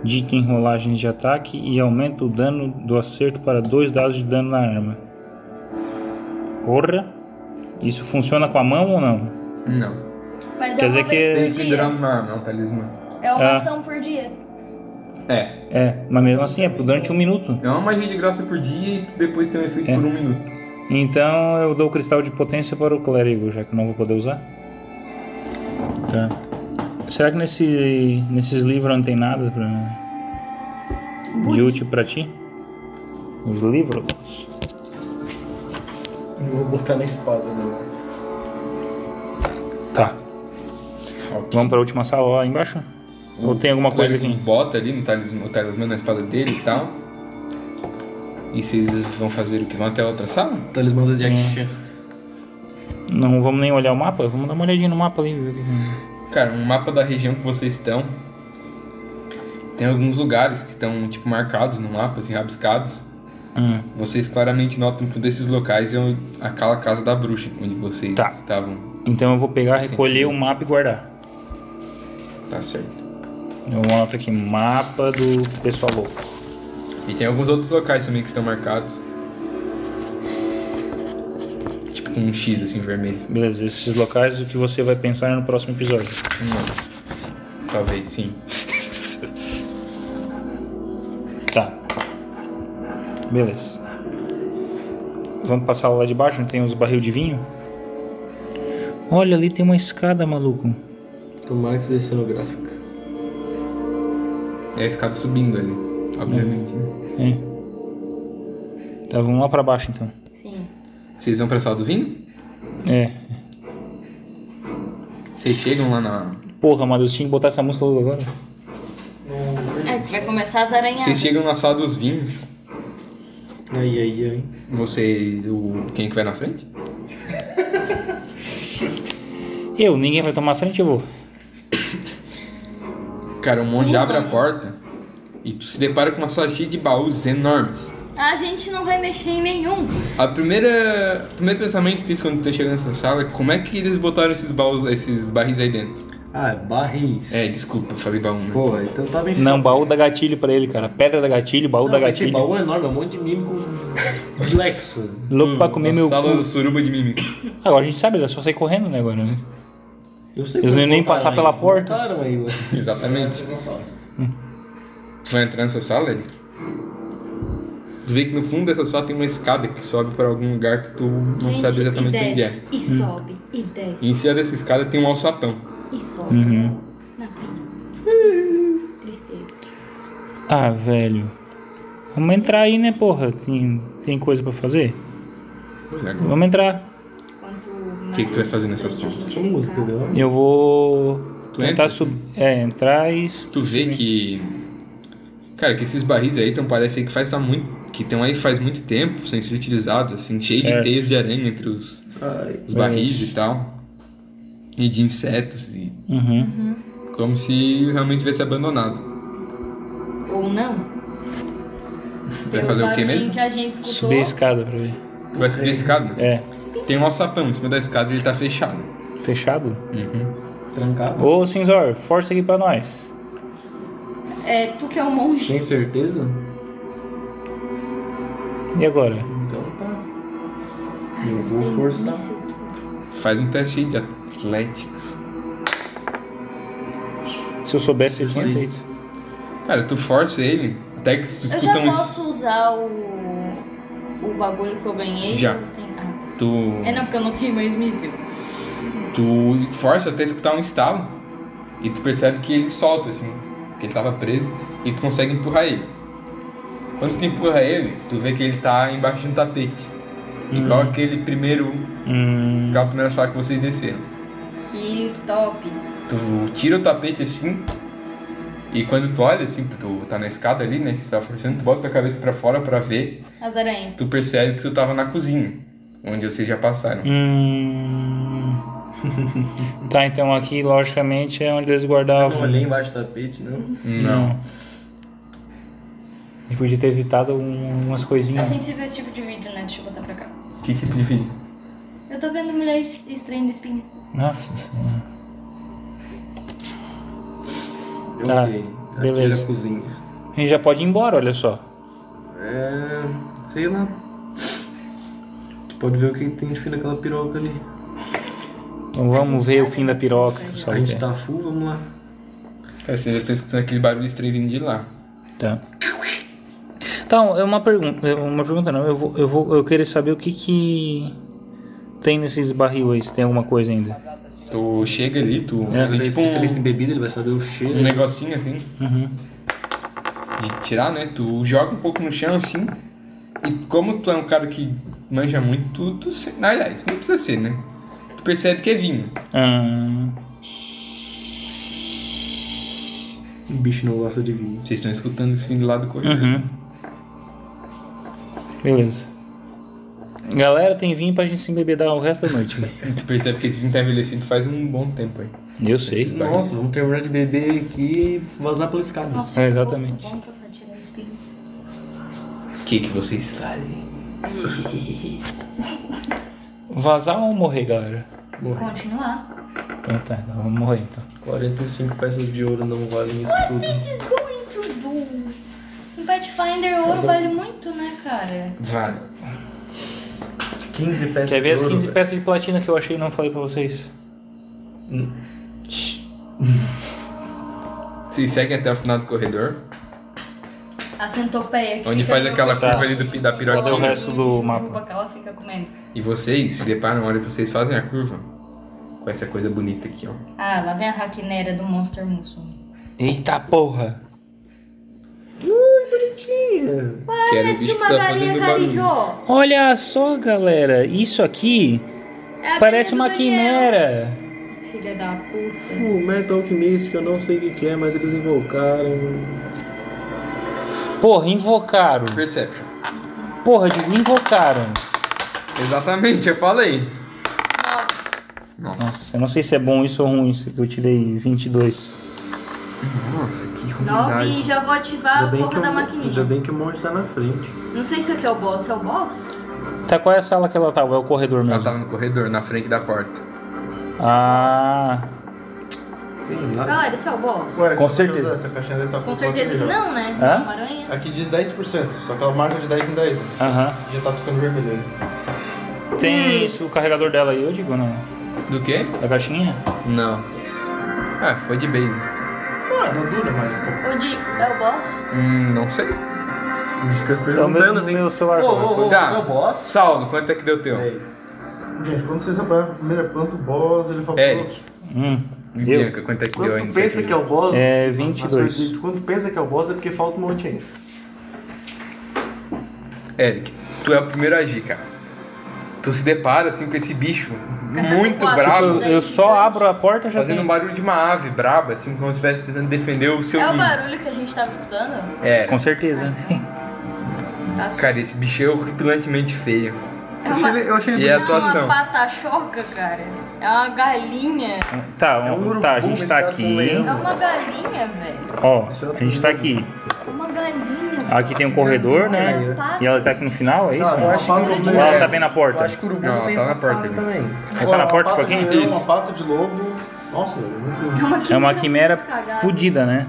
Speaker 2: dito em rolagens de ataque e aumenta o dano do acerto para dois dados de dano na arma. Porra! Isso funciona com a mão ou não?
Speaker 3: Não.
Speaker 6: Mas
Speaker 2: Quer
Speaker 6: é
Speaker 2: dizer
Speaker 6: uma
Speaker 2: que-
Speaker 3: Tem
Speaker 6: vez por
Speaker 3: que
Speaker 6: dia.
Speaker 3: pendurar uma arma, um talismã.
Speaker 6: É uma
Speaker 2: Ah.
Speaker 6: ação por dia.
Speaker 3: É.
Speaker 2: É, mas mesmo assim é durante um minuto.
Speaker 3: É uma magia de graça por dia e tu depois tem um
Speaker 2: É.
Speaker 3: efeito por um minuto.
Speaker 2: Então eu dou o cristal de potência para o clérigo, já que eu não vou poder usar. Tá. Será que nesse, nesses livros não tem nada pra, de útil pra ti? Os livros?
Speaker 42: Eu vou botar na espada, né?
Speaker 2: Tá. Vamos pra última sala lá embaixo? Ou tem alguma coisa
Speaker 3: Claro que
Speaker 2: aqui?
Speaker 3: Bota ali no talismã, o talismã na espada dele e tal. E vocês vão fazer o que? Vão até a outra sala?
Speaker 42: Talismã do Jack
Speaker 2: Hum.
Speaker 42: Chan.
Speaker 2: Não vamos nem olhar o mapa? Vamos dar uma olhadinha no mapa ali. ver o que que-
Speaker 3: Cara, um mapa da região que vocês estão. Tem alguns lugares que estão, tipo, marcados no mapa, assim, rabiscados.
Speaker 2: Hum.
Speaker 3: Vocês claramente notam que um desses locais é onde- aquela casa da bruxa, onde vocês
Speaker 2: Tá.
Speaker 3: estavam.
Speaker 2: Então eu vou pegar, recolher o mapa e guardar.
Speaker 3: Tá certo.
Speaker 2: Eu anoto aqui, mapa do pessoal louco.
Speaker 3: E tem alguns outros locais também que estão marcados. Tipo, com um X, assim, vermelho.
Speaker 2: Beleza, esses locais o que você vai pensar no próximo episódio.
Speaker 3: Não. Um Talvez, sim.
Speaker 2: Tá. Beleza. Vamos passar lá de baixo, onde tem uns barril de vinho? Olha, ali tem uma escada, maluco.
Speaker 5: Tomara que seja cenográfica.
Speaker 3: É a escada subindo ali, obviamente. né?
Speaker 2: É. Tá, vamos lá pra baixo então.
Speaker 6: Sim.
Speaker 3: Vocês vão pra sala do vinho?
Speaker 2: É.
Speaker 3: Vocês chegam lá na.
Speaker 2: Porra, mas eu tinha que botar essa música logo agora.
Speaker 6: É, que vai começar as aranhadas.
Speaker 3: Vocês chegam na sala dos vinhos.
Speaker 5: Ai, ai, ai.
Speaker 3: Você. O, quem é que vai na frente?
Speaker 2: Eu, ninguém vai tomar a frente, eu vou.
Speaker 3: Cara, o monge abre a porta e tu se depara com uma sala cheia de baús enormes.
Speaker 6: A gente não vai mexer em nenhum.
Speaker 3: A primeira. O primeiro pensamento que tens quando tu chega nessa sala é como é que eles botaram esses baús, esses barris aí dentro.
Speaker 5: Ah, barris.
Speaker 3: É, desculpa, eu falei baú, né?
Speaker 5: Pô, então tá bem
Speaker 2: Não, baú da gatilho pra ele, cara. Pedra da gatilho, baú da
Speaker 5: Não, esse
Speaker 2: gatilho.
Speaker 5: baú é enorme, é um monte de mímico dislexo.
Speaker 2: Louco
Speaker 5: Hum,
Speaker 2: pra comer meu
Speaker 5: tá
Speaker 3: Sala
Speaker 2: cu.
Speaker 3: da suruba de mímica.
Speaker 2: Agora a gente sabe, é só sair correndo, né, agora, né?
Speaker 5: Eu sei
Speaker 2: Eles
Speaker 5: como
Speaker 2: nem
Speaker 5: botaram
Speaker 2: passar
Speaker 5: aí,
Speaker 2: pela
Speaker 5: eles
Speaker 2: porta.
Speaker 5: botaram aí, ué.
Speaker 3: Exatamente. Tu vai entrar nessa sala, Eric? Tu vê que no fundo dessa sala tem uma escada que sobe pra algum lugar que tu não
Speaker 6: gente,
Speaker 3: sabe exatamente
Speaker 6: e
Speaker 3: onde é.
Speaker 6: desce, e sobe, e desce,
Speaker 3: E em cima dessa escada tem um alçapão.
Speaker 6: e sobe.
Speaker 2: Uhum.
Speaker 6: Na pinha. Tristeza.
Speaker 2: Ah, velho. Vamos entrar aí, né, porra? Tem, tem coisa pra fazer?
Speaker 3: Olha,
Speaker 2: Vamos entrar.
Speaker 3: O que, que tu vai fazer nessa ação?
Speaker 5: música, né? deu?
Speaker 2: Eu vou
Speaker 3: Tu
Speaker 2: tentar
Speaker 3: entra?
Speaker 2: subir. É, entrar e.
Speaker 3: Tu vê que. Cara, que esses barris aí tão parecem que faz há muito. que estão aí faz muito tempo sem ser utilizados, assim, cheio de
Speaker 2: Certo.
Speaker 3: teias de aranha entre os, os
Speaker 5: É
Speaker 3: barris e tal. E de insetos, e
Speaker 2: Uhum.
Speaker 3: como se realmente tivesse abandonado.
Speaker 4: Ou não.
Speaker 6: um
Speaker 3: Vai fazer o quê mesmo?
Speaker 4: que a gente escutou.
Speaker 2: Subir a escada pra ver.
Speaker 3: Tu vai subir a escada?
Speaker 2: É,
Speaker 3: Tem um alçapão em cima da escada e ele tá fechado.
Speaker 2: fechado?
Speaker 3: Uhum.
Speaker 5: Trancado.
Speaker 2: Ô, Cinzor, força aqui pra nós.
Speaker 4: É, tu que é um monge.
Speaker 5: Tem certeza?
Speaker 2: E agora?
Speaker 5: Então tá. Eu vou forçar.
Speaker 3: Faz um teste aí de Athletics.
Speaker 2: Se eu soubesse, eu tinha
Speaker 5: Dezesseis.
Speaker 2: feito.
Speaker 3: Cara, tu força ele, até que tu
Speaker 4: Eu
Speaker 3: escuta
Speaker 4: já
Speaker 3: um.
Speaker 4: posso usar o. o bagulho que eu ganhei?
Speaker 3: Já.
Speaker 4: Eu tenho- ah,
Speaker 3: Tu,
Speaker 4: tá. É não, porque eu não tenho mais míssil.
Speaker 3: tu força até escutar um estalo. E tu percebe que ele solta, assim, que ele tava preso, e tu consegue empurrar ele. Quando tu empurra ele, tu vê que ele tá embaixo de um tapete. Igual aquele primeiro.
Speaker 2: Hum,
Speaker 3: Aquela primeira sala que vocês desceram.
Speaker 4: Que top.
Speaker 3: Tu tira o tapete assim. E quando tu olha, assim, tu tá na escada ali, né? Que tu tá forçando, tu bota tua cabeça pra fora pra ver.
Speaker 4: As aranhas.
Speaker 3: tu percebe que tu tava na cozinha, onde vocês já passaram.
Speaker 2: hum. tá, então aqui, logicamente, é onde eles guardavam.
Speaker 43: Não olhei embaixo do tapete, não.
Speaker 2: Não. Ele podia ter evitado um- umas
Speaker 4: É
Speaker 2: coisinhas.
Speaker 4: sensível a esse tipo de vídeo, né? Deixa eu botar pra cá.
Speaker 3: Que tipo de vinho?
Speaker 4: Eu tô vendo mulher estranha de espinha.
Speaker 2: Nossa senhora.
Speaker 5: Eu
Speaker 2: Tá,
Speaker 5: ok. Aqui
Speaker 2: beleza.
Speaker 5: na cozinha.
Speaker 2: A gente já pode ir embora, olha só.
Speaker 5: É. sei lá. Tu pode ver o que tem de fim daquela piroca ali.
Speaker 2: Então vamos ver o fim da piroca. que o Saulo
Speaker 5: A gente
Speaker 2: quer.
Speaker 5: tá full, vamos lá.
Speaker 3: Cara, vocês já estão escutando aquele barulho estranho vindo de lá.
Speaker 2: Tá. Então, é uma pergunta. é Uma pergunta não, eu vou. Eu, vou, eu queria saber o que que. Tem nesses barril aí, se tem alguma coisa ainda.
Speaker 3: Tu chega ali, tu.
Speaker 2: É,
Speaker 3: tem
Speaker 5: Ele é
Speaker 3: tipo
Speaker 5: especialista em
Speaker 3: um,
Speaker 5: bebida, ele vai saber o cheiro.
Speaker 10: Né?
Speaker 3: um negocinho assim,
Speaker 2: Uhum.
Speaker 3: de tirar, né? Tu joga um pouco no chão assim. E como tu é um cara que manja muito, tu. tu se- aliás, não precisa ser, né? Tu percebe que é vinho.
Speaker 2: Ah,
Speaker 5: O Um bicho não gosta de vinho.
Speaker 3: Vocês estão escutando esse fim do lado do corredor.
Speaker 2: uhum. Beleza. Galera, tem vinho pra gente se embebedar o resto da noite. né?
Speaker 3: E tu percebe que esse vinho tá envelhecido faz um bom tempo aí.
Speaker 2: Eu sei.
Speaker 3: Vai.
Speaker 5: Nossa, vamos
Speaker 10: um
Speaker 5: terminar de beber aqui e vazar pela escada.
Speaker 4: Nossa,
Speaker 2: É, exatamente.
Speaker 4: gosto bom pra ficar tirando espinho.
Speaker 3: O que, que vocês fazem?
Speaker 2: Vazar ou morrer, galera?
Speaker 4: Continuar.
Speaker 2: Então tá, então vamos morrer então.
Speaker 43: 45 peças de ouro não valem isso tudo.
Speaker 4: This is going to do. Um Pathfinder
Speaker 2: Tá
Speaker 4: ouro vale muito, né, cara?
Speaker 3: Vai.
Speaker 43: 15 peças
Speaker 2: Quer ver as
Speaker 43: de ouro.
Speaker 2: 15
Speaker 43: velho.
Speaker 2: peças de platina que eu achei e não falei pra vocês?
Speaker 3: Vocês seguem até o final do corredor,
Speaker 4: A centopeia que
Speaker 3: Onde
Speaker 4: fica
Speaker 3: faz
Speaker 4: no
Speaker 3: aquela
Speaker 4: pescoço,
Speaker 2: curva
Speaker 3: ali do pi- da
Speaker 4: que
Speaker 3: piroca.
Speaker 4: coloca
Speaker 2: O um resto do
Speaker 4: em
Speaker 2: mapa.
Speaker 4: que ela fica comendo.
Speaker 3: e vocês se deparam, olha pra vocês, fazem a curva com essa coisa bonita aqui, ó.
Speaker 4: Ah, lá vem a raquineira do Monster Mussum.
Speaker 2: Eita porra!
Speaker 3: Que era o bicho
Speaker 4: Parece
Speaker 3: que
Speaker 4: uma
Speaker 3: tá
Speaker 4: galinha
Speaker 3: fazendo barulho.
Speaker 4: carijó.
Speaker 2: Olha só, galera, isso aqui
Speaker 4: É a
Speaker 2: parece
Speaker 4: galinha
Speaker 2: uma
Speaker 4: do Daniel.
Speaker 2: quimera.
Speaker 4: Filha da puta.
Speaker 5: O Metal Alchemist, que eu não sei o que que é, mas eles invocaram.
Speaker 2: Porra, invocaram.
Speaker 3: Perception.
Speaker 2: Porra, digo, invocaram.
Speaker 3: Exatamente, eu falei.
Speaker 2: Nossa, eu não sei se é bom isso ou ruim, isso que eu tirei 22.
Speaker 3: Nossa, que
Speaker 4: Nove, já Ah, vou ativar a
Speaker 5: Ainda bem, que
Speaker 4: porra da
Speaker 5: o, ainda
Speaker 4: maquininha.
Speaker 5: bem que o monte tá na frente.
Speaker 4: Não sei se aqui é o boss. É o boss?
Speaker 2: Tá, qual é a sala que ela tava? É o corredor
Speaker 3: Ela tá-
Speaker 2: mesmo.
Speaker 3: tava no corredor, na frente da porta.
Speaker 2: Ah,
Speaker 5: Sei lá.
Speaker 4: Galera, esse é o boss?
Speaker 10: Ué,
Speaker 2: Com
Speaker 10: deixa eu
Speaker 2: certeza.
Speaker 10: usar Essa caixinha deve tá
Speaker 4: Com certeza que não, né?
Speaker 2: Hã?
Speaker 4: Uma aranha.
Speaker 10: Aqui diz 10%, só que ela marca de 10 em 10. né?
Speaker 2: aham.
Speaker 10: Já tá piscando vermelho. né?
Speaker 4: Hum.
Speaker 2: Tem isso, o carregador dela aí, eu digo, né?
Speaker 3: Do quê?
Speaker 2: Da caixinha?
Speaker 3: Não. Ah, foi de base.
Speaker 10: Ah, não dura mais um pouco.
Speaker 4: O de... É o boss?
Speaker 3: Hum, não sei.
Speaker 5: A gente fica
Speaker 2: É o mesmo
Speaker 5: perguntando assim.
Speaker 2: meu celular.
Speaker 3: Tá. Saulo, quanto é que deu teu?
Speaker 10: Gente, quando vocês abrem a primeira planta, o boss, ele falou...
Speaker 3: Eric,
Speaker 2: Hum,
Speaker 3: e
Speaker 2: eu?
Speaker 3: Bianca, quanto é que deu aí?
Speaker 5: Quando
Speaker 3: Não
Speaker 5: tu
Speaker 3: sei
Speaker 5: pensa
Speaker 3: quem
Speaker 5: que é o boss.
Speaker 2: É
Speaker 5: mas eu
Speaker 2: 22.
Speaker 5: acredito, Quando tu pensa que é o boss é porque falta um monte ainda.
Speaker 3: Eric, tu é o primeiro a agir, cara. Tu se depara assim com esse bicho muito bravo.
Speaker 6: tipo,
Speaker 2: Eu, eu só abro a porta já
Speaker 3: Fazendo
Speaker 2: tem.
Speaker 3: um barulho de uma ave braba, assim, como se estivesse tentando defender o seu
Speaker 6: É o
Speaker 3: ninho.
Speaker 6: barulho que
Speaker 4: tá
Speaker 6: a gente tava escutando?
Speaker 3: É.
Speaker 2: Com certeza.
Speaker 6: Tá su-
Speaker 3: Cara, esse bicho é horripilantemente feio.
Speaker 6: É uma-
Speaker 4: Eu achei ele
Speaker 3: E a
Speaker 6: Não, É
Speaker 3: atuação?
Speaker 6: uma patachoca, cara. É uma galinha.
Speaker 2: Tá,
Speaker 4: É
Speaker 2: tá, a gente
Speaker 4: um mas
Speaker 2: tá
Speaker 4: tá com
Speaker 2: aqui.
Speaker 4: leão.
Speaker 6: É uma galinha, velho.
Speaker 2: Ó, a gente tá aqui.
Speaker 6: É Uma galinha. É
Speaker 2: Aqui tem um corredor, né? E ela tá aqui no final, é isso?
Speaker 4: eu acho que
Speaker 2: Ou
Speaker 4: ele-
Speaker 5: um
Speaker 2: ela tá bem na porta?
Speaker 4: Eu acho que o urubu
Speaker 3: Não,
Speaker 4: não,
Speaker 3: ela
Speaker 4: tem
Speaker 3: tá na
Speaker 4: essa
Speaker 3: porta
Speaker 4: parte
Speaker 3: ali.
Speaker 4: também.
Speaker 2: Ela tá na
Speaker 3: um
Speaker 2: porta pra quem?
Speaker 5: de leão,
Speaker 2: Isso.
Speaker 5: Uma pata de lobo. Nossa, é muito.
Speaker 2: É uma quimera fudida, né?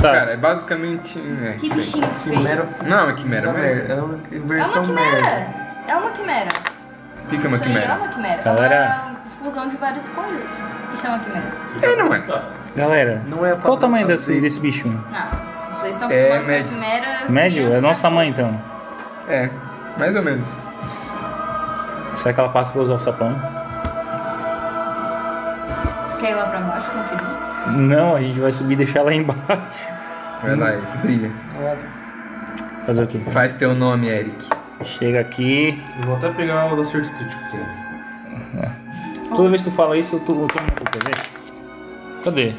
Speaker 2: Tá,
Speaker 3: Cara, é basicamente. É,
Speaker 6: Que
Speaker 3: isso aí.
Speaker 6: bichinho feio.
Speaker 4: Quimera
Speaker 3: Não, é uma quimera,
Speaker 4: é uma
Speaker 3: mas.
Speaker 4: merda. É uma
Speaker 6: É uma
Speaker 4: versão
Speaker 6: quimera.
Speaker 4: merda.
Speaker 6: É uma quimera.
Speaker 3: O que, que é uma
Speaker 6: Isso aí é
Speaker 3: quimera?
Speaker 6: uma quimera.
Speaker 2: Galera-
Speaker 6: É uma fusão de várias coisas. Isso é uma quimera.
Speaker 3: É, não é.
Speaker 2: galera.
Speaker 4: Não é a
Speaker 2: Qual o tamanho
Speaker 4: palavra
Speaker 2: desse, desse bicho?
Speaker 6: Não. Vocês estão
Speaker 3: É
Speaker 6: falando
Speaker 3: médio.
Speaker 6: de quimera.
Speaker 2: Médio? É
Speaker 6: criança,
Speaker 2: nosso
Speaker 6: tá-
Speaker 2: tamanho, então.
Speaker 3: É, mais ou menos.
Speaker 2: Será que ela passa pra usar o sapão?
Speaker 6: Tu quer ir lá pra baixo conferir?
Speaker 2: Não, a gente vai subir e deixar ela aí embaixo.
Speaker 3: Vai lá, Eric, brilha.
Speaker 2: Fazer o quê?
Speaker 3: Faz teu nome, Eric.
Speaker 2: Chega aqui.
Speaker 5: Eu vou até pegar o do acerto crítico. né? Porque...
Speaker 2: Toda vez que tu fala isso, eu tomo um pouco, quer ver? Cadê?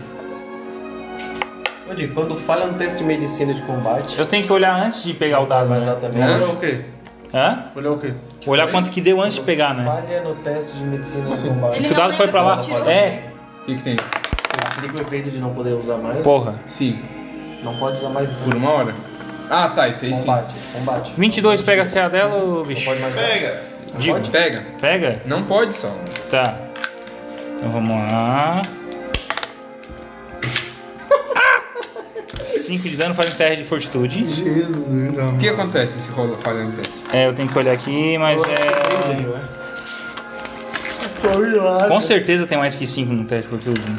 Speaker 10: Ô, Dick, quando falha um teste de medicina de combate,
Speaker 2: Eu tenho que olhar antes de pegar o dado, né?
Speaker 10: exatamente.
Speaker 5: Olhar o quê?
Speaker 2: Hã?
Speaker 5: Olhar o quê?
Speaker 2: Olhar quanto que deu antes de pegar, né?
Speaker 10: Falha no teste de medicina de combate.
Speaker 6: Ele
Speaker 2: Que o
Speaker 6: não
Speaker 2: dado foi
Speaker 6: lembra
Speaker 2: pra lá.
Speaker 6: que ele tirou.
Speaker 2: É,
Speaker 3: O que, que tem?
Speaker 10: Você aplica o efeito de não poder usar mais.
Speaker 2: porra.
Speaker 3: Sim,
Speaker 10: Não pode usar mais no
Speaker 3: por uma hora. Ah, tá, isso aí sim.
Speaker 10: combate. Combate.
Speaker 2: 22 pega a CA dela, ô bicho.
Speaker 10: Pode mais É.
Speaker 5: Pega!
Speaker 2: Digo,
Speaker 3: Pega.
Speaker 2: pega?
Speaker 3: Não pode só.
Speaker 2: Tá. Então vamos lá. 5 de dano, faz um teste de fortitude.
Speaker 4: Jesus,
Speaker 3: O
Speaker 4: não.
Speaker 3: que acontece se rola falhando o teste?
Speaker 2: É, eu tenho que olhar aqui, mas é. Com certeza tem mais que 5 no teste de fortitude. né?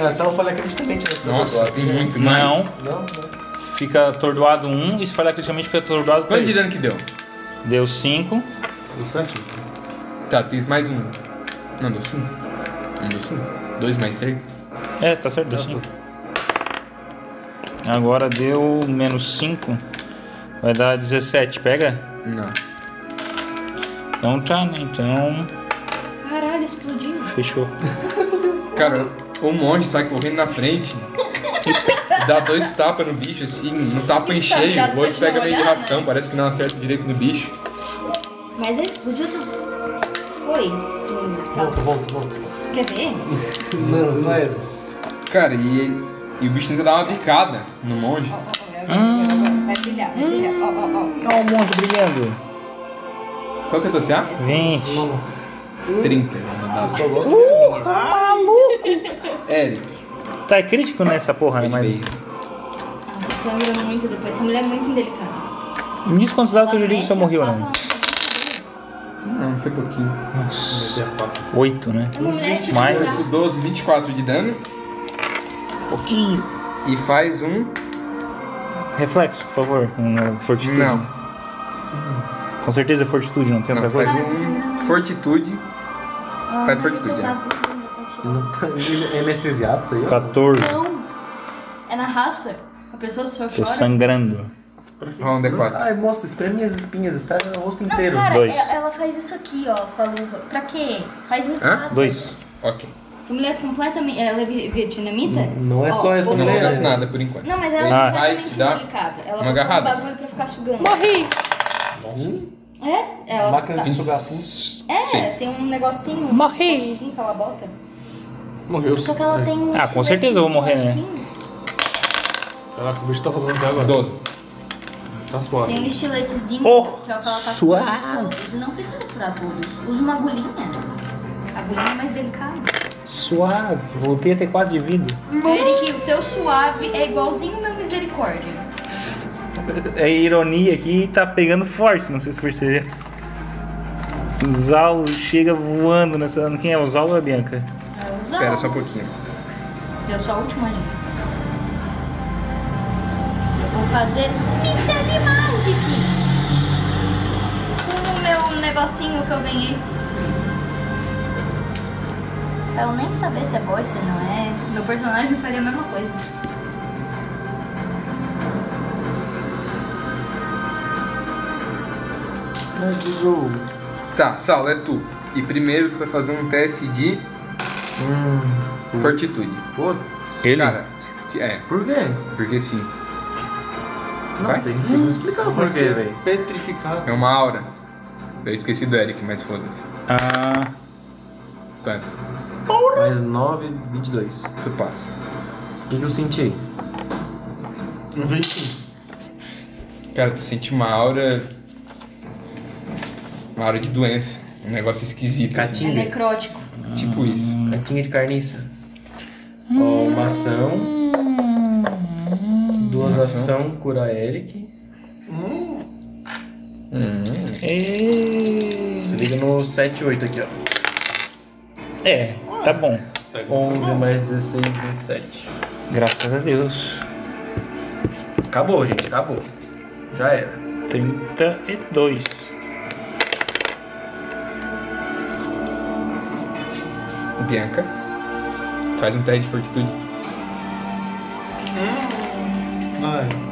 Speaker 10: Ah, se ela falha criticamente nesse
Speaker 3: Nossa, tem muito mais.
Speaker 2: Não,
Speaker 10: né? Não,
Speaker 6: Tá.
Speaker 10: não.
Speaker 2: fica atordoado 1 um, e se falhar criticamente fica atordoado
Speaker 3: Quanto de
Speaker 2: 3.
Speaker 3: dano que deu?
Speaker 2: Deu 5.
Speaker 5: O Santi.
Speaker 3: Tá, tem mais um. Não, deu cinco. Não deu cinco. Dois mais três.
Speaker 2: É, tá certo, deu 5. Agora deu menos 5. Vai dar 17, pega?
Speaker 3: Não.
Speaker 2: Então tá, né? Então.
Speaker 6: Caralho, explodiu.
Speaker 2: Fechou.
Speaker 3: Cara, o monge sai correndo na frente. Dá dois tapas no bicho, assim, um tapa em
Speaker 6: Isso, tá
Speaker 3: cheio,
Speaker 6: ligado?
Speaker 3: o outro
Speaker 6: Pra
Speaker 3: pega
Speaker 6: não
Speaker 3: meio de
Speaker 6: olhar, né?
Speaker 3: raspão, parece que não acerta direito no bicho.
Speaker 6: Mas ele explodiu essa. Foi.
Speaker 10: Volta, volta, volta.
Speaker 6: Quer ver?
Speaker 10: Não, só essa.
Speaker 3: Cara, e, e o bicho tenta dar uma bicada no monge.
Speaker 6: Ó, ó, ó, Vai brilhar, vai brilhar. Ó, ó, ó.
Speaker 2: Olha o monte brilhando.
Speaker 3: Qual que é teu CA?
Speaker 2: 20.
Speaker 10: Nossa.
Speaker 3: 30. não dá.
Speaker 6: Uh!
Speaker 3: Eric,
Speaker 2: Tá, é crítico nessa porra, né?
Speaker 3: foi de
Speaker 2: Mas.
Speaker 3: base.
Speaker 6: Nossa, essa mulher é muito depois. Essa mulher é muito indelicada.
Speaker 2: Me diz quantos dados que eu diria que só morreu,
Speaker 6: Ela
Speaker 2: né?
Speaker 6: mete a faca
Speaker 3: Não, foi pouquinho.
Speaker 2: Nossa. 8, né?
Speaker 6: na cabeça dele. É uma mulher
Speaker 2: Mais.
Speaker 6: de
Speaker 3: 12, 24 de dano
Speaker 2: Pouquinho.
Speaker 3: e faz um.
Speaker 2: Reflexo, por favor. com né, fortitude.
Speaker 3: Não,
Speaker 2: Com certeza é fortitude, não tem
Speaker 3: não
Speaker 2: outra
Speaker 3: faz
Speaker 2: coisa.
Speaker 3: um. Fortitude. Faz fortitude, né?
Speaker 6: né?
Speaker 10: Não tá- É anestesiado isso aí?
Speaker 2: 14.
Speaker 6: Não. É na raça. A pessoa só
Speaker 2: Tô
Speaker 6: chora.
Speaker 2: sangrando.
Speaker 3: Rola um D4.
Speaker 4: Ai, mostra, espreme minhas espinhas, estraga o rosto
Speaker 6: Não,
Speaker 4: inteiro.
Speaker 6: cara,
Speaker 2: Dois.
Speaker 6: É, ela- ela faz isso aqui, ó, com a luva. Pra quê? Faz em
Speaker 3: Hã?
Speaker 6: casa.
Speaker 2: Dois.
Speaker 3: Ok.
Speaker 6: Essa mulher é completamente. Ela é vi- vietnamita?
Speaker 10: Não é
Speaker 6: Ó,
Speaker 10: só essa
Speaker 6: o-
Speaker 3: Não
Speaker 5: né?
Speaker 10: mulher.
Speaker 3: acontece nada por enquanto.
Speaker 6: Não, mas ela
Speaker 2: Ah.
Speaker 6: é
Speaker 3: Vai
Speaker 6: completamente
Speaker 3: te dar
Speaker 6: delicada. Ela
Speaker 3: uma
Speaker 6: botou
Speaker 3: agarrada.
Speaker 6: um bagulho pra ficar sugando. Morri!
Speaker 10: assim?
Speaker 6: É? Ela.
Speaker 10: Máquina
Speaker 6: tá-
Speaker 10: de sugar pulso.
Speaker 6: É,
Speaker 3: Sim.
Speaker 6: tem um negocinho. Morri! Assim que ela bota.
Speaker 5: Morreu.
Speaker 6: Só que ela tem um.
Speaker 2: Ah, com certeza eu vou morrer, né?
Speaker 6: estiletezinho assim,
Speaker 5: Caraca, o bicho tá rolando até agora.
Speaker 3: 12.
Speaker 5: Tá suave.
Speaker 6: Tem um estiletezinho.
Speaker 2: Oh,
Speaker 6: que é o que ela tá
Speaker 2: suave.
Speaker 6: furando todos. Não precisa furar todos. Usa uma agulhinha. A agulhinha é mais delicada.
Speaker 2: Suave. Voltei a ter 4 de vida.
Speaker 6: Eric, o teu suave é igualzinho o meu misericórdia.
Speaker 2: É ironia aqui tá pegando forte, não sei se perceberam. Zaulo chega voando nessa. Quem é o Zaulo ou a Bianca?
Speaker 6: É o
Speaker 3: Espera
Speaker 6: Zau.
Speaker 3: só um pouquinho.
Speaker 6: Eu sou a última ali. Eu vou fazer Miceli Magic com o meu negocinho que eu ganhei. Pra eu nem saber se é boa, se não é. Meu personagem faria a mesma coisa.
Speaker 3: Tá, Saulo, é tu. E primeiro tu vai fazer um teste de fortitude.
Speaker 44: Putz.
Speaker 3: Ele? Cara, é. Por quê? Porque sim.
Speaker 44: Não,
Speaker 3: Vai?
Speaker 44: tem tem que explicar por quê, velho.
Speaker 5: Petrificado.
Speaker 3: É uma aura. Eu esqueci do Eric, mas foda-se.
Speaker 2: Ah,
Speaker 3: Quanto?
Speaker 44: Mais 9, 22. O
Speaker 3: Tu passa.
Speaker 44: que, que eu senti?
Speaker 5: Um 25.
Speaker 3: Cara, tu sente uma aura. Uma aura de doença. Um negócio esquisito. assim.
Speaker 6: É
Speaker 10: Catinga.
Speaker 6: necrótico.
Speaker 3: Tipo isso.
Speaker 10: Catinga de carniça.
Speaker 2: Hum.
Speaker 10: Ó, uma ação. Duas ação, cura Eric. Se liga no 7, 8 aqui, ó.
Speaker 2: é, tá bom.
Speaker 10: 11 mais 16, 27.
Speaker 2: Graças a Deus.
Speaker 10: Acabou, gente, acabou. Já era.
Speaker 2: 32.
Speaker 3: Bianca. Faz um teste de fortitude.
Speaker 5: Ai.
Speaker 6: Hum,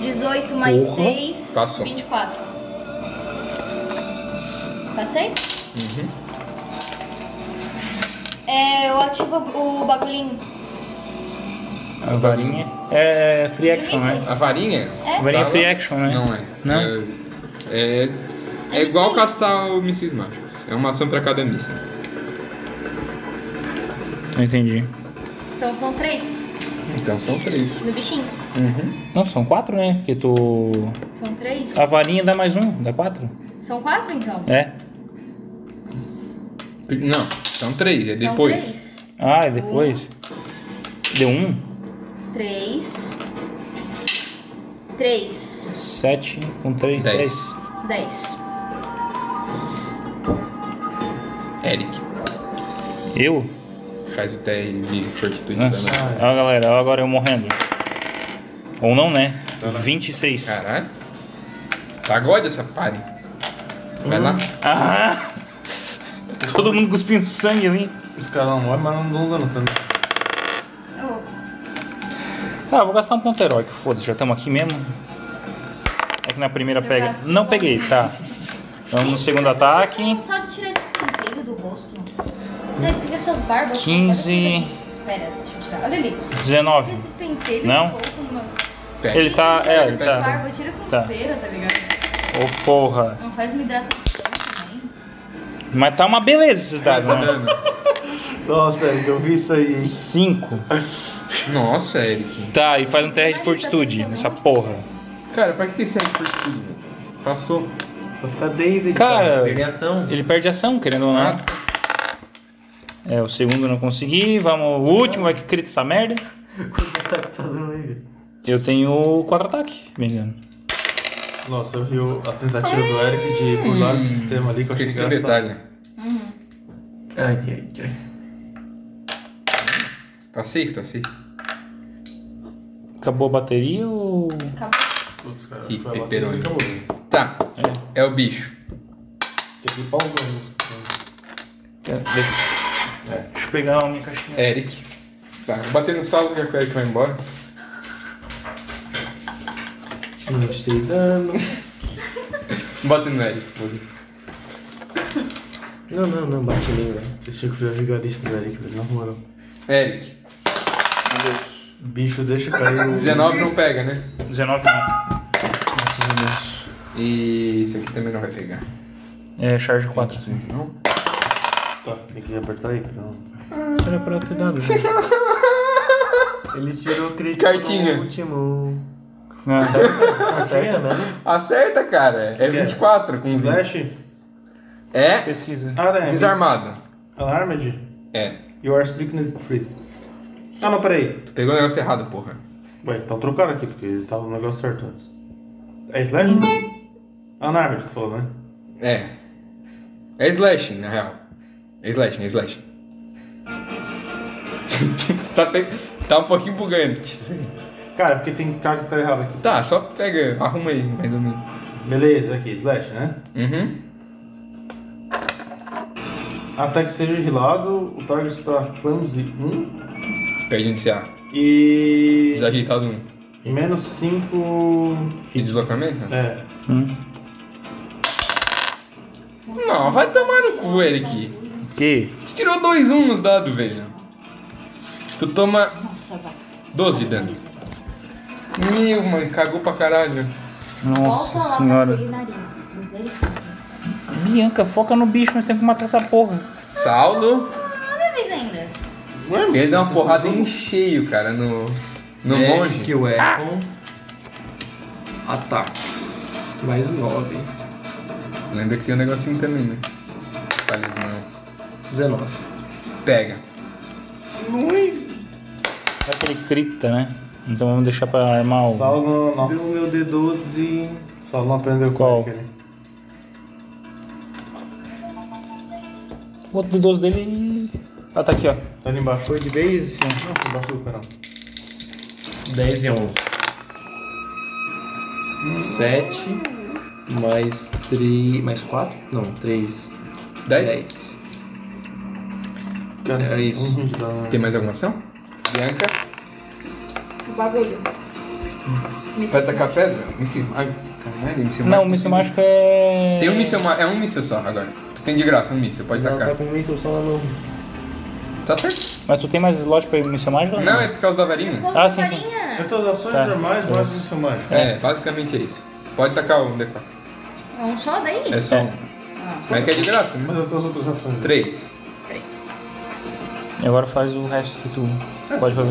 Speaker 6: 18 mais 6,
Speaker 3: Passou.
Speaker 6: 24. Passei? Uhum. É, eu ativo o bagulhinho.
Speaker 2: A varinha é free action, né?
Speaker 3: A varinha?
Speaker 2: A varinha é
Speaker 3: Tá
Speaker 2: free
Speaker 3: lá?
Speaker 2: action, né?
Speaker 3: Não é.
Speaker 2: Não?
Speaker 3: É, é, é
Speaker 6: É
Speaker 3: igual
Speaker 6: míssil.
Speaker 3: castar o Mrs. Mágicos. É uma ação pra cada missa.
Speaker 2: Não entendi.
Speaker 6: Então são três
Speaker 3: Então são três.
Speaker 6: no bichinho.
Speaker 3: Uhum.
Speaker 2: Não, são quatro, né? Porque tu.
Speaker 6: São três?
Speaker 2: A varinha dá mais um, dá quatro.
Speaker 6: São quatro então?
Speaker 2: É.
Speaker 3: Não, são três. É
Speaker 6: São
Speaker 3: depois.
Speaker 6: três.
Speaker 2: Ah, e depois? Deu um?
Speaker 6: Três. Três.
Speaker 2: Sete com três,
Speaker 3: Dez.
Speaker 2: dez.
Speaker 6: Dez.
Speaker 3: Eric,
Speaker 2: Eu?
Speaker 3: faz o teste de fortitude.
Speaker 2: Nossa.
Speaker 3: também.
Speaker 2: Ó, galera, ó, agora eu morrendo. Ou não, né? 26.
Speaker 3: Caralho. Tá agora essa pare. Vai lá.
Speaker 2: Ah! Todo mundo cuspindo sangue ali.
Speaker 5: Os caras não morrem, mas não estão lutando.
Speaker 6: Oh,
Speaker 2: Ah, vou gastar um ponto heróico, foda-se, já estamos aqui mesmo. É que na primeira
Speaker 6: Eu
Speaker 2: pega.
Speaker 6: gasto
Speaker 2: Não
Speaker 6: um
Speaker 2: peguei,
Speaker 6: ponto.
Speaker 2: tá. Vamos no segundo ataque.
Speaker 6: Você não sabe tirar esse canteiro do rosto? Você fica essas barbas.
Speaker 2: 15.
Speaker 6: Pera, deixa eu tirar. Olha ali.
Speaker 2: 19.
Speaker 6: Esses pentelhos
Speaker 2: Não.
Speaker 6: soltos numa.
Speaker 3: Pega.
Speaker 2: Ele tá. É, ele
Speaker 6: Tira
Speaker 2: tá.
Speaker 6: barba, tira
Speaker 2: Tá.
Speaker 6: pulseira, tá. ligado?
Speaker 2: Ô porra.
Speaker 6: Não faz uma hidratação também.
Speaker 2: Mas tá uma beleza esses dados, né?
Speaker 3: Dano.
Speaker 5: Nossa, Eric, eu vi isso aí.
Speaker 2: 5.
Speaker 3: Nossa, Eric.
Speaker 2: Tá, e faz um teste de fortitude nessa porra.
Speaker 3: Cara, pra que tem sete fortitude? velho? Passou.
Speaker 44: Pra ficar Daisy.
Speaker 2: Cara,
Speaker 10: Perder ação.
Speaker 2: ele perde ação, querendo ou não. É, o segundo eu não consegui. Vamos, o último vai que crita essa merda.
Speaker 44: Quantos ataques tá dando aí, velho?
Speaker 2: Eu tenho quatro ataques, me engano.
Speaker 5: Nossa, eu vi o- a tentativa do Eric de burlar o sistema ali que eu achei
Speaker 3: Esqueci do
Speaker 5: engraçado.
Speaker 3: é um detalhe. né?
Speaker 2: Uhum.
Speaker 10: Ai, ai, ai.
Speaker 3: Tá safe, tá safe.
Speaker 2: Acabou a bateria ou.
Speaker 6: Acabou.
Speaker 5: Putz, cara,
Speaker 3: Ih,
Speaker 5: foi lá que
Speaker 3: peperoni.
Speaker 5: ele acabou. Tem
Speaker 3: Tá. É o bicho.
Speaker 5: que pau no-
Speaker 2: Deixa eu pegar a minha caixinha.
Speaker 3: Eric. Tá. Bater no salvo já que o Eric vai embora.
Speaker 44: Não gostei dano.
Speaker 3: Bater no Eric, foda-se.
Speaker 44: Não, não, não, bate nem, velho.
Speaker 5: Vocês tinham que ver a vigarista do Eric, velho, na moral.
Speaker 3: Eric.
Speaker 5: Bicho, deixa cair o...
Speaker 3: 19 não pega, né?
Speaker 2: 19 não. Graças a Deus.
Speaker 3: E isso aqui também não vai pegar.
Speaker 2: É, charge 4.
Speaker 3: Não?
Speaker 5: Tá, tem que apertar aí pra não...
Speaker 2: Olha pra outro dado, gente.
Speaker 44: Ele tirou crítico
Speaker 3: Cartinha.
Speaker 44: no último. Tá né?
Speaker 2: Ah,
Speaker 44: Acerta mesmo?
Speaker 3: Acerta, cara. É 24 com 20.
Speaker 5: Flash,
Speaker 3: É
Speaker 2: pesquisa.
Speaker 5: arma,
Speaker 3: desarmado.
Speaker 5: Armed,
Speaker 3: É.
Speaker 5: you are sickness free. Ah, não, peraí.
Speaker 3: Tu pegou o negócio errado, porra.
Speaker 5: Ué, então trocaram aqui, porque tava no negócio certo antes. É slash? Unarmed, tu falou, né?
Speaker 3: É. É slash, na real. É slash, é slash. tá, pe... tá um pouquinho bugante.
Speaker 5: Cara, porque tem cara que tá errado aqui.
Speaker 3: Tá, só pega, arruma aí, mais ou menos.
Speaker 5: Beleza, aqui, slash, né?
Speaker 3: Uhum.
Speaker 5: Até que seja gilado, o target está clumsy 1
Speaker 3: Perde iniciar.
Speaker 5: e...
Speaker 3: Desajeitado um.
Speaker 5: Menos 5.
Speaker 3: E deslocamento?
Speaker 5: É.
Speaker 3: Não, vai tomar no cu, Eric.
Speaker 2: Que?
Speaker 3: Você tirou 2 1 nos dados, velho. Tu toma
Speaker 4: Nossa, vai.
Speaker 3: 12 de dano. Meu, mano, cagou pra caralho.
Speaker 2: Nossa
Speaker 4: Volta lá pra
Speaker 2: senhora.
Speaker 4: aquele nariz. misericórdia.
Speaker 2: Bianca, foca no bicho, nós temos que matar essa porra.
Speaker 3: Saldo.
Speaker 4: Ah, Não avisa ainda.
Speaker 3: Ele deu uma porrada em cheio, cara, no. No
Speaker 45: Dez
Speaker 3: monge. Ah!
Speaker 45: que o Echo. Ataques. Mais um 9.
Speaker 3: Lembra que tem um negocinho também, né? Talismã.
Speaker 45: 19.
Speaker 3: Pega.
Speaker 2: Será que ele É cripta, né? Então vamos deixar pra armar o.
Speaker 5: Salvo. Nossa.
Speaker 45: Deu meu D12.
Speaker 5: Salvo não aprendeu
Speaker 2: Qual?
Speaker 5: com aquele.
Speaker 2: O outro D12 dele. Ah, tá aqui, ó.
Speaker 5: Tá ali embaixo.
Speaker 10: Foi de base,
Speaker 5: Não, tá embaixo do canal.
Speaker 10: 10 e 11. 7 mais 3. Mais 4? Não, 3.
Speaker 3: 10?
Speaker 10: 10.
Speaker 5: Cara,
Speaker 10: É isso.
Speaker 5: Uhum, tá.
Speaker 3: Tem mais alguma ação? Bianca.
Speaker 46: O bagulho. Me
Speaker 3: Vai
Speaker 46: sinto-
Speaker 3: tacar pedra? Míssil. Ai, caralho, míssil
Speaker 2: Não, o
Speaker 3: mágico.
Speaker 2: míssil mágico é.
Speaker 3: Tem um míssil ma- É um míssil só agora. Tu tem de graça um míssil, pode
Speaker 10: Não, tá
Speaker 3: tacar.
Speaker 10: com um míssil só na mão.
Speaker 3: Tá certo?
Speaker 2: Mas tu tem mais slot pra míssil mágico? ou
Speaker 3: Não, é por causa da varinha?
Speaker 4: Pô,
Speaker 2: Ah, sim, sim.
Speaker 4: farinha.
Speaker 5: É todas as ações
Speaker 2: Tá.
Speaker 5: normais, mais isso mais.
Speaker 3: É, basicamente é isso. Pode tacar um D4.
Speaker 4: É um só daí?
Speaker 3: É só
Speaker 2: É.
Speaker 3: um. Mas é que é de graça, né?
Speaker 5: Mas eu tô as outras ações. né?
Speaker 3: Três.
Speaker 2: E agora faz o resto que tu pode fazer.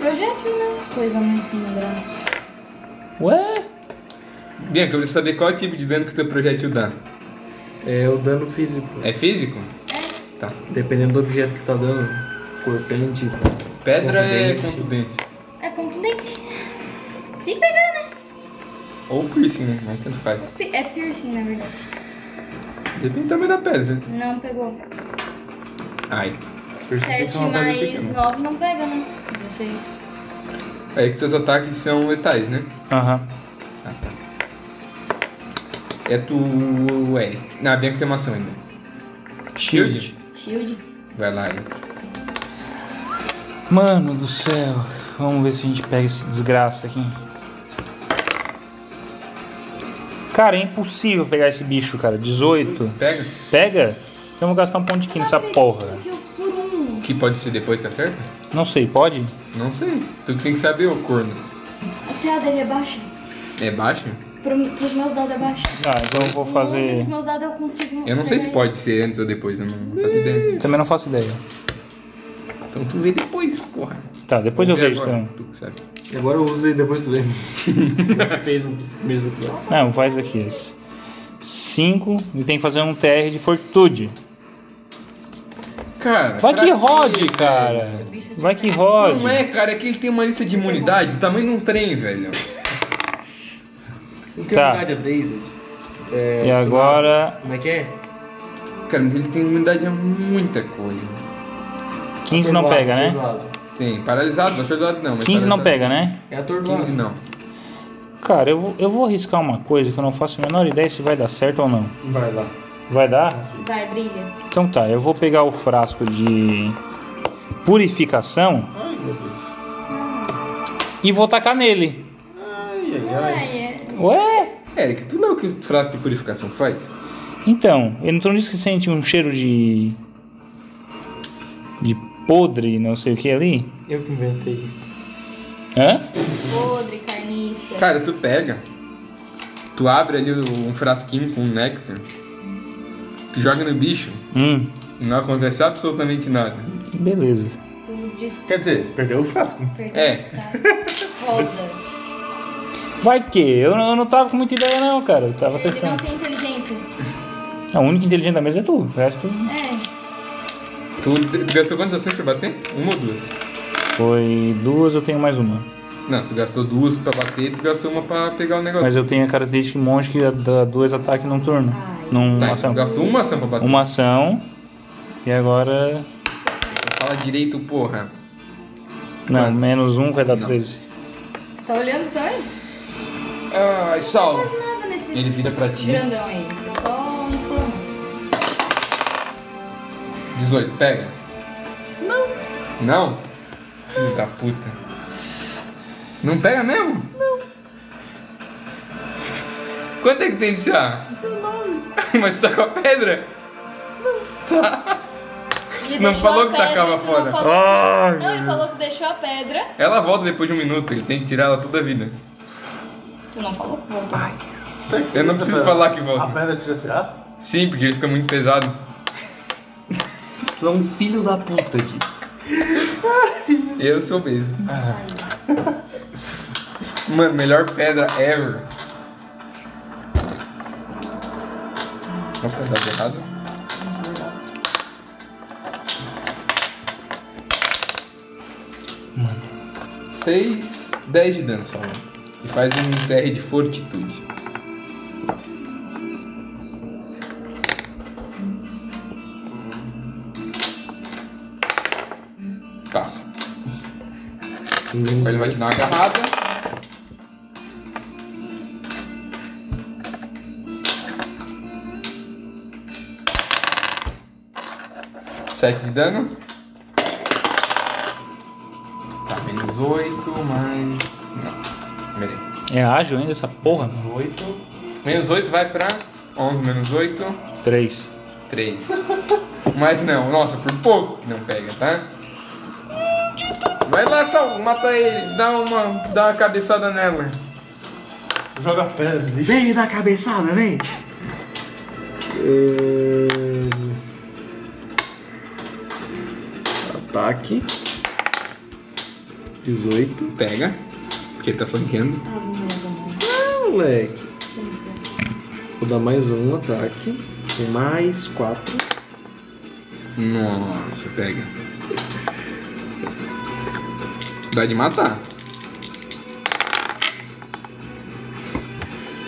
Speaker 4: Projétil, né? Coisa mais sem graça.
Speaker 2: Ué?
Speaker 3: Bianca, eu preciso saber qual é o tipo de dano que teu projétil dá.
Speaker 10: É o dano físico.
Speaker 3: É físico? Tá.
Speaker 10: Dependendo do objeto que tá dando. Corpente.
Speaker 3: Pedra é
Speaker 10: Contundente.
Speaker 3: contundente.
Speaker 4: É contundente. Se pegar, né?
Speaker 3: Ou piercing, né? Mas tanto faz.
Speaker 4: Pi- É piercing, na verdade.
Speaker 3: Depende também da pedra. né?
Speaker 4: Não pegou.
Speaker 3: Ai.
Speaker 4: 7
Speaker 3: uma pedra
Speaker 4: mais
Speaker 3: pequena.
Speaker 4: 9 não pega, né? 16.
Speaker 3: É que teus ataques são letais, né?
Speaker 2: Aham.
Speaker 3: Ah, tá. É tu, Eric. Não, a Bianca tem uma ação ainda. Shield.
Speaker 4: Shield.
Speaker 3: Vai lá, Eric.
Speaker 2: Mano do céu. Vamos ver se a gente pega esse desgraça aqui. Cara, é impossível pegar esse bicho, cara. 18.
Speaker 3: Pega.
Speaker 2: Pega? Então eu vou gastar um ponto de ki nessa porra.
Speaker 4: Que eu por um.
Speaker 3: Que pode ser depois que acerta?
Speaker 2: Não sei, pode?
Speaker 3: Não sei. Tu que tem que saber, ô corno.
Speaker 4: A CA dele é baixa.
Speaker 3: É baixo?
Speaker 4: Pro, pros meus dados é baixa.
Speaker 2: Ah, então eu vou
Speaker 4: Com
Speaker 2: fazer.
Speaker 4: 11 Dos meus dados eu consigo.
Speaker 3: Eu não sei se
Speaker 4: pegar
Speaker 3: pode ser antes ou depois, eu não faço ideia.
Speaker 2: Também não faço ideia.
Speaker 3: Então tu vê depois, porra.
Speaker 2: Tá, depois eu
Speaker 3: Vê
Speaker 2: vejo
Speaker 3: agora,
Speaker 2: então.
Speaker 3: Tu que sabe.
Speaker 45: E agora eu uso e depois tu vê. O que fez nos primeiros episódios.
Speaker 2: Não, faz aqui. esse. Cinco. E tem que fazer um TR de fortitude.
Speaker 3: Cara.
Speaker 2: Vai que
Speaker 3: pra
Speaker 2: rode,
Speaker 3: quê,
Speaker 2: cara. Vai que rode.
Speaker 3: Não é, cara, é que ele tem uma lista de imunidade do tamanho de um trem, velho.
Speaker 2: Tá.
Speaker 45: Verdade, a Daisy.
Speaker 2: E agora.
Speaker 45: Como é que é?
Speaker 3: Cara, mas ele tem imunidade a muita coisa.
Speaker 2: 15 não
Speaker 45: Atordoado,
Speaker 2: pega, né?
Speaker 45: atordoado.
Speaker 3: Tem, paralisado, atordoado não. Mas
Speaker 2: 15 não
Speaker 3: paralisado-
Speaker 2: pega, né?
Speaker 45: É atordoado.
Speaker 3: 15 não.
Speaker 2: Cara, eu vou, eu vou arriscar uma coisa que eu não faço a menor ideia se vai dar certo ou não.
Speaker 5: Vai lá.
Speaker 2: Vai dar?
Speaker 4: ele. Vai, brilha.
Speaker 2: Então tá, eu vou pegar o frasco de purificação
Speaker 5: Ai, meu Deus.
Speaker 2: e vou tacar nele.
Speaker 5: Ai, ai, ai.
Speaker 4: Ai, é.
Speaker 2: Ué?
Speaker 3: Eric, tu lê o que o frasco de purificação faz?
Speaker 2: Então, ele não disse que sente um cheiro de. de podre, não sei o que ali?
Speaker 10: Eu que inventei isso.
Speaker 2: Hã?
Speaker 4: Podre, carniça.
Speaker 3: Cara, tu pega, tu abre ali um frasquinho com um néctar, tu joga no bicho
Speaker 2: Hum,
Speaker 3: e não acontece absolutamente nada.
Speaker 2: beleza.
Speaker 4: Tudo desperta.
Speaker 5: Quer dizer, perdeu o frasco.
Speaker 3: É.
Speaker 4: Rosa.
Speaker 2: Vai que? Eu, eu não tava com muita ideia, não, cara. Eu tava
Speaker 4: Ele não
Speaker 2: testando.
Speaker 4: tem inteligência.
Speaker 2: A única inteligente da mesa é tu. O resto
Speaker 4: É.
Speaker 3: Tu de- gastou quantas ações pra bater? Uma ou duas?
Speaker 2: foi duas, eu tenho mais uma.
Speaker 3: Não, se tu gastou duas pra bater, tu gastou uma pra pegar o negócio.
Speaker 2: Mas eu tenho a característica monge que dá dois ataques num turno. Numa
Speaker 3: Tá,
Speaker 2: ação.
Speaker 3: tu gastou uma ação pra bater.
Speaker 2: Uma ação. E agora.
Speaker 3: Fala direito, porra.
Speaker 2: Não,
Speaker 3: Quantos?
Speaker 2: menos um vai dar
Speaker 3: Não.
Speaker 2: 13.
Speaker 4: Você tá olhando também?
Speaker 3: Ai, Saulo.
Speaker 4: Quase nada nesse
Speaker 3: Ele vira pra ti.
Speaker 4: grandão aí. É só um plano.
Speaker 3: 18, pega. Não. Não? Filho da puta. Não pega mesmo? Não. Quanto é que tem de CA?
Speaker 47: 19.
Speaker 3: Mas tu tá com a pedra? Não. Tá.
Speaker 47: Ele
Speaker 3: Não
Speaker 47: deixou
Speaker 3: falou
Speaker 47: a
Speaker 3: que
Speaker 47: pedra,
Speaker 3: tacava
Speaker 47: tu
Speaker 3: fora.
Speaker 47: Não, falou...
Speaker 3: Ai,
Speaker 47: não, ele
Speaker 3: meu
Speaker 47: falou que deixou a pedra.
Speaker 3: Ela volta depois de um minuto, ele tem que tirar ela toda a vida.
Speaker 47: Tu não falou? Voltou.
Speaker 3: Eu não
Speaker 5: tá.
Speaker 3: preciso falar que volta.
Speaker 48: A pedra tira
Speaker 5: assim, ah,
Speaker 48: CA?
Speaker 3: Sim, porque ele fica muito pesado.
Speaker 5: Tu é um filho da puta aqui.
Speaker 3: Eu sou mesmo. Mano, melhor pedra ever. Opa, dá errado. Mano. 6, 10 de dano só, mano. E faz um TR de fortitude. Passa. Agora ele vai te dar uma agarrada. Sete de dano. Tá, menos oito, mais. Não, peraí.
Speaker 2: É ágil ainda essa porra, mano?
Speaker 48: Oito.
Speaker 3: Menos oito vai pra. Onze menos oito,
Speaker 2: 3.
Speaker 3: três. Mas não, nossa, por pouco que não pega, tá? Vai lá, Sal, mata ele, dá uma, dá uma cabeçada nela.
Speaker 48: Joga a pedra, lixo.
Speaker 5: Vem me dar cabeçada, vem! Ataque. 18.
Speaker 3: Pega. Porque tá flanqueando.
Speaker 5: Ah, moleque. Vou dar mais um ataque. Tem mais quatro.
Speaker 3: Nossa, pega. Dá de matar.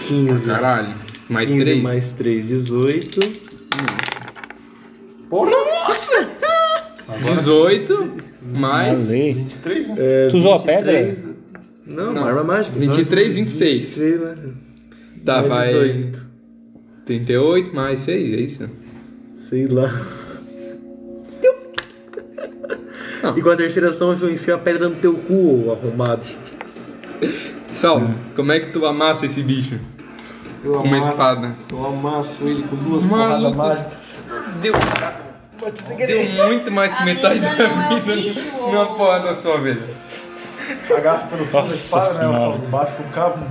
Speaker 5: 15.
Speaker 3: Caralho. Mais
Speaker 5: 15
Speaker 3: três.
Speaker 5: Mais 3, 18.
Speaker 3: Nossa. Porra, nossa! 18 mais.
Speaker 2: Valeu.
Speaker 48: 23, né?
Speaker 5: É,
Speaker 2: Tu usou a pedra?
Speaker 5: 23. Não,
Speaker 3: Não.
Speaker 5: uma arma mágica.
Speaker 3: 23, 26.
Speaker 5: 23, né?
Speaker 3: Tá,
Speaker 5: mais
Speaker 3: vai.
Speaker 5: 18.
Speaker 3: 38 mais 6, é isso?
Speaker 5: Sei lá.
Speaker 3: Não.
Speaker 5: E com a terceira ação eu enfio a pedra no teu cu, ô arrombado.
Speaker 3: Sal, como é que tu amassa esse bicho?
Speaker 5: Eu
Speaker 3: Com uma espada.
Speaker 5: Eu amasso ele com duas
Speaker 3: Maluco.
Speaker 5: porradas mágicas.
Speaker 3: Deu. Deu muito mais que
Speaker 4: A
Speaker 3: metade da
Speaker 4: mesa não é um
Speaker 3: vida
Speaker 4: bicho, ô.
Speaker 3: numa porrada só, velho.
Speaker 48: Agarra pelo fundo da
Speaker 2: Nossa
Speaker 48: espada, né?
Speaker 2: senhora.
Speaker 48: Nelson? Embaixo com o cabo.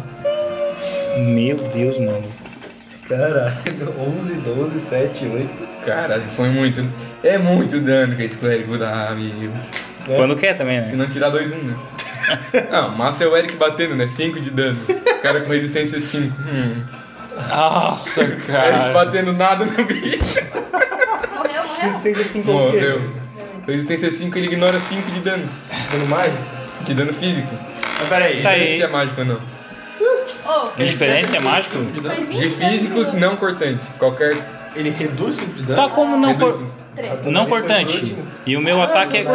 Speaker 2: Meu Deus, mano.
Speaker 10: Caralho, 11, 12, 7, 8.
Speaker 3: Caralho, foi muito. É muito dano que esse clérigo dá, amigo.
Speaker 2: Quando quer também,
Speaker 3: Se
Speaker 2: né?
Speaker 3: não tirar 2, 1, um, né? Não, massa é o Eric batendo, né? 5 de dano. O cara com resistência 5. Hum.
Speaker 2: Nossa,
Speaker 3: Eric
Speaker 2: cara.
Speaker 3: batendo nada no bicho.
Speaker 4: Morreu, morreu.
Speaker 10: Resistência 5 ao quê?
Speaker 3: Morreu. Resistência 5, ele ignora 5 de dano.
Speaker 10: Dano mágico?
Speaker 3: De dano físico.
Speaker 48: Mas peraí.
Speaker 2: Tá aí.
Speaker 3: Isso é mágico ou não?
Speaker 4: Ô,
Speaker 2: Indiferença é mágico?
Speaker 4: foi 20
Speaker 3: De físico
Speaker 4: dano.
Speaker 3: não cortante. Qualquer.
Speaker 48: Ele reduz 5 de dano?
Speaker 2: Tá como não, cor...
Speaker 3: Reduz.
Speaker 4: Três.
Speaker 2: Tá. não cortante. E o meu ataque é.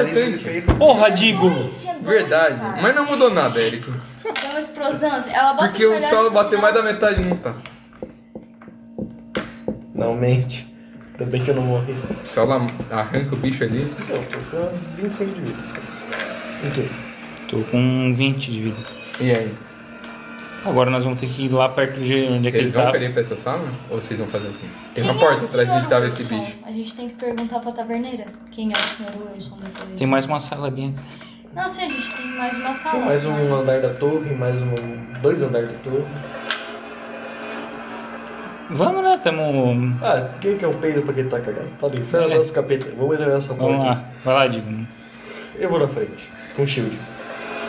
Speaker 2: Porra, digo!
Speaker 4: Dois, tinha dois,
Speaker 3: Verdade.
Speaker 4: cara.
Speaker 3: Mas não mudou nada, Érico.
Speaker 4: Deu uma explosão. assim, Ela bota
Speaker 3: Porque
Speaker 4: os
Speaker 3: o Saulo
Speaker 4: melhores
Speaker 3: bateu
Speaker 4: pra
Speaker 3: mais da
Speaker 4: final.
Speaker 3: metade, não tá.
Speaker 10: Não mente. Ainda bem que eu não morri.
Speaker 3: O Saulo arranca o bicho ali.
Speaker 10: Então, tô com 25 de vida. Ok.
Speaker 2: Tô com 20 de vida.
Speaker 3: E aí?
Speaker 2: Agora nós vamos ter que ir lá perto de onde é que ele
Speaker 3: Vocês vão
Speaker 2: tava.
Speaker 3: querer pra essa sala? Ou vocês vão fazer o quê? Tem
Speaker 4: Quem
Speaker 3: uma
Speaker 4: é
Speaker 3: porta
Speaker 4: o
Speaker 3: atrás de
Speaker 4: senhor
Speaker 3: onde tava esse
Speaker 4: Wilson?
Speaker 3: bicho.
Speaker 4: A gente tem que perguntar pra taverneira quem é o senhor Wilson depois.
Speaker 2: Tem mais uma sala bem.
Speaker 4: Não, sim, a gente tem mais uma sala.
Speaker 10: Tem mais um
Speaker 4: mas-
Speaker 10: andar da torre, mais um. Dois andar da torre.
Speaker 2: Vamos lá, tamo.
Speaker 10: Ah, quem que é o peido pra quem tá cagado? Tá do inferno,
Speaker 2: É.
Speaker 10: nosso capeta. Vamos melhorar essa porra.
Speaker 2: Vamos lá. Vai lá, Digo.
Speaker 10: Eu vou na frente, com shield.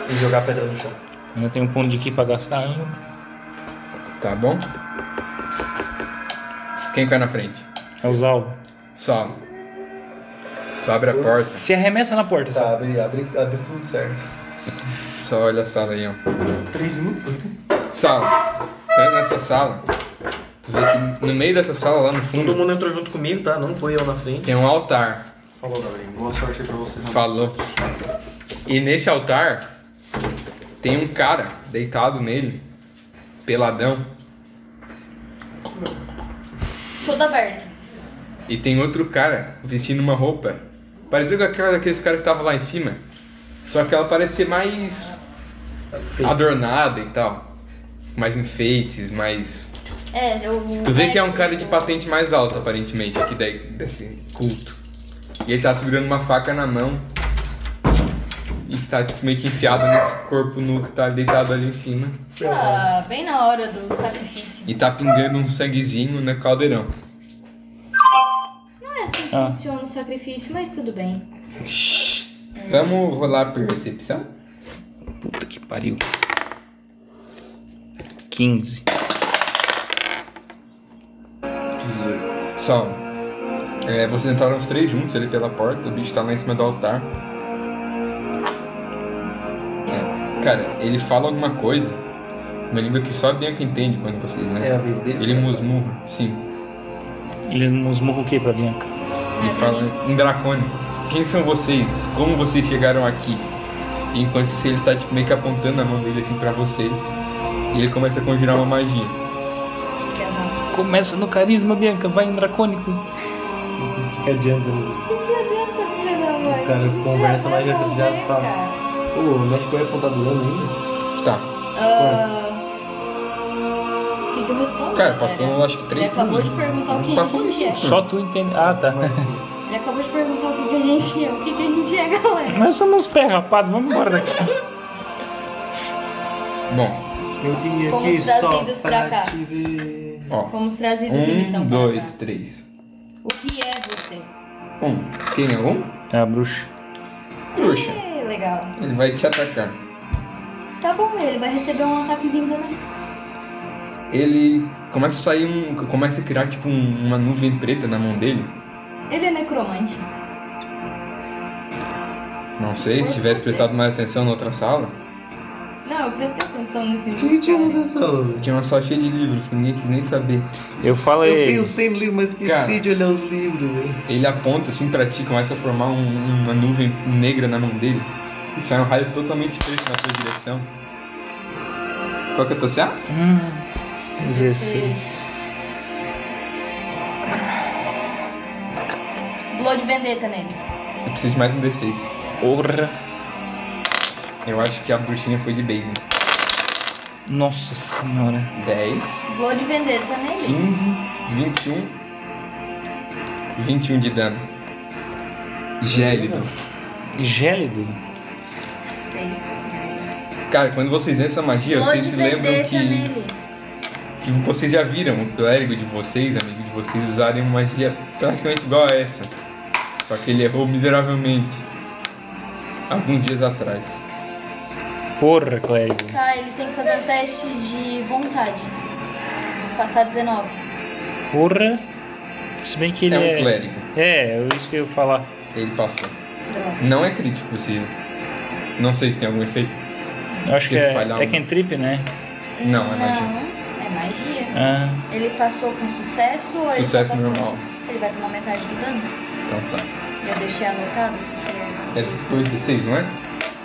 Speaker 10: E jogar a pedra no chão.
Speaker 2: Ainda tem um ponto de ki pra gastar ainda.
Speaker 3: Tá bom? Quem cai na frente?
Speaker 2: É o Zalvo.
Speaker 3: Saulo. Tu abre a porta.
Speaker 2: Se arremessa na porta, Zalvo.
Speaker 10: Tá, abre, abre, abre tudo certo.
Speaker 3: Só olha a sala aí, ó.
Speaker 48: 3 minutos?
Speaker 3: Sala. Tá nessa sala. Tu vê que no meio dessa sala, lá no
Speaker 49: Todo
Speaker 3: fundo,
Speaker 49: mundo entrou junto comigo, tá? Não foi eu na frente.
Speaker 3: tem um altar.
Speaker 49: Falou, Gabriel. Boa sorte aí pra vocês.
Speaker 3: Falou. E nesse altar, tem um cara deitado nele, peladão.
Speaker 4: Tudo aberto.
Speaker 3: E tem outro cara vestindo uma roupa. Parecida com aquela daqueles caras que tava lá em cima. Só que ela parece ser mais adornada e tal. Mais enfeites, mais.
Speaker 4: É, eu.
Speaker 3: Tu vê que é um cara de patente mais alta, aparentemente, aqui da- desse culto. E ele tá segurando uma faca na mão. E tá tipo, meio que enfiado nesse corpo nu que tá deitado ali em cima.
Speaker 4: Ah, bem na hora do sacrifício.
Speaker 3: E tá pingando um sanguezinho no caldeirão.
Speaker 4: Não é assim que
Speaker 3: Ah.
Speaker 4: funciona o sacrifício, mas tudo bem.
Speaker 3: Vamos rolar por percepção?
Speaker 2: Puta que pariu. 15.
Speaker 3: Só. É, vocês entraram os três juntos ali pela porta, o bicho tá lá em cima do altar. É, cara, ele fala alguma coisa, uma língua que só a Bianca entende quando vocês, né?
Speaker 2: É a vez dele,
Speaker 3: Ele musmurra, sim.
Speaker 2: Ele nos murra o que pra Bianca?
Speaker 3: Ele fala em dracônico. Quem são vocês? Como vocês chegaram aqui? E Enquanto isso ele tá tipo, meio que apontando a mão dele assim pra vocês. E ele começa a conjurar uma magia.
Speaker 2: Começa no carisma, Bianca, vai em dracônico.
Speaker 5: Que adianta, né?
Speaker 50: O que adianta, filha da mãe?
Speaker 5: cara,
Speaker 50: Tá Já
Speaker 5: conversa lá
Speaker 50: vai
Speaker 5: já, já
Speaker 50: morrer,
Speaker 5: tá.
Speaker 50: cara.
Speaker 5: Ô, o México é apontar do ano ainda?
Speaker 3: Tá.
Speaker 4: Ah, O que, que eu respondo?
Speaker 2: Cara,
Speaker 4: galera?
Speaker 2: passou, acho que, três
Speaker 4: Ele acabou de
Speaker 2: minutos.
Speaker 4: perguntar o que a
Speaker 3: um
Speaker 2: Passou
Speaker 4: gente é.
Speaker 2: Só tu entende. Ah, tá.
Speaker 7: é
Speaker 4: Ele acabou de perguntar o que, que a gente é. O que, que a gente é, galera?
Speaker 2: Nós somos pé rapado, vamos embora daqui.
Speaker 3: Bom.
Speaker 7: é?
Speaker 5: Eu vim
Speaker 4: Fomos trazidos pra cá.
Speaker 3: Ó.
Speaker 4: Fomos trazidos em missão
Speaker 3: Um,
Speaker 4: pra
Speaker 3: dois,
Speaker 4: cá.
Speaker 3: três.
Speaker 4: O que é você?
Speaker 3: Um. Quem é um?
Speaker 2: É a bruxa.
Speaker 3: Bruxa.
Speaker 4: É, legal.
Speaker 3: Ele vai te atacar.
Speaker 4: Tá bom, ele vai receber um ataquezinho também.
Speaker 3: Ele começa a sair um. Começa a criar tipo um- uma nuvem preta na mão dele.
Speaker 4: Ele é necromante.
Speaker 3: Não sei, se tivesse prestado mais atenção na outra sala.
Speaker 4: Não, eu prestei atenção nesse
Speaker 3: Tinha uma sala cheia de livros que ninguém quis nem saber.
Speaker 2: Eu falei.
Speaker 3: Eu
Speaker 5: pensei no livro, mas esqueci
Speaker 3: Cara.
Speaker 5: de olhar os livros, velho.
Speaker 3: Ele aponta assim pra ti, começa a formar um- uma nuvem negra na mão dele. E sai um raio totalmente preto na tua direção. Qual que é o teu CA?
Speaker 2: 16.
Speaker 4: Blood Vendetta nele.
Speaker 3: Eu preciso de mais um D6.
Speaker 2: Porra!
Speaker 3: Eu acho que a bruxinha foi de base.
Speaker 2: Nossa senhora.
Speaker 3: 10,
Speaker 4: Blood Vendetta nele.
Speaker 3: 15, 21. 21 de dano. Gélido.
Speaker 2: Gélido?
Speaker 4: Seis.
Speaker 3: Cara, quando vocês veem essa magia, vocês se lembram que,
Speaker 4: nele.
Speaker 3: que vocês já viram o clérigo de vocês, amigo de vocês, usarem uma magia praticamente igual a essa. Só que ele errou miseravelmente. Alguns dias atrás.
Speaker 2: Porra, clérigo.
Speaker 4: Tá, ele tem que fazer um teste de vontade. Passar 19.
Speaker 2: Porra. Se bem que ele
Speaker 3: É um
Speaker 2: é.
Speaker 3: clérigo.
Speaker 2: É, é isso que eu ia falar.
Speaker 3: Ele passou. Não é crítico possível. Não sei se tem algum efeito.
Speaker 2: Eu acho
Speaker 3: Se
Speaker 2: que
Speaker 3: ele
Speaker 2: é.
Speaker 3: falhar
Speaker 2: É
Speaker 3: um-
Speaker 2: cantrip, né?
Speaker 3: Não, é magia.
Speaker 4: É magia.
Speaker 2: Ah.
Speaker 4: Ele passou com sucesso ou
Speaker 3: Sucesso
Speaker 4: ele só passou?
Speaker 3: normal.
Speaker 4: Ele vai tomar metade do dano?
Speaker 3: Então tá.
Speaker 4: Eu deixei anotado o que que
Speaker 3: É 2d6, não é?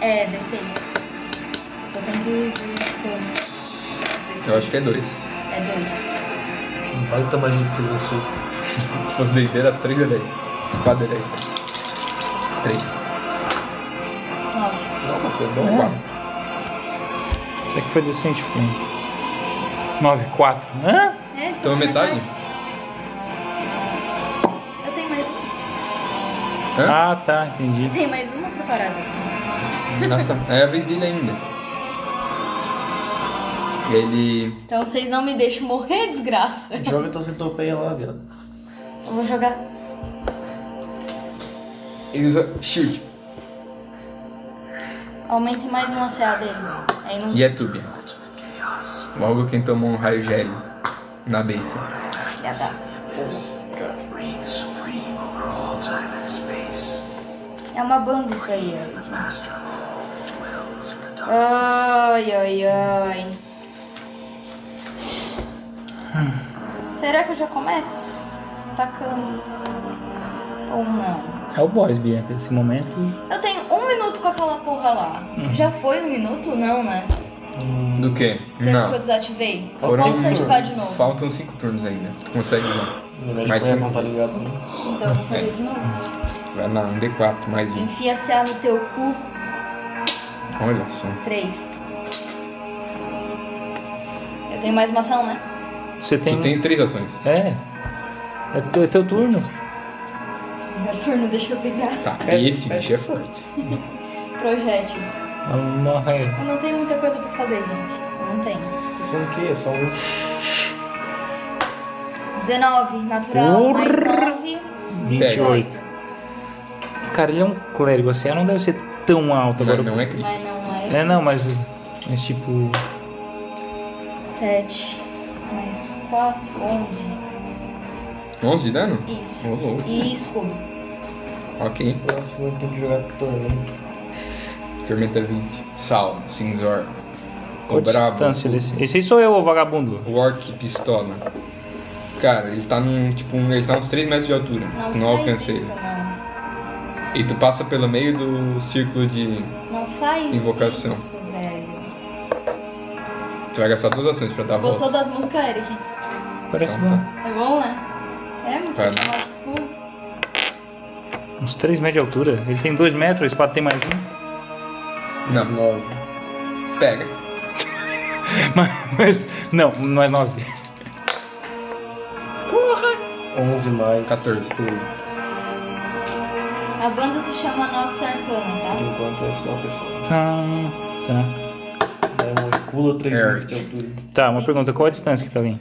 Speaker 4: é. É, D6. Eu Só tem que ver como.
Speaker 3: Eu acho que é 2.
Speaker 4: É 2.
Speaker 3: Olha o tamanho de vocês sul. Se fosse D&D era 3 a 10. 4 a 10. 3.
Speaker 4: 9.
Speaker 3: Não, mas foi
Speaker 2: É.
Speaker 3: bom. 4.
Speaker 2: Até É que foi decente, pô. 9, 4. Hã?
Speaker 4: É, ele
Speaker 3: Então
Speaker 2: Toma metade?
Speaker 4: Eu tenho mais uma.
Speaker 2: Ah, tá, entendi.
Speaker 4: Tem mais uma preparada.
Speaker 3: Ah, tá. É a vez dele ainda. Ele.
Speaker 4: Então vocês não me deixam morrer, desgraça.
Speaker 10: Joga tua centopeia lá, viado.
Speaker 4: Eu vou jogar.
Speaker 3: Ele usa shield.
Speaker 4: Aumentem mais uma CA dele. Aí não.
Speaker 3: E é Tubia. Logo quem tomou um raio gélio na base.
Speaker 4: Filha da- É uma banda isso aí. ó. Ai, ai, ai. Será que eu já começo? Tacando. Ou não?
Speaker 2: É o boss, Bianca, nesse momento.
Speaker 4: Eu tenho um minuto com aquela porra lá.
Speaker 3: Uhum.
Speaker 4: Já foi um minuto? Não, né?
Speaker 3: Do que?
Speaker 4: Será que eu
Speaker 3: Não.
Speaker 4: desativei? Eu
Speaker 3: Foram
Speaker 4: Posso
Speaker 3: cinco
Speaker 4: ativar de
Speaker 3: turnos.
Speaker 4: novo?
Speaker 3: Faltam 5 turnos ainda. Consegue um. usar. Mais
Speaker 5: não é
Speaker 3: cinco.
Speaker 5: bom tá ligado,
Speaker 10: né?
Speaker 4: Então eu vou fazer de novo.
Speaker 3: Vai lá, um D4, mais um.
Speaker 4: Enfia a CA no teu cu.
Speaker 3: Olha só.
Speaker 4: Três. Eu tenho mais uma ação, né?
Speaker 2: Você tem.
Speaker 3: Tu tem três ações.
Speaker 2: É. É teu, é teu turno.
Speaker 4: Meu turno, deixa eu pegar.
Speaker 3: Tá, e esse bicho é forte.
Speaker 4: Projétil.
Speaker 2: Ah, Morre.
Speaker 4: Eu não tenho muita coisa pra fazer, gente. Eu não tenho, desculpa.
Speaker 7: Só o quê? É só um.
Speaker 4: 19, natural, mais 9,
Speaker 2: 28. Cara, ele é um clérigo, assim, ela não deve ser tão alta
Speaker 3: Não,
Speaker 2: agora.
Speaker 3: não é crítico.
Speaker 4: mas não é.
Speaker 2: É, não, mas. Mas tipo.
Speaker 4: 7, mais 4, 11.
Speaker 3: 11 de dano?
Speaker 4: Isso.
Speaker 3: Ô, louco.
Speaker 4: E escudo.
Speaker 3: Ok.
Speaker 7: Próximo eu tenho que jogar com tormento.
Speaker 3: Tormenta 20. Sal, Cinzor.
Speaker 2: Qual
Speaker 3: O
Speaker 2: a
Speaker 3: brabo.
Speaker 2: distância desse? Esse aí sou eu, ô vagabundo.
Speaker 3: O Orc Pistola. Cara, ele tá num. Tipo, um- ele tá uns 3 metros de altura.
Speaker 4: Não,
Speaker 3: não
Speaker 4: faz
Speaker 3: alcancei.
Speaker 4: isso, não.
Speaker 3: E tu passa pelo meio do círculo de.
Speaker 4: Não faz
Speaker 3: Invocação.
Speaker 4: isso, velho.
Speaker 3: Tu vai gastar todas as ações pra dar a volta.
Speaker 4: Gostou das músicas, Eric?
Speaker 2: Parece
Speaker 3: Então
Speaker 2: bom.
Speaker 4: É bom, né? É a música
Speaker 3: Vai, né?
Speaker 4: chamada tu.
Speaker 2: Uns 3 metros de altura. Ele tem 2 metros, a espada tem mais um.
Speaker 3: Não. Pega.
Speaker 2: Mas, mas- não, não é 9.
Speaker 7: 11 mais.
Speaker 3: 14.
Speaker 7: tudo.
Speaker 4: A banda se chama Nox Arcana, tá?
Speaker 7: Enquanto é só, pessoal.
Speaker 2: Ah, tá.
Speaker 7: Daí eu pulo 3
Speaker 3: É.
Speaker 7: metros de altura.
Speaker 2: Tá, uma pergunta. Qual a distância que tá ali?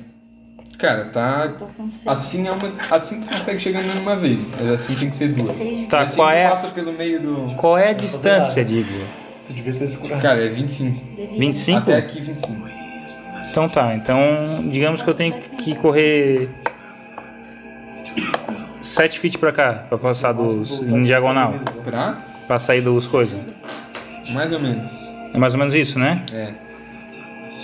Speaker 3: Cara, tá.
Speaker 4: tá? Tô com 6.
Speaker 3: Assim é uma. Assim tu consegue chegar numa uma vez. Mas assim tem que ser duas.
Speaker 2: Tá,
Speaker 3: assim
Speaker 2: qual
Speaker 3: tu
Speaker 2: é a-
Speaker 3: passa pelo meio do.
Speaker 2: Qual é a distância, digo?
Speaker 7: Tu devia ter se curado.
Speaker 3: Cara, é 25.
Speaker 2: 25?
Speaker 3: Até aqui 25.
Speaker 2: Então tá, então digamos que eu tenho que correr 7 feet pra cá, pra passar dos. em diagonal,
Speaker 3: Pra?
Speaker 2: pra sair dos coisas.
Speaker 3: Mais ou menos.
Speaker 2: É mais ou menos isso, né?
Speaker 3: É.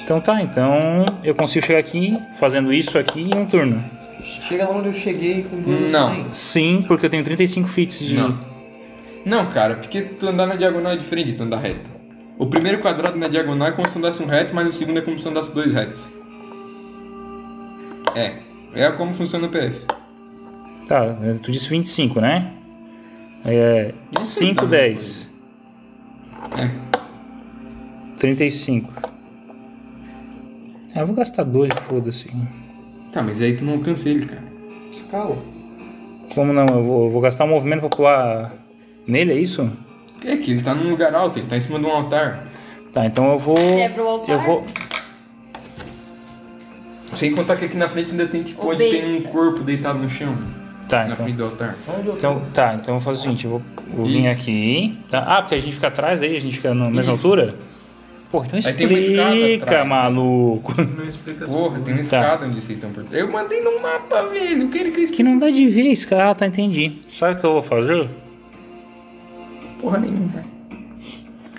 Speaker 2: Então tá, então eu consigo chegar aqui fazendo isso aqui em um turno.
Speaker 7: Chega lá onde eu cheguei com duas assim.
Speaker 3: Não.
Speaker 7: ações.
Speaker 2: Sim, porque eu tenho 35 feet de.
Speaker 3: Não. Não, cara, porque tu andar na diagonal é diferente de tu andar reto. O primeiro quadrado na diagonal é como se andasse um reto, mas o segundo é como se andasse dois retos. É. É como funciona o PF.
Speaker 2: Tá, tu disse 25, né? É.
Speaker 3: Não sei se dá
Speaker 2: 5,
Speaker 3: muita
Speaker 2: 10.
Speaker 3: É.
Speaker 2: 35. Ah, eu vou gastar 2, foda-se.
Speaker 3: Tá, mas aí tu não alcança ele, cara.
Speaker 7: Escala.
Speaker 2: Como não? Eu vou, eu vou gastar um movimento pra pular nele, é isso?
Speaker 3: É que ele tá num lugar alto, ele tá em cima de um altar.
Speaker 2: Tá, então eu vou.
Speaker 20: é
Speaker 4: Quebra o altar?
Speaker 2: Eu vou.
Speaker 3: Sem contar que aqui na frente ainda tem tipo
Speaker 4: O
Speaker 3: onde tem
Speaker 4: besta.
Speaker 3: um corpo deitado no chão.
Speaker 2: Tá,
Speaker 3: na
Speaker 2: então.
Speaker 3: frente do altar.
Speaker 2: então tá, então eu vou fazer o seguinte, eu vou, vou vir
Speaker 3: Isso.
Speaker 2: aqui. tá? Ah, porque a gente fica atrás aí, a gente fica na mesma
Speaker 3: Isso.
Speaker 2: altura? Pô, então
Speaker 3: Aí tem uma escada
Speaker 2: explica,
Speaker 3: atrás.
Speaker 2: maluco.
Speaker 7: Não explica
Speaker 3: Porra, tem uma escada onde vocês estão por trás. Eu mandei no mapa, velho. Quero Tá. que eu
Speaker 2: Que
Speaker 3: explique
Speaker 2: não dá de ver a escada, ah, tá, entendi. Sabe o que eu vou fazer?
Speaker 3: porra nenhuma, cara.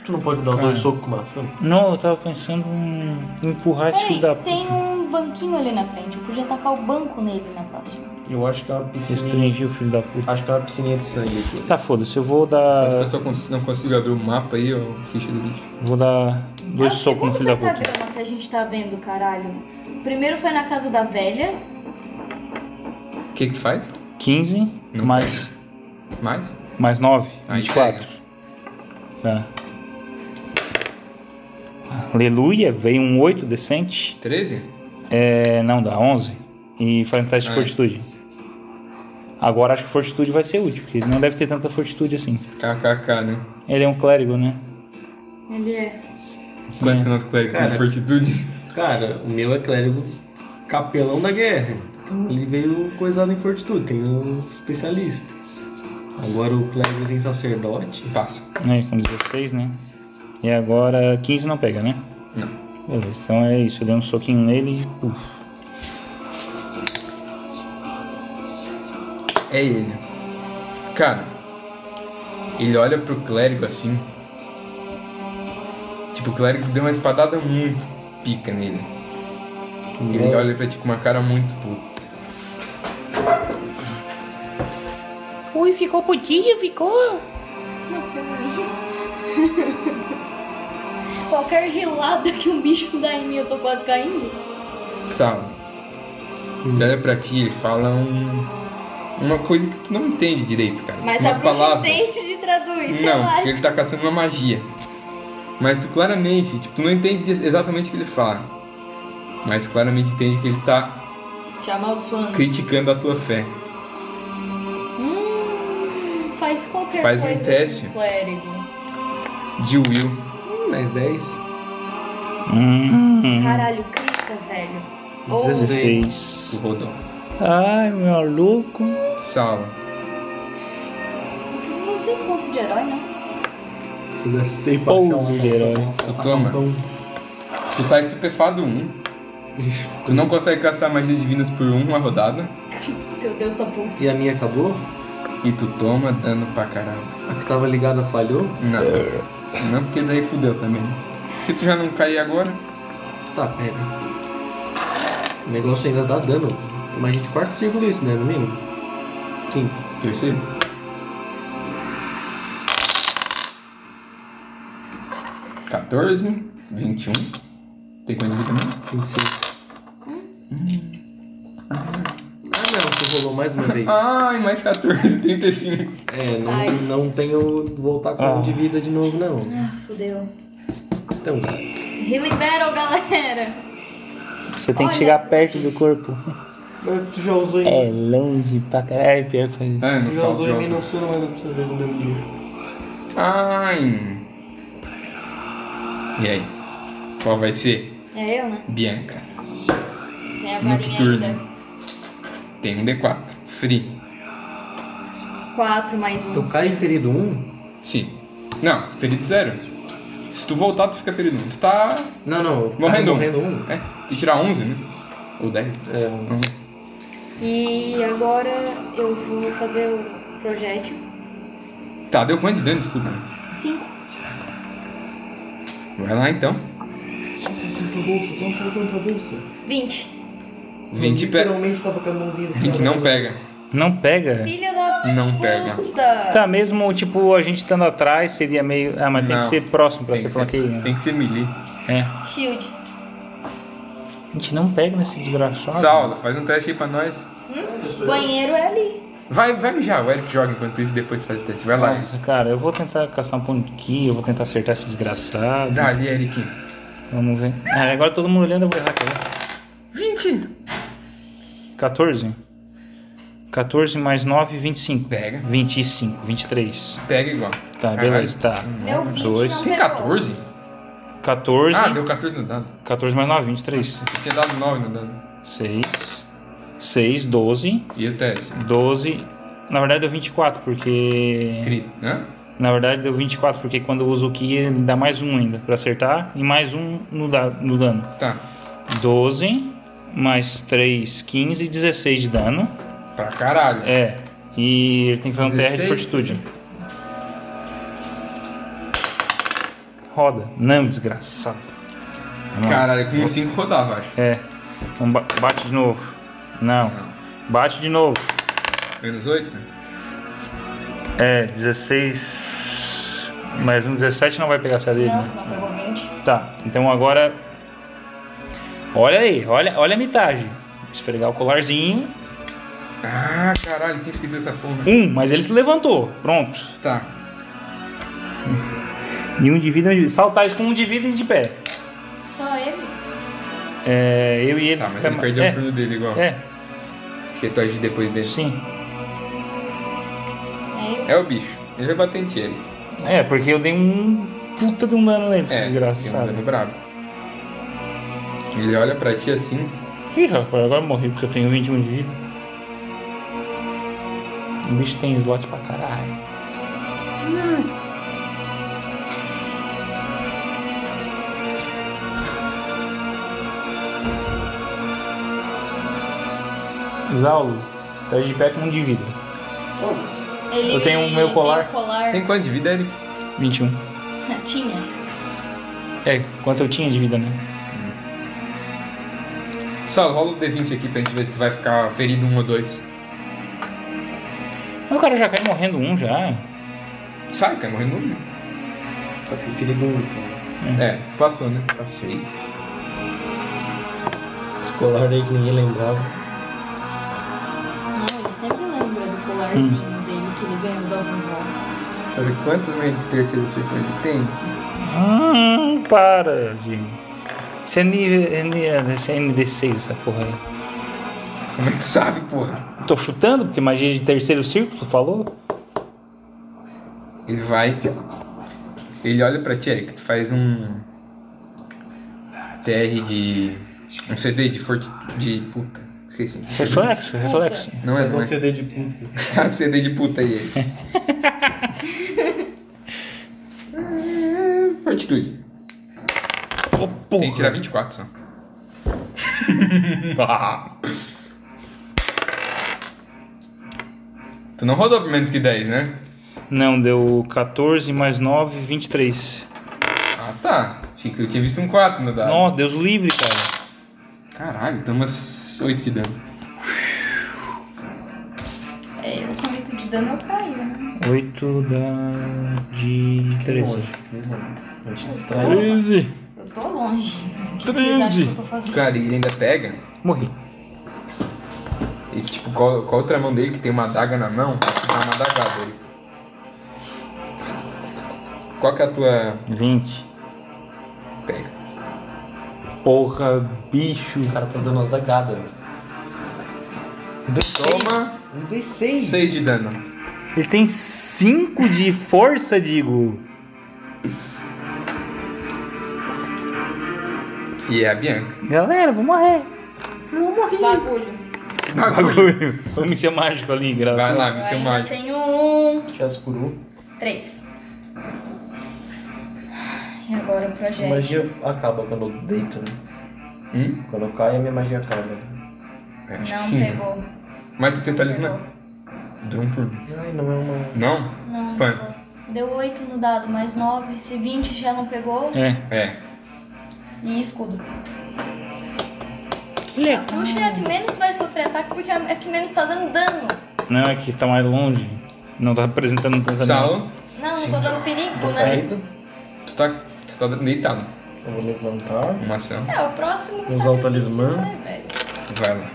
Speaker 7: Tu não pode dar um dois socos com uma ação?
Speaker 2: Não, eu tava pensando em empurrar esse
Speaker 4: Peraí,
Speaker 2: filho da
Speaker 4: tem
Speaker 2: puta.
Speaker 4: um banquinho ali na frente. Eu podia atacar o banco nele na próxima.
Speaker 7: Eu acho que é uma piscininha.
Speaker 2: Restringir o filho da puta.
Speaker 7: Acho que é uma piscininha de sangue aqui.
Speaker 2: Tá, foda-se, eu vou
Speaker 3: Só que
Speaker 2: dar.
Speaker 3: Eu só cons- não consigo abrir o mapa aí, ó, ficha do bicho.
Speaker 2: Vou dar dois
Speaker 4: é o
Speaker 2: socos no
Speaker 4: segundo
Speaker 2: filho da puta.
Speaker 4: pentagrama que a gente tá vendo, caralho. O primeiro foi na casa da velha.
Speaker 3: O que que tu faz?
Speaker 2: 15
Speaker 3: Não
Speaker 2: mais,
Speaker 3: Mais?
Speaker 2: mais 9,
Speaker 3: Aí
Speaker 2: 24. Tá. Aleluia, veio um 8 decente.
Speaker 3: 13?
Speaker 2: É, não, dá 11. E faz um teste de
Speaker 3: Ah, é.
Speaker 2: fortitude. Agora acho que fortitude vai ser útil, porque ele não deve ter tanta fortitude assim.
Speaker 3: KKK, né?
Speaker 2: Ele é um clérigo, né?
Speaker 4: Ele é.
Speaker 3: Quanto que é o nosso clérigo
Speaker 13: Cara.
Speaker 3: de fortitude?
Speaker 13: Cara, o meu é clérigo capelão da guerra. Então ele veio coisado em fortitude, tem um especialista. Agora o clérigo em sacerdote.
Speaker 3: Passa.
Speaker 2: É, com 16, né? E agora 15 não pega, né? Não. Beleza, então é isso. Eu dei um soquinho nele e. puf.
Speaker 3: É ele. Cara, ele olha pro clérigo assim. Tipo, o clérigo deu uma espadada muito pica nele. Ele olha pra ti com uma cara muito puta.
Speaker 20: Ui, ficou putinho, ficou.
Speaker 4: Não sei o nome. Qualquer rilada que um bicho dá em mim, eu tô quase caindo.
Speaker 3: Sabe? Ele olha pra ti e fala um. Uma coisa que tu não entende direito, cara.
Speaker 4: Mas
Speaker 3: Umas
Speaker 4: a bruxa
Speaker 3: palavras.
Speaker 4: entende e traduz, sei
Speaker 3: Não,
Speaker 4: lá.
Speaker 3: porque ele tá caçando uma magia. Mas tu claramente, tipo, tu não entende ex- exatamente o que ele fala. mas claramente entende que ele tá
Speaker 51: Te amaldiçoando.
Speaker 3: criticando a tua fé.
Speaker 4: Hum, faz qualquer
Speaker 3: Faz um
Speaker 4: coisa.
Speaker 3: teste.
Speaker 4: com Clérigo.
Speaker 3: De Will.
Speaker 5: Mais 10.
Speaker 4: Hum,
Speaker 3: Hum.
Speaker 2: Hum,
Speaker 4: Caralho, crita, velho. Ou
Speaker 2: 16.
Speaker 3: Rodão.
Speaker 2: Ai, meu louco.
Speaker 3: Sala.
Speaker 4: não tem ponto de herói, não.
Speaker 5: Eu gastei
Speaker 2: Pouso de herói.
Speaker 3: Tu toma. Tu tá estupefado um. Tu não consegue caçar magias divinas por uma rodada.
Speaker 4: Teu Deus tá puto.
Speaker 5: E a minha acabou?
Speaker 3: E tu toma dano pra caralho.
Speaker 5: A que tava ligada falhou?
Speaker 3: Não. Não porque daí fudeu também. Se tu já não cair agora,
Speaker 5: Tá, pera. O negócio ainda dá dano. Mas a gente quarto círculo isso, né? No mínimo. Quinto.
Speaker 3: terceiro. Quatorze, vinte e um. Tem quanto de vida mesmo?
Speaker 5: 25. Ah não, você rolou mais uma vez.
Speaker 3: Ai, mais 14, 35.
Speaker 5: É,
Speaker 4: Ai.
Speaker 5: não, não tenho voltar com um de vida de novo, não.
Speaker 4: Ah, fudeu.
Speaker 5: Então,
Speaker 4: Healing Battle, galera.
Speaker 2: Você tem que
Speaker 4: Olha.
Speaker 2: chegar perto do corpo.
Speaker 10: Tu já usou em
Speaker 2: É longe pra caralho. É pior que faz isso.
Speaker 3: Ah, não
Speaker 10: Tu já
Speaker 5: um
Speaker 3: salto,
Speaker 10: usou em mim,
Speaker 3: não
Speaker 10: não sou, não é da próxima vez, não deu dia.
Speaker 3: Ai. E aí? Qual vai ser?
Speaker 4: É eu, né?
Speaker 3: Bianca.
Speaker 4: Tem É a
Speaker 3: No
Speaker 4: varinha ainda.
Speaker 3: turno. Tem um D4. Free.
Speaker 4: 4 mais
Speaker 5: eu
Speaker 4: 1.
Speaker 5: caí ferido um?
Speaker 3: Sim. Não, ferido zero. Se tu voltar, tu fica ferido. um. Tu tá
Speaker 5: Não, não. eu caí
Speaker 3: morrendo um.
Speaker 5: Morrendo um?
Speaker 3: É, e tirar 11, né? Ou 10.
Speaker 5: É, um.
Speaker 3: Uhum.
Speaker 4: E agora eu vou fazer o projétil.
Speaker 3: Tá, deu quanto de dano? Desculpa.
Speaker 4: 5.
Speaker 3: Vai lá então.
Speaker 10: Nossa, eu sinto a bolsa, tu não falou quanto a bolsa.
Speaker 4: 20.
Speaker 3: 20 pega.
Speaker 10: Literalmente tava com a mãozinha do
Speaker 3: 20 não pega.
Speaker 2: Não pega?
Speaker 4: Filha da
Speaker 3: Não pega.
Speaker 4: puta.
Speaker 2: Tá, mesmo tipo a gente estando atrás seria meio. Ah, mas tem que
Speaker 3: Não.
Speaker 2: ser próximo pra
Speaker 3: Tem
Speaker 2: ser
Speaker 3: que ser-
Speaker 2: flanqueio.
Speaker 3: Tem que ser melee.
Speaker 2: É.
Speaker 4: Shield.
Speaker 2: A gente não pega nesse desgraçado.
Speaker 3: Saula, faz um teste aí pra nós.
Speaker 4: Banheiro é ali.
Speaker 3: Vai, vai mijar, o Eric joga enquanto isso depois faz o teste. Vai lá.
Speaker 2: Nossa, cara, eu vou tentar caçar um ponto aqui, eu vou tentar acertar esse desgraçado.
Speaker 3: Dá ali, Eric.
Speaker 2: Vamos ver. Ah, agora todo mundo olhando, eu vou errar, né? quer ver? 20. 14. 14 mais 9, 25.
Speaker 3: Pega.
Speaker 2: 25, 23.
Speaker 3: Pega igual.
Speaker 2: Tá, beleza, tá.
Speaker 4: Meu 20
Speaker 2: dois.
Speaker 4: não
Speaker 3: Tem
Speaker 4: pegou.
Speaker 3: 14?
Speaker 2: 14.
Speaker 3: Ah, deu 14 no dado.
Speaker 2: 14 mais 9, 23.
Speaker 3: Eu tinha dado 9 no dado.
Speaker 2: 6. 6, 12.
Speaker 3: E o teste?
Speaker 2: 12. Na verdade deu 24, porque.
Speaker 3: Crit, né?
Speaker 2: Na verdade deu 24, porque quando eu uso o Ki ele dá mais um ainda pra acertar e mais um no, da, no dano.
Speaker 3: Tá.
Speaker 2: 12 mais 3, 15, 16 de dano.
Speaker 3: Pra caralho.
Speaker 2: É. E ele tem que fazer um TR de
Speaker 3: 16?
Speaker 2: fortitude. Roda. Não, desgraçado. Vamos lá.
Speaker 3: Caralho, com 5 rodava, acho.
Speaker 2: É. Vamos ba- bate de novo. Não. Bate de novo.
Speaker 3: Menos 8?
Speaker 2: É, 16. Mais um 17 não vai pegar essa dele,
Speaker 4: Não,
Speaker 2: né?
Speaker 4: se não pegou 20.
Speaker 2: Tá, então agora. Olha aí, olha, olha a mitagem. Esfregar o colarzinho.
Speaker 3: Ah, caralho, tinha esquecido essa porra.
Speaker 2: Um, mas ele se levantou. Pronto.
Speaker 3: Tá.
Speaker 2: E um de vida, um de vida. Saltar isso com um de vida e de pé.
Speaker 4: Só ele?
Speaker 2: É, eu e ele.
Speaker 3: Tá, mas
Speaker 2: tá-
Speaker 3: ele perdeu
Speaker 2: é,
Speaker 3: o turno dele igual.
Speaker 2: É,
Speaker 3: Porque tu agir depois dele.
Speaker 2: sim.
Speaker 4: É
Speaker 3: É o bicho. Ele vai bater em ti, Eric.
Speaker 2: É, porque eu dei um puta de um dano nele,
Speaker 3: É,
Speaker 2: desgraçado.
Speaker 3: ele é um brabo. Ele olha pra ti assim.
Speaker 2: Ih, rapaz, agora eu morri porque eu tenho 21 de vida. O bicho tem slot pra caralho. Hum. Zaulo, tá de pé com um de vida.
Speaker 4: eu. Ele,
Speaker 2: Eu tenho o meu
Speaker 4: ele
Speaker 2: colar.
Speaker 4: Tem o colar.
Speaker 3: Tem quanto de vida, Eric?
Speaker 2: 21.
Speaker 4: Tinha.
Speaker 2: É, quanto eu tinha de vida, né?
Speaker 3: Sal, rola o D20 aqui pra gente ver se tu vai ficar ferido um ou dois.
Speaker 2: Mas o cara já cai morrendo um já.
Speaker 3: Sai, cara, morrendo um.
Speaker 5: Tá ferido um. então.
Speaker 3: É, passou, né? Passou.
Speaker 5: Escolar
Speaker 10: né,
Speaker 5: aí que ninguém lembrava.
Speaker 4: Ah, Não, ele sempre lembra do colarzinho
Speaker 3: Hum.
Speaker 4: dele que ele ganhou da vovó.
Speaker 3: Sabe quantos meios terceiros circunstantes tem?
Speaker 2: Hum, para Ah, de. Isso é nível. É, nível- isso é ND6 essa porra aí.
Speaker 3: Como é que sabe, porra?
Speaker 2: Tô chutando, porque magia de terceiro círculo, tu falou?
Speaker 3: Ele vai. Ele olha pra ti, Eric, tu faz um. TR de. Um CD de forti. de. puta. Esqueci.
Speaker 2: Reflexo, reflexo.
Speaker 3: Não é
Speaker 52: Faz um
Speaker 3: bom.
Speaker 52: CD de puta.
Speaker 3: Tá CD de puta aí. É, Fortitude. Tem que tirar 24 só. tu não rodou por menos que 10, né?
Speaker 2: Não, deu 14 mais 9, 23.
Speaker 3: Ah tá. Achei que tu tinha visto um 4 no dado.
Speaker 2: Nossa, Deus livre, cara.
Speaker 3: Caralho, umas 8 que dano.
Speaker 4: É, eu com 8 de dano eu caio, né?
Speaker 2: 8 da... de 13.
Speaker 4: Eu tô-
Speaker 2: 13!
Speaker 4: Eu tô longe. O que vocês
Speaker 2: 13.
Speaker 4: acham que eu tô fazendo?
Speaker 3: Cara, e ele ainda pega.
Speaker 2: Morri.
Speaker 3: E tipo, qual, qual a outra mão dele que tem uma adaga na mão? Dá uma adagada ele. Qual que é a tua.
Speaker 2: 20.
Speaker 3: Pega.
Speaker 2: Porra, bicho.
Speaker 10: O cara tá dando uma zagada.
Speaker 3: Toma
Speaker 10: Um D6.
Speaker 3: 6 de dano.
Speaker 2: Ele tem 5 de força, digo.
Speaker 3: E é a Bianca.
Speaker 2: Galera, vou morrer.
Speaker 4: Bagulho.
Speaker 2: Bagulho. Vamos ser mágico ali, grava.
Speaker 3: Vai lá,
Speaker 4: Eu
Speaker 3: me seu
Speaker 4: ainda
Speaker 3: mágico.
Speaker 4: tenho um.
Speaker 10: Tia Escuru.
Speaker 4: 3. E agora o
Speaker 10: A
Speaker 6: É.
Speaker 4: projeto.
Speaker 10: magia acaba quando eu deito, né?
Speaker 3: Hum?
Speaker 10: Quando eu caio, a minha magia acaba.
Speaker 3: É, Acho que
Speaker 4: Não
Speaker 3: sim. né?
Speaker 4: pegou.
Speaker 3: Mas tu tem talismã?
Speaker 4: Pegou.
Speaker 3: Dura um turno.
Speaker 10: Ai, não é uma...
Speaker 3: Não?
Speaker 4: Não, não
Speaker 3: Põe.
Speaker 4: pegou. Deu 8 no dado, mais 9. Se 20 já não pegou.
Speaker 2: É.
Speaker 3: É.
Speaker 4: E escudo.
Speaker 2: Que legal.
Speaker 4: Puxa, é a que menos vai sofrer ataque porque é a que menos tá dando dano.
Speaker 2: Não, é que tá mais longe. Não tá apresentando tanta
Speaker 3: Sal,
Speaker 2: ameaça.
Speaker 4: Não, não tô dando perigo,
Speaker 5: Tá
Speaker 4: né?
Speaker 10: Caído.
Speaker 3: tu tá, tu tá deitado.
Speaker 10: Eu vou levantar.
Speaker 3: Uma ação.
Speaker 4: É, o próximo
Speaker 10: Usar o
Speaker 4: sacrifício,
Speaker 10: talismã.
Speaker 4: né, velho?
Speaker 3: Vai lá.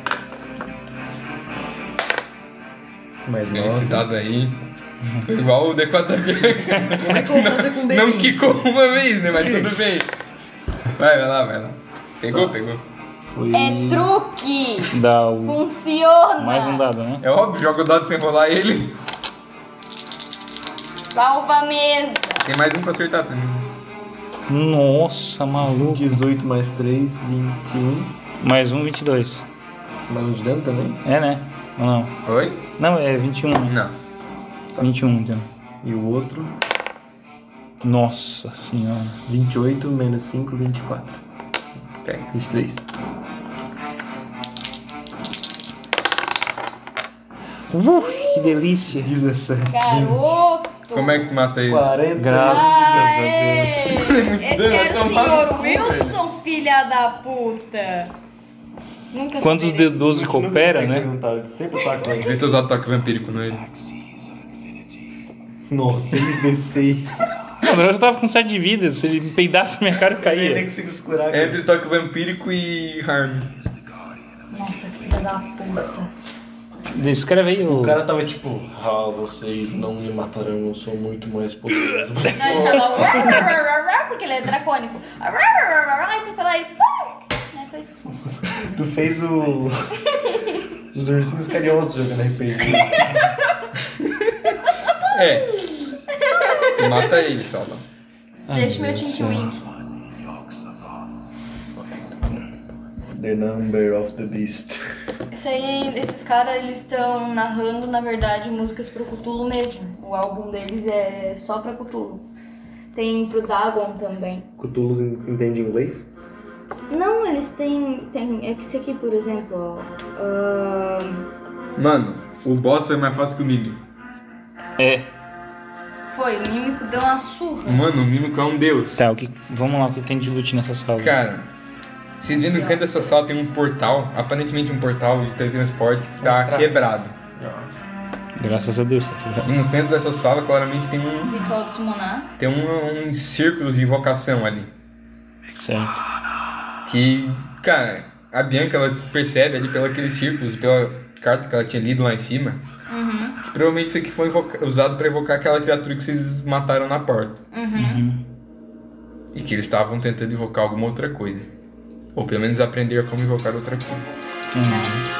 Speaker 10: Mais
Speaker 3: Ganha esse
Speaker 10: nove.
Speaker 3: dado aí. Foi igual o D4 da Bianca.
Speaker 10: Como é que eu vou fazer com o
Speaker 3: Não quicou uma vez, né? Mas tudo bem. Vai, vai lá, vai lá. Pegou, pegou.
Speaker 5: Foi.
Speaker 4: É truque!
Speaker 2: Dá o...
Speaker 4: Funciona!
Speaker 2: mais um dado, né?
Speaker 3: É óbvio, joga o dado sem rolar ele.
Speaker 4: Salva a mesa!
Speaker 3: Tem mais um pra acertar também.
Speaker 2: Nossa,
Speaker 5: um,
Speaker 2: maluco.
Speaker 10: 18 mais 3, 21.
Speaker 2: Mais um, 22.
Speaker 10: Mais um de dano também.
Speaker 2: É, né? Ou não?
Speaker 3: Oi?
Speaker 2: Não, é 21, né?
Speaker 3: Não. Tá.
Speaker 2: 21, então.
Speaker 10: E o outro,
Speaker 2: Nossa senhora.
Speaker 10: 28 menos 5, 24.
Speaker 3: Pega.
Speaker 10: 23.
Speaker 2: Ui, que delícia.
Speaker 10: 17.
Speaker 4: Garoto!
Speaker 3: Como é que tu mata ele?
Speaker 10: 40.
Speaker 2: Graças a
Speaker 4: Aê! Esse era o
Speaker 3: Tomado
Speaker 4: senhor Wilson, filha da puta! Nunca
Speaker 2: Deus. Quantos
Speaker 4: superei.
Speaker 2: D12 coopera, né?
Speaker 52: Ele sempre tá com
Speaker 3: Devia ter usado toque vampírico nele.
Speaker 10: Nossa, 6d6.
Speaker 2: Mano, eu já tava com 7 de vida. Se ele peidasse na minha cara, eu
Speaker 10: Eu nem
Speaker 2: caía.
Speaker 10: consigo escurar.
Speaker 3: É entre toque vampírico e harm.
Speaker 4: Nossa, filha da puta!
Speaker 2: Descreve aí o.
Speaker 10: O cara tava tipo, ah, vocês não me matarão, eu sou muito mais poderoso.
Speaker 4: Não,
Speaker 2: tá
Speaker 4: ele tava... Porque ele é dracônico. Aí tu foi lá e... Aí foi isso.
Speaker 10: tu fez o. Os ursinhos carinhosos jogando RPG.
Speaker 3: É. Tu mata ele, Salva.
Speaker 2: Ai,
Speaker 4: Deixa meu
Speaker 2: Deus do
Speaker 4: Tink
Speaker 2: céu.
Speaker 4: Wink.
Speaker 10: The number of the beast.
Speaker 4: Isso aí, esses caras, eles estão narrando, na verdade, músicas pro Cthulhu mesmo. O álbum deles é só pra Cthulhu. Tem pro Dagon também.
Speaker 5: Cthulhu entende inglês?
Speaker 4: Não, eles têm... tem é que esse aqui, por exemplo, ó. Ahn,
Speaker 3: Mano, o boss foi mais fácil que o Mimico.
Speaker 4: foi, o Mímico deu uma surra.
Speaker 3: Mano, o Mimico é um deus.
Speaker 2: Tá, o que... vamos lá, o que tem de loot nessa sala?
Speaker 3: Cara, vocês vendo que canto dessa sala tem um portal, aparentemente um portal de teletransporte que tá quebrado.
Speaker 2: Graças a Deus, tá filho.
Speaker 3: E no centro dessa sala claramente tem um
Speaker 4: Ritual de Summonar.
Speaker 3: tem um, um círculo de invocação ali.
Speaker 2: Certo.
Speaker 3: Que, cara, a Bianca ela percebe ali pelos aqueles círculos, pela carta que ela tinha lido lá em cima,
Speaker 4: Uhum,
Speaker 3: que provavelmente isso aqui foi invoca- usado pra evocar aquela criatura que vocês mataram na porta.
Speaker 4: uhum.
Speaker 3: E que eles estavam tentando invocar alguma outra coisa. Ou pelo menos aprender como invocar outra cura.
Speaker 2: Uhum.